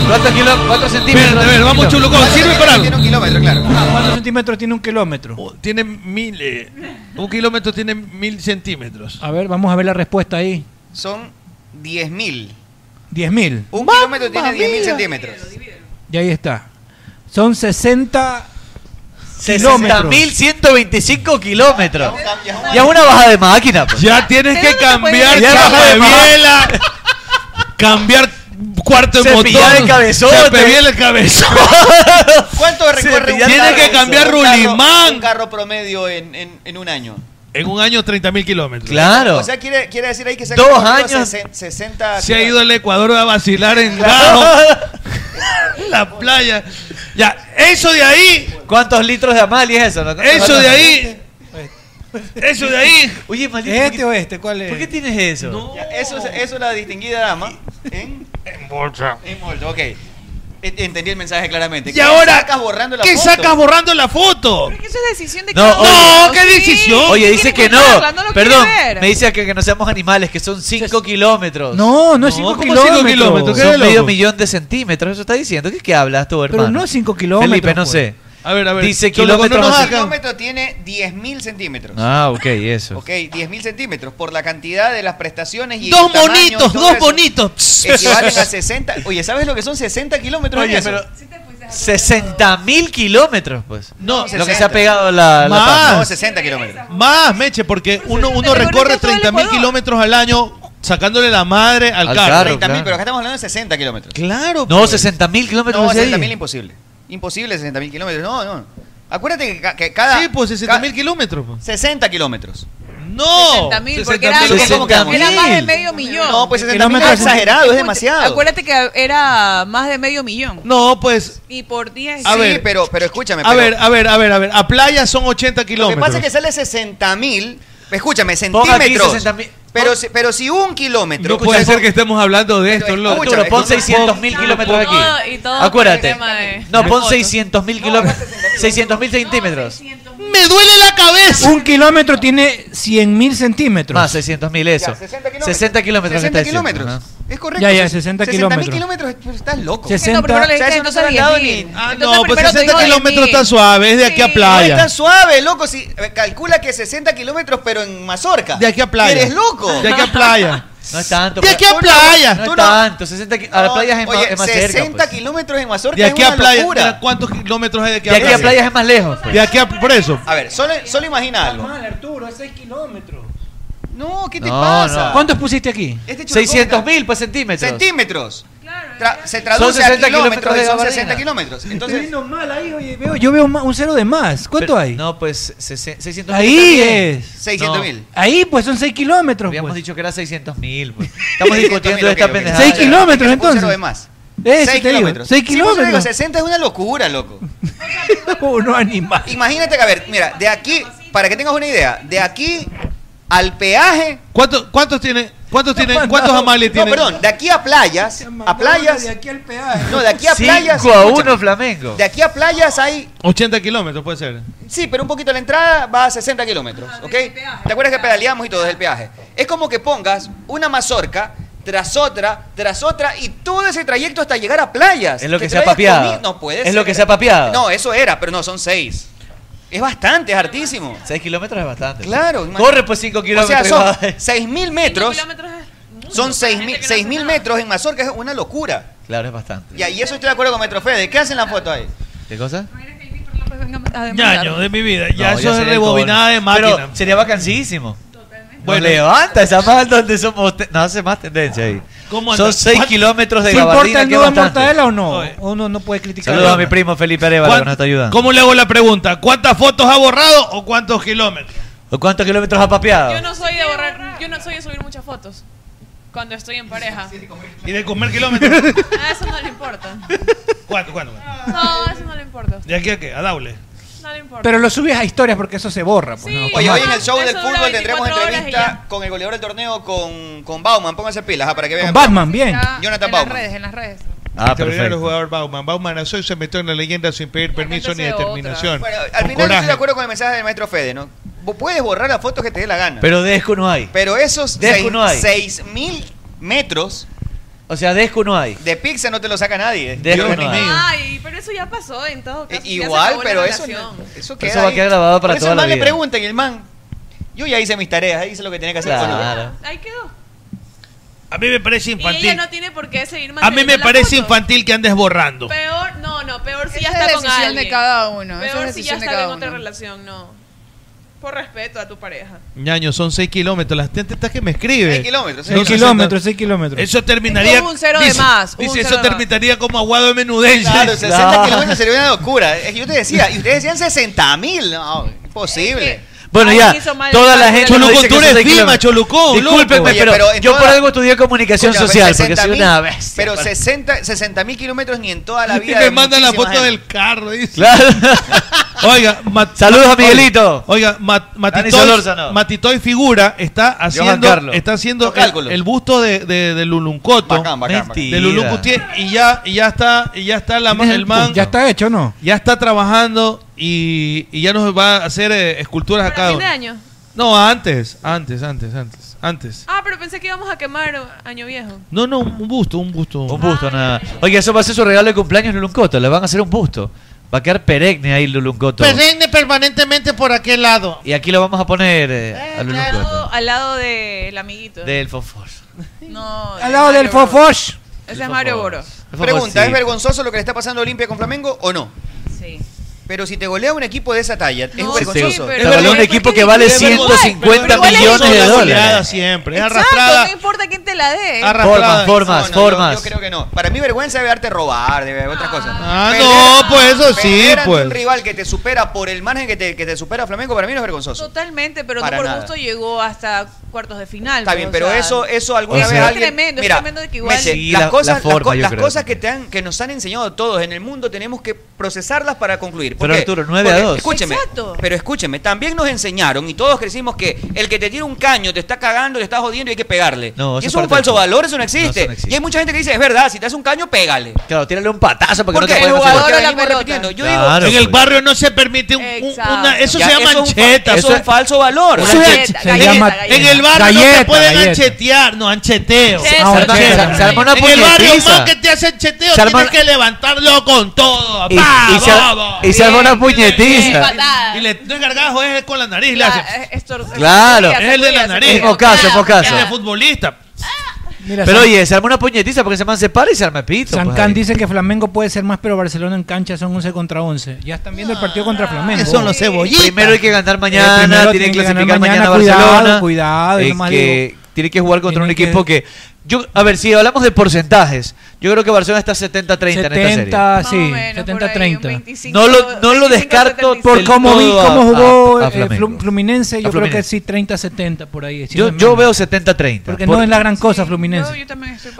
Speaker 10: ¿Cuántos, kilo- cuántos centímetros?
Speaker 9: Espérate, a ver, vamos chulo,
Speaker 14: ¿Cuántos
Speaker 9: sirve para
Speaker 14: Tiene
Speaker 9: algo.
Speaker 14: un kilómetro, claro.
Speaker 16: ¿Cuántos centímetros tiene un kilómetro?
Speaker 9: Tiene mil, eh, un kilómetro tiene mil centímetros.
Speaker 16: A ver, vamos a ver la respuesta ahí.
Speaker 14: Son 10.000.
Speaker 16: 10.000.
Speaker 14: Un kilómetro tiene 10.000 centímetros.
Speaker 16: Y ahí está. Son 60 kilómetros.
Speaker 10: 60.125 kilómetros.
Speaker 14: Ya
Speaker 10: Y es una baja de máquina, pues.
Speaker 9: Ya tienes que cambiar
Speaker 10: Ya
Speaker 9: chapa
Speaker 10: puede
Speaker 9: de
Speaker 10: parar.
Speaker 9: biela, cambiar cuarto de motor.
Speaker 10: Cepillar el cabezote.
Speaker 9: Cepillar el cabezón.
Speaker 14: ¿Cuánto recorre un
Speaker 10: ya
Speaker 14: carro?
Speaker 10: tiene
Speaker 9: que cambiar
Speaker 14: un carro-
Speaker 9: rulimán.
Speaker 14: Un carro promedio en, en, en un año.
Speaker 9: En un año 30 mil kilómetros.
Speaker 10: Claro.
Speaker 14: O sea, quiere, quiere decir ahí que se ha
Speaker 10: Dos
Speaker 14: recorrido
Speaker 10: años.
Speaker 14: sesen- 60
Speaker 9: Se ha ido
Speaker 14: kilómetros.
Speaker 9: al Ecuador a vacilar en Gao, la playa. Ya, eso de ahí,
Speaker 10: ¿Cuántos litros de Amalie es eso? no? ¿Cuántos
Speaker 9: eso de
Speaker 10: litros?
Speaker 9: ahí, eso de ahí.
Speaker 10: Oye, maldito. ¿por
Speaker 16: ¿Este
Speaker 10: qué-
Speaker 16: o este? ¿Cuál es?
Speaker 10: ¿Por qué tienes eso?
Speaker 14: Ya, Eso, es- eso es la distinguida dama. En, en bolsa, ok. En- Entendí el mensaje claramente.
Speaker 9: Y
Speaker 14: ¿Qué
Speaker 9: ahora,
Speaker 14: sacas borrando la
Speaker 9: ¿qué
Speaker 14: foto?
Speaker 9: sacas borrando la foto?
Speaker 12: Porque eso es decisión de
Speaker 10: No,
Speaker 12: cada
Speaker 9: No,
Speaker 12: uno.
Speaker 9: qué
Speaker 12: Sí,
Speaker 9: decisión.
Speaker 10: Oye,
Speaker 12: quiere
Speaker 10: dice que no.
Speaker 12: encontrarla, no lo quiere
Speaker 10: Perdón,
Speaker 12: ver.
Speaker 10: me dice que, que no seamos animales, que son 5 kilómetros.
Speaker 16: No, no es 5
Speaker 9: ¿cómo cinco
Speaker 16: kilómetros.
Speaker 9: kilómetros? ¿Qué?
Speaker 10: Son
Speaker 9: loco.
Speaker 10: medio millón de centímetros. Eso está diciendo. ¿Qué, qué hablas tú, hermano?
Speaker 16: Pero no es 5 kilómetros.
Speaker 10: Felipe, no
Speaker 16: pues.
Speaker 10: sé.
Speaker 9: A ver, a ver.
Speaker 10: Dice
Speaker 9: Cholo, no
Speaker 10: kilómetros
Speaker 9: nos
Speaker 14: Un
Speaker 10: así.
Speaker 9: hagan.
Speaker 14: kilómetro tiene 10.000 centímetros.
Speaker 10: Ah, ok, eso.
Speaker 14: Ok, 10.000 centímetros por la cantidad de las prestaciones y el
Speaker 9: Dos
Speaker 14: tamaño,
Speaker 9: bonitos,
Speaker 14: todo
Speaker 9: dos
Speaker 14: eso,
Speaker 9: bonitos.
Speaker 14: Equivalen a 60. Oye, ¿sabes lo que son 60 kilómetros? en
Speaker 10: Oye,
Speaker 14: eso?
Speaker 10: pero 60 mil kilómetros, pues.
Speaker 9: No,
Speaker 10: Lo que se
Speaker 14: 60.
Speaker 10: ha pegado la, la
Speaker 9: Más.
Speaker 14: No, 60 kilómetros.
Speaker 9: Más, Meche, porque uno, uno
Speaker 12: Pero
Speaker 9: recorre
Speaker 12: eso es el
Speaker 9: 30 mil
Speaker 12: Ecuador.
Speaker 9: kilómetros al año sacándole la madre al,
Speaker 10: Al
Speaker 9: carro.
Speaker 10: carro.
Speaker 14: 30.000, pero
Speaker 10: claro.
Speaker 14: acá estamos hablando de 60 kilómetros.
Speaker 9: Claro.
Speaker 10: No,
Speaker 9: pues.
Speaker 10: 60 mil kilómetros.
Speaker 14: No,
Speaker 10: hacia ahí.
Speaker 14: 60.000 imposible. Imposible 60.000 kilómetros. No, no. Acuérdate que, ca- que cada.
Speaker 9: Sí, pues 60 mil
Speaker 14: ca-
Speaker 9: kilómetros. pues.
Speaker 14: 60 kilómetros.
Speaker 30: No.
Speaker 22: 60 mil, porque era,
Speaker 14: 60.000.
Speaker 22: era como que
Speaker 14: ¿Cómo que
Speaker 22: era más de
Speaker 14: 60.000?
Speaker 22: medio millón.
Speaker 14: No, pues 60.000 era exagerado, es demasiado.
Speaker 22: Acuérdate que era más de medio millón.
Speaker 30: No, pues.
Speaker 22: Y por 10.
Speaker 30: A ver.
Speaker 14: pero, pero escúchame.
Speaker 30: A
Speaker 14: pero-
Speaker 30: ver, a ver, a ver, a ver. A playa son 80
Speaker 14: Lo que
Speaker 30: kilómetros.
Speaker 14: pasa es que sale 60 mil. Escúchame,
Speaker 30: Ponga aquí
Speaker 14: centímetros.
Speaker 30: 60.000.
Speaker 14: Pero, si, pero si un kilómetro.
Speaker 30: No
Speaker 9: pues,
Speaker 30: puede ser que estemos hablando de esto, loco.
Speaker 14: escúchame,
Speaker 10: pon
Speaker 14: escúchame.
Speaker 10: 600 mil kilómetros aquí.
Speaker 12: Todo- y todo por el
Speaker 10: Acuérdate.
Speaker 12: tema de-
Speaker 10: No,
Speaker 12: la
Speaker 10: pon
Speaker 12: foto.
Speaker 10: 600 mil kilómetros. 600 mil centímetros.
Speaker 15: ¡Me duele la cabeza!
Speaker 16: Un kilómetro tiene 100 mil centímetros.
Speaker 10: Más 600 mil, eso. 60 kilómetros.
Speaker 14: 60
Speaker 10: 60
Speaker 14: kilómetros. Es correcto.
Speaker 16: Ya, ya, 60
Speaker 14: mil
Speaker 16: kilómetros.
Speaker 14: kilómetros. pero Estás loco.
Speaker 16: 60. No, primero le
Speaker 14: O sea,
Speaker 22: dijiste,
Speaker 14: eso no se
Speaker 22: entonces
Speaker 14: han dado
Speaker 22: 10.000.
Speaker 14: ni-
Speaker 22: Ah,
Speaker 30: no, pues 60 kilómetros está suave, es de aquí a
Speaker 14: No,
Speaker 30: playa.
Speaker 14: está suave, loco. Si, eh, calcula que 60 kilómetros, pero en Mazorca.
Speaker 30: De aquí a playa.
Speaker 14: Eres loco.
Speaker 30: De aquí a playa.
Speaker 10: No es tanto.
Speaker 14: De aquí a
Speaker 10: Tú no-
Speaker 14: playa.
Speaker 10: No
Speaker 14: Tú
Speaker 10: es
Speaker 14: no-
Speaker 10: tanto. 60 ki- a la playa es más,
Speaker 14: Oye,
Speaker 10: es más
Speaker 14: 60
Speaker 10: cerca. pues.
Speaker 14: kilómetros en Mazorca
Speaker 30: De aquí
Speaker 14: es
Speaker 30: a
Speaker 14: una
Speaker 30: playa.
Speaker 14: locura.
Speaker 30: mira, ¿Cuántos kilómetros hay de aquí a
Speaker 10: De aquí
Speaker 30: playa?
Speaker 10: a playa es más lejos.
Speaker 30: De aquí a por eso.
Speaker 14: A ver, solo, solo imagina algo.
Speaker 16: Arturo, es 6 kilómetros.
Speaker 14: No, ¿qué te
Speaker 10: No,
Speaker 14: pasa?
Speaker 10: no.
Speaker 16: ¿Cuántos pusiste aquí?
Speaker 14: Este churro
Speaker 10: 600 mil, pues centímetros.
Speaker 14: Centímetros. Tra- se traduce
Speaker 10: Son
Speaker 14: a
Speaker 10: 60
Speaker 14: kilómetros
Speaker 10: kilómetros de
Speaker 14: y son
Speaker 10: gabardina.
Speaker 14: 60 kilómetros. Entonces,
Speaker 16: Veo- Yo veo ma- un cero de más. ¿Cuánto
Speaker 10: Pero-
Speaker 16: hay?
Speaker 10: No, pues sesen- 600
Speaker 16: Ahí
Speaker 10: también.
Speaker 16: es.
Speaker 10: No,
Speaker 16: Ahí, pues son 6 kilómetros.
Speaker 10: Habíamos
Speaker 16: pues.
Speaker 10: dicho que era 600 mil. pues. Estamos discutiendo esta pendejada.
Speaker 16: Seis kilómetros,
Speaker 14: Un
Speaker 16: entonces.
Speaker 14: cero de más.
Speaker 16: Eso
Speaker 14: Seis
Speaker 16: te digo,
Speaker 14: kilómetros.
Speaker 16: seis
Speaker 14: Sí, por eso te digo,
Speaker 16: kilómetros.
Speaker 14: 60 es una locura, loco.
Speaker 16: Uno animal.
Speaker 14: Imagínate que, a ver, mira, de aquí, para que tengas una idea, de aquí al peaje.
Speaker 30: ¿Cuántos, cuántos tiene? ¿Cuántos tiene? ¿Cuántos amales
Speaker 14: No,
Speaker 30: tiene?
Speaker 14: perdón, de aquí a playas. A playas.
Speaker 16: De aquí al peaje.
Speaker 14: No, de aquí a playas.
Speaker 10: 5 a
Speaker 14: escúchame,
Speaker 10: 1 Flamengo.
Speaker 14: De aquí a playas hay
Speaker 30: 80 kilómetros puede ser.
Speaker 14: Sí, pero un poquito a la entrada va a 60 kilómetros, ¿ok? ¿Te acuerdas que pedaleamos y todo desde el peaje? Es como que pongas una mazorca tras otra, tras otra, y todo ese trayecto hasta llegar a playas.
Speaker 10: Es lo que se ha
Speaker 14: sea
Speaker 10: papeado.
Speaker 14: No puede
Speaker 10: Es
Speaker 14: ser.
Speaker 10: lo que se ha papeado.
Speaker 14: No, eso era, pero no, son seis. Es bastante, es hartísimo.
Speaker 10: 6 kilómetros es bastante.
Speaker 14: Claro.
Speaker 10: Corre pues 5 kilómetros.
Speaker 14: O sea, son 6.000 metros. Son 6.000 6.000 metros en mazorca, es una locura.
Speaker 10: Claro, es bastante.
Speaker 14: Y ahí eso estoy de acuerdo con Metrofede. ¿Qué hacen la foto ahí?
Speaker 10: ¿Qué cosa?
Speaker 9: Ñaño de mi vida. Ya
Speaker 10: No,
Speaker 9: eso es
Speaker 10: sería el
Speaker 9: rebobinada
Speaker 10: colmo.
Speaker 9: de máquina.
Speaker 10: Pero sería vacancísimo. Bueno, levanta esa más donde somos. te- No hace más tendencia ahí.
Speaker 16: ¿Cómo
Speaker 10: Son
Speaker 16: anda?
Speaker 10: 6
Speaker 16: ¿Cuánto-
Speaker 10: kilómetros de
Speaker 16: ¿Se importa
Speaker 10: gabardina
Speaker 16: el
Speaker 10: que
Speaker 16: nudo de
Speaker 10: bastante.
Speaker 16: mortadela o no? Uno no puede criticar.
Speaker 10: Saludos a mi primo Felipe Arevalo que nos está ayudando.
Speaker 9: ¿Cómo le hago la pregunta? ¿Cuántas fotos ha borrado o cuántos kilómetros?
Speaker 10: ¿O ¿Cuántos kilómetros ha papeado?
Speaker 12: Yo no soy de borrar, yo no soy de subir muchas fotos cuando estoy en pareja.
Speaker 9: ¿Y de comer kilómetros?
Speaker 12: A eso no le importa.
Speaker 9: ¿Cuánto, cuánto?
Speaker 12: No, a eso no le importa.
Speaker 9: ¿De aquí a qué? ¿A Daule?
Speaker 12: No le importa.
Speaker 16: Pero lo subes a historias porque eso se borra. Pues, no,
Speaker 14: Oye,
Speaker 16: pues,
Speaker 14: hoy en el show
Speaker 12: Eso
Speaker 14: del
Speaker 12: dura
Speaker 14: fútbol tendremos
Speaker 12: 24 horas y
Speaker 14: entrevista con el goleador del torneo, con, con Bauman. Pónganse pilas, ah, para que
Speaker 16: Con
Speaker 14: vean.
Speaker 16: Batman, bien.
Speaker 14: Jonathan
Speaker 22: en las
Speaker 14: Bauman.
Speaker 22: redes, en las redes.
Speaker 10: Ah,
Speaker 9: Extraordinario
Speaker 10: perfecto.
Speaker 9: Este jugador Bauman. Bauman nació y se metió en la leyenda sin pedir permiso ni
Speaker 22: sea otra.
Speaker 9: determinación.
Speaker 14: Bueno, al
Speaker 9: Con
Speaker 14: final yo estoy de
Speaker 9: coraje.
Speaker 14: acuerdo con el mensaje del maestro Fede, ¿no? Vos puedes borrar las fotos que te dé la gana.
Speaker 10: Pero Desco no hay.
Speaker 14: Pero esos
Speaker 10: Dejo
Speaker 14: seis-
Speaker 10: no hay.
Speaker 14: 6.000 metros
Speaker 10: O sea, Desco no hay.
Speaker 14: de pizza no te lo saca nadie.
Speaker 10: Dejo
Speaker 14: Dios
Speaker 10: no
Speaker 14: mío.
Speaker 10: hay.
Speaker 12: Ay, pero eso ya pasó en todo caso.
Speaker 14: Eh,
Speaker 12: ya se
Speaker 14: Igual,
Speaker 12: acabó la
Speaker 14: pero eso,
Speaker 12: relación.
Speaker 14: eso
Speaker 10: Por
Speaker 14: queda
Speaker 10: eso va a
Speaker 14: ahí.
Speaker 10: quedar grabado para
Speaker 14: Por eso
Speaker 10: toda
Speaker 14: el
Speaker 10: la
Speaker 14: man
Speaker 10: vida.
Speaker 14: le preguntan y el man, yo ya hice mis tareas, ahí hice lo que tenía que hacer.
Speaker 10: Claro.
Speaker 12: Ahí quedó.
Speaker 9: A mí me parece
Speaker 12: Y ella
Speaker 9: infantil.
Speaker 12: no tiene por qué seguir
Speaker 9: A mí
Speaker 12: manteniendo
Speaker 9: me
Speaker 12: la
Speaker 9: parece
Speaker 12: foto.
Speaker 9: infantil que andes borrando.
Speaker 12: Peor, no, no, peor si ya
Speaker 22: Esa es
Speaker 12: está con
Speaker 22: decisión
Speaker 12: alguien.
Speaker 22: de cada uno, esa
Speaker 12: Peor
Speaker 22: es
Speaker 12: si ya
Speaker 22: decisión de
Speaker 12: está
Speaker 22: cada
Speaker 12: en otra
Speaker 22: uno.
Speaker 12: relación, no. Por respeto a tu pareja.
Speaker 9: Ñaño, son 6 kilómetros. Las tentas que me escribe. 6
Speaker 14: kilómetros.
Speaker 16: seis kilómetros, 6 kilómetros.
Speaker 9: Eso terminaría.
Speaker 22: Hubo un cero de más, hubo
Speaker 9: Dice,
Speaker 22: un
Speaker 9: eso
Speaker 22: cero de más.
Speaker 9: terminaría como aguado de menudencia.
Speaker 14: Claro, 60 kilómetros sería una locura. eh. Es que yo te decía, y ustedes decían 60 mil. No, imposible.
Speaker 10: Bueno, ya, toda la gente. nos dice que son seis kilómetros.
Speaker 14: Cholucó,
Speaker 10: Discúlpenme, pero, yo por algo estudié comunicación social, porque soy una vez.
Speaker 14: Pero 60 60 mil kilómetros ni en toda la vida.
Speaker 9: me
Speaker 14: de
Speaker 9: mandan la
Speaker 14: muchísima
Speaker 9: foto
Speaker 14: gente.
Speaker 9: del carro. Dice.
Speaker 10: Claro.
Speaker 9: Oiga, Mat-
Speaker 10: Saludos a
Speaker 9: oiga,
Speaker 10: Miguelito.
Speaker 9: Oiga, Mat- Matitoy,
Speaker 10: Solórzano.
Speaker 9: Matitoy Figura está haciendo,
Speaker 10: Carlos.
Speaker 9: está haciendo
Speaker 10: Los
Speaker 9: el,
Speaker 10: cálculos.
Speaker 9: el busto de, de, de Luluncoto.
Speaker 10: bacán, bacán.
Speaker 9: De Luluncutie, y ya, y ya está, y ya está la, el man.
Speaker 16: Ya está hecho, ¿no?
Speaker 9: Ya está trabajando y, y ya nos va a hacer eh, esculturas a cada
Speaker 12: ¿Fin de
Speaker 9: uno.
Speaker 12: año?
Speaker 9: No, antes, antes, antes, antes, antes.
Speaker 12: Ah, pero pensé que íbamos a quemar año viejo.
Speaker 9: No, no, un busto, un busto.
Speaker 10: Un busto, nada. Oye, eso va a ser su regalo de cumpleaños, Luluncoto. Le van a hacer un busto. Va a quedar perenne ahí, Luluncoto.
Speaker 15: Perenne permanentemente por aquel lado.
Speaker 10: Y aquí lo vamos a poner eh, a Luluncoto.
Speaker 12: Al lado del amiguito.
Speaker 10: Del fosfor.
Speaker 12: No.
Speaker 16: Al lado del Fofosh.
Speaker 12: Ese es Mario Boro.
Speaker 10: sí.
Speaker 14: Pregunta, ¿es vergonzoso lo que le está pasando a Olimpia con Flamengo o no?
Speaker 12: Sí.
Speaker 14: Pero si te golea un equipo de esa talla, es
Speaker 10: No,
Speaker 14: vergonzoso.
Speaker 10: sí, pero- Te golea un ¿por qué equipo que vale
Speaker 14: Es vergonzoso.
Speaker 10: 150
Speaker 14: Pero igual es
Speaker 10: millones de
Speaker 14: una goleada
Speaker 10: dólares.
Speaker 15: siempre.
Speaker 14: Es
Speaker 12: Exacto,
Speaker 14: arrastrada.
Speaker 12: no importa quién te la dé.
Speaker 10: Formas, formas,
Speaker 14: No, no, yo-
Speaker 10: formas.
Speaker 14: Yo, creo que no. Para mí vergüenza debe darte robar, debe otras cosas.
Speaker 15: Ah,
Speaker 14: Pelear-
Speaker 15: no, pues eso sí,
Speaker 14: pelear ante
Speaker 15: pues.
Speaker 14: un rival que te supera por el margen que te, que te supera Flamengo, para mí no es vergonzoso.
Speaker 12: Totalmente, pero
Speaker 14: Para
Speaker 12: no por
Speaker 14: nada.
Speaker 12: gusto llegó hasta cuartos de final. pues,
Speaker 14: Está bien,
Speaker 12: o
Speaker 14: pero
Speaker 12: sea,
Speaker 14: eso, eso alguna
Speaker 12: o sea,
Speaker 14: vez
Speaker 12: es
Speaker 14: alguien.
Speaker 12: tremendo, es
Speaker 14: mira,
Speaker 12: tremendo de que igual-
Speaker 14: Meche,
Speaker 10: Sí,
Speaker 14: las
Speaker 10: la-
Speaker 14: cosas,
Speaker 10: la forma,
Speaker 14: las, co-
Speaker 10: yo
Speaker 14: las
Speaker 10: creo.
Speaker 14: cosas que, te han, que nos han enseñado todos en el mundo tenemos que procesarlas para concluir. ¿Por
Speaker 10: Pero,
Speaker 14: qué?
Speaker 10: Arturo, nueve a
Speaker 14: Porque,
Speaker 10: dos.
Speaker 14: Escúcheme,
Speaker 10: Exacto.
Speaker 14: pero escúcheme, también nos enseñaron y todos crecimos que el que te tira un caño te está cagando, te está jodiendo y hay que pegarle.
Speaker 10: No,
Speaker 14: y
Speaker 10: eso
Speaker 14: eso es un
Speaker 10: parte
Speaker 14: falso
Speaker 10: del fútbol.
Speaker 14: valor, eso no,
Speaker 10: No, eso no
Speaker 14: existe.
Speaker 10: existe.
Speaker 14: Y hay mucha gente que dice, es verdad, si te hace un caño, pégale.
Speaker 10: Claro, tírale un patazo para que
Speaker 14: ¿Por
Speaker 10: no te
Speaker 14: qué?
Speaker 10: puedan
Speaker 14: El
Speaker 10: hacer-
Speaker 14: jugador de la pelota. Yo digo,
Speaker 10: Claro,
Speaker 15: en el
Speaker 10: pues.
Speaker 15: barrio no se permite un, un- una. Eso
Speaker 14: Ya,
Speaker 15: se llama
Speaker 14: eso es un fa-
Speaker 15: ancheta.
Speaker 14: eso es un falso valor.
Speaker 15: Eso
Speaker 14: Galleta,
Speaker 15: es anche-
Speaker 14: galleta,
Speaker 15: en, el-
Speaker 14: galleta.
Speaker 15: en el barrio no te
Speaker 14: Galleta,
Speaker 15: pueden
Speaker 14: galleta.
Speaker 15: anchetear. No, ancheteo.
Speaker 14: Se- Ah, se arma-
Speaker 15: Ancheta.
Speaker 14: se- se arma una
Speaker 15: en el barrio
Speaker 10: puñetiza.
Speaker 15: más que te hacen cheteo,
Speaker 10: Se arma una-
Speaker 15: tienes que levantarlo con todo.
Speaker 10: Y,
Speaker 15: Pa,
Speaker 10: y se,
Speaker 15: va, va.
Speaker 10: y se arma una
Speaker 14: Eh,
Speaker 10: puñetiza.
Speaker 15: Y le no es gargajo, es con la nariz. le hace.
Speaker 10: Claro.
Speaker 15: Es el de la nariz.
Speaker 10: Es mocaso, es mocaso.
Speaker 15: El de futbolista.
Speaker 10: Pero oye, se arma una puñetiza porque ese man se para y se arma pito. pues,
Speaker 16: Sancán
Speaker 10: ahí.
Speaker 16: dice que Flamengo puede ser más, pero Barcelona en cancha son 11 contra 11. Ya están viendo el partido contra Flamengo.
Speaker 10: son los
Speaker 16: cebollitos.
Speaker 10: Ah, Primero hay que ganar
Speaker 16: Eh,
Speaker 10: mañana,
Speaker 16: primero
Speaker 10: tiene
Speaker 16: tienen
Speaker 10: que
Speaker 16: que ganar
Speaker 10: clasificar mañana, a
Speaker 16: mañana, cuidado,
Speaker 10: Barcelona.
Speaker 16: cuidado,
Speaker 10: eh,
Speaker 16: yo nomás
Speaker 10: que
Speaker 16: digo.
Speaker 10: tiene que jugar contra un
Speaker 16: Tiene que-
Speaker 10: equipo que... yo A ver, si hablamos de porcentajes, yo creo que Barcelona está 70-30 en esta serie.
Speaker 16: 70, sí, 70-30.
Speaker 10: No lo, no lo descarto
Speaker 16: Por
Speaker 10: del
Speaker 16: cómo vi
Speaker 10: todo a-
Speaker 16: cómo jugó
Speaker 10: a- a
Speaker 16: eh,
Speaker 10: Flamengo.
Speaker 16: Flu- Fluminense, yo
Speaker 10: A
Speaker 16: creo que
Speaker 10: Fluminense.
Speaker 16: sí 30-70 por ahí.
Speaker 10: Yo, yo veo 70-30.
Speaker 16: Porque
Speaker 10: Por-
Speaker 16: no es la gran cosa Fluminense.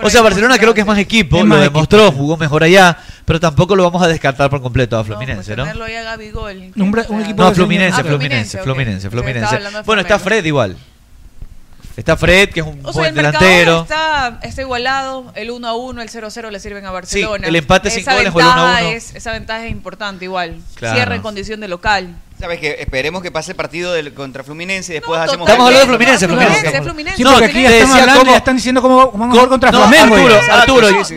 Speaker 10: o sea, Barcelona creo que es más equipo,
Speaker 16: Es
Speaker 10: lo
Speaker 16: más equipo.
Speaker 10: demostró, jugó mejor allá, pero tampoco lo vamos a descartar por completo a Fluminense, ¿no?
Speaker 12: Tenerlo ahí a Gabigol.
Speaker 16: Un, bra- un equipo
Speaker 10: No,
Speaker 16: brasileño.
Speaker 10: Fluminense,
Speaker 12: Ah, Fluminense,
Speaker 10: Fluminense,
Speaker 12: ok.
Speaker 10: Fluminense,
Speaker 12: Pero
Speaker 10: Fluminense.
Speaker 12: estaba hablando de
Speaker 10: Bueno, está
Speaker 12: Flamengo.
Speaker 10: Fred igual. Está Fred, que es un
Speaker 12: O sea,
Speaker 10: buen
Speaker 12: el mercado
Speaker 10: delantero.
Speaker 12: está, está igualado, el 1 a 1, el 0 a 0 le sirven a Barcelona.
Speaker 10: el empate sin
Speaker 12: esa
Speaker 10: goles o el
Speaker 12: ventaja
Speaker 10: 1 a 1.
Speaker 12: Es, esa ventaja es importante igual.
Speaker 10: Claro.
Speaker 12: Cierra en condición de local.
Speaker 14: Sabes que esperemos que pase el partido del, contra Fluminense y después hacemos.
Speaker 10: Estamos hablando de Fluminense, Fluminense.
Speaker 16: Sí,
Speaker 10: No,
Speaker 16: porque aquí
Speaker 10: te
Speaker 16: ya están
Speaker 10: decía
Speaker 16: hablando,
Speaker 10: cómo-
Speaker 16: ya están diciendo cómo vamos a jugar contra
Speaker 10: No,
Speaker 16: Flamengo.
Speaker 10: Arturo,
Speaker 16: ya.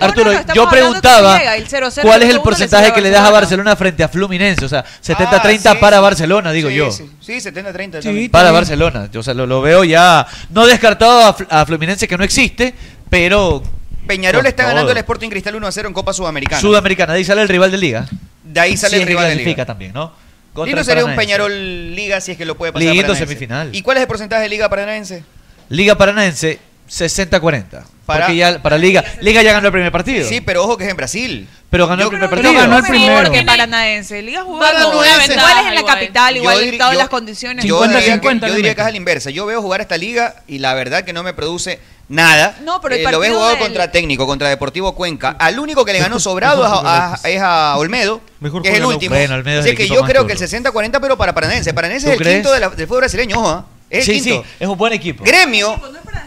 Speaker 10: Arturo, Arturo, yo preguntaba
Speaker 12: llega, el 0-0
Speaker 10: cuál es el
Speaker 12: del segundo le
Speaker 10: porcentaje
Speaker 12: sirve a
Speaker 10: que le das a Barcelona frente a Fluminense. O sea, 70-30
Speaker 14: Ah, sí,
Speaker 10: para
Speaker 14: sí.
Speaker 10: Barcelona, digo
Speaker 14: Sí,
Speaker 10: yo.
Speaker 14: Sí, sí, 70-30.
Speaker 10: Sí,
Speaker 14: también.
Speaker 10: para Barcelona. Yo, o sea, lo, lo veo ya no descartado a, Fl- a Fluminense que no existe, pero
Speaker 14: Peñarol
Speaker 10: Por
Speaker 14: está ganando
Speaker 10: favor.
Speaker 14: el Sporting Cristal 1-0 en Copa Sudamericana.
Speaker 10: Sudamericana. De ahí sale el rival de liga.
Speaker 14: de ahí sale
Speaker 10: Si
Speaker 14: el
Speaker 10: es que
Speaker 14: rival de
Speaker 10: clasifica
Speaker 14: Liga.
Speaker 10: también, ¿no? Contra
Speaker 14: Y no
Speaker 10: el
Speaker 14: sería un
Speaker 10: Paranaense.
Speaker 14: Peñarol Liga si es que lo puede pasar.
Speaker 10: Liguito
Speaker 14: Paranaense.
Speaker 10: semifinal.
Speaker 14: ¿Y cuál es el porcentaje de Liga Paranaense?
Speaker 10: Liga Paranaense 60-40.
Speaker 14: Para-
Speaker 10: Porque ya para Liga, Liga ya ganó el primer partido.
Speaker 14: Sí, pero ojo que es en Brasil.
Speaker 10: Pero ganó el primer
Speaker 14: creo
Speaker 10: partido.
Speaker 14: que ganó el primero.
Speaker 12: Porque Paranaense, Liga jugada
Speaker 14: Paranaense.
Speaker 12: con una ventaja igual es en la
Speaker 13: igual.
Speaker 12: capital, igual
Speaker 14: Yo
Speaker 12: en
Speaker 14: dir-
Speaker 12: todas
Speaker 14: yo-
Speaker 12: las condiciones.
Speaker 14: Yo diría, que, yo
Speaker 12: le
Speaker 14: diría que
Speaker 12: meten.
Speaker 14: es a la inversa. Yo veo jugar esta liga y la verdad que no me produce nada. Eh,
Speaker 12: No, pero el
Speaker 14: lo veo
Speaker 12: partido
Speaker 14: jugado
Speaker 12: del-
Speaker 14: contra técnico, contra Deportivo Cuenca. Al único que le ganó sobrado es a, a- es a Olmedo,
Speaker 10: Mejor
Speaker 14: que es el
Speaker 10: juega
Speaker 14: último.
Speaker 10: Bueno, Olmedo es
Speaker 14: Así
Speaker 10: el
Speaker 14: que
Speaker 10: equipo
Speaker 14: yo
Speaker 10: más
Speaker 14: creo
Speaker 10: duro.
Speaker 14: que el 60-40, pero para Paranense. Paranense
Speaker 10: ¿Tú
Speaker 14: es el
Speaker 10: crees?
Speaker 14: quinto de la- del fútbol brasileño, ojo. ah. Es el
Speaker 10: Sí, sí,
Speaker 14: quinto.
Speaker 10: es un buen equipo.
Speaker 14: Gremio,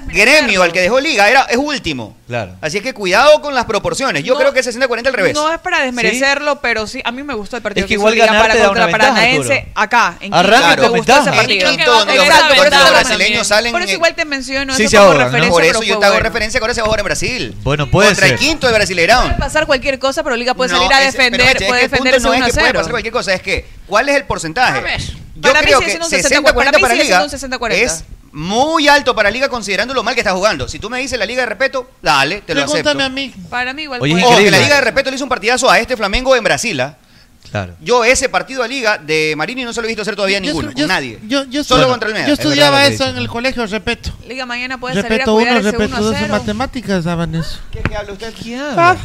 Speaker 14: gremio, al que dejó liga, era, es último.
Speaker 10: Claro.
Speaker 14: Así que cuidado con las proporciones. Yo
Speaker 12: No.
Speaker 14: creo que el 60-40 al revés.
Speaker 12: No es para desmerecerlo, pero sí, a mí me gustó el partido
Speaker 14: Es que igual
Speaker 12: hizo Liga
Speaker 14: ganar te
Speaker 12: para
Speaker 14: da
Speaker 12: contra
Speaker 14: una ventaja,
Speaker 12: Paranaense
Speaker 14: Arturo.
Speaker 12: acá. En
Speaker 14: Arranca
Speaker 12: Quito,
Speaker 14: con
Speaker 12: me gustó ese
Speaker 14: ventaja.
Speaker 12: partido.
Speaker 14: En Quito, donde los
Speaker 12: Exacto, por eso
Speaker 14: brasileños
Speaker 12: lo
Speaker 14: también.
Speaker 12: menciono. Por eso igual te menciono
Speaker 10: Sí
Speaker 12: eso
Speaker 10: se
Speaker 12: como
Speaker 10: ahorran, ¿no?
Speaker 12: referencia.
Speaker 14: Por
Speaker 12: pero
Speaker 14: eso yo
Speaker 12: fue
Speaker 14: te hago
Speaker 12: bueno.
Speaker 14: referencia que ahora se va a jugar en Brasil.
Speaker 10: Bueno, puede
Speaker 14: Contra el
Speaker 10: ser.
Speaker 14: quinto de Brasileirão.
Speaker 12: Puede pasar cualquier cosa, pero Liga puede
Speaker 14: No,
Speaker 12: salir a
Speaker 14: ese- pero,
Speaker 12: defender,
Speaker 14: Meche, es
Speaker 12: puede
Speaker 14: que el
Speaker 12: defenderse
Speaker 14: punto no
Speaker 12: 1
Speaker 14: es
Speaker 12: a
Speaker 14: que puede
Speaker 12: 0.
Speaker 14: pasar cualquier cosa, es que ¿cuál es el porcentaje?
Speaker 12: A ver,
Speaker 14: Yo
Speaker 12: para mí
Speaker 14: creo
Speaker 12: sigue
Speaker 14: que
Speaker 12: siendo un 60-40, para mí sigue
Speaker 14: Liga
Speaker 12: siendo un 60-40.
Speaker 14: es muy alto para Liga considerando lo mal que está jugando. Si tú me dices la Liga de respeto, dale, te lo
Speaker 12: Pregúntame
Speaker 14: acepto.
Speaker 12: a mí. Para mí igual
Speaker 14: Oye,
Speaker 12: puede.
Speaker 14: que la Liga de respeto le hizo un partidazo a este Flamengo en Brasil. ¿ah?
Speaker 10: Claro.
Speaker 14: Yo ese partido a Liga de Marini no se lo he visto hacer todavía a ninguno, con nadie.
Speaker 12: yo- yo
Speaker 14: Solo
Speaker 12: estu-
Speaker 14: contra el Meda.
Speaker 12: yo
Speaker 14: Es verdad
Speaker 12: estudiaba
Speaker 14: lo que
Speaker 12: eso
Speaker 14: dice.
Speaker 12: en el
Speaker 23: Colegio, respeto.
Speaker 12: Liga mañana puede salir a
Speaker 23: Respeto
Speaker 12: cuidar
Speaker 23: uno,
Speaker 12: ese 1
Speaker 23: respeto dos.
Speaker 12: a
Speaker 23: En
Speaker 12: 0.
Speaker 23: matemáticas daban eso.
Speaker 14: ¿Qué habla usted? ¿Quién
Speaker 16: Ah.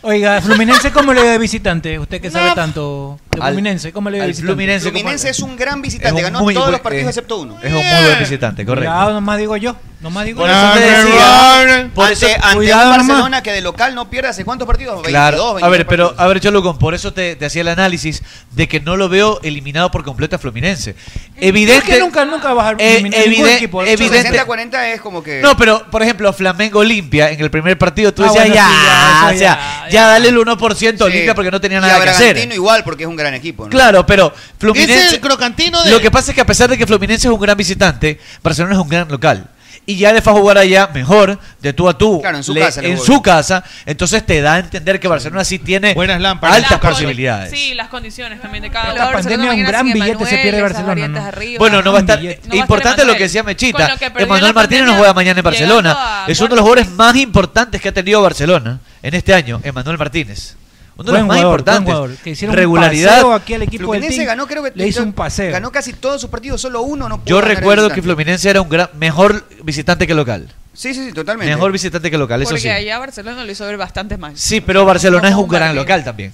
Speaker 16: Oiga, Fluminense, ¿cómo le dio de visitante? Usted que sabe tanto de
Speaker 10: Al-
Speaker 16: Fluminense, ¿cómo le dio de
Speaker 10: al
Speaker 16: visitante?
Speaker 10: Fluminense, ¿cómo
Speaker 14: Fluminense es un gran visitante, ganó
Speaker 10: muy
Speaker 14: todos
Speaker 10: buen-
Speaker 14: los partidos
Speaker 10: eh,
Speaker 14: excepto uno.
Speaker 10: Es un muy buen visitante, correcto.
Speaker 16: Cuidado, nomás digo yo. Nomás digo
Speaker 10: Por
Speaker 16: yo.
Speaker 10: eso te decía. por
Speaker 14: ante,
Speaker 10: eso-
Speaker 14: ante
Speaker 10: cuidado
Speaker 14: un
Speaker 10: nomás.
Speaker 14: Barcelona que de local no pierde hace cuántos partidos? 22,
Speaker 10: Claro. A
Speaker 14: 21
Speaker 10: ver, pero, a ver, Cholucón, por eso te, te hacía el análisis de que no lo veo eliminado por completo a Fluminense. Evidente.
Speaker 16: Es que nunca, nunca va a bajar
Speaker 10: Eh,
Speaker 16: Fluminense, ningún
Speaker 10: evide-
Speaker 16: equipo.
Speaker 10: evidente.
Speaker 14: 60-40 es como que.
Speaker 10: No, pero por ejemplo, Flamengo Olimpia en el primer partido, tú
Speaker 14: Ah,
Speaker 10: decías
Speaker 14: bueno,
Speaker 10: ya,
Speaker 14: sí, ya,
Speaker 10: o
Speaker 14: eso
Speaker 10: sea, ya, dale el 1% a Olimpia porque no tenía
Speaker 14: y a
Speaker 10: nada que hacer.
Speaker 14: Bragantino igual porque es un gran equipo. ¿no?
Speaker 10: Claro, pero
Speaker 23: Es
Speaker 10: Fluminense.
Speaker 23: el crocantino de.
Speaker 10: Lo que pasa es que a pesar de que Fluminense es un gran visitante, Barcelona es un gran local. Y ya le fue a jugar allá mejor, de tú a tú,
Speaker 14: Claro, en su
Speaker 10: le-
Speaker 14: casa le
Speaker 10: en
Speaker 14: jugó
Speaker 10: su casa. Entonces te da a entender que Barcelona sí tiene altas posibilidades.
Speaker 13: Sí, las condiciones también de cada
Speaker 12: Esta
Speaker 13: jugador.
Speaker 12: pandemia
Speaker 13: Barcelona
Speaker 12: es un
Speaker 13: mañana
Speaker 12: gran
Speaker 13: sin
Speaker 12: billete,
Speaker 13: Emanuel,
Speaker 12: se pierde
Speaker 13: esas
Speaker 12: Barcelona,
Speaker 13: variantes
Speaker 12: ¿no?
Speaker 13: arriba.
Speaker 10: Bueno, no va a estar.
Speaker 13: No va a
Speaker 10: importante
Speaker 13: estar
Speaker 10: lo
Speaker 13: Emanuel.
Speaker 10: que decía
Speaker 13: Con
Speaker 10: Mechita.
Speaker 13: lo que perdió
Speaker 10: Emanuel
Speaker 13: la
Speaker 10: Martínez no
Speaker 13: pandemia,
Speaker 10: juega mañana en Barcelona.
Speaker 13: llegando a
Speaker 10: Es uno de los jugadores más importantes que ha tenido Barcelona en este año, Emanuel Martínez. Uno de los
Speaker 16: Buen
Speaker 10: más
Speaker 16: jugador, buen
Speaker 10: importantes.
Speaker 16: jugador, que hicieron un
Speaker 10: Regularidad.
Speaker 16: paseo aquí al equipo del
Speaker 14: Fluminense
Speaker 16: team,
Speaker 14: ganó, creo que
Speaker 16: le hizo un paseo.
Speaker 14: Ganó casi todos sus partidos, solo uno no pudo
Speaker 10: Yo
Speaker 14: ganar el
Speaker 10: recuerdo que
Speaker 14: visitante.
Speaker 10: Fluminense era un gran, mejor visitante que local.
Speaker 14: Sí, sí, sí, totalmente.
Speaker 10: Mejor visitante que local, eso
Speaker 12: Porque
Speaker 10: sí.
Speaker 12: allá Barcelona lo hizo ver bastante mal.
Speaker 10: Sí, pero Barcelona es un gran local también.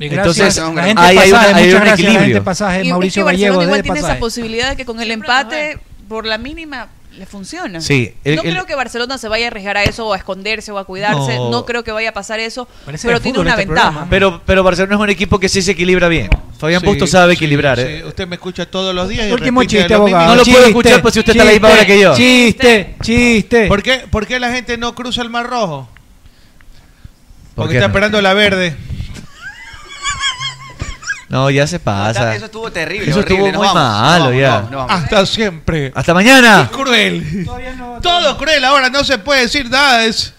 Speaker 16: Y
Speaker 10: Entonces,
Speaker 16: gracias a la gente
Speaker 10: ahí
Speaker 16: pasaje,
Speaker 10: hay, una- hay
Speaker 16: muchas
Speaker 10: un
Speaker 16: gracias a la gente
Speaker 10: equilibrio.
Speaker 16: pasaje,
Speaker 12: Y es
Speaker 16: Mauricio
Speaker 12: que Barcelona
Speaker 16: Gallego,
Speaker 12: igual
Speaker 16: de
Speaker 12: tiene
Speaker 16: pasaje.
Speaker 12: esa posibilidad de que con el empate, por la mínima, le funciona.
Speaker 10: Sí, el-
Speaker 12: no
Speaker 10: el-
Speaker 12: creo que Barcelona se vaya a arriesgar a eso o a esconderse o a cuidarse.
Speaker 10: No.
Speaker 12: No, creo que vaya a pasar eso.
Speaker 10: Parece
Speaker 12: pero
Speaker 10: de
Speaker 12: tiene
Speaker 10: fútbol
Speaker 12: una
Speaker 10: este
Speaker 12: ventaja.
Speaker 10: programa. Pero, pero Barcelona es un equipo que sí se equilibra bien. Fabián
Speaker 9: Sí,
Speaker 10: Busto sabe equilibrar.
Speaker 9: sí,
Speaker 10: eh.
Speaker 9: Usted me escucha todos los días. y
Speaker 10: Último
Speaker 9: repite
Speaker 10: chiste,
Speaker 9: lo mismo.
Speaker 10: abogado. No lo puedo Chiste, escuchar, pues, si usted está a la misma hora que yo.
Speaker 16: Ah, Chiste, chiste.
Speaker 9: ¿Por qué, por qué la gente no cruza el Mar Rojo?
Speaker 10: ¿Por
Speaker 9: Porque
Speaker 10: qué
Speaker 9: está
Speaker 10: no?
Speaker 9: esperando la verde.
Speaker 10: No, ya se pasa.
Speaker 14: Eso estuvo terrible,
Speaker 10: Eso
Speaker 14: horrible,
Speaker 10: estuvo
Speaker 14: nos
Speaker 10: muy
Speaker 14: vamos, nos
Speaker 10: malo
Speaker 14: vamos,
Speaker 10: ya.
Speaker 14: nos vamos,
Speaker 9: Hasta Ah, siempre.
Speaker 10: Hasta mañana.
Speaker 9: Qué cruel. Todo cruel ahora, no se puede decir nada. Es,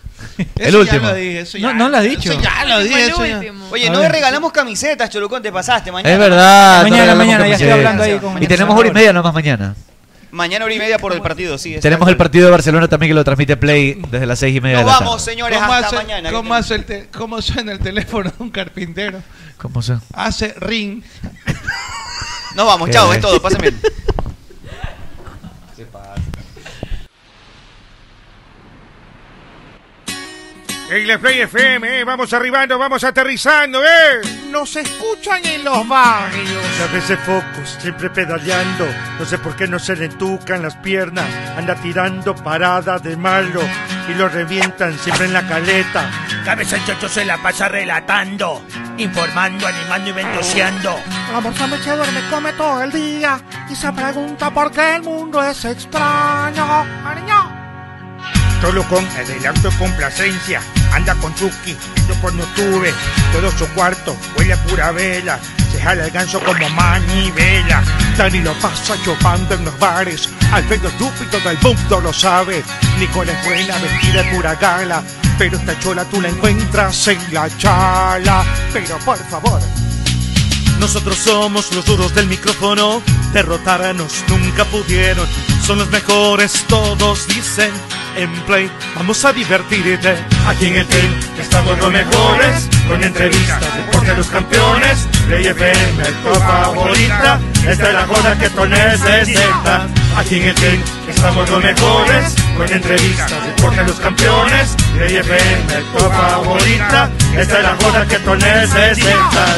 Speaker 10: El último.
Speaker 9: Ya lo dije, eso ya,
Speaker 16: No, no lo has dicho.
Speaker 9: eso ya lo dije. eso ya-
Speaker 14: Oye,
Speaker 10: A
Speaker 14: no
Speaker 10: ver.
Speaker 14: regalamos camisetas, Cholucón, te pasaste mañana.
Speaker 10: Es verdad.
Speaker 14: Mañana,
Speaker 10: no regalamos
Speaker 14: mañana, ya estoy
Speaker 10: camisetas.
Speaker 14: hablando ahí con
Speaker 10: Y
Speaker 14: Mañana
Speaker 10: tenemos
Speaker 14: Salvador.
Speaker 10: hora y media nomás mañana.
Speaker 14: Mañana hora y media por el partido, sí. es
Speaker 10: Tenemos
Speaker 14: tal
Speaker 10: el partido de Barcelona también que lo transmite Play desde las seis y media de la
Speaker 14: cual. Nos
Speaker 10: tarde.
Speaker 14: vamos, señores,
Speaker 9: ¿Cómo
Speaker 14: hasta
Speaker 9: hace-
Speaker 14: mañana.
Speaker 9: ¿Cómo, hace el te- cómo suena el teléfono de un carpintero?
Speaker 10: ¿Cómo se?
Speaker 9: Hace ring.
Speaker 14: Nos vamos,
Speaker 10: Qué
Speaker 14: chao, es
Speaker 10: bien.
Speaker 14: todo, pásame.
Speaker 2: En la Play FM, eh, vamos arribando, vamos aterrizando, eh.
Speaker 5: Nos escuchan en los barrios.
Speaker 2: A veces focos, siempre pedaleando. No sé por qué no se le entucan las piernas. Anda tirando parada de malo y lo revientan siempre en la caleta.
Speaker 6: Cabeza el chocho se la pasa relatando, informando, animando y ventoseando.
Speaker 5: El amor también se duerme, come todo el día y se pregunta por qué el mundo es extraño. Ariño.
Speaker 2: Solo con adelanto y complacencia. Anda con Chucky, yo por no tuve. Todo su cuarto huele a pura vela. Se jala el ganso como manivela. Dani lo pasa chupando en los bares. Alfredo estúpido del mundo lo sabe. Nicole es buena, vestida de pura gala. Pero esta chola tú la encuentras en la chala. Pero por favor,
Speaker 4: Nosotros somos los duros del micrófono, derrotarnos nunca pudieron. Son los mejores, todos dicen. En Play, vamos a divertirte. Aquí en el Team estamos los mejores, con entrevistas, deporte de los campeones. Play FM, tu favorita, esta es la joda que tú necesitas. Aquí en el Team estamos los mejores, con entrevistas, deporte de los campeones. Play FM, tu favorita, esta es la joda que tú necesitas.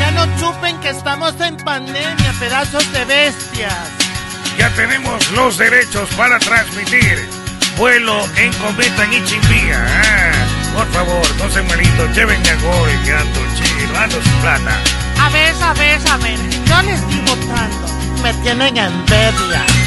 Speaker 15: Ya no chupen que estamos en pandemia, pedazos de bestias.
Speaker 6: Ya tenemos los derechos para transmitir vuelo en cometa en Ichimbía. Ah, por favor, no se malito, llévenme a gol, que ando chido, ando sin plata.
Speaker 15: A ver, a ver, a ver, yo les digo tanto, me tienen envidia.